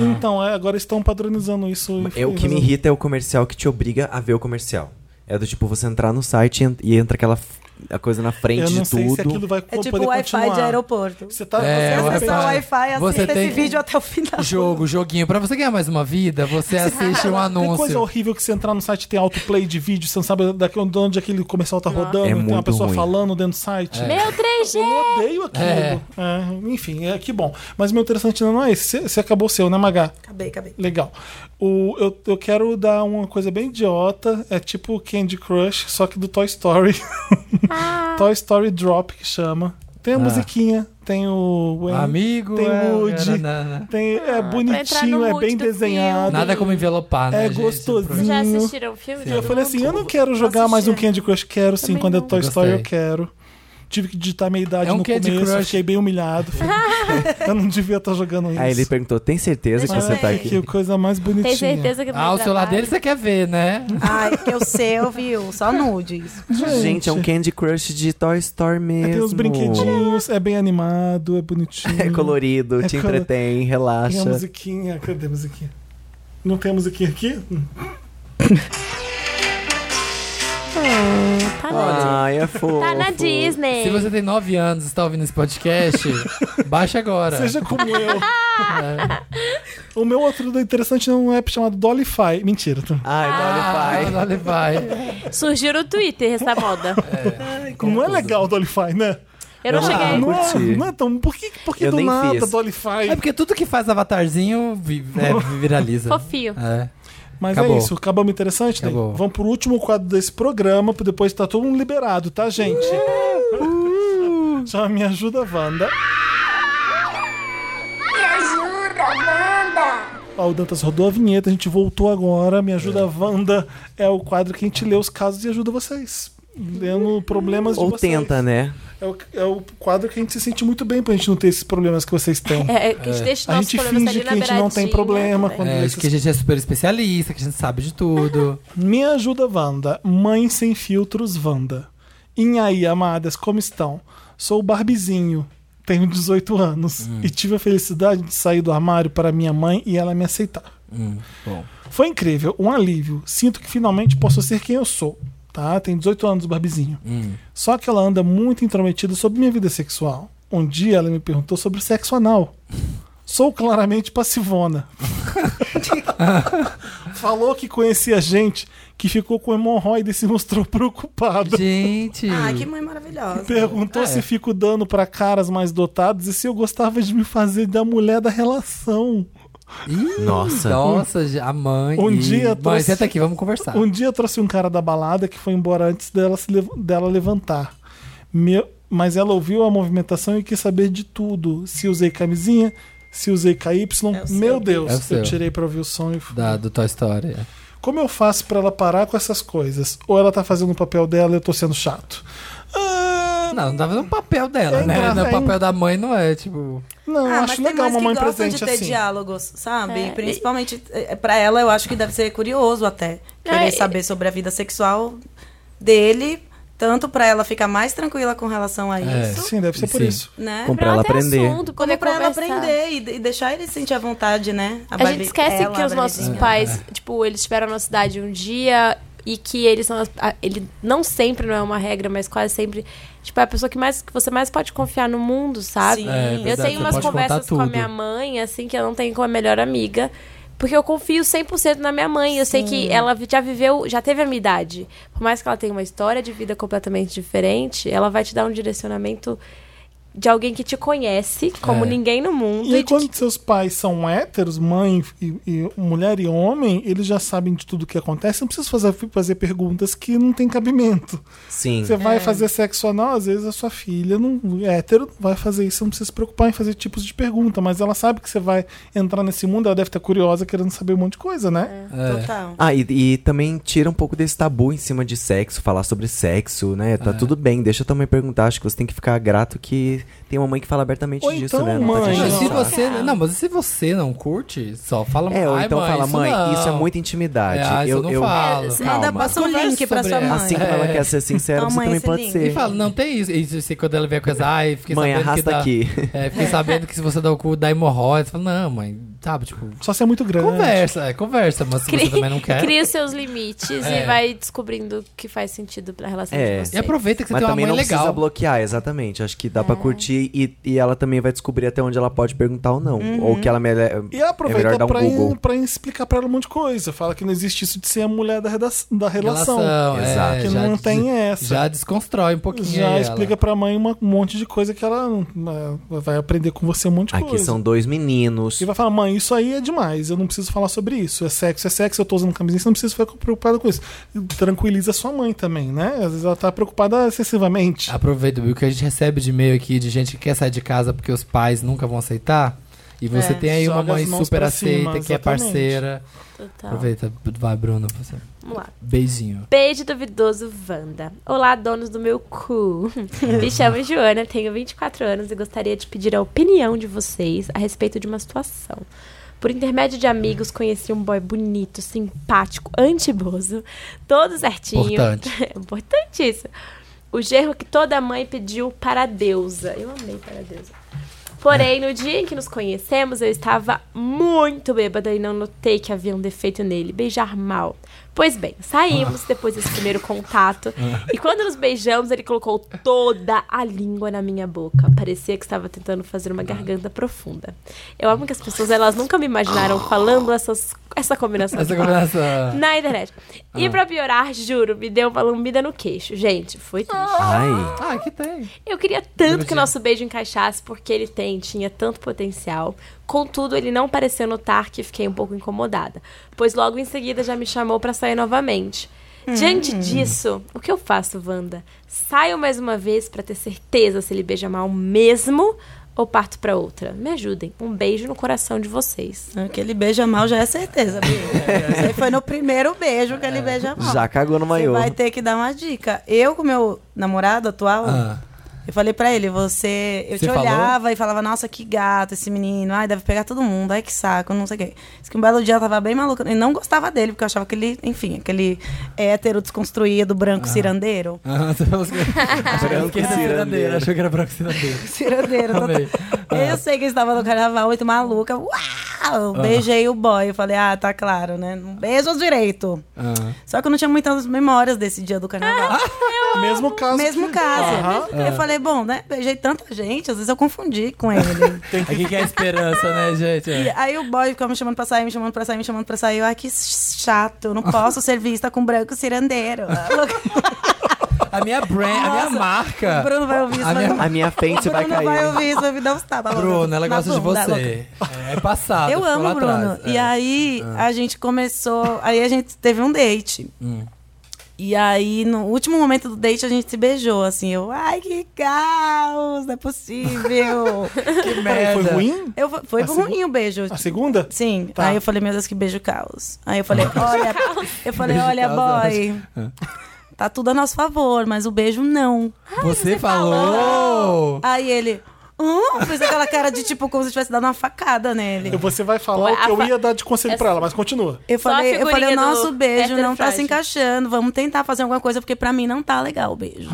[SPEAKER 8] Então, é, agora estão padronizando isso. e-
[SPEAKER 5] É, o
[SPEAKER 8] e
[SPEAKER 5] que me
[SPEAKER 8] fazendo-
[SPEAKER 5] irrita é o comercial que te obriga a ver o comercial. É do tipo, você entrar no site e en- e entra aquela f- a coisa na frente
[SPEAKER 8] Eu não
[SPEAKER 5] de
[SPEAKER 8] sei
[SPEAKER 5] tudo.
[SPEAKER 8] se aquilo vai co-
[SPEAKER 7] É tipo
[SPEAKER 8] poder
[SPEAKER 7] Wi-Fi
[SPEAKER 8] continuar.
[SPEAKER 7] de aeroporto.
[SPEAKER 8] Você
[SPEAKER 4] É,
[SPEAKER 8] tá você
[SPEAKER 4] o
[SPEAKER 8] depende-
[SPEAKER 7] Acessar o
[SPEAKER 4] Wi-Fi.
[SPEAKER 7] Wi-Fi e
[SPEAKER 4] Você
[SPEAKER 7] assista
[SPEAKER 4] tem-
[SPEAKER 7] esse vídeo até o final.
[SPEAKER 4] Jogo, joguinho. Pra você ganhar mais uma vida, você assiste um
[SPEAKER 8] Tem coisa
[SPEAKER 4] anúncio.
[SPEAKER 8] horrível que você entrar no site e tem autoplay de vídeo, você não sabe daqui onde onde aquele comercial tá rodando,
[SPEAKER 5] É
[SPEAKER 8] tem uma
[SPEAKER 5] muito
[SPEAKER 8] pessoa
[SPEAKER 5] ruim.
[SPEAKER 8] falando dentro do site.
[SPEAKER 6] Meu 3G!
[SPEAKER 8] Eu odeio aquilo.
[SPEAKER 4] É.
[SPEAKER 8] É, enfim, é que bom. Mas meu interessante não é esse. Você- Você acabou o seu, né, Magá?
[SPEAKER 7] Acabei, acabei.
[SPEAKER 8] Legal. O, eu, eu quero dar uma coisa bem idiota. É tipo Candy Crush, só que do Toy Story. Toy Story Drop, que chama. Tem a
[SPEAKER 4] Ah.
[SPEAKER 8] musiquinha, tem o. o-
[SPEAKER 4] Amigo.
[SPEAKER 8] Tem
[SPEAKER 4] é,
[SPEAKER 8] Woody.
[SPEAKER 4] nanana.
[SPEAKER 8] Tem, é
[SPEAKER 6] Ah, entrar no
[SPEAKER 8] bonitinho, é
[SPEAKER 6] mood
[SPEAKER 8] bem
[SPEAKER 6] do
[SPEAKER 8] desenhado.
[SPEAKER 4] Nada como envelopar, né?
[SPEAKER 8] É
[SPEAKER 4] gente?
[SPEAKER 8] gostosinho.
[SPEAKER 6] Já assistiram o filme?
[SPEAKER 8] E Uhum. eu falei assim: eu não quero jogar mais um Candy Crush. Quero sim,
[SPEAKER 6] Também
[SPEAKER 8] quando é
[SPEAKER 6] não.
[SPEAKER 8] Toy
[SPEAKER 4] Eu
[SPEAKER 8] Story eu
[SPEAKER 4] gostei.
[SPEAKER 8] quero. Tive que digitar minha idade
[SPEAKER 4] É um
[SPEAKER 8] no
[SPEAKER 4] Candy
[SPEAKER 8] começo,
[SPEAKER 4] Crush.
[SPEAKER 8] fiquei bem humilhado. eu não devia estar jogando isso.
[SPEAKER 5] Aí Ah, ele perguntou: tem certeza que
[SPEAKER 6] Deixa
[SPEAKER 5] você
[SPEAKER 6] eu
[SPEAKER 5] tá
[SPEAKER 6] ver.
[SPEAKER 5] aqui?
[SPEAKER 8] Que coisa mais bonitinha.
[SPEAKER 6] Tem certeza que não é
[SPEAKER 4] Ah, o celular dele você quer ver, né?
[SPEAKER 7] Ai, que eu sei, eu viu? Só nudes.
[SPEAKER 5] Gente, é um Candy Crush de Toy Story mesmo.
[SPEAKER 8] É, Tem uns brinquedinhos, é bem animado, é bonitinho.
[SPEAKER 5] É colorido,
[SPEAKER 8] É
[SPEAKER 5] te
[SPEAKER 8] colo-
[SPEAKER 5] entretém,
[SPEAKER 8] Tem a
[SPEAKER 5] relaxa.
[SPEAKER 8] musiquinha. Cadê a musiquinha? Não tem a musiquinha aqui?
[SPEAKER 6] Tá na,
[SPEAKER 5] Ai, é fofo.
[SPEAKER 6] tá na
[SPEAKER 4] Se
[SPEAKER 6] Disney.
[SPEAKER 4] você tem 9 anos e está ouvindo esse podcast, baixa
[SPEAKER 5] É.
[SPEAKER 4] agora.
[SPEAKER 8] Seja como eu. O meu outro interessante é um app chamado Dollyfy. Mentira. tá?
[SPEAKER 5] Ai,
[SPEAKER 4] Ah,
[SPEAKER 5] Dolly Pie.
[SPEAKER 4] Dolly
[SPEAKER 8] É.
[SPEAKER 4] Pie.
[SPEAKER 6] Surgiu no Twitter essa moda.
[SPEAKER 8] Não é legal o Dollyfy, né?
[SPEAKER 6] Eu não
[SPEAKER 5] Não,
[SPEAKER 6] cheguei.
[SPEAKER 8] Não é,
[SPEAKER 5] curti.
[SPEAKER 8] não é tão... Por que, por que
[SPEAKER 5] Eu
[SPEAKER 8] do
[SPEAKER 5] nem
[SPEAKER 8] nada
[SPEAKER 5] fiz.
[SPEAKER 8] Dollyfy?
[SPEAKER 4] É porque tudo que faz avatarzinho vi- é, viraliza.
[SPEAKER 6] Fofinho.
[SPEAKER 8] Ah.
[SPEAKER 4] É.
[SPEAKER 8] Mas
[SPEAKER 4] Acabou.
[SPEAKER 8] é isso, acabamos interessante, né?
[SPEAKER 4] Acabou.
[SPEAKER 8] Vamos pro último quadro desse programa, pra depois tá todo mundo liberado, tá, gente?
[SPEAKER 4] uh!
[SPEAKER 8] Chama Me Ajuda, Wanda.
[SPEAKER 3] Me ajuda, Wanda!
[SPEAKER 8] Ó, o Dantas rodou a vinheta, a gente voltou agora. Me ajuda, Wanda. É o quadro que a gente lê os casos e ajuda vocês. Lendo problemas de
[SPEAKER 5] Ou
[SPEAKER 8] vocês.
[SPEAKER 5] tenta, né?
[SPEAKER 8] É o, é o quadro que a gente se sente muito bem pra gente não ter esses problemas que vocês têm.
[SPEAKER 6] É, é, que a gente deixa os
[SPEAKER 8] A
[SPEAKER 6] nossos
[SPEAKER 8] gente
[SPEAKER 6] problemas ali
[SPEAKER 8] finge que
[SPEAKER 6] na
[SPEAKER 8] a gente não tem
[SPEAKER 6] beiradinha.
[SPEAKER 8] problema
[SPEAKER 6] né?
[SPEAKER 8] quando
[SPEAKER 4] É,
[SPEAKER 8] esses
[SPEAKER 4] que a gente é super especialista, que a gente sabe de tudo.
[SPEAKER 8] Me ajuda, Wanda. Mãe sem filtros, Wanda. Em aí, amadas, como estão? Sou o Barbizinho, tenho 18 anos e tive a felicidade de sair do armário para minha mãe e ela me aceitar.
[SPEAKER 4] Bom,
[SPEAKER 8] Foi incrível, um alívio. Sinto que finalmente posso ser quem eu sou. Tá? Tem 18 anos o Barbizinho. Só que ela anda muito intrometida sobre minha vida sexual. Um dia ela me perguntou sobre sexo anal. Sou claramente passivona. Falou que conhecia gente que ficou com hemorroida e se mostrou preocupada.
[SPEAKER 4] gente.
[SPEAKER 6] Ah,
[SPEAKER 7] Ai, que mãe maravilhosa.
[SPEAKER 8] Perguntou
[SPEAKER 4] É.
[SPEAKER 8] se fico dando pra caras mais dotados e se eu gostava de me fazer da mulher da relação.
[SPEAKER 4] Ih,
[SPEAKER 5] Nossa.
[SPEAKER 4] Nossa, a mãe.
[SPEAKER 8] Um
[SPEAKER 4] Ih,
[SPEAKER 8] dia
[SPEAKER 4] Mãe,
[SPEAKER 8] trouxe-
[SPEAKER 4] senta aqui, vamos conversar.
[SPEAKER 8] Um dia eu trouxe um cara da balada que foi embora antes dela, se lev- dela levantar. Meu- Mas ela ouviu a movimentação e quis saber de tudo. Se usei camisinha, se usei KY. Meu
[SPEAKER 4] É o
[SPEAKER 8] Deus,
[SPEAKER 4] seu.
[SPEAKER 8] eu tirei pra ouvir o som e fui.
[SPEAKER 4] Da, do Toy Story. é.
[SPEAKER 8] Como eu faço pra ela parar com essas coisas? Ou ela tá fazendo o papel dela e eu tô sendo chato? Ah,
[SPEAKER 4] Não, não tá fazendo o papel dela,
[SPEAKER 8] É
[SPEAKER 4] né?
[SPEAKER 8] engraçado,
[SPEAKER 4] Não, o
[SPEAKER 8] hein?
[SPEAKER 4] papel da mãe não é, tipo.
[SPEAKER 8] não,
[SPEAKER 7] Ah, mas
[SPEAKER 8] acho
[SPEAKER 7] tem
[SPEAKER 8] legal
[SPEAKER 7] mães
[SPEAKER 8] uma mãe
[SPEAKER 7] que gostam
[SPEAKER 8] presente
[SPEAKER 7] de ter
[SPEAKER 8] assim.
[SPEAKER 7] diálogos, sabe?
[SPEAKER 6] É.
[SPEAKER 7] Principalmente eh, pra ela, eu acho que deve ser curioso até. Querer
[SPEAKER 6] É, e-
[SPEAKER 7] saber sobre a vida sexual dele, tanto pra ela ficar mais tranquila com relação a
[SPEAKER 4] É.
[SPEAKER 7] isso,
[SPEAKER 8] Sim, deve ser por
[SPEAKER 4] Sim.
[SPEAKER 8] isso.
[SPEAKER 7] né?
[SPEAKER 5] Com- Pra ela
[SPEAKER 6] ter
[SPEAKER 5] aprender.
[SPEAKER 6] é Assunto,
[SPEAKER 7] Como
[SPEAKER 6] poder
[SPEAKER 7] pra ela
[SPEAKER 6] conversar.
[SPEAKER 7] aprender e, e deixar ele se sentir à vontade, né?
[SPEAKER 6] A gente esquece que
[SPEAKER 7] é
[SPEAKER 6] os nossos
[SPEAKER 7] pais
[SPEAKER 6] pais, tipo, eles tiveram a nossa idade um dia e que eles são. as- a- Ele não sempre, não é uma regra, mas quase sempre. Tipo, é a pessoa que, mais, que você mais pode confiar no mundo, sabe?
[SPEAKER 7] Sim.
[SPEAKER 4] É,
[SPEAKER 6] Eu
[SPEAKER 4] verdade,
[SPEAKER 6] tenho
[SPEAKER 4] você
[SPEAKER 6] umas
[SPEAKER 4] pode contar
[SPEAKER 6] conversas com a
[SPEAKER 4] tudo.
[SPEAKER 6] minha mãe, assim, que eu não tenho com a melhor amiga. Porque eu confio 100% na minha mãe. Eu sei que ela vi- já viveu, já teve a minha idade. Por mais que ela tenha uma história de vida completamente diferente, ela vai te dar um direcionamento de alguém que te conhece como
[SPEAKER 4] É.
[SPEAKER 6] ninguém no mundo.
[SPEAKER 8] E aí,
[SPEAKER 6] de
[SPEAKER 8] quando seus pais são héteros, mãe, e, e mulher e homem, eles já sabem de tudo que acontece. Não precisa fazer, fazer perguntas que não tem cabimento.
[SPEAKER 5] Sim.
[SPEAKER 8] Você vai fazer sexo anal, às vezes a sua filha, não, hétero, não vai fazer isso. Você não precisa se preocupar em fazer tipos de pergunta. Mas ela sabe que você vai entrar nesse mundo, ela deve estar curiosa, querendo saber um monte de coisa, né?
[SPEAKER 4] É.
[SPEAKER 7] Total.
[SPEAKER 5] Ah, e, e também tira um pouco desse tabu em
[SPEAKER 4] É.
[SPEAKER 5] cima de sexo, falar sobre sexo, né? Tá tudo bem, deixa eu também perguntar. Acho que você tem que ficar grato que tem uma mãe que fala abertamente
[SPEAKER 8] Ou
[SPEAKER 5] disso,
[SPEAKER 8] então,
[SPEAKER 5] né? Não
[SPEAKER 8] mãe,
[SPEAKER 5] tá
[SPEAKER 4] Mas
[SPEAKER 8] não.
[SPEAKER 4] se
[SPEAKER 5] deixando passar.
[SPEAKER 4] você, não, mas se você não curte, só fala
[SPEAKER 5] É, ou
[SPEAKER 4] "Ai,
[SPEAKER 5] então fala, mãe, isso é
[SPEAKER 4] não."
[SPEAKER 5] muita intimidade.
[SPEAKER 4] É, ah, isso
[SPEAKER 5] eu,
[SPEAKER 4] eu não
[SPEAKER 5] eu-
[SPEAKER 4] falo.
[SPEAKER 5] Calma.
[SPEAKER 7] Manda, passa um
[SPEAKER 4] Conversa
[SPEAKER 7] link pra
[SPEAKER 4] sobre
[SPEAKER 7] sua
[SPEAKER 4] ela.
[SPEAKER 7] mãe.
[SPEAKER 5] Assim como ela
[SPEAKER 4] É.
[SPEAKER 5] quer ser sincera,
[SPEAKER 7] Então,
[SPEAKER 5] você
[SPEAKER 7] mãe,
[SPEAKER 5] também
[SPEAKER 7] esse
[SPEAKER 5] pode
[SPEAKER 7] link.
[SPEAKER 5] ser.
[SPEAKER 4] E fala, não tem isso. E se- se quando ela vier com essa, ai, fiquei
[SPEAKER 5] Mãe,
[SPEAKER 4] sabendo que
[SPEAKER 5] arrasta
[SPEAKER 4] dá.
[SPEAKER 5] aqui.
[SPEAKER 4] É, fiquei sabendo que se você dá o cu, dá hemorroida. Você fala, não, mãe, sabe, tipo,
[SPEAKER 8] Só se é muito grande.
[SPEAKER 4] conversa, é, conversa, mas se você também não quer.
[SPEAKER 6] Cria os seus limites
[SPEAKER 4] É.
[SPEAKER 6] e vai descobrindo o que faz sentido pra relação
[SPEAKER 5] É.
[SPEAKER 6] de
[SPEAKER 4] E
[SPEAKER 6] vocês.
[SPEAKER 4] aproveita que você
[SPEAKER 5] Mas
[SPEAKER 4] tem uma
[SPEAKER 5] também
[SPEAKER 4] mãe
[SPEAKER 5] não precisa
[SPEAKER 4] legal.
[SPEAKER 5] bloquear, exatamente. Acho que dá
[SPEAKER 7] É.
[SPEAKER 5] pra curtir e, e ela também vai descobrir até onde ela pode perguntar ou não.
[SPEAKER 7] Uhum.
[SPEAKER 5] Ou que ela merece.
[SPEAKER 4] Tipo
[SPEAKER 8] E
[SPEAKER 5] é
[SPEAKER 8] aproveita
[SPEAKER 5] melhor dar um
[SPEAKER 8] pra,
[SPEAKER 5] Google.
[SPEAKER 8] pra explicar pra ela um monte de coisa. Fala que não existe isso de ser a mulher da, redação, da relação.
[SPEAKER 4] é,
[SPEAKER 5] Exato.
[SPEAKER 8] Que
[SPEAKER 4] já
[SPEAKER 8] não
[SPEAKER 4] des-
[SPEAKER 8] tem essa.
[SPEAKER 4] Já desconstrói um pouquinho.
[SPEAKER 8] Já
[SPEAKER 4] ela.
[SPEAKER 8] explica pra mãe uma- um monte de coisa que ela eh, vai aprender com você um monte de
[SPEAKER 5] Aqui
[SPEAKER 8] coisa.
[SPEAKER 5] são dois meninos.
[SPEAKER 8] E vai falar, mãe, isso aí é demais, eu não preciso falar sobre isso. É sexo, é sexo, eu tô usando camisinha, você não precisa ficar preocupada com isso. E Tranquiliza sua mãe também, né? Às vezes ela tá preocupada excessivamente.
[SPEAKER 4] Aproveita, Bill, que a gente recebe de e-mail aqui de gente que quer sair de casa porque os pais nunca vão aceitar. E você
[SPEAKER 7] É.
[SPEAKER 4] tem aí uma
[SPEAKER 8] Joga as
[SPEAKER 4] mãe
[SPEAKER 8] mãos
[SPEAKER 4] super
[SPEAKER 8] pra
[SPEAKER 4] aceita,
[SPEAKER 8] cima,
[SPEAKER 4] que é
[SPEAKER 8] exatamente.
[SPEAKER 4] parceira.
[SPEAKER 6] Total.
[SPEAKER 4] Aproveita, vai, Bruno. você-
[SPEAKER 6] então, Vamos lá.
[SPEAKER 4] Beijinho.
[SPEAKER 6] Beijo duvidoso, Wanda. Olá, donos do meu cu. Me chamo Joana, tenho 24 anos e gostaria de pedir a opinião de vocês a respeito de uma situação. Por intermédio de amigos, conheci um boy bonito, simpático, antiboso, todo certinho.
[SPEAKER 4] Importante.
[SPEAKER 6] É importante isso. O gerro que toda mãe pediu para a deusa. Eu amei para a deusa. Porém, no dia em que nos conhecemos, eu estava muito bêbada e não notei que havia um defeito nele, beijar mal. Pois bem, saímos depois desse primeiro contato e quando nos beijamos, ele colocou toda a língua na minha boca. Parecia que estava tentando fazer uma garganta profunda. Eu amo que as pessoas, elas nunca me imaginaram falando essas, essa combinação.
[SPEAKER 4] Essa
[SPEAKER 6] de palavras.
[SPEAKER 4] conversa.
[SPEAKER 6] Na internet. E pra piorar, juro, me deu uma lambida no queixo. Gente, foi triste.
[SPEAKER 5] Ai,
[SPEAKER 4] Ah, que tem.
[SPEAKER 6] Eu queria tanto que
[SPEAKER 4] Imagina.
[SPEAKER 6] o nosso beijo encaixasse, porque ele tem, tinha tanto potencial. Contudo, ele não pareceu notar que fiquei um pouco incomodada, pois logo em seguida já me chamou pra sair novamente. Diante disso, o que eu faço, Wanda? Saio mais uma vez pra ter certeza se ele beija mal mesmo ou parto pra outra? Me ajudem. Um beijo no coração de vocês.
[SPEAKER 7] Aquele beija mal já é certeza, Bill. Você foi no primeiro beijo
[SPEAKER 8] É.
[SPEAKER 7] que ele beija mal.
[SPEAKER 5] já cagou no maiô.
[SPEAKER 7] Você vai ter que dar uma dica. Eu, com meu namorado atual,
[SPEAKER 4] Ah.
[SPEAKER 7] eu falei pra ele, você. Eu
[SPEAKER 4] Você
[SPEAKER 7] te
[SPEAKER 4] falou?
[SPEAKER 7] olhava e falava, nossa, que gato esse menino. Ai, deve pegar todo mundo, ai que saco, não sei o quê. Diz que um belo dia eu tava bem maluca. E não gostava dele, porque eu achava que ele, enfim, aquele hétero desconstruído, branco, cirandeiro.
[SPEAKER 4] Ah, você falou assim. Branco que era
[SPEAKER 5] cirandeiro.
[SPEAKER 4] cirandeiro, Achou que era branco cirandeiro.
[SPEAKER 7] Cirandeiro, tô-
[SPEAKER 4] Amei.
[SPEAKER 7] Eu sei que eu estava no carnaval, muito maluca. Uau! Beijei o boy. Eu falei, ah, tá claro, né? Um beijo direito.
[SPEAKER 4] Ah.
[SPEAKER 7] Só que eu não tinha muitas memórias desse dia do carnaval.
[SPEAKER 4] é
[SPEAKER 8] Mesmo caso.
[SPEAKER 7] Mesmo
[SPEAKER 8] que-
[SPEAKER 7] caso.
[SPEAKER 8] Aham.
[SPEAKER 7] Eu falei, bom, né? Beijei tanta gente, às vezes eu confundi com ele.
[SPEAKER 4] Aqui que é a esperança, né, gente?
[SPEAKER 7] E
[SPEAKER 4] É.
[SPEAKER 7] aí o boy ficou me chamando pra sair, me chamando pra sair, me chamando pra sair. Eu, ai, que chato, eu não posso ser vista com branco cirandeiro.
[SPEAKER 4] A minha brand, a minha
[SPEAKER 7] Nossa,
[SPEAKER 4] marca.
[SPEAKER 7] o Bruno vai ouvir isso,
[SPEAKER 4] A
[SPEAKER 7] vai
[SPEAKER 4] minha...
[SPEAKER 7] tomar-
[SPEAKER 5] A minha frente
[SPEAKER 7] o
[SPEAKER 5] vai
[SPEAKER 7] Bruno
[SPEAKER 5] cair.
[SPEAKER 7] vai ouvir isso, vai me dar um uns tapas. lá
[SPEAKER 4] Bruno, ela
[SPEAKER 7] na
[SPEAKER 4] gosta de
[SPEAKER 7] bunda, louca.
[SPEAKER 4] você. É, é passado.
[SPEAKER 7] Eu
[SPEAKER 4] ficou
[SPEAKER 7] amo
[SPEAKER 4] lá
[SPEAKER 7] o Bruno.
[SPEAKER 4] atrás.
[SPEAKER 7] E
[SPEAKER 4] É.
[SPEAKER 7] aí a gente começou. Aí a gente teve um date.
[SPEAKER 4] Hum.
[SPEAKER 7] E aí, no último momento do date, a gente se beijou, assim. Eu, ai, que caos! Não é possível!
[SPEAKER 4] Que
[SPEAKER 8] Peraí,
[SPEAKER 4] É. merda.
[SPEAKER 8] Foi ruim?
[SPEAKER 7] eu, fa- foi
[SPEAKER 8] A
[SPEAKER 4] Assim?
[SPEAKER 7] ruim
[SPEAKER 8] segu-
[SPEAKER 7] o beijo.
[SPEAKER 8] A segunda?
[SPEAKER 7] Sim.
[SPEAKER 8] Tá.
[SPEAKER 7] Aí eu falei, meu Deus, que beijo caos. Aí eu falei, olha, eu falei,
[SPEAKER 4] Beijo
[SPEAKER 7] olha,
[SPEAKER 4] caos,
[SPEAKER 7] boy.
[SPEAKER 4] é."
[SPEAKER 7] Tá tudo a nosso favor, mas o beijo não.
[SPEAKER 4] Você falou.
[SPEAKER 7] Aí ele. Hum, fez aquela cara de tipo como se eu tivesse dado uma facada nele.
[SPEAKER 8] Você vai falar
[SPEAKER 6] Ué,
[SPEAKER 8] o que
[SPEAKER 6] a
[SPEAKER 8] eu
[SPEAKER 6] fa-
[SPEAKER 8] ia dar de conselho pra ela, mas continua.
[SPEAKER 7] Eu
[SPEAKER 6] Só a
[SPEAKER 7] falei, eu falei, o
[SPEAKER 6] figurinha do
[SPEAKER 7] nosso beijo não tá
[SPEAKER 6] heterofrágil.
[SPEAKER 7] se encaixando. Vamos tentar fazer alguma coisa, porque pra mim não tá legal o beijo.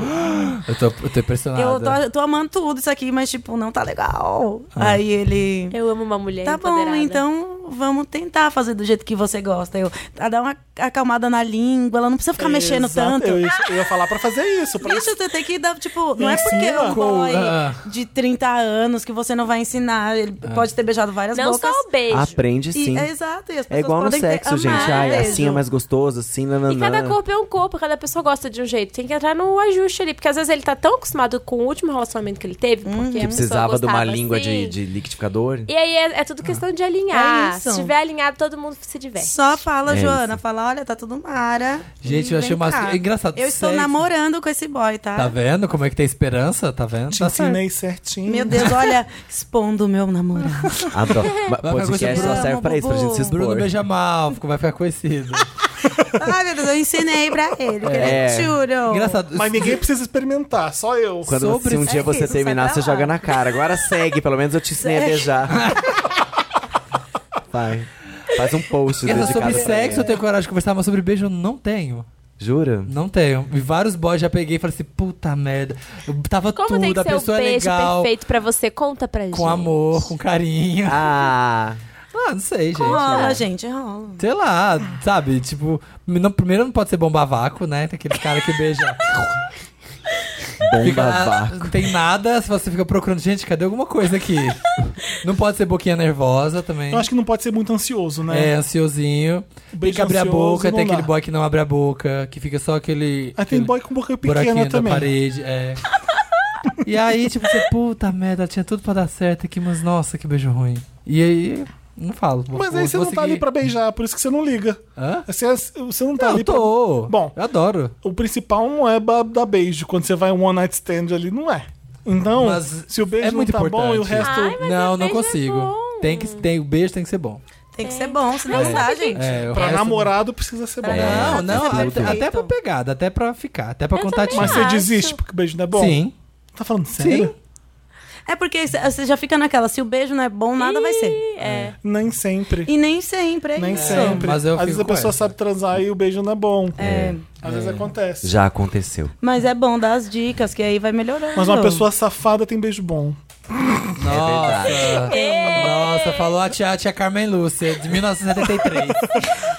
[SPEAKER 4] Eu tô, eu tô impressionado.
[SPEAKER 7] Eu tô, eu tô amando tudo isso aqui, mas, tipo, não tá legal.
[SPEAKER 8] Ah.
[SPEAKER 7] Aí ele.
[SPEAKER 6] Eu amo uma mulher
[SPEAKER 7] Tá bom,
[SPEAKER 6] é empoderada.
[SPEAKER 7] então vamos tentar fazer do jeito que você gosta. Eu a dar uma acalmada na língua, ela não precisa ficar mexendo
[SPEAKER 8] Exato,
[SPEAKER 7] tanto.
[SPEAKER 8] Eu, ia- eu ia falar pra fazer isso. Pra
[SPEAKER 7] Bicho, você tem que dar, tipo, não é
[SPEAKER 8] Ensina.
[SPEAKER 7] porque é um boy
[SPEAKER 4] Ah.
[SPEAKER 7] de 30 anos que você não vai ensinar. Ele
[SPEAKER 8] Ah.
[SPEAKER 7] pode ter beijado várias
[SPEAKER 6] Não
[SPEAKER 7] bocas.
[SPEAKER 6] só o beijo.
[SPEAKER 5] Aprende
[SPEAKER 7] E-
[SPEAKER 5] sim.
[SPEAKER 7] é exato, e as
[SPEAKER 5] É
[SPEAKER 7] pessoas
[SPEAKER 5] igual no
[SPEAKER 7] podem ter-
[SPEAKER 5] sexo, gente.
[SPEAKER 7] amar
[SPEAKER 5] Ai,
[SPEAKER 7] beijo.
[SPEAKER 5] assim é mais gostoso, assim, nananã.
[SPEAKER 6] E cada corpo é um corpo, cada pessoa gosta de um jeito. Tem que entrar no ajuste ali, porque às vezes ele tá tão acostumado com o último relacionamento que ele teve, porque
[SPEAKER 5] Que precisava de uma língua de,
[SPEAKER 7] assim.
[SPEAKER 5] de
[SPEAKER 6] de
[SPEAKER 5] liquidificador.
[SPEAKER 6] assim. E aí é, é tudo questão de alinhar.
[SPEAKER 7] É isso.
[SPEAKER 6] Se tiver alinhado, todo mundo se diverte.
[SPEAKER 7] Só fala,
[SPEAKER 5] É
[SPEAKER 7] Joana. Fala, olha, tá tudo mara.
[SPEAKER 4] Gente, eu achei
[SPEAKER 7] mais
[SPEAKER 4] mais é engraçado.
[SPEAKER 7] Eu estou
[SPEAKER 4] sexo.
[SPEAKER 7] namorando com esse boy, tá?
[SPEAKER 6] Ah.
[SPEAKER 4] Tá vendo como é que tem esperança? Tá vendo?
[SPEAKER 8] Te
[SPEAKER 4] Tá
[SPEAKER 8] ensinei certinho.
[SPEAKER 7] Meu Deus, olha, expondo o meu namorado.
[SPEAKER 5] Adoro. Mas
[SPEAKER 4] Vai, vai,
[SPEAKER 5] Podcast
[SPEAKER 4] você-
[SPEAKER 5] só serve pra isso, pra gente se
[SPEAKER 4] certo. Bruno
[SPEAKER 5] expor.
[SPEAKER 4] beija mal, fica- vai ficar conhecido.
[SPEAKER 7] Ai, Tá, meu Deus, eu ensinei pra ele. Que
[SPEAKER 5] É.
[SPEAKER 7] ele é tchuro.
[SPEAKER 4] Engraçado.
[SPEAKER 8] Mas ninguém precisa experimentar, só eu.
[SPEAKER 5] Quando
[SPEAKER 4] Sobre
[SPEAKER 5] se um dia
[SPEAKER 7] sexo,
[SPEAKER 5] você
[SPEAKER 7] sai
[SPEAKER 5] terminar,
[SPEAKER 7] pra
[SPEAKER 5] você
[SPEAKER 7] lá.
[SPEAKER 5] joga na cara. Agora segue, pelo menos eu te ensinei a beijar. Vai. Faz um post
[SPEAKER 4] Essa
[SPEAKER 5] dedicado
[SPEAKER 4] sobre
[SPEAKER 5] pra
[SPEAKER 4] sexo eu
[SPEAKER 5] ele.
[SPEAKER 4] tenho coragem de conversar, mas sobre beijo eu não tenho.
[SPEAKER 5] Jura?
[SPEAKER 4] Não tenho. E vários boys já peguei e falei assim, puta merda. Eu tava
[SPEAKER 6] Como
[SPEAKER 4] tudo,
[SPEAKER 6] tem que
[SPEAKER 4] a
[SPEAKER 6] ser um
[SPEAKER 4] pessoa é
[SPEAKER 6] beijo
[SPEAKER 4] legal.
[SPEAKER 6] perfeito pra você? Conta pra gente.
[SPEAKER 4] Com amor, com carinho. Ah,
[SPEAKER 5] Ah,
[SPEAKER 4] não sei, gente. né?
[SPEAKER 7] Rola, gente, rola.
[SPEAKER 4] Sei lá, sabe? Tipo, não- primeiro não pode ser bomba vácuo, né? Tem aquele cara que beija.
[SPEAKER 5] bomba
[SPEAKER 4] Fica, ah,
[SPEAKER 5] vácuo.
[SPEAKER 4] não tem nada, se você fica procurando, gente, cadê alguma coisa aqui? não pode ser boquinha nervosa também.
[SPEAKER 8] Eu acho que não pode ser muito ansioso, né?
[SPEAKER 4] É, ansiosinho. tem
[SPEAKER 8] Beijo
[SPEAKER 4] que abrir a
[SPEAKER 8] ansioso,
[SPEAKER 4] boca,
[SPEAKER 8] não
[SPEAKER 4] tem aquele
[SPEAKER 8] dá.
[SPEAKER 4] boy que não abre a boca, que fica só aquele.
[SPEAKER 8] Aí Ah, tem
[SPEAKER 4] aquele
[SPEAKER 8] boy com boca pequena
[SPEAKER 4] buraquinho na
[SPEAKER 8] também.
[SPEAKER 4] parede. É. e aí, tipo, você, puta merda, tinha tudo pra dar certo aqui, mas nossa, que beijo ruim. E aí, não falo. vou-
[SPEAKER 8] Mas
[SPEAKER 4] vou-
[SPEAKER 8] aí você
[SPEAKER 4] vou
[SPEAKER 8] não tá
[SPEAKER 4] seguir-
[SPEAKER 8] ali pra beijar, por isso que você não liga.
[SPEAKER 4] Hã?
[SPEAKER 8] Você, você não tá
[SPEAKER 4] Não,
[SPEAKER 8] ali
[SPEAKER 4] eu tô.
[SPEAKER 8] pra- Bom.
[SPEAKER 4] eu adoro.
[SPEAKER 8] O principal não é ba- dar beijo. Quando você vai um one night stand ali, não é. Então,
[SPEAKER 4] Mas
[SPEAKER 8] se o beijo
[SPEAKER 4] é
[SPEAKER 8] não
[SPEAKER 4] muito
[SPEAKER 8] tá bom e o
[SPEAKER 4] importante.
[SPEAKER 8] resto.
[SPEAKER 7] Ah,
[SPEAKER 6] Ai, mas
[SPEAKER 4] não,
[SPEAKER 6] o
[SPEAKER 4] não
[SPEAKER 6] beijo é
[SPEAKER 4] consigo.
[SPEAKER 6] bom.
[SPEAKER 4] tem que tem o beijo tem que ser bom.
[SPEAKER 7] Tem que ser bom, senão não dá, gente.
[SPEAKER 4] É, o
[SPEAKER 8] pra
[SPEAKER 4] resto-
[SPEAKER 8] namorado precisa ser bom.
[SPEAKER 5] É.
[SPEAKER 4] Não, não,
[SPEAKER 5] tem que
[SPEAKER 4] até,
[SPEAKER 5] ser
[SPEAKER 4] até
[SPEAKER 7] perfeito.
[SPEAKER 4] pra pegada, até pra ficar, até pra
[SPEAKER 6] Eu
[SPEAKER 4] contatinho.
[SPEAKER 6] também
[SPEAKER 8] Mas você
[SPEAKER 6] Acho.
[SPEAKER 8] desiste porque o beijo não é bom?
[SPEAKER 4] Sim.
[SPEAKER 8] Tá falando sério?
[SPEAKER 4] Sim.
[SPEAKER 7] É porque c- você já fica naquela, se o beijo não é bom, nada vai ser.
[SPEAKER 6] Ih, É.
[SPEAKER 8] Nem sempre.
[SPEAKER 7] E nem sempre, é
[SPEAKER 8] Nem
[SPEAKER 7] isso.
[SPEAKER 8] sempre.
[SPEAKER 4] mas eu
[SPEAKER 8] Às vezes
[SPEAKER 4] fico
[SPEAKER 8] a
[SPEAKER 4] com
[SPEAKER 8] pessoa
[SPEAKER 4] essa.
[SPEAKER 8] sabe transar e o beijo não é bom.
[SPEAKER 7] É,
[SPEAKER 8] Às vezes acontece.
[SPEAKER 5] Já aconteceu.
[SPEAKER 7] Mas é bom dar as dicas, que aí vai melhorando.
[SPEAKER 8] Mas uma pessoa safada tem beijo bom.
[SPEAKER 4] Nossa. É
[SPEAKER 7] É.
[SPEAKER 4] Nossa, falou a tia, a tia Carmen Lúcia, de 1973.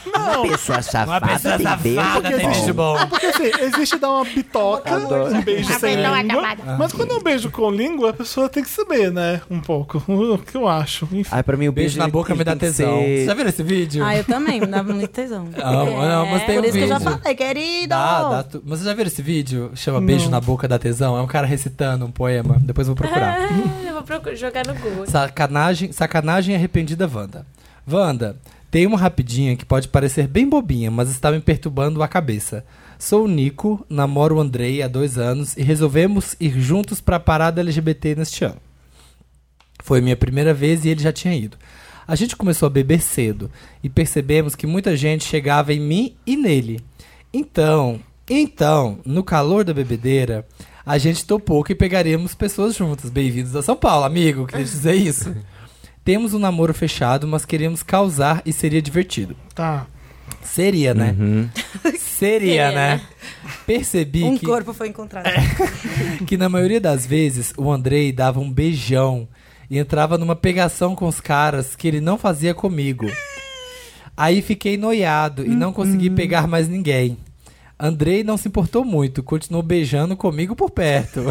[SPEAKER 5] Uma é pessoa safada.
[SPEAKER 4] Uma pessoa
[SPEAKER 5] tem
[SPEAKER 4] safada
[SPEAKER 5] beijo
[SPEAKER 4] tem
[SPEAKER 5] bom.
[SPEAKER 4] bicho bom.
[SPEAKER 8] Porque assim, existe dar uma bitoca,
[SPEAKER 5] Adoro.
[SPEAKER 8] um
[SPEAKER 7] Tá
[SPEAKER 8] beijo sem
[SPEAKER 7] então
[SPEAKER 3] Apeitou a
[SPEAKER 8] língua.
[SPEAKER 3] camada.
[SPEAKER 8] Mas quando é um beijo com língua, a pessoa tem que saber, né? Um pouco. O que eu acho. Enfim.
[SPEAKER 5] Ai, pra mim o beijo.
[SPEAKER 4] Beijo na
[SPEAKER 5] ele-
[SPEAKER 4] boca
[SPEAKER 5] ele
[SPEAKER 4] me dá
[SPEAKER 5] tem que
[SPEAKER 4] tesão.
[SPEAKER 5] ser-
[SPEAKER 4] Você já viu esse vídeo?
[SPEAKER 7] Ah, eu também, me dava muito tesão. É.
[SPEAKER 4] Amo, não, mas tem
[SPEAKER 7] Por
[SPEAKER 4] um
[SPEAKER 7] isso que eu já
[SPEAKER 4] vídeo.
[SPEAKER 7] falei, querido.
[SPEAKER 4] Dá, dá tu- Mas você já viu esse vídeo? Chama Beijo na Boca da Tesão? É um cara recitando um poema. Depois eu vou procurar.
[SPEAKER 6] Ah, eu vou procurar jogar no Google.
[SPEAKER 4] Sacanagem, sacanagem arrependida, Wanda. Wanda, tem uma rapidinha que pode parecer bem bobinha, mas está me perturbando a cabeça. Sou o Nico, namoro o Andrei há dois anos e resolvemos ir juntos para a parada LGBT neste ano. Foi minha primeira vez e ele já tinha ido. A gente começou a beber cedo e percebemos que muita gente chegava em mim e nele. Então, então, no calor da bebedeira, a gente topou que pegaríamos pessoas juntas. Bem-vindos a São Paulo, amigo, queria dizer isso. Temos um namoro fechado, mas queríamos causar e seria divertido.
[SPEAKER 8] Tá.
[SPEAKER 4] Seria, né? Seria, né? Percebi
[SPEAKER 7] Um
[SPEAKER 4] que
[SPEAKER 7] corpo foi encontrado.
[SPEAKER 4] que na maioria das vezes o Andrei dava um beijão e entrava numa pegação com os caras que ele não fazia comigo. Aí fiquei noiado e não consegui pegar mais ninguém. Andrei não se importou muito, continuou beijando comigo por perto.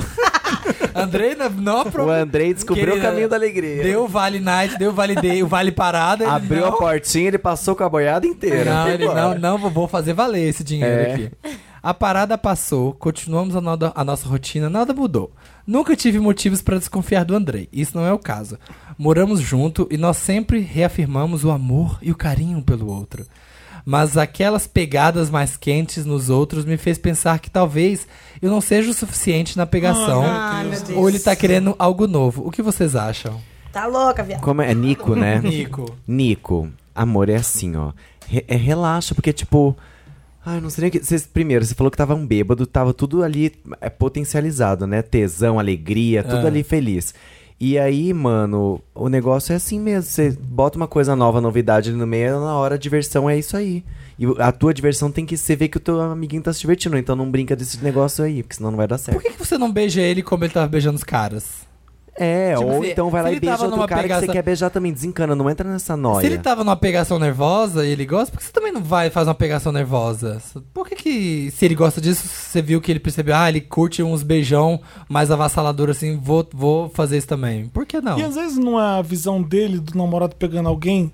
[SPEAKER 4] Andrei não, não apro-
[SPEAKER 5] O Andrei descobriu
[SPEAKER 4] Querida,
[SPEAKER 5] o caminho da alegria.
[SPEAKER 4] Deu o vale night, deu o vale day, o vale parada. ele
[SPEAKER 5] Abriu
[SPEAKER 4] não-
[SPEAKER 5] a portinha, ele passou com a boiada inteira.
[SPEAKER 4] não,
[SPEAKER 5] Foi
[SPEAKER 4] ele,
[SPEAKER 5] embora.
[SPEAKER 4] não, não, vou- vou fazer valer esse dinheiro
[SPEAKER 5] É.
[SPEAKER 4] aqui. A parada passou, continuamos a, noda- a nossa rotina, nada mudou. Nunca tive motivos pra desconfiar do Andrei, isso não é o caso. Moramos junto e nós sempre reafirmamos o amor e o carinho um pelo outro. Mas aquelas pegadas mais quentes nos outros me fez pensar que talvez eu não seja o suficiente na pegação.
[SPEAKER 7] Ah, meu Deus.
[SPEAKER 4] ou ele tá querendo algo novo. O que vocês acham?
[SPEAKER 7] Tá louca, viado.
[SPEAKER 5] Como é? É Nico, né?
[SPEAKER 4] Nico.
[SPEAKER 5] Nico, amor, é assim, ó. Re- é relaxa, porque, tipo. Ai, não sei nem o que. Cês, primeiro, você falou que tava um bêbado, tava tudo ali é, potencializado, né? Tesão, alegria, tudo
[SPEAKER 4] Ah.
[SPEAKER 5] ali feliz. E aí, mano, o negócio é assim mesmo. Você bota uma coisa nova, novidade ali no meio, na hora a diversão é isso aí. E o- a tua diversão tem que ser ver que o teu amiguinho tá se divertindo. Então não brinca desse negócio aí, porque senão não vai dar certo.
[SPEAKER 4] Por que, que você não beija ele como ele tava beijando os caras?
[SPEAKER 5] É,
[SPEAKER 4] Tipo,
[SPEAKER 5] ou
[SPEAKER 4] se-
[SPEAKER 5] então vai
[SPEAKER 4] se
[SPEAKER 5] lá
[SPEAKER 4] ele
[SPEAKER 5] e beija
[SPEAKER 4] tava numa
[SPEAKER 5] outro cara que
[SPEAKER 4] pegaça-
[SPEAKER 5] você quer beijar também. Desencana, não entra nessa noia.
[SPEAKER 4] Se ele tava numa pegação nervosa e ele gosta, por que você também não vai e faz uma pegação nervosa? Por que que, se ele gosta disso, você viu que ele percebeu, ah, ele curte uns beijão mais avassalador assim, vou, vou fazer isso também. Por que não?
[SPEAKER 8] E às vezes não é a visão dele, do namorado pegando alguém.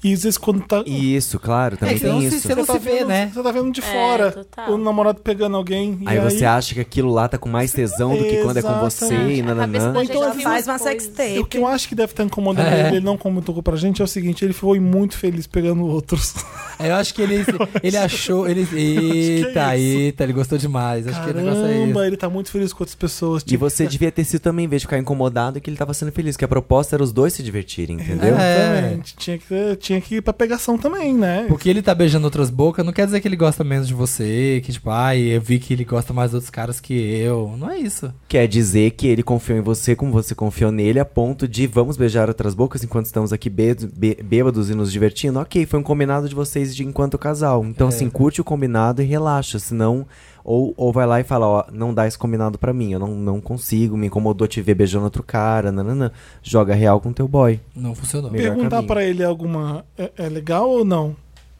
[SPEAKER 8] E às vezes quando tá.
[SPEAKER 5] Isso, claro, também
[SPEAKER 4] que você
[SPEAKER 5] tem
[SPEAKER 4] não É, se-
[SPEAKER 5] isso.
[SPEAKER 4] você não-
[SPEAKER 8] tá
[SPEAKER 4] se vê,
[SPEAKER 8] vendo-
[SPEAKER 4] né?
[SPEAKER 8] Você tá vendo de
[SPEAKER 6] É,
[SPEAKER 8] fora
[SPEAKER 6] total.
[SPEAKER 8] o namorado pegando alguém.
[SPEAKER 5] Aí
[SPEAKER 8] e
[SPEAKER 5] você
[SPEAKER 8] aí,
[SPEAKER 5] acha que aquilo lá tá com mais tesão do que quando é com você
[SPEAKER 8] Exatamente.
[SPEAKER 5] e nananã.
[SPEAKER 6] da
[SPEAKER 8] Ou
[SPEAKER 6] gente
[SPEAKER 8] então
[SPEAKER 6] já
[SPEAKER 8] ele
[SPEAKER 6] viu
[SPEAKER 7] faz uma
[SPEAKER 6] umas coisas.
[SPEAKER 8] o
[SPEAKER 7] sextape.
[SPEAKER 8] que eu acho que deve estar incomodando
[SPEAKER 4] É.
[SPEAKER 8] ele, ele não comentou pra gente, é o seguinte: ele foi muito feliz pegando outros.
[SPEAKER 4] Eu acho que ele, ele achou, ele, eita,
[SPEAKER 8] é isso.
[SPEAKER 4] eita, ele gostou demais. Acho que o negócio é
[SPEAKER 8] Caramba,
[SPEAKER 4] isso.
[SPEAKER 8] ele tá muito feliz com outras pessoas.
[SPEAKER 5] E
[SPEAKER 8] tipo,
[SPEAKER 5] você devia ter sido também, em vez de ficar incomodado, que ele tava sendo feliz. Que a proposta era os dois se divertirem, entendeu?
[SPEAKER 4] É.
[SPEAKER 8] Exatamente. Tinha que, tinha que ir pra pegação também, né?
[SPEAKER 4] Porque ele tá beijando outras bocas, não quer dizer que ele gosta menos de você, que tipo, ai, eu vi que ele gosta mais de outros caras que eu. Não é isso.
[SPEAKER 5] Quer dizer que ele confiou em você como você confiou nele, a ponto de vamos beijar outras bocas enquanto estamos aqui bê bê- bêbados e nos divertindo. Ok, foi um combinado de vocês de enquanto casal.
[SPEAKER 8] É.
[SPEAKER 5] Então, assim, curte o combinado e relaxa. Senão, ou, ou vai lá e fala, ó, não dá esse combinado pra mim, eu não, não consigo, me incomodou te ver beijando outro cara, nananã. Joga real com teu boy.
[SPEAKER 4] Não funcionou.
[SPEAKER 5] Melhor
[SPEAKER 8] Perguntar
[SPEAKER 5] caminho.
[SPEAKER 8] pra ele alguma. É, é legal ou não?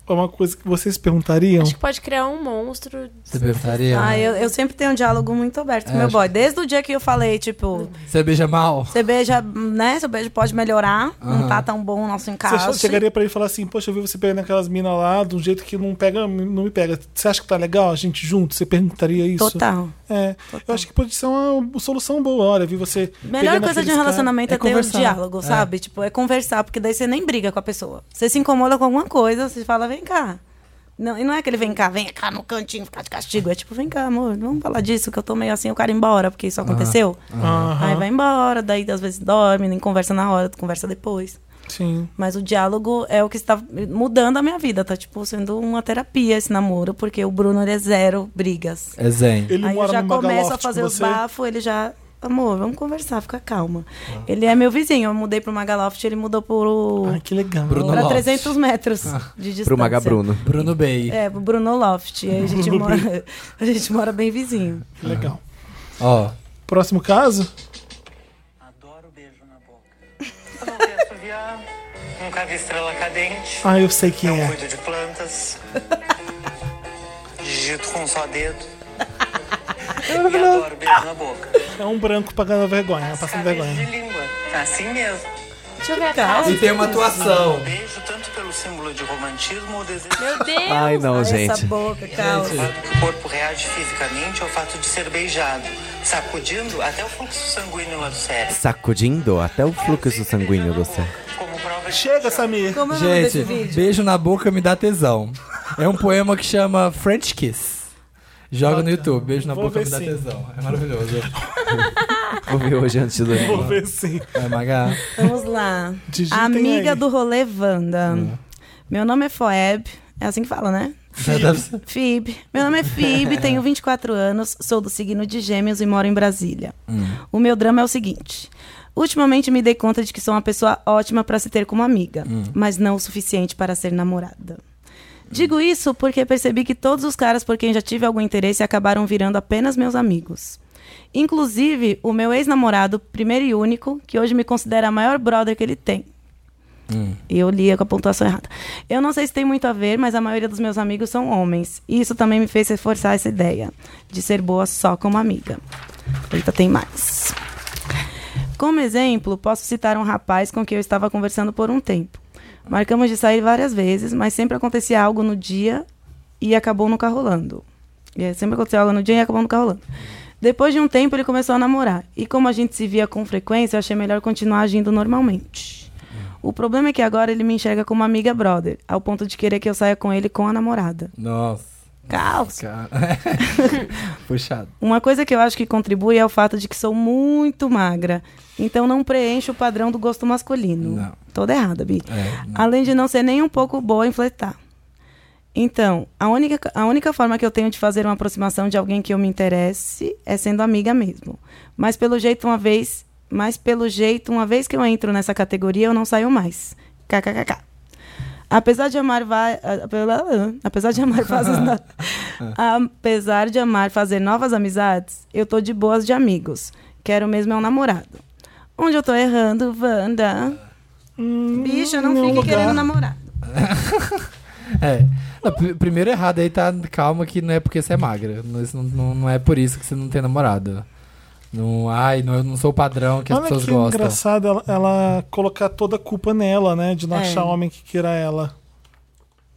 [SPEAKER 8] É uma coisa que vocês perguntariam?
[SPEAKER 6] Acho que pode criar um monstro.
[SPEAKER 4] Você perguntaria?
[SPEAKER 7] Ah, eu, eu sempre tenho um diálogo muito aberto com
[SPEAKER 4] É,
[SPEAKER 7] meu
[SPEAKER 4] acho
[SPEAKER 7] boy. Desde o dia que eu falei, tipo,
[SPEAKER 4] Você beija mal?
[SPEAKER 7] você beija, né? Seu beijo pode melhorar.
[SPEAKER 4] Aham.
[SPEAKER 7] Não tá tão bom o nosso
[SPEAKER 8] Você só
[SPEAKER 7] encaixe.
[SPEAKER 8] chegaria pra ele e falar assim, poxa, eu vi você pegando aquelas minas lá de um jeito que não pega, não me pega. Você acha que tá legal a gente junto? Você perguntaria isso?
[SPEAKER 7] Total.
[SPEAKER 8] É. Eu acho que pode ser uma solução boa. Olha, vi você.
[SPEAKER 7] Melhor
[SPEAKER 8] pegando
[SPEAKER 7] coisa de um
[SPEAKER 8] aqueles
[SPEAKER 7] relacionamento
[SPEAKER 4] É
[SPEAKER 7] é, ter o
[SPEAKER 4] conversar.
[SPEAKER 7] diálogo,
[SPEAKER 4] É.
[SPEAKER 7] sabe? Tipo, é conversar, porque daí você nem briga com a pessoa. Você se incomoda com alguma coisa, você fala, vem cá. Não, e não é aquele vem cá, vem cá no cantinho ficar de castigo. É tipo, vem cá, amor, vamos falar disso, que eu tô meio assim, eu quero ir embora, porque isso aconteceu.
[SPEAKER 8] Cara... Aham,
[SPEAKER 7] Aí vai embora, daí às vezes dorme, nem conversa na hora, conversa depois.
[SPEAKER 8] Sim.
[SPEAKER 7] Mas o diálogo é o que está mudando a minha vida. Tá, tipo, sendo uma terapia esse namoro, porque o Bruno, ele é zero brigas.
[SPEAKER 4] É zen.
[SPEAKER 8] Ele
[SPEAKER 7] Aí eu
[SPEAKER 8] mora
[SPEAKER 7] já
[SPEAKER 8] numa
[SPEAKER 7] começo
[SPEAKER 8] galofa
[SPEAKER 7] a
[SPEAKER 8] com
[SPEAKER 7] fazer os
[SPEAKER 8] você.
[SPEAKER 7] bafos, ele já... Amor, vamos conversar, fica calma.
[SPEAKER 8] Ah.
[SPEAKER 7] Ele é meu vizinho, eu mudei pro Magaloft, ele mudou pro...
[SPEAKER 8] Ai, que legal.
[SPEAKER 4] Bruno
[SPEAKER 7] pra
[SPEAKER 4] Loft.
[SPEAKER 7] 300 metros de distância.
[SPEAKER 5] Ah, Pro Magabruno.
[SPEAKER 4] Bruno Bey.
[SPEAKER 7] É, pro Bruno Loft. E aí a gente, mora, a gente mora bem vizinho.
[SPEAKER 8] Que legal.
[SPEAKER 4] Ó.
[SPEAKER 8] Próximo caso?
[SPEAKER 10] Adoro beijo na boca. Eu não sei assoviar, nunca vi estrela cadente,
[SPEAKER 8] Ah, eu sei quem
[SPEAKER 10] não
[SPEAKER 8] é.
[SPEAKER 10] cuido de plantas, digito com um só dedo. E adoro beijo na boca.
[SPEAKER 8] É um branco pagando vergonha, passando
[SPEAKER 10] Cabeça de
[SPEAKER 8] vergonha.
[SPEAKER 10] língua, assim mesmo.
[SPEAKER 6] Deixa eu ver a cara.
[SPEAKER 4] E tem uma atuação.
[SPEAKER 10] Beijo tanto pelo símbolo de romantismo ou desejo.
[SPEAKER 6] Meu Deus!
[SPEAKER 5] Ai, não,
[SPEAKER 7] Olha
[SPEAKER 5] gente.
[SPEAKER 7] Essa boca, calça.
[SPEAKER 10] que o corpo reage fisicamente ao fato de ser beijado, sacudindo até o fluxo sanguíneo lá do cérebro.
[SPEAKER 5] Sacudindo até o fluxo sanguíneo do céu.
[SPEAKER 10] Como prova de
[SPEAKER 8] Chega, Samir.
[SPEAKER 7] Como é o nome desse
[SPEAKER 4] Gente,
[SPEAKER 7] vídeo?
[SPEAKER 4] beijo na boca me dá tesão. É um poema que chama French Kiss. Joga no YouTube, beijo na
[SPEAKER 8] Vou
[SPEAKER 4] boca
[SPEAKER 8] ver
[SPEAKER 4] me dá
[SPEAKER 8] sim.
[SPEAKER 4] tesão. É maravilhoso.
[SPEAKER 5] Vou ver hoje antes do
[SPEAKER 8] Vou ver sim.
[SPEAKER 4] Vai, É, Magá.
[SPEAKER 7] Vamos lá.
[SPEAKER 8] Digitem
[SPEAKER 7] Amiga
[SPEAKER 8] aí.
[SPEAKER 7] do rolê Wanda. Meu nome é Foeb. É assim que fala, né?
[SPEAKER 4] Já deve ser.
[SPEAKER 7] Fib. Meu nome é Fib, tenho 24 anos, sou do signo de Gêmeos e moro em Brasília. O meu drama é o seguinte. Ultimamente me dei conta de que sou uma pessoa ótima para se ter como amiga, mas não o suficiente para ser namorada. Digo isso porque percebi que todos os caras por quem já tive algum interesse acabaram virando apenas meus amigos. Inclusive, o meu ex-namorado, primeiro e único, que hoje me considera a maior brother que ele tem. E eu lia com a pontuação errada. Eu não sei se tem muito a ver, mas a maioria dos meus amigos são homens. E isso também me fez reforçar essa ideia de ser boa só como amiga. Eita, tem mais. Como exemplo, posso citar um rapaz com quem eu estava conversando por um tempo. Marcamos de sair várias vezes, mas sempre acontecia algo no dia e acabou nunca rolando. E aí, sempre aconteceu algo no dia e acabou nunca rolando. Depois de um tempo, ele começou a namorar. E como a gente se via com frequência, eu achei melhor continuar agindo normalmente. O problema é que agora ele me enxerga como amiga brother, ao ponto de querer que eu saia com ele com a namorada.
[SPEAKER 4] Nossa.
[SPEAKER 7] Caos!
[SPEAKER 4] Cara. Puxado.
[SPEAKER 7] Uma coisa que eu acho que contribui é o fato de que sou muito magra. Então não preencho o padrão do gosto masculino.
[SPEAKER 4] Não.
[SPEAKER 7] Toda errada, Bi.
[SPEAKER 4] É, não.
[SPEAKER 7] Além de não ser nem um pouco boa em flertar. Então, a única, a única forma que eu tenho de fazer uma aproximação de alguém que eu me interesse é sendo amiga mesmo. Mas pelo jeito, uma vez. Mas pelo jeito, uma vez que eu entro nessa categoria, eu não saio mais. KKKK. Apesar de amar vai, apesar de amar fases na- apesar de amar fazer novas amizades, eu tô de boas de amigos. Quero mesmo é um namorado. Onde eu tô errando, Wanda?
[SPEAKER 8] Hum,
[SPEAKER 7] Bicha, não fique querendo namorar.
[SPEAKER 4] É. Não, pr- primeiro errado aí tá calma que não é porque você é magra. Não, isso não, não, não é por isso que você não tem namorado. Não, ai, não, eu não sou o padrão que as
[SPEAKER 8] Olha
[SPEAKER 4] pessoas
[SPEAKER 8] que
[SPEAKER 4] gostam.
[SPEAKER 8] engraçado ela, ela colocar toda a culpa nela, né? De não
[SPEAKER 7] É.
[SPEAKER 8] achar homem que queira ela.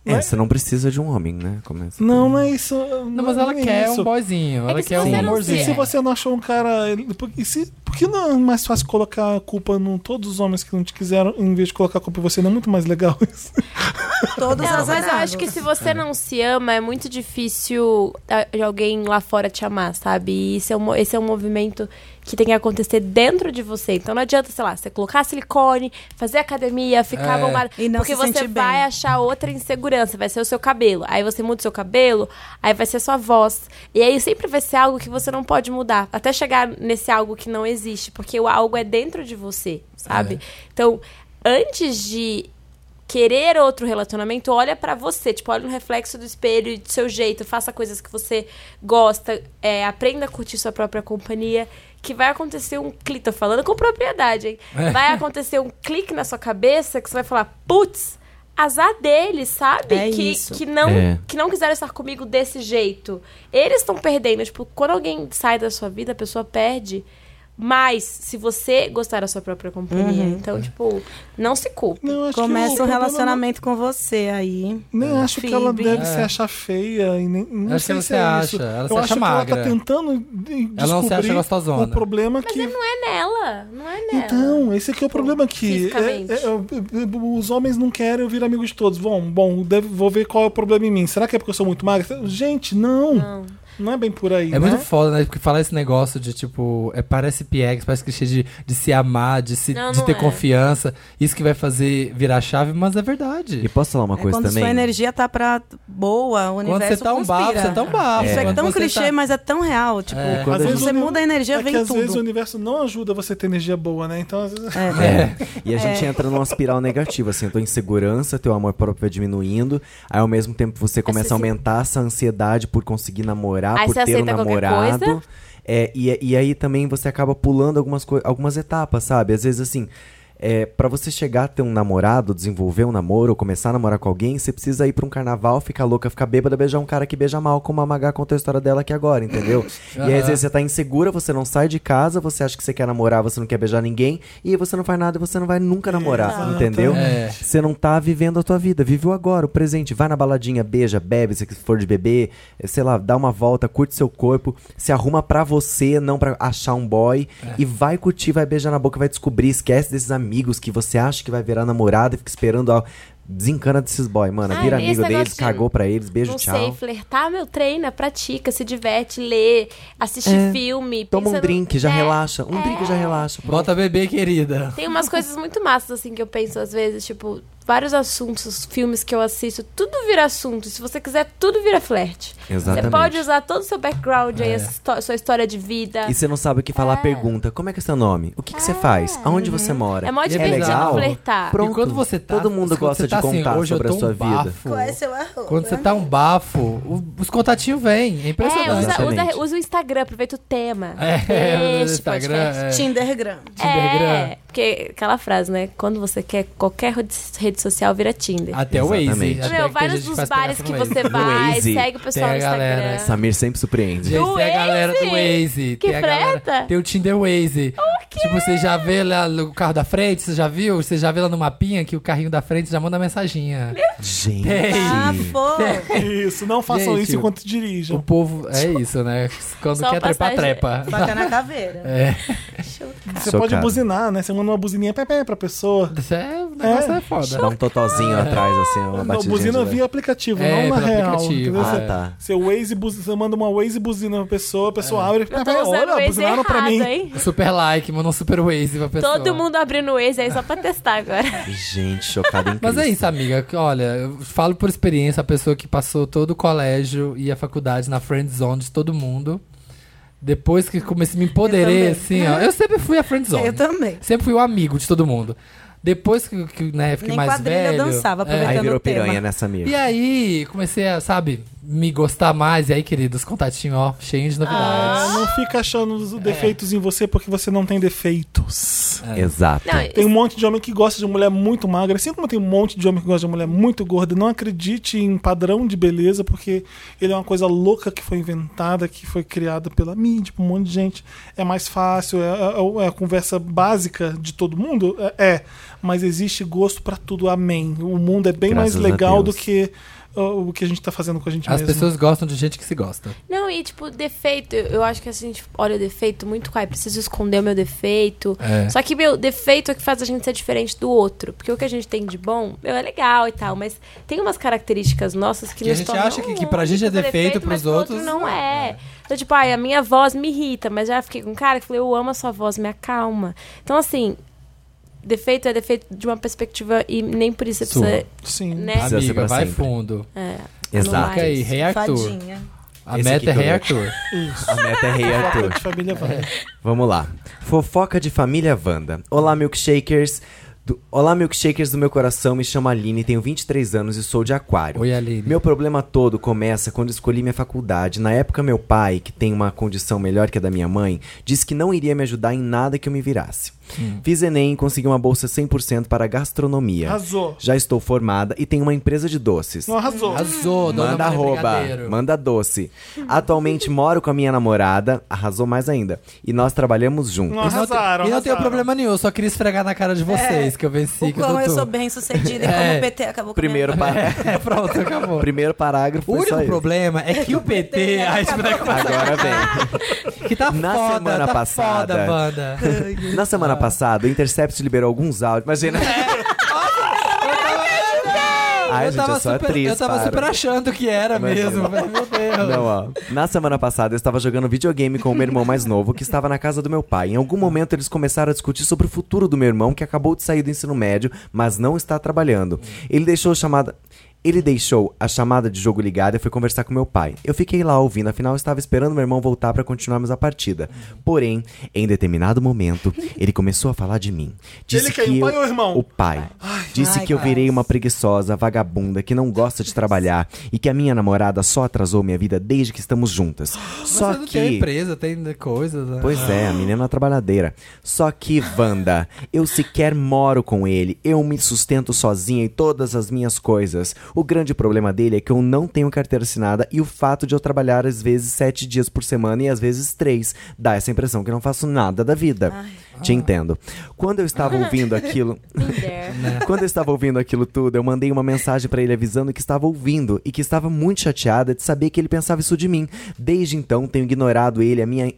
[SPEAKER 5] É, você não precisa de um homem, né? Começa.
[SPEAKER 8] Não,
[SPEAKER 4] Hum.
[SPEAKER 8] não é isso.
[SPEAKER 4] Não, mas ela
[SPEAKER 8] é
[SPEAKER 4] quer
[SPEAKER 8] isso.
[SPEAKER 4] um boyzinho, ela
[SPEAKER 6] que se
[SPEAKER 4] quer um
[SPEAKER 6] você não
[SPEAKER 4] amorzinho.
[SPEAKER 8] E se
[SPEAKER 6] É.
[SPEAKER 8] você não achou um cara. ele- por- E se, por que não é mais fácil colocar a culpa em todos os homens que não te quiseram, em vez de colocar a culpa em você? Não é muito mais legal isso.
[SPEAKER 7] Todas
[SPEAKER 6] Não,
[SPEAKER 7] as
[SPEAKER 6] mas eu
[SPEAKER 7] águas.
[SPEAKER 6] acho que se você não se ama, é muito difícil ah, de alguém lá fora te amar, sabe? E isso é um, mo- esse é um movimento que tem que acontecer dentro de você. Então não adianta, sei lá, você colocar silicone, fazer academia, ficar
[SPEAKER 4] É.
[SPEAKER 6] bombado.
[SPEAKER 7] E não
[SPEAKER 6] porque
[SPEAKER 7] se
[SPEAKER 6] você
[SPEAKER 7] sentir bem.
[SPEAKER 6] vai achar outra insegurança, vai ser o seu cabelo. Aí você muda o seu cabelo, aí vai ser a sua voz. E aí sempre vai ser algo que você não pode mudar. Até chegar nesse algo que não existe, porque o algo é dentro de você, sabe? Então, antes de querer outro relacionamento, olha pra você, tipo, olha no reflexo do espelho, do seu jeito, faça coisas que você gosta, é, aprenda a curtir sua própria companhia, que vai acontecer um clique, tô falando com propriedade, hein? Vai acontecer um clique na sua cabeça que você vai falar, putz, azar deles, sabe?
[SPEAKER 7] É
[SPEAKER 6] que,
[SPEAKER 7] isso.
[SPEAKER 6] que não
[SPEAKER 5] É.
[SPEAKER 6] que não quiseram estar comigo desse jeito. Eles estão perdendo, tipo, quando alguém sai da sua vida, a pessoa perde. Mas se você gostar da sua própria companhia, então,
[SPEAKER 5] É.
[SPEAKER 6] tipo, não se culpe.
[SPEAKER 8] Não, acho que o
[SPEAKER 7] Começa um
[SPEAKER 8] problema
[SPEAKER 7] relacionamento com você aí. Ah,
[SPEAKER 8] não- Nem acho que ela
[SPEAKER 7] Phoebe.
[SPEAKER 8] deve
[SPEAKER 4] É.
[SPEAKER 8] se achar feia e nem.
[SPEAKER 4] Acho
[SPEAKER 8] Não
[SPEAKER 4] que
[SPEAKER 8] sei
[SPEAKER 4] ela
[SPEAKER 8] se
[SPEAKER 4] se
[SPEAKER 8] é
[SPEAKER 4] acha,
[SPEAKER 8] isso.
[SPEAKER 4] ela se
[SPEAKER 8] Eu
[SPEAKER 4] acha
[SPEAKER 8] acho que ela
[SPEAKER 4] magra.
[SPEAKER 8] tá tentando de- descobrir
[SPEAKER 4] Ela não se acha gostosona.
[SPEAKER 8] o problema que
[SPEAKER 6] Não é nela, não é nela.
[SPEAKER 8] Então, esse aqui é o problema que
[SPEAKER 6] fisicamente.
[SPEAKER 8] é-
[SPEAKER 5] um
[SPEAKER 8] é- é- os homens não querem eu vir amigo de todos. Bom, bom, deve- vou ver qual é o problema em mim. Será que é porque eu sou muito magra? Gente, não. Não, é bem por aí,
[SPEAKER 4] É
[SPEAKER 8] né?
[SPEAKER 4] muito foda, né? Porque falar esse negócio de, tipo, é, parece PX, parece clichê de, de se amar, de, se,
[SPEAKER 6] Não,
[SPEAKER 4] de
[SPEAKER 6] não
[SPEAKER 4] ter
[SPEAKER 6] é.
[SPEAKER 4] confiança. Isso que vai fazer virar chave, mas é verdade.
[SPEAKER 5] E posso falar uma
[SPEAKER 7] É
[SPEAKER 5] coisa
[SPEAKER 7] quando
[SPEAKER 5] também?
[SPEAKER 7] sua energia tá pra boa, o
[SPEAKER 4] Quando você
[SPEAKER 7] universo
[SPEAKER 4] tá um
[SPEAKER 7] conspira.
[SPEAKER 4] babo, você tá um babo.
[SPEAKER 7] Isso é
[SPEAKER 4] Quando
[SPEAKER 7] tão
[SPEAKER 4] você
[SPEAKER 7] clichê,
[SPEAKER 4] tá-
[SPEAKER 7] mas é tão real. Tipo,
[SPEAKER 4] É.
[SPEAKER 5] Quando a
[SPEAKER 8] Às
[SPEAKER 5] gente-
[SPEAKER 8] vezes
[SPEAKER 7] você
[SPEAKER 8] o uni-
[SPEAKER 7] muda a energia,
[SPEAKER 8] é
[SPEAKER 7] vem
[SPEAKER 8] que às
[SPEAKER 7] tudo.
[SPEAKER 8] vezes o universo não ajuda você a ter energia boa, né? Então, às vezes...
[SPEAKER 7] É.
[SPEAKER 5] E a gente entra numa espiral negativa, assim, tua insegurança, teu amor próprio vai diminuindo, aí ao mesmo tempo você começa a aumentar essa ansiedade por conseguir namorar,
[SPEAKER 6] Aí
[SPEAKER 5] por
[SPEAKER 6] você
[SPEAKER 5] ter um
[SPEAKER 6] aceita qualquer
[SPEAKER 5] namorado.
[SPEAKER 6] coisa.
[SPEAKER 5] É, e, e aí também você acaba pulando algumas, coi- algumas etapas, sabe? Às vezes assim. É, para você chegar a ter um namorado, desenvolver um namoro, ou começar a namorar com alguém, você precisa ir pra um carnaval, ficar louca, ficar bêbada, beijar um cara que beija mal, como a Magá contou a história dela aqui agora, entendeu? e aí, às vezes, você tá insegura, você não sai de casa, você acha que você quer namorar, você não quer beijar ninguém, e aí você não faz nada e você não vai nunca namorar, entendeu?
[SPEAKER 4] É.
[SPEAKER 5] Você não tá vivendo a tua vida, vive o agora, o presente. Vai na baladinha, beija, bebe, se for de bebê, eh, sei lá, dá uma volta, curte seu corpo, se arruma pra você, não pra achar um boy.
[SPEAKER 8] É.
[SPEAKER 5] E vai curtir, vai beijar na boca, vai descobrir, esquece desses amigos que você acha que vai virar namorada e fica esperando. A... Desencana desses boy, mano.
[SPEAKER 6] Ah,
[SPEAKER 5] Vira
[SPEAKER 6] e esse
[SPEAKER 5] amigo deles,
[SPEAKER 6] negócio de-
[SPEAKER 5] cagou pra eles, beijo,
[SPEAKER 6] não
[SPEAKER 5] tchau.
[SPEAKER 6] sei, flertar, meu, treina, pratica, se diverte, lê, assiste filme.
[SPEAKER 5] Toma
[SPEAKER 6] pensa
[SPEAKER 5] um
[SPEAKER 6] no-
[SPEAKER 5] drink, já
[SPEAKER 6] É,
[SPEAKER 5] relaxa. Um drink já relaxa. pronto.
[SPEAKER 4] Bota bebê, querida.
[SPEAKER 6] Tem umas coisas muito massas, assim, que eu penso às vezes, tipo, vários assuntos, filmes que eu assisto, tudo vira assunto. Se você quiser, tudo vira flerte.
[SPEAKER 5] Exatamente.
[SPEAKER 6] Você pode usar todo o seu background aí,
[SPEAKER 4] É.
[SPEAKER 6] a histó- sua história de vida.
[SPEAKER 5] E você não sabe o que falar, pergunta. Como é que é seu nome? O que, que você faz? Aonde você mora?
[SPEAKER 6] Ah, É mó
[SPEAKER 4] divertido
[SPEAKER 6] flertar.
[SPEAKER 5] Pronto.
[SPEAKER 4] E quando você tá.
[SPEAKER 5] Todo mundo
[SPEAKER 4] quando
[SPEAKER 5] gosta
[SPEAKER 4] você tá
[SPEAKER 5] de
[SPEAKER 4] assim,
[SPEAKER 5] contar
[SPEAKER 4] hoje eu
[SPEAKER 5] sobre a
[SPEAKER 4] tô um
[SPEAKER 5] sua vida.
[SPEAKER 4] bafo. Quando você tá um bafo, o- os contatinhos vêm. É
[SPEAKER 6] É,
[SPEAKER 4] impressionante.
[SPEAKER 6] usa,
[SPEAKER 5] Exatamente.
[SPEAKER 6] usa, usa o Instagram, aproveita o tema.
[SPEAKER 4] É,
[SPEAKER 6] Este
[SPEAKER 4] o Instagram.
[SPEAKER 6] podcast.
[SPEAKER 4] é.
[SPEAKER 7] Tindergram.
[SPEAKER 4] Tindergram.
[SPEAKER 6] É, porque aquela frase, né? Quando você quer qualquer rede- rede social, vira Tinder.
[SPEAKER 4] Até o Waze.
[SPEAKER 5] Exatamente.
[SPEAKER 4] Até
[SPEAKER 6] Meu,
[SPEAKER 4] que tem
[SPEAKER 6] vários
[SPEAKER 4] gente
[SPEAKER 6] dos
[SPEAKER 4] faz
[SPEAKER 6] bares
[SPEAKER 4] pegação
[SPEAKER 6] que
[SPEAKER 4] no
[SPEAKER 6] você
[SPEAKER 5] Waze.
[SPEAKER 6] vai,
[SPEAKER 5] Waze.
[SPEAKER 6] segue o
[SPEAKER 4] Tem
[SPEAKER 6] pessoal
[SPEAKER 4] a
[SPEAKER 6] no Instagram.
[SPEAKER 4] galera.
[SPEAKER 5] Samir sempre surpreende.
[SPEAKER 4] Gente,
[SPEAKER 6] Do
[SPEAKER 4] tem a galera do
[SPEAKER 6] Waze?
[SPEAKER 4] Waze.
[SPEAKER 6] Que
[SPEAKER 4] tem a galera-
[SPEAKER 6] freta?
[SPEAKER 4] Tem o Tinder Waze. Tipo, você já vê lá o carro da frente, você já viu? Você já vê lá no mapinha que o carrinho da frente já manda mensaginha.
[SPEAKER 5] Gente.
[SPEAKER 7] Ah,
[SPEAKER 4] É.
[SPEAKER 7] Bafo.
[SPEAKER 8] Isso, não façam
[SPEAKER 4] Gente,
[SPEAKER 8] isso enquanto dirigem.
[SPEAKER 4] O povo, é isso, né? Quando
[SPEAKER 6] Só
[SPEAKER 4] quer trepar,
[SPEAKER 6] passagem-
[SPEAKER 4] trepa. É,
[SPEAKER 7] Faca na caveira.
[SPEAKER 8] Você
[SPEAKER 5] Sou
[SPEAKER 8] pode
[SPEAKER 5] cara.
[SPEAKER 8] buzinar, né? Você manda uma buzininha pé, pé pra pessoa.
[SPEAKER 4] Isso é, o negócio é, foda.
[SPEAKER 5] Dá um totozinho atrás, assim, uma
[SPEAKER 8] Não,
[SPEAKER 5] batidinha.
[SPEAKER 8] buzina
[SPEAKER 5] de-
[SPEAKER 8] via aplicativo,
[SPEAKER 4] É,
[SPEAKER 8] não na
[SPEAKER 4] pelo
[SPEAKER 8] real.
[SPEAKER 4] aplicativo,
[SPEAKER 8] entendeu?
[SPEAKER 4] é.
[SPEAKER 8] Você-
[SPEAKER 5] Ah, tá.
[SPEAKER 8] Você, Waze, buzina, você manda uma Waze buzina pra pessoa, a
[SPEAKER 4] É.
[SPEAKER 8] pessoa abre.
[SPEAKER 6] Eu
[SPEAKER 8] Pé,
[SPEAKER 6] tô
[SPEAKER 1] É,
[SPEAKER 8] pé,
[SPEAKER 6] usando o
[SPEAKER 8] olha,
[SPEAKER 6] Waze
[SPEAKER 8] buzinaram
[SPEAKER 6] errado,
[SPEAKER 8] pra mim.
[SPEAKER 6] hein?
[SPEAKER 4] Super like, manda um super Waze pra pessoa.
[SPEAKER 6] Todo mundo abrindo o Waze aí só pra testar agora.
[SPEAKER 5] tá. Gente, chocada em
[SPEAKER 4] Mas é
[SPEAKER 5] Cristo.
[SPEAKER 4] isso, amiga. que, Olha, eu falo por experiência, a pessoa que passou todo o colégio e a faculdade na friend zone de todo mundo. Depois que comecei a me empoderar,
[SPEAKER 7] também.
[SPEAKER 4] assim, ó. Eu sempre fui a friend zone.
[SPEAKER 7] Eu também.
[SPEAKER 4] Sempre fui o amigo de todo mundo. Depois que, que né, fiquei
[SPEAKER 7] Nem
[SPEAKER 4] mais
[SPEAKER 7] quadrilha
[SPEAKER 4] velho.
[SPEAKER 7] dançava,
[SPEAKER 4] é,
[SPEAKER 5] Aí
[SPEAKER 7] aproveitando
[SPEAKER 5] virou
[SPEAKER 7] o tema.
[SPEAKER 5] piranha nessa Samir.
[SPEAKER 4] E aí, comecei a, sabe, me gostar mais. E aí, querido, os contatinhos, ó, cheios de novidades.
[SPEAKER 8] Ah, não fica achando os defeitos em você porque você não tem defeitos.
[SPEAKER 5] Exato.
[SPEAKER 4] É,
[SPEAKER 6] Não,
[SPEAKER 8] Tem um monte de homem que gosta de mulher muito magra, assim como tem um monte de homem que gosta de mulher muito gorda. Não acredite em padrão de beleza, porque ele é uma coisa louca que foi inventada, que foi criada pela mídia, por um monte de gente. É mais fácil, é, é- é a conversa básica de todo mundo? É, é. mas existe gosto pra tudo, amém. O mundo é bem
[SPEAKER 5] Graças
[SPEAKER 8] mais
[SPEAKER 5] a
[SPEAKER 8] legal do
[SPEAKER 5] Deus.
[SPEAKER 8] que o o que a gente tá fazendo com a gente
[SPEAKER 4] As
[SPEAKER 8] mesmo.
[SPEAKER 4] pessoas gostam de gente que se gosta.
[SPEAKER 6] Não, e tipo, defeito, eu eu acho que a gente olha o defeito muito, ai, preciso esconder o meu defeito.
[SPEAKER 4] É.
[SPEAKER 6] Só que, meu, defeito é o que faz a gente ser diferente do outro. Porque o que a gente tem de bom, meu, é legal e tal, mas tem umas características nossas que
[SPEAKER 4] Que a
[SPEAKER 6] nos
[SPEAKER 4] gente
[SPEAKER 6] tornam
[SPEAKER 4] acha que- que pra gente é
[SPEAKER 6] únicos, é
[SPEAKER 4] defeito, pros
[SPEAKER 6] mas pro outro
[SPEAKER 4] outros,
[SPEAKER 6] não é. Então, tipo, ai, a minha voz me irrita, mas já fiquei com um cara que falei, eu amo a sua voz, me acalma. Então, assim, defeito é defeito de uma perspectiva e nem por isso você
[SPEAKER 4] Sua.
[SPEAKER 6] precisa,
[SPEAKER 8] Sim.
[SPEAKER 7] É.
[SPEAKER 6] né?
[SPEAKER 5] Precisa ser
[SPEAKER 4] Amiga,
[SPEAKER 5] pra
[SPEAKER 4] vai
[SPEAKER 5] sempre.
[SPEAKER 4] fundo.
[SPEAKER 6] É.
[SPEAKER 5] Exato.
[SPEAKER 4] Fica aí, Rei Arthur.
[SPEAKER 7] Fadinha.
[SPEAKER 4] A
[SPEAKER 5] Esse
[SPEAKER 4] meta
[SPEAKER 5] aqui
[SPEAKER 4] é
[SPEAKER 5] que eu
[SPEAKER 4] Rei
[SPEAKER 5] vou-
[SPEAKER 4] Arthur.
[SPEAKER 8] Isso.
[SPEAKER 5] A meta é Rei
[SPEAKER 8] Fofoca
[SPEAKER 5] Arthur.
[SPEAKER 8] de família vai.
[SPEAKER 5] Vamos lá. Fofoca de família Wanda. Olá, milkshakers. Do... Olá, milkshakers do meu coração. Me chamo Aline, tenho 23 anos e sou de aquário.
[SPEAKER 4] Oi, Aline.
[SPEAKER 5] Meu problema todo começa quando escolhi minha faculdade. Na época, meu pai, que tem uma condição melhor que a da minha mãe, disse que não iria me ajudar em nada que eu me virasse.
[SPEAKER 4] Hum.
[SPEAKER 5] Fiz Enem e consegui uma bolsa 100% para gastronomia.
[SPEAKER 8] Arrasou.
[SPEAKER 5] Já estou formada e tenho uma empresa de doces.
[SPEAKER 8] Não arrasou.
[SPEAKER 4] Arrasou, dona
[SPEAKER 5] Manda
[SPEAKER 4] Maria
[SPEAKER 5] arroba,
[SPEAKER 4] Brigadeiro.
[SPEAKER 5] manda doce. Atualmente moro com a minha namorada, arrasou mais ainda. E nós trabalhamos juntos.
[SPEAKER 8] Não
[SPEAKER 4] Não te-
[SPEAKER 8] arrasaram.
[SPEAKER 4] e não tenho
[SPEAKER 8] arrasaram.
[SPEAKER 4] problema nenhum, eu só queria esfregar na cara de vocês que eu venci.
[SPEAKER 7] O é
[SPEAKER 4] que eu, tô
[SPEAKER 7] quão eu sou
[SPEAKER 4] tudo.
[SPEAKER 7] bem sucedida e como
[SPEAKER 4] É.
[SPEAKER 7] o PT acabou com a minha
[SPEAKER 5] Primeiro, pa-
[SPEAKER 4] É, pronto, acabou.
[SPEAKER 5] Primeiro parágrafo
[SPEAKER 4] O
[SPEAKER 5] foi só
[SPEAKER 4] único
[SPEAKER 5] isso.
[SPEAKER 4] problema é que o PT, aí a gente vai começar
[SPEAKER 5] Agora vem.
[SPEAKER 4] tá que tá
[SPEAKER 5] Na
[SPEAKER 4] foda,
[SPEAKER 5] semana
[SPEAKER 4] tá
[SPEAKER 5] passada-
[SPEAKER 4] foda, banda.
[SPEAKER 5] Na
[SPEAKER 4] Ah.
[SPEAKER 5] semana passada, o Intercept liberou alguns áudios. Imagina. Ai,
[SPEAKER 4] É. eu
[SPEAKER 5] gente,
[SPEAKER 4] tava,
[SPEAKER 5] eu sou
[SPEAKER 4] super,
[SPEAKER 5] atriz.
[SPEAKER 4] eu tava
[SPEAKER 5] para.
[SPEAKER 4] super achando que era
[SPEAKER 5] Imagina.
[SPEAKER 4] mesmo, mas, meu Deus.
[SPEAKER 5] Não, ó. Na semana passada eu estava jogando videogame com o meu irmão mais novo, que estava na casa do meu pai. Em algum momento eles começaram a discutir sobre o futuro do meu irmão, que acabou de sair do ensino médio, mas não está trabalhando. Ele deixou a chamada. Ele deixou a chamada de jogo ligada e foi conversar com meu pai. Eu fiquei lá ouvindo, afinal eu estava esperando meu irmão voltar para continuarmos a partida. Porém, em determinado momento, ele começou a falar de mim. Disse
[SPEAKER 8] Ele quem? O
[SPEAKER 5] que
[SPEAKER 8] pai
[SPEAKER 5] eu-
[SPEAKER 8] ou o irmão?
[SPEAKER 5] O pai. Disse
[SPEAKER 7] Ai,
[SPEAKER 5] que eu
[SPEAKER 7] cara.
[SPEAKER 5] virei uma preguiçosa, vagabunda, que não gosta de trabalhar e que a minha namorada só atrasou minha vida desde que estamos juntas. Só
[SPEAKER 4] Você não tem
[SPEAKER 5] que.
[SPEAKER 4] empresa, tem coisa. né?
[SPEAKER 5] Pois é, a menina é trabalhadeira. Só que, Wanda, eu sequer moro com ele. Eu me sustento sozinha e todas as minhas coisas. O grande problema dele é que eu não tenho carteira assinada e o fato de eu trabalhar às vezes sete dias por semana e às vezes três dá essa impressão que eu não faço nada da vida. Te entendo. Quando eu estava ouvindo aquilo. Né? Quando eu estava ouvindo aquilo tudo, eu mandei uma mensagem pra ele avisando que estava ouvindo e que estava muito chateada de saber que ele pensava isso de mim. Desde então, tenho ignorado ele, a minha.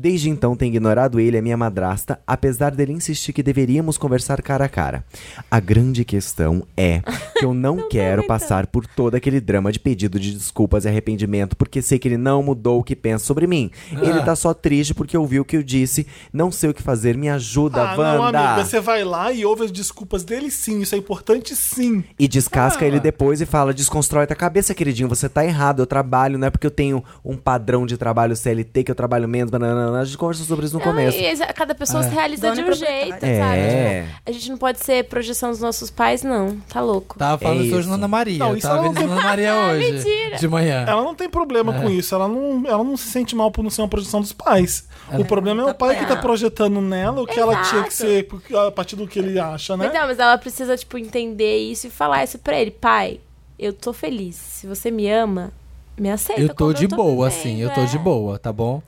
[SPEAKER 5] Desde então, tenho ignorado ele, a minha madrasta, apesar dele insistir que deveríamos conversar cara a cara. A grande questão é que eu não, quero passar por todo aquele drama de pedido de desculpas e arrependimento, porque sei que ele não mudou o que pensa sobre mim.
[SPEAKER 8] Ah.
[SPEAKER 5] Ele tá só triste porque ouviu o que eu disse. Não sei o que fazer, me ajuda,
[SPEAKER 8] Ah,
[SPEAKER 5] Wanda.
[SPEAKER 8] não, amiga, você vai lá e ouve as desculpas dele sim, isso é importante sim.
[SPEAKER 5] E descasca
[SPEAKER 4] Ah.
[SPEAKER 5] ele depois e fala: desconstrói tua cabeça, queridinho, você tá errado, eu trabalho, não é porque eu tenho um padrão de trabalho CLT que eu trabalho menos, banana. A gente conversou sobre isso no
[SPEAKER 6] Não,
[SPEAKER 5] começo.
[SPEAKER 6] É, e exa- cada pessoa se realiza
[SPEAKER 7] Dona
[SPEAKER 6] de um
[SPEAKER 7] proprietária.
[SPEAKER 6] jeito,
[SPEAKER 5] É.
[SPEAKER 6] sabe? Tipo, a gente não pode ser projeção dos nossos pais, não. Tá louco.
[SPEAKER 4] Tava falando
[SPEAKER 5] É
[SPEAKER 4] isso hoje
[SPEAKER 5] isso.
[SPEAKER 4] na Ana Maria.
[SPEAKER 8] Não,
[SPEAKER 4] eu
[SPEAKER 8] isso
[SPEAKER 4] tava
[SPEAKER 8] ela não
[SPEAKER 4] vendo
[SPEAKER 8] tem-
[SPEAKER 4] Ana Maria hoje.
[SPEAKER 6] mentira.
[SPEAKER 4] De manhã.
[SPEAKER 8] Ela não tem problema
[SPEAKER 4] É.
[SPEAKER 8] com isso, ela não, ela não se sente mal por não ser uma projeção dos pais. o problema é o pai que tá projetando nela o que ela tinha que ser porque- a partir do que ele acha, né?
[SPEAKER 6] Mas não, mas ela precisa, tipo, entender isso e falar isso pra ele. Pai, eu tô feliz. Se você me ama, me aceita.
[SPEAKER 4] Eu tô
[SPEAKER 6] como
[SPEAKER 4] de boa,
[SPEAKER 6] vivendo,
[SPEAKER 4] assim. Eu tô
[SPEAKER 6] é.
[SPEAKER 4] de boa, tá bom?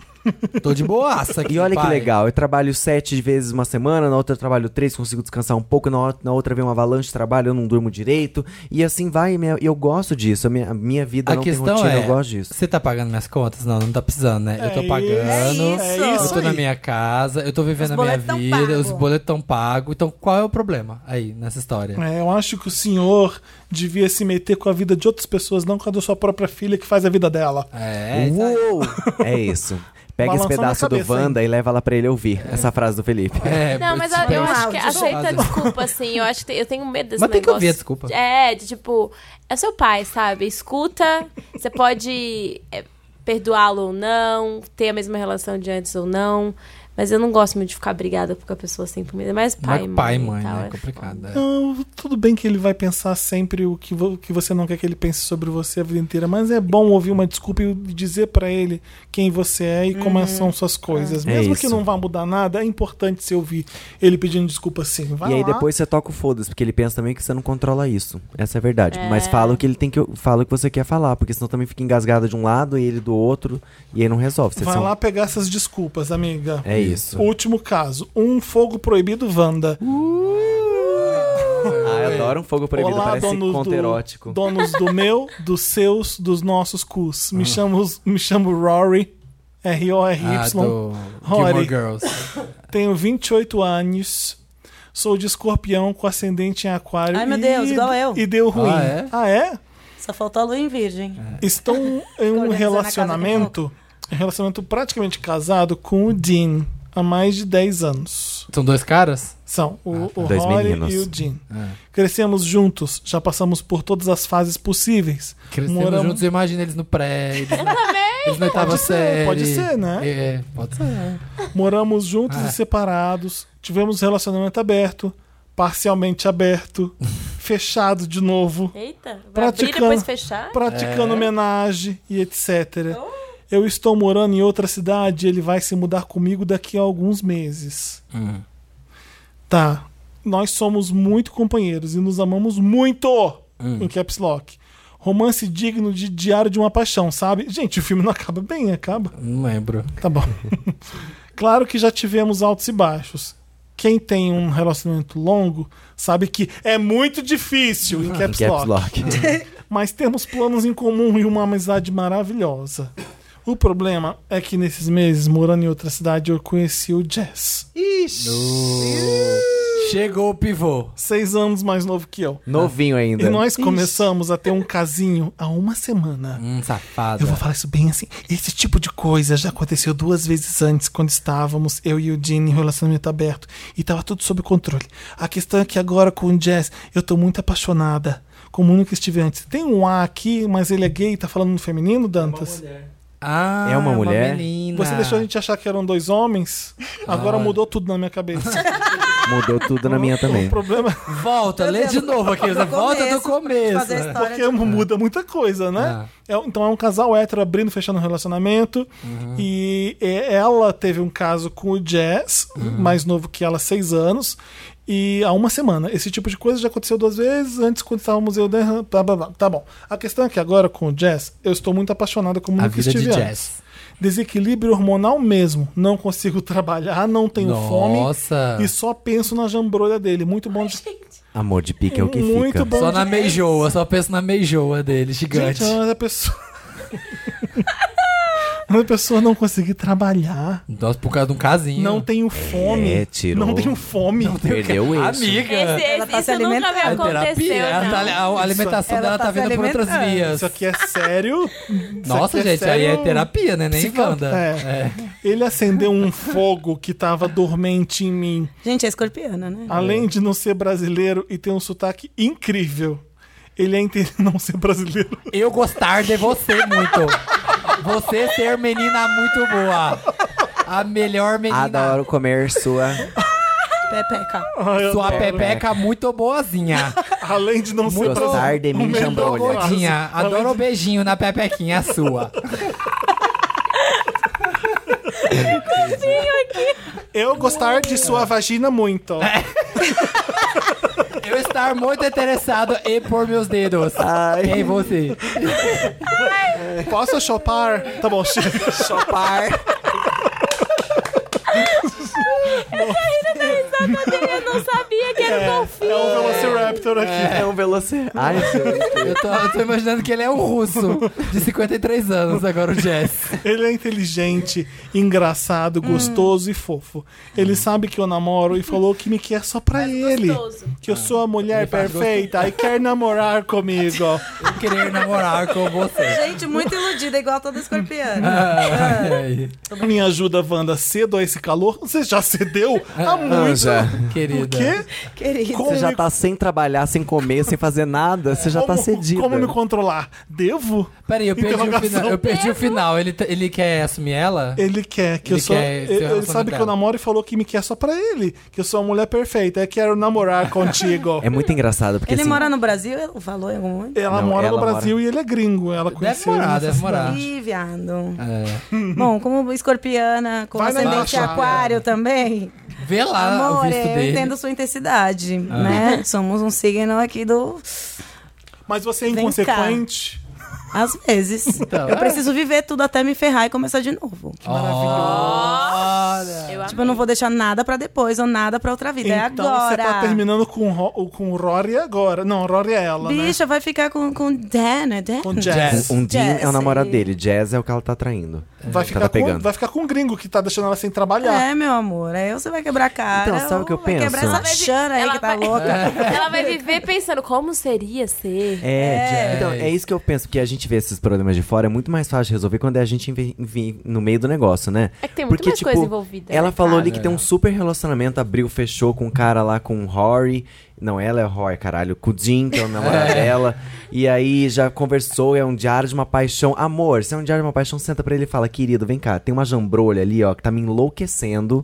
[SPEAKER 4] Tô de boaça aqui,
[SPEAKER 5] E olha que
[SPEAKER 4] pai.
[SPEAKER 5] legal, eu trabalho sete vezes uma semana, na outra eu trabalho três, consigo descansar um pouco, na, o- na outra vem uma avalanche de trabalho, eu não durmo direito. E assim vai, e minha- eu gosto disso. A minha, a minha vida
[SPEAKER 4] A
[SPEAKER 5] não tem
[SPEAKER 4] questão
[SPEAKER 5] rotina,
[SPEAKER 4] é,
[SPEAKER 5] eu gosto disso.
[SPEAKER 4] você tá pagando minhas contas? Não, não tá precisando, né? eu
[SPEAKER 8] É
[SPEAKER 4] tô pagando,
[SPEAKER 8] isso, é
[SPEAKER 4] eu
[SPEAKER 8] isso
[SPEAKER 4] tô na
[SPEAKER 8] aí.
[SPEAKER 4] minha casa, eu tô vivendo
[SPEAKER 7] Os
[SPEAKER 4] a minha
[SPEAKER 7] boletos tão
[SPEAKER 4] vida,
[SPEAKER 7] pago.
[SPEAKER 4] os boletos estão pagos. Então qual é o problema aí, nessa história?
[SPEAKER 8] É, eu acho que o senhor devia se meter com a vida de outras pessoas, não com a da sua própria filha que faz a vida dela.
[SPEAKER 4] É,
[SPEAKER 8] Uh.
[SPEAKER 4] isso aí.
[SPEAKER 5] Uou! É isso. Pega esse
[SPEAKER 8] Balançando a
[SPEAKER 5] pedaço do
[SPEAKER 8] cabeça, hein?
[SPEAKER 5] Wanda e leva lá pra ele ouvir essa frase do Felipe.
[SPEAKER 4] É,
[SPEAKER 6] Não, mas eu,
[SPEAKER 4] tipo, é
[SPEAKER 6] eu acho
[SPEAKER 4] isso.
[SPEAKER 6] que
[SPEAKER 7] áudio,
[SPEAKER 6] aceita a
[SPEAKER 4] Fase.
[SPEAKER 6] desculpa, assim. Eu acho que eu tenho medo desse
[SPEAKER 4] Mas tem que
[SPEAKER 6] negócio.
[SPEAKER 4] ouvir a desculpa.
[SPEAKER 6] É, de tipo, é seu pai, sabe? Escuta, você pode é, perdoá-lo ou não, ter a mesma relação de antes ou não. Mas eu não gosto muito de ficar brigada com a pessoa assim por mim. É mais pai,
[SPEAKER 4] Mas
[SPEAKER 6] mãe.
[SPEAKER 4] pai e
[SPEAKER 6] e
[SPEAKER 4] mãe,
[SPEAKER 6] tal,
[SPEAKER 4] né? É
[SPEAKER 6] é.
[SPEAKER 4] complicado. é.
[SPEAKER 8] Não, tudo bem que ele vai pensar sempre o que, vo- o que você não quer que ele pense sobre você a vida inteira, mas é bom ouvir uma desculpa e dizer pra ele quem você é e como são suas coisas.
[SPEAKER 5] Uhum. É
[SPEAKER 8] Mesmo que
[SPEAKER 5] isso.
[SPEAKER 8] não vá mudar nada, é importante você ouvir ele pedindo desculpa sim. Vai
[SPEAKER 5] E aí
[SPEAKER 8] lá.
[SPEAKER 5] depois você toca o foda-se, porque ele pensa também que você não controla isso. Essa é a verdade. Mas fala o que ele tem que. Fala o que você quer falar, porque senão também fica engasgada de um lado e ele do outro. E aí não resolve. Vocês
[SPEAKER 8] Vai
[SPEAKER 5] são-
[SPEAKER 8] lá pegar essas desculpas, amiga.
[SPEAKER 5] É isso.
[SPEAKER 8] Último caso. Um fogo proibido Wanda.
[SPEAKER 5] Ah, eu adoro um fogo proibido,
[SPEAKER 8] Olá,
[SPEAKER 5] parece
[SPEAKER 8] donos
[SPEAKER 5] conto
[SPEAKER 8] do,
[SPEAKER 5] erótico.
[SPEAKER 8] donos do meu, dos seus, dos nossos cus.
[SPEAKER 5] Ah.
[SPEAKER 8] Me, chamo, me chamo Rory,
[SPEAKER 4] Ah,
[SPEAKER 8] R-O-R-Y.
[SPEAKER 4] do
[SPEAKER 8] Rory.
[SPEAKER 4] Gilmore Girls.
[SPEAKER 8] Tenho 28 anos. Sou de escorpião com ascendente em aquário.
[SPEAKER 7] Ai, meu
[SPEAKER 8] e-
[SPEAKER 7] Deus, igual eu.
[SPEAKER 8] E deu ruim.
[SPEAKER 4] Ah, é?
[SPEAKER 8] Ah, é?
[SPEAKER 7] Só faltou a lua em virgem.
[SPEAKER 8] Estão em um
[SPEAKER 7] Organizando a casa
[SPEAKER 8] relacionamento, um relacionamento praticamente casado com o Dean há mais de 10 anos.
[SPEAKER 4] São dois caras?
[SPEAKER 8] São o, o
[SPEAKER 5] Dois
[SPEAKER 8] Rory
[SPEAKER 5] Ah, meninos. Ah.
[SPEAKER 8] e o Dean. Crescemos juntos, já passamos por todas as fases possíveis.
[SPEAKER 4] Crescemos
[SPEAKER 8] Moramos-
[SPEAKER 4] juntos, eu imagino eles no prédio. Eles na oitava
[SPEAKER 8] Pode ser,
[SPEAKER 4] série.
[SPEAKER 8] pode ser, né?
[SPEAKER 4] É, pode ser.
[SPEAKER 8] Moramos juntos
[SPEAKER 4] Ah.
[SPEAKER 8] e separados. Tivemos relacionamento aberto, parcialmente aberto, fechado de novo.
[SPEAKER 6] Eita, vai abrir e
[SPEAKER 8] Praticando.
[SPEAKER 6] depois fechar?
[SPEAKER 8] praticando homenagem e etc. Eu estou morando em outra cidade, ele vai se mudar comigo daqui a alguns meses. Tá. Nós somos muito companheiros e nos amamos muito em Caps Lock. Romance digno de Diário de uma Paixão, sabe? Gente, o filme não acaba bem, acaba.
[SPEAKER 4] Não lembro.
[SPEAKER 8] Tá bom. claro que já tivemos altos e baixos. Quem tem um relacionamento longo sabe que é muito difícil em Ah, Caps
[SPEAKER 5] Caps
[SPEAKER 8] Lock
[SPEAKER 5] Lock.
[SPEAKER 8] mas temos planos em comum e uma amizade maravilhosa. O problema é que nesses meses, morando em outra cidade, eu conheci o Jess.
[SPEAKER 4] Chegou o pivô.
[SPEAKER 8] Seis anos mais novo que eu.
[SPEAKER 5] Novinho ainda.
[SPEAKER 8] E nós começamos a ter um casinho há uma semana.
[SPEAKER 4] Hum, safada.
[SPEAKER 8] Eu vou falar isso bem assim. Esse tipo de coisa já aconteceu duas vezes antes, quando estávamos, eu e o Dean, em relacionamento aberto. E tava tudo sob controle. A questão é que agora com o Jazz, eu tô muito apaixonada. Como nunca estive antes. Tem um A aqui, mas ele é gay, tá falando no feminino, Dantas?
[SPEAKER 4] Ah,
[SPEAKER 5] É uma mulher?
[SPEAKER 4] menina.
[SPEAKER 8] Você deixou a gente achar que eram dois homens? Agora mudou tudo na minha cabeça.
[SPEAKER 5] Mudou tudo na minha
[SPEAKER 8] O
[SPEAKER 5] também.
[SPEAKER 8] problema é
[SPEAKER 4] Volta, lê de novo aqui.
[SPEAKER 7] Do
[SPEAKER 4] Volta do
[SPEAKER 7] começo,
[SPEAKER 4] começo. né?
[SPEAKER 7] fazer a
[SPEAKER 8] é
[SPEAKER 7] história
[SPEAKER 8] porque muda muita coisa, né? É, então é um casal hétero abrindo, fechando um relacionamento.
[SPEAKER 4] Uhum.
[SPEAKER 8] E é- ela teve um caso com o Jazz,
[SPEAKER 4] Uhum.
[SPEAKER 8] mais novo que ela, seis anos. E há uma semana. Esse tipo de coisa já aconteceu duas vezes antes, quando estávamos eu. né, Blá, blá, blá. Tá bom. A questão é que agora com o Jazz, eu estou muito apaixonada como
[SPEAKER 4] A
[SPEAKER 8] nunca
[SPEAKER 4] vida de
[SPEAKER 8] estive antes.
[SPEAKER 4] jazz.
[SPEAKER 8] Desequilíbrio hormonal mesmo. Não consigo trabalhar, não tenho fome.
[SPEAKER 4] Nossa.
[SPEAKER 8] E só penso na jambrolha dele. Muito bom de.
[SPEAKER 5] Amor de pique é o que
[SPEAKER 8] Muito
[SPEAKER 5] fica.
[SPEAKER 8] bom
[SPEAKER 4] Só
[SPEAKER 8] de-
[SPEAKER 4] na meijoa, só penso na meijoa dele, gigante.
[SPEAKER 8] Gente, a pessoa. a pessoa não conseguir trabalhar.
[SPEAKER 4] Nossa, por causa de um casinho.
[SPEAKER 8] Não tenho fome.
[SPEAKER 5] É, tirou.
[SPEAKER 8] Não tenho fome.
[SPEAKER 5] Perdeu isso.
[SPEAKER 4] Amiga.
[SPEAKER 6] Esse,
[SPEAKER 7] Ela
[SPEAKER 6] esse-
[SPEAKER 7] tá se
[SPEAKER 6] isso nunca me
[SPEAKER 4] É
[SPEAKER 7] alimentando.
[SPEAKER 6] aconteceu,
[SPEAKER 4] terapia. Ela tá-
[SPEAKER 6] não.
[SPEAKER 4] a alimentação
[SPEAKER 7] Ela
[SPEAKER 4] dela
[SPEAKER 7] tá
[SPEAKER 4] tá
[SPEAKER 7] se
[SPEAKER 4] vindo por outras
[SPEAKER 7] alimentando.
[SPEAKER 4] vias.
[SPEAKER 8] Isso aqui é sério.
[SPEAKER 4] Nossa,
[SPEAKER 8] Isso aqui é
[SPEAKER 4] gente, aí é
[SPEAKER 8] sério.
[SPEAKER 4] terapia, né? Nem
[SPEAKER 8] Psica-
[SPEAKER 4] Wanda.
[SPEAKER 8] É. Ele acendeu um fogo que tava dormente em mim.
[SPEAKER 7] Gente, é escorpiana, né?
[SPEAKER 8] Além de não ser brasileiro e ter um sotaque incrível. Ele é inteiro não ser brasileiro.
[SPEAKER 4] Eu gostar de você muito. Você ser menina muito boa. A melhor menina.
[SPEAKER 5] Adoro comer sua.
[SPEAKER 7] Pepeca.
[SPEAKER 8] Ai, eu
[SPEAKER 4] Sua
[SPEAKER 8] adoro.
[SPEAKER 4] pepeca muito boazinha.
[SPEAKER 8] Além de não ser
[SPEAKER 5] Muito
[SPEAKER 8] brasileiro.
[SPEAKER 5] gostar de mim,
[SPEAKER 8] o melhor
[SPEAKER 5] jambrolha.
[SPEAKER 8] gosto.
[SPEAKER 4] Gordinha, adoro
[SPEAKER 8] assim.
[SPEAKER 4] o beijinho na pepequinha sua.
[SPEAKER 8] Eu gostar de sua vagina muito.
[SPEAKER 5] É.
[SPEAKER 4] Eu estar muito interessado em pôr meus dedos em você.
[SPEAKER 8] Posso chopar? Tá bom, chega.
[SPEAKER 5] Chopar.
[SPEAKER 6] Eu não sabia que era um golfinho.
[SPEAKER 8] É um Velociraptor aqui.
[SPEAKER 5] É um velocidade. Ai, gente.
[SPEAKER 4] Eu tô, eu tô imaginando que ele é um russo de 53 anos agora, o Jess.
[SPEAKER 8] Ele é inteligente, engraçado, gostoso e fofo.
[SPEAKER 5] Hum.
[SPEAKER 8] Ele sabe que eu namoro e falou que me quer só pra ele.
[SPEAKER 6] gostoso.
[SPEAKER 8] Que eu
[SPEAKER 5] Ah,
[SPEAKER 8] sou a mulher
[SPEAKER 4] faz
[SPEAKER 8] perfeita e quer namorar comigo.
[SPEAKER 4] Querer namorar com você.
[SPEAKER 7] Gente, muito iludida, igual toda escorpiana.
[SPEAKER 4] Ai,
[SPEAKER 8] Me ajuda, Wanda, cedo a esse calor. Você já cedeu há Tá muito.
[SPEAKER 5] Ah, já.
[SPEAKER 4] Ah, querida.
[SPEAKER 8] Por quê?
[SPEAKER 4] É.
[SPEAKER 7] Querida.
[SPEAKER 8] Como
[SPEAKER 5] Você já
[SPEAKER 8] me-
[SPEAKER 5] tá sem trabalhar, sem comer, sem fazer nada. Você já tá
[SPEAKER 8] como-
[SPEAKER 5] cedida.
[SPEAKER 8] Como me controlar? Devo?
[SPEAKER 4] Peraí, eu perdi o
[SPEAKER 8] Interrogação.
[SPEAKER 4] final. Eu perdi o final. Ele, t- ele quer assumir ela?
[SPEAKER 8] Ele quer que
[SPEAKER 4] Ele
[SPEAKER 8] eu sou.
[SPEAKER 4] quer ser
[SPEAKER 8] Ele,
[SPEAKER 5] um
[SPEAKER 8] ele
[SPEAKER 4] relacionado
[SPEAKER 8] sabe que eu
[SPEAKER 4] dela.
[SPEAKER 8] namoro e falou que me quer só pra ele. Que eu sou a mulher perfeita. Eu quero namorar contigo.
[SPEAKER 5] É muito engraado, porque
[SPEAKER 7] Ele
[SPEAKER 5] assim,
[SPEAKER 7] mora no Brasil? O valor é ruim?
[SPEAKER 8] Ela
[SPEAKER 5] Não,
[SPEAKER 8] mora
[SPEAKER 5] ela
[SPEAKER 8] no Brasil e ele é gringo. Ela
[SPEAKER 4] Deve
[SPEAKER 8] conheceu ele
[SPEAKER 4] morar,
[SPEAKER 8] nessa
[SPEAKER 4] deve morar.
[SPEAKER 7] Ih, viado.
[SPEAKER 4] É.
[SPEAKER 7] Bom, como escorpiana, como
[SPEAKER 8] Vai na
[SPEAKER 7] ascendente
[SPEAKER 8] minha
[SPEAKER 7] aquário também.
[SPEAKER 4] Vê lá o
[SPEAKER 7] Amor, é,
[SPEAKER 4] visto
[SPEAKER 7] eu
[SPEAKER 4] dele. Ah.
[SPEAKER 7] entendo sua intensidade, né? Somos um signo aqui do...
[SPEAKER 8] Mas você é
[SPEAKER 7] Vem cá.
[SPEAKER 8] inconsequente.
[SPEAKER 7] Às vezes.
[SPEAKER 8] Então.
[SPEAKER 7] eu preciso viver tudo até me ferrar e começar de novo.
[SPEAKER 4] Olha.
[SPEAKER 6] Eu
[SPEAKER 7] Tipo, eu não vou deixar nada pra depois ou nada pra outra vida. é
[SPEAKER 8] então
[SPEAKER 7] agora.
[SPEAKER 8] você tá terminando com, Ro- com o Rory agora. Não, Rory é ela, né?
[SPEAKER 7] Bicha, vai ficar com, com Dan, né? Dan.
[SPEAKER 8] Com Jazz.
[SPEAKER 5] Um Dean é o
[SPEAKER 7] Jazz,
[SPEAKER 5] namorado
[SPEAKER 7] e-
[SPEAKER 5] dele, Jazz é o que ela tá traindo.
[SPEAKER 1] É.
[SPEAKER 8] Vai,
[SPEAKER 5] que ela tá
[SPEAKER 8] ficar com,
[SPEAKER 5] pegando.
[SPEAKER 8] vai ficar com o gringo que tá deixando ela sem trabalhar.
[SPEAKER 7] É, meu amor. Aí você vai quebrar a cara.
[SPEAKER 5] Então, sabe o que eu
[SPEAKER 7] vai
[SPEAKER 5] penso?
[SPEAKER 7] quebrar essa
[SPEAKER 6] Ela vai vi-
[SPEAKER 7] chana aí
[SPEAKER 6] ela
[SPEAKER 7] que tá
[SPEAKER 6] vai-
[SPEAKER 7] louca.
[SPEAKER 6] Ela vai viver pensando como seria ser.
[SPEAKER 5] É,
[SPEAKER 4] É.
[SPEAKER 5] Então, é isso que eu penso, que a gente vê esses problemas de fora, é muito mais fácil de resolver quando é a gente invi- invi- no meio do negócio, né?
[SPEAKER 6] É que tem muito mais coisa envolvida,
[SPEAKER 5] Ela
[SPEAKER 6] né,
[SPEAKER 5] falou
[SPEAKER 6] cara?
[SPEAKER 5] ali que tem um super relacionamento, abriu, fechou com um cara lá com o Rory. Não, ela é o Rory, caralho, com o Jim, que é o namorado dela. E aí já conversou, é um diário de uma paixão. Amor, se é um diário de uma paixão, senta pra ele e fala, querido, vem cá, tem uma jambrolha ali, ó, que tá me enlouquecendo.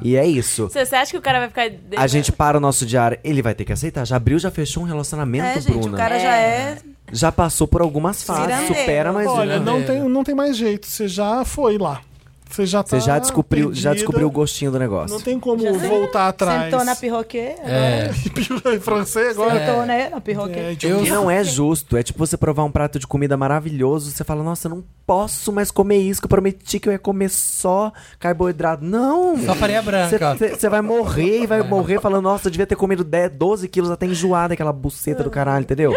[SPEAKER 5] E é isso.
[SPEAKER 6] Você você acha que o cara vai ficar.
[SPEAKER 5] A gente para o nosso diário, ele vai ter que aceitar. Já abriu, já fechou um relacionamento,
[SPEAKER 7] É, gente,
[SPEAKER 5] Bruna
[SPEAKER 7] o cara já é.
[SPEAKER 5] já passou por algumas fases,
[SPEAKER 7] Cirandeiro.
[SPEAKER 5] supera mais
[SPEAKER 8] Olha,
[SPEAKER 5] uma.
[SPEAKER 8] não
[SPEAKER 4] Janeiro.
[SPEAKER 8] tem, não tem mais jeito. Você já foi lá. Você já tá
[SPEAKER 5] Você já descobriu, já
[SPEAKER 8] perdida.
[SPEAKER 5] descobriu o gostinho do
[SPEAKER 8] Não
[SPEAKER 5] negócio.
[SPEAKER 8] tem como voltar atrás.
[SPEAKER 7] Sentou na pirroquê.
[SPEAKER 4] É.
[SPEAKER 8] Em francês agora.
[SPEAKER 7] Sentou, né? Na pirroquê.
[SPEAKER 8] eu...
[SPEAKER 5] E não é justo. É tipo você provar um prato de comida maravilhoso, você fala, nossa, eu não posso mais comer isso, que eu prometi que eu ia comer só carboidrato. Não!
[SPEAKER 4] Só farinha
[SPEAKER 8] É,
[SPEAKER 4] branca.
[SPEAKER 5] Você vai morrer e vai morrer falando, nossa, eu devia ter comido 10, 12 quilos até enjoar daquela buceta do caralho, entendeu?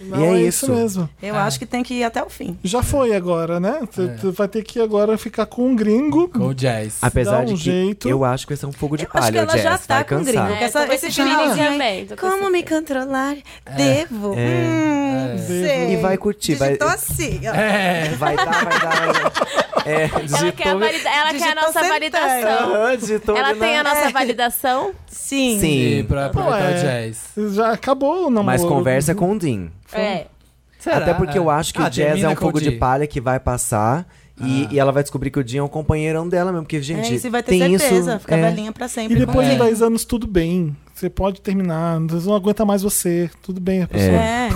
[SPEAKER 8] Não,
[SPEAKER 5] e é,
[SPEAKER 8] é
[SPEAKER 5] isso.
[SPEAKER 8] mesmo.
[SPEAKER 7] Eu acho que tem que ir até o fim.
[SPEAKER 8] Já foi agora, né? Você você vai ter que agora ficar com um gringo.
[SPEAKER 4] Com o jazz.
[SPEAKER 5] Apesar
[SPEAKER 8] Dá um
[SPEAKER 5] de que
[SPEAKER 8] jeito.
[SPEAKER 5] eu acho que vai ser um fogo de
[SPEAKER 7] Eu acho que
[SPEAKER 5] palha,
[SPEAKER 7] ela já
[SPEAKER 5] Jess,
[SPEAKER 7] tá
[SPEAKER 5] vai
[SPEAKER 7] com gringo.
[SPEAKER 5] cansar.
[SPEAKER 7] que Essa,
[SPEAKER 6] tô
[SPEAKER 7] esse
[SPEAKER 6] É, com esse feeling
[SPEAKER 7] finalzinho,
[SPEAKER 6] também, tô com
[SPEAKER 7] Como
[SPEAKER 6] esse
[SPEAKER 7] me
[SPEAKER 6] feeling.
[SPEAKER 7] controlar?
[SPEAKER 8] É.
[SPEAKER 7] Devo. Hum, sei.
[SPEAKER 5] É. E vai curtir, vai-
[SPEAKER 7] Digitou assim. ó.
[SPEAKER 4] É.
[SPEAKER 5] Vai dar, vai dar. vai dar. É,
[SPEAKER 6] Ela quer a,
[SPEAKER 5] digitou- É,
[SPEAKER 6] valida... ela quer a
[SPEAKER 7] digitou
[SPEAKER 6] nossa
[SPEAKER 7] centenas.
[SPEAKER 6] validação.
[SPEAKER 5] Aham, digitou
[SPEAKER 6] Ela
[SPEAKER 5] ali
[SPEAKER 6] tem
[SPEAKER 5] na-
[SPEAKER 6] a nossa validação.
[SPEAKER 7] Sim.
[SPEAKER 5] Sim.
[SPEAKER 4] E pra aproveitar
[SPEAKER 8] Ué.
[SPEAKER 4] o jazz.
[SPEAKER 8] Já acabou o namoro.
[SPEAKER 5] Mas conversa com o Dean.
[SPEAKER 6] É.
[SPEAKER 4] uhum. Será?
[SPEAKER 5] Até porque eu acho que
[SPEAKER 4] Ah,
[SPEAKER 5] o Jazz é
[SPEAKER 4] termina
[SPEAKER 5] um
[SPEAKER 4] com
[SPEAKER 5] fogo
[SPEAKER 4] o Ah.
[SPEAKER 5] de
[SPEAKER 4] Jay.
[SPEAKER 5] palha que vai passar. E, e ela vai descobrir que o Dean é um companheirão dela mesmo. Porque,
[SPEAKER 7] É,
[SPEAKER 5] gente,
[SPEAKER 7] isso vai ter
[SPEAKER 5] tem
[SPEAKER 7] certeza.
[SPEAKER 5] isso.
[SPEAKER 7] Fica
[SPEAKER 5] é.
[SPEAKER 7] velhinha pra sempre.
[SPEAKER 8] E depois de
[SPEAKER 4] É.
[SPEAKER 8] 10 anos, tudo bem. Você pode terminar. Não aguenta mais você. Tudo bem, a pessoa.
[SPEAKER 7] É.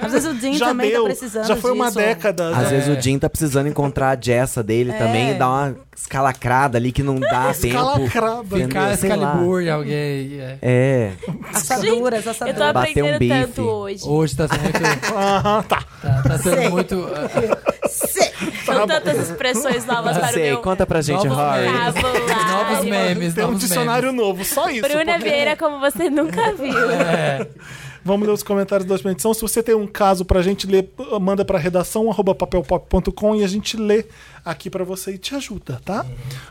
[SPEAKER 7] Às vezes o Dean
[SPEAKER 8] Já
[SPEAKER 7] também
[SPEAKER 8] deu.
[SPEAKER 7] tá precisando
[SPEAKER 8] já foi uma
[SPEAKER 7] disso.
[SPEAKER 8] década.
[SPEAKER 5] Às
[SPEAKER 8] já-
[SPEAKER 5] vezes
[SPEAKER 4] É.
[SPEAKER 5] o Jim tá precisando encontrar a Jessa dele
[SPEAKER 7] É.
[SPEAKER 5] também e dar uma escalacrada ali que não dá tempo.
[SPEAKER 8] Calacrada.
[SPEAKER 4] Ficar
[SPEAKER 5] né? Sei lá.
[SPEAKER 4] Excalibur em alguém. é.
[SPEAKER 5] É.
[SPEAKER 7] Assaduras,
[SPEAKER 6] Eu tô
[SPEAKER 7] assaduras.
[SPEAKER 5] Bater um
[SPEAKER 6] aprendendo
[SPEAKER 5] bife.
[SPEAKER 6] tanto hoje.
[SPEAKER 4] Hoje tá sendo muito.
[SPEAKER 8] Ah,
[SPEAKER 4] tá. Tá sendo muito. uh,
[SPEAKER 6] São tantas expressões novas para o
[SPEAKER 5] Sei,
[SPEAKER 6] meu
[SPEAKER 5] conta pra gente,
[SPEAKER 4] novos
[SPEAKER 5] Rory.
[SPEAKER 4] memes.
[SPEAKER 6] vocabulário.
[SPEAKER 4] ah, Novos memes.
[SPEAKER 8] Ah, Tem um
[SPEAKER 4] novos
[SPEAKER 8] dicionário novo, só isso.
[SPEAKER 6] Bruna
[SPEAKER 8] porque- É.
[SPEAKER 6] Vieira, como você nunca viu.
[SPEAKER 8] Vamos ler os comentários da última edição. Se você tem um caso pra gente ler, manda pra redação arroba papelpop.com e a gente lê aqui pra você e te ajuda, tá?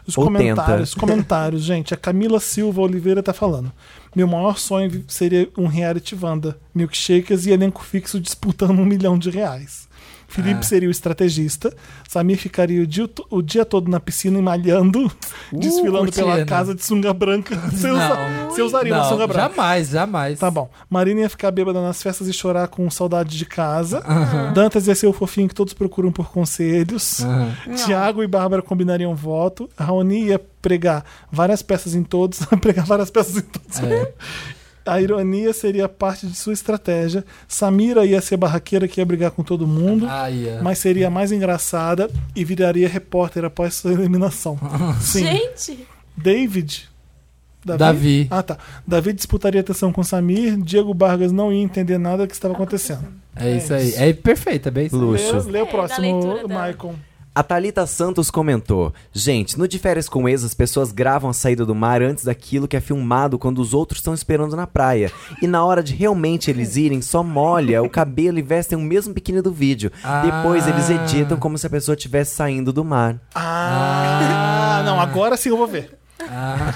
[SPEAKER 8] Os
[SPEAKER 5] Ou
[SPEAKER 8] comentários,
[SPEAKER 5] tenta.
[SPEAKER 8] comentários, gente. A Camila Silva Oliveira tá falando. Meu maior sonho vi- seria um reality Wanda, milkshakers e elenco fixo disputando um milhão de reais. Felipe seria o estrategista, Samir ficaria o dia, to- o dia todo na piscina e malhando, desfilando pela
[SPEAKER 4] curtindo.
[SPEAKER 8] casa de sunga branca. Você, usa,
[SPEAKER 4] Não.
[SPEAKER 8] você usaria uma sunga
[SPEAKER 4] Não,
[SPEAKER 8] branca?
[SPEAKER 4] jamais, jamais.
[SPEAKER 8] Tá bom. Marina ia ficar bêbada nas festas e chorar com saudade de casa. Dantas ia ser o fofinho que todos procuram por conselhos. Tiago e Bárbara combinariam voto. Raoni ia pregar várias peças em todos. pregar várias peças em todos.
[SPEAKER 4] É.
[SPEAKER 8] A ironia seria parte de sua estratégia. Samira ia ser barraqueira que ia brigar com todo mundo.
[SPEAKER 4] Ah, ia.
[SPEAKER 8] Mas seria a mais engraçada e viraria repórter após sua eliminação. Sim.
[SPEAKER 6] Gente,
[SPEAKER 8] David.
[SPEAKER 4] Davi.
[SPEAKER 8] Ah, tá. Davi disputaria a atenção com Samir. Diego Vargas não ia entender nada que estava acontecendo.
[SPEAKER 4] É isso aí. É perfeito, é bem isso.
[SPEAKER 5] Luxo.
[SPEAKER 8] Lê, lê o
[SPEAKER 6] da
[SPEAKER 8] próximo,
[SPEAKER 6] leitura dela.
[SPEAKER 8] Michael.
[SPEAKER 5] A Thalita Santos comentou: Gente, no de férias com ex, as pessoas gravam a saída do mar antes daquilo que é filmado quando os outros estão esperando na praia. E na hora de realmente eles irem, só molha o cabelo e vestem o mesmo biquíni do vídeo.
[SPEAKER 4] Ah.
[SPEAKER 5] Depois eles editam como se a pessoa estivesse saindo do mar.
[SPEAKER 8] Ah, não, agora sim eu vou ver.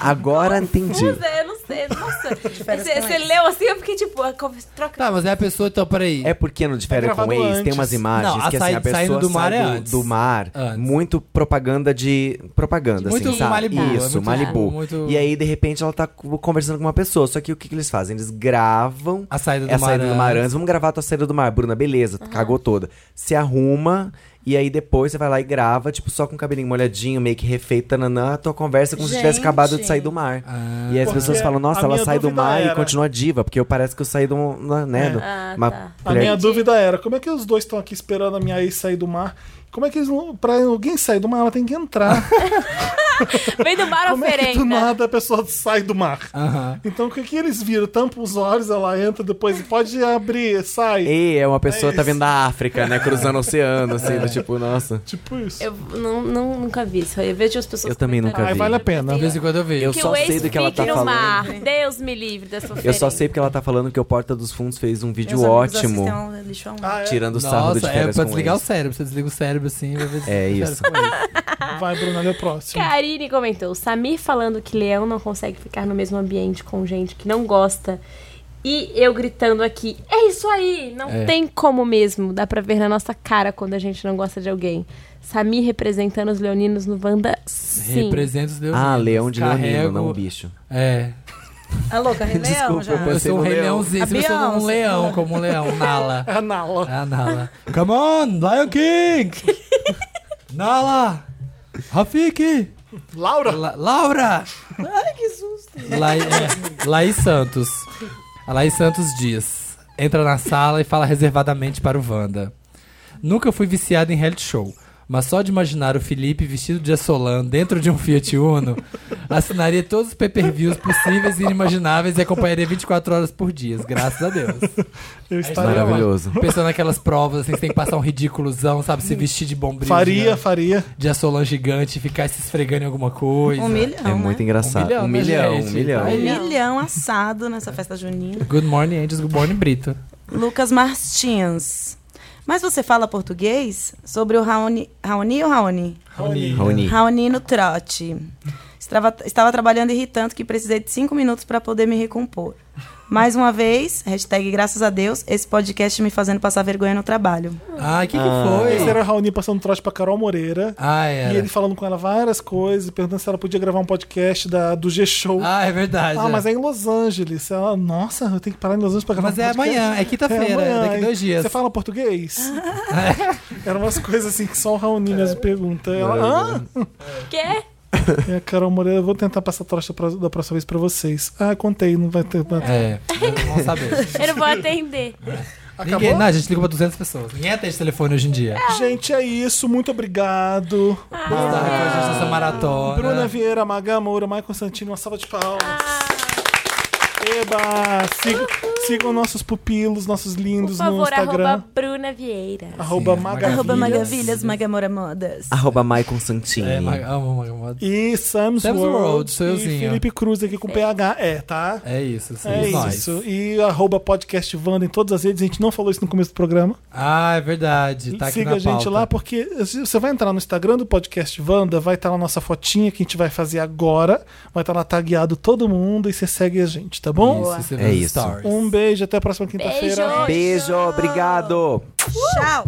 [SPEAKER 5] Agora entendi.
[SPEAKER 6] eu não sei, nossa. Você você leu assim, eu fiquei tipo, a conversa- troca.
[SPEAKER 4] Tá, mas é a pessoa, então, peraí.
[SPEAKER 5] É porque no de férias
[SPEAKER 8] gravado
[SPEAKER 5] com ex tem
[SPEAKER 8] antes.
[SPEAKER 5] umas imagens
[SPEAKER 4] Não, a
[SPEAKER 5] que assim, a
[SPEAKER 4] saída- saindo
[SPEAKER 5] pessoa
[SPEAKER 4] do mar
[SPEAKER 5] sai
[SPEAKER 4] é
[SPEAKER 5] do,
[SPEAKER 4] antes.
[SPEAKER 5] do mar,
[SPEAKER 4] Antes.
[SPEAKER 5] muito propaganda de propaganda
[SPEAKER 4] Muito
[SPEAKER 5] assim, sabe?
[SPEAKER 4] Malibu, é
[SPEAKER 5] Isso,
[SPEAKER 4] muito
[SPEAKER 5] Malibu.
[SPEAKER 4] Malibu, muito-
[SPEAKER 5] E aí de repente ela tá co- conversando com uma pessoa, só que o que, que eles fazem? Eles gravam
[SPEAKER 4] A saída do
[SPEAKER 5] é a
[SPEAKER 4] mar
[SPEAKER 5] saída do mar
[SPEAKER 4] antes.
[SPEAKER 5] antes. Vamos gravar a tua saída do mar, Bruna, beleza? Cagou toda. Se arruma e aí depois você vai lá e grava, tipo, só com o cabelinho molhadinho, meio que refeita, nanã, a tua conversa como se tivesse
[SPEAKER 7] Gente.
[SPEAKER 5] acabado de sair do mar. e aí as
[SPEAKER 8] Ah. Porque
[SPEAKER 5] pessoas falam,
[SPEAKER 8] a
[SPEAKER 5] nossa, ela
[SPEAKER 8] minha
[SPEAKER 5] sai do
[SPEAKER 8] dúvida
[SPEAKER 5] mar e
[SPEAKER 8] era-
[SPEAKER 5] continua diva, porque eu parece que eu saí de um, né, do-
[SPEAKER 7] É.
[SPEAKER 6] Ah,
[SPEAKER 5] uma
[SPEAKER 6] tá.
[SPEAKER 8] A minha dúvida era: como é que os dois estão aqui esperando a minha ex sair do mar Como é que eles. não- Pra alguém sair do mar, ela tem que entrar.
[SPEAKER 6] Vem do mar
[SPEAKER 8] Como é que do
[SPEAKER 6] oferenda.
[SPEAKER 8] nada a pessoa sai do mar?
[SPEAKER 4] Aham.
[SPEAKER 8] Então o que, que eles viram? Tampam os olhos, ela entra, depois pode abrir, sai.
[SPEAKER 5] E é uma pessoa
[SPEAKER 8] É
[SPEAKER 5] que tá
[SPEAKER 8] isso. É.
[SPEAKER 5] vindo da África, né? Cruzando o oceano, assim, do tipo, nossa.
[SPEAKER 8] Tipo isso.
[SPEAKER 6] Eu não, não- nunca vi isso. Eu vejo as pessoas.
[SPEAKER 5] Eu também nunca
[SPEAKER 8] Aí
[SPEAKER 5] vi.
[SPEAKER 8] vale a pena.
[SPEAKER 4] De vez em quando eu vejo.
[SPEAKER 5] Eu
[SPEAKER 6] Que
[SPEAKER 5] só
[SPEAKER 6] o ex
[SPEAKER 5] sei do que ela tá
[SPEAKER 6] fique no
[SPEAKER 5] falando.
[SPEAKER 6] mar. Deus me livre dessa oferenda.
[SPEAKER 5] Eu só sei porque ela tá falando que o Porta dos Fundos fez um vídeo
[SPEAKER 7] Meus amigos
[SPEAKER 5] ótimo.
[SPEAKER 7] assistem ao lixo ao mar.
[SPEAKER 8] Ah, é.
[SPEAKER 5] Tirando o sarro do de
[SPEAKER 4] Nossa, é
[SPEAKER 5] férias
[SPEAKER 4] pra
[SPEAKER 5] com
[SPEAKER 4] desligar o
[SPEAKER 5] ex.
[SPEAKER 4] cérebro. Você desliga o cérebro assim, vai ver se
[SPEAKER 5] É
[SPEAKER 4] você
[SPEAKER 5] isso.
[SPEAKER 4] desliga o cérebro.
[SPEAKER 8] Vai, Bruna, lê o próximo.
[SPEAKER 6] Karine comentou: Samir falando que leão não consegue ficar no mesmo ambiente com gente que não gosta. E eu gritando aqui: É isso aí! Não
[SPEAKER 4] É.
[SPEAKER 6] tem como mesmo. Dá pra ver na nossa cara quando a gente não gosta de alguém. Samir representando os leoninos no Wanda. Sim.
[SPEAKER 4] Representa os leoninos.
[SPEAKER 5] Ah, leão de
[SPEAKER 4] Carrego-
[SPEAKER 5] leonino, não bicho.
[SPEAKER 4] É.
[SPEAKER 7] A louca, Rei Leão
[SPEAKER 5] Desculpa,
[SPEAKER 7] já.
[SPEAKER 5] eu
[SPEAKER 4] Eu
[SPEAKER 5] Você
[SPEAKER 4] sou um
[SPEAKER 5] no
[SPEAKER 4] rei
[SPEAKER 5] leão.
[SPEAKER 4] leãozinho. Se eu sou um
[SPEAKER 7] Avião,
[SPEAKER 4] leão, como um leão. Nala.
[SPEAKER 8] É a Nala.
[SPEAKER 4] Ah, Nala. Come on, Lion King! Nala! Rafiki!
[SPEAKER 8] Laura?
[SPEAKER 4] La- Laura! Ai, que susto! é, Laís Santos. A Laís Santos diz: entra na sala e fala reservadamente para o Wanda. Nunca fui viciada em reality show, mas só de imaginar o Felipe vestido de Assolan dentro de um Fiat Uno, assinaria todos os pay-per-views possíveis e inimagináveis e acompanharia 24 horas por dia, graças a Deus. É
[SPEAKER 8] Eu estaria lá.
[SPEAKER 5] Maravilhoso.
[SPEAKER 4] Pensando naquelas provas, assim, que tem que passar um ridículozão, sabe? Se vestir de bombril.
[SPEAKER 8] Faria,
[SPEAKER 4] de,
[SPEAKER 8] faria.
[SPEAKER 4] de assolan gigante, ficar se esfregando em alguma coisa.
[SPEAKER 7] Um milhão.
[SPEAKER 5] É muito engraçado.
[SPEAKER 4] milhão,
[SPEAKER 5] Um
[SPEAKER 4] né,
[SPEAKER 5] milhão, um
[SPEAKER 4] gente?
[SPEAKER 5] milhão.
[SPEAKER 7] né? Um milhão assado nessa festa junina.
[SPEAKER 4] Good morning, Angels. Good morning, Brito.
[SPEAKER 7] Lucas Martins. Mas você fala português sobre o Raoni. Raoni ou Raoni?
[SPEAKER 5] Raoni.
[SPEAKER 7] Raoni no trote. Estava, estava trabalhando irritante que precisei de cinco minutos para poder me recompor. Mais uma vez, hashtag graças a Deus, esse podcast me fazendo passar vergonha no trabalho.
[SPEAKER 4] Ai, Ah, que que
[SPEAKER 5] Ah.
[SPEAKER 8] Esse
[SPEAKER 4] foi?
[SPEAKER 8] era o Raoni passando trote pra Carol Moreira.
[SPEAKER 4] Ah,
[SPEAKER 8] E
[SPEAKER 4] era.
[SPEAKER 8] ele falando com ela várias coisas, perguntando se ela podia gravar um podcast da, do G-Show. Ah,
[SPEAKER 4] Ah, é verdade.
[SPEAKER 8] mas é em Los Angeles. Ela, nossa, eu tenho que parar em Los Angeles pra gravar
[SPEAKER 4] Mas
[SPEAKER 8] um
[SPEAKER 4] é
[SPEAKER 8] podcast.
[SPEAKER 4] amanhã, é quinta-feira,
[SPEAKER 8] amanhã,
[SPEAKER 4] daqui
[SPEAKER 8] hein?
[SPEAKER 4] dois dias.
[SPEAKER 8] Você fala português? Eram umas coisas assim que só o Raoni mesmo pergunta. Ela, ah,
[SPEAKER 6] Quê?
[SPEAKER 8] E a Carol Moreira, eu vou tentar passar trocha pra- da próxima vez pra vocês. Ah, contei, não vai ter. não-
[SPEAKER 4] É, vamos saber.
[SPEAKER 6] Eu não vou atender.
[SPEAKER 4] Ninguém, não, a gente liga pra 200 pessoas. Ninguém atende telefone hoje em dia.
[SPEAKER 8] Gente, é isso. Muito obrigado.
[SPEAKER 4] Tá, com a gente nessa maratona.
[SPEAKER 8] Bruna Vieira, Maga Moura, Maicon Constantino, uma salva de palmas.
[SPEAKER 6] Ah.
[SPEAKER 8] Eba! Sigam, sigam nossos pupilos, nossos
[SPEAKER 6] Por
[SPEAKER 8] lindos no
[SPEAKER 6] favor,
[SPEAKER 8] Instagram.
[SPEAKER 6] arroba Bruna Vieira.
[SPEAKER 8] Arroba
[SPEAKER 4] Sim,
[SPEAKER 8] Magavilhas.
[SPEAKER 7] Arroba Magavilhas, Magamora Modas.
[SPEAKER 5] Arroba Maicon Santini.
[SPEAKER 4] É, ma- amo, amo, amo.
[SPEAKER 8] E Sam's,
[SPEAKER 4] Sam's
[SPEAKER 8] World.
[SPEAKER 4] World, sou
[SPEAKER 8] e
[SPEAKER 4] euzinho.
[SPEAKER 8] Felipe Cruz aqui com PH. É, tá?
[SPEAKER 4] É isso, sim.
[SPEAKER 8] É
[SPEAKER 4] nós.
[SPEAKER 8] isso. E arroba podcast Wanda em todas as redes. A gente não falou isso no começo do programa.
[SPEAKER 4] Ah, é verdade. Tá aqui
[SPEAKER 8] Siga
[SPEAKER 4] na
[SPEAKER 8] a gente
[SPEAKER 4] pauta.
[SPEAKER 8] lá, porque você vai entrar no Instagram do podcast Wanda, vai estar lá a nossa fotinha que a gente vai fazer agora. Vai estar lá tagueado todo mundo e você segue a gente, tá bom?
[SPEAKER 4] Isso, você vê
[SPEAKER 5] É
[SPEAKER 4] os
[SPEAKER 5] isso.
[SPEAKER 4] stories.
[SPEAKER 8] Um beijo, até a próxima
[SPEAKER 6] Beijo!
[SPEAKER 8] quinta-feira.
[SPEAKER 5] Beijo, obrigado.
[SPEAKER 7] Tchau!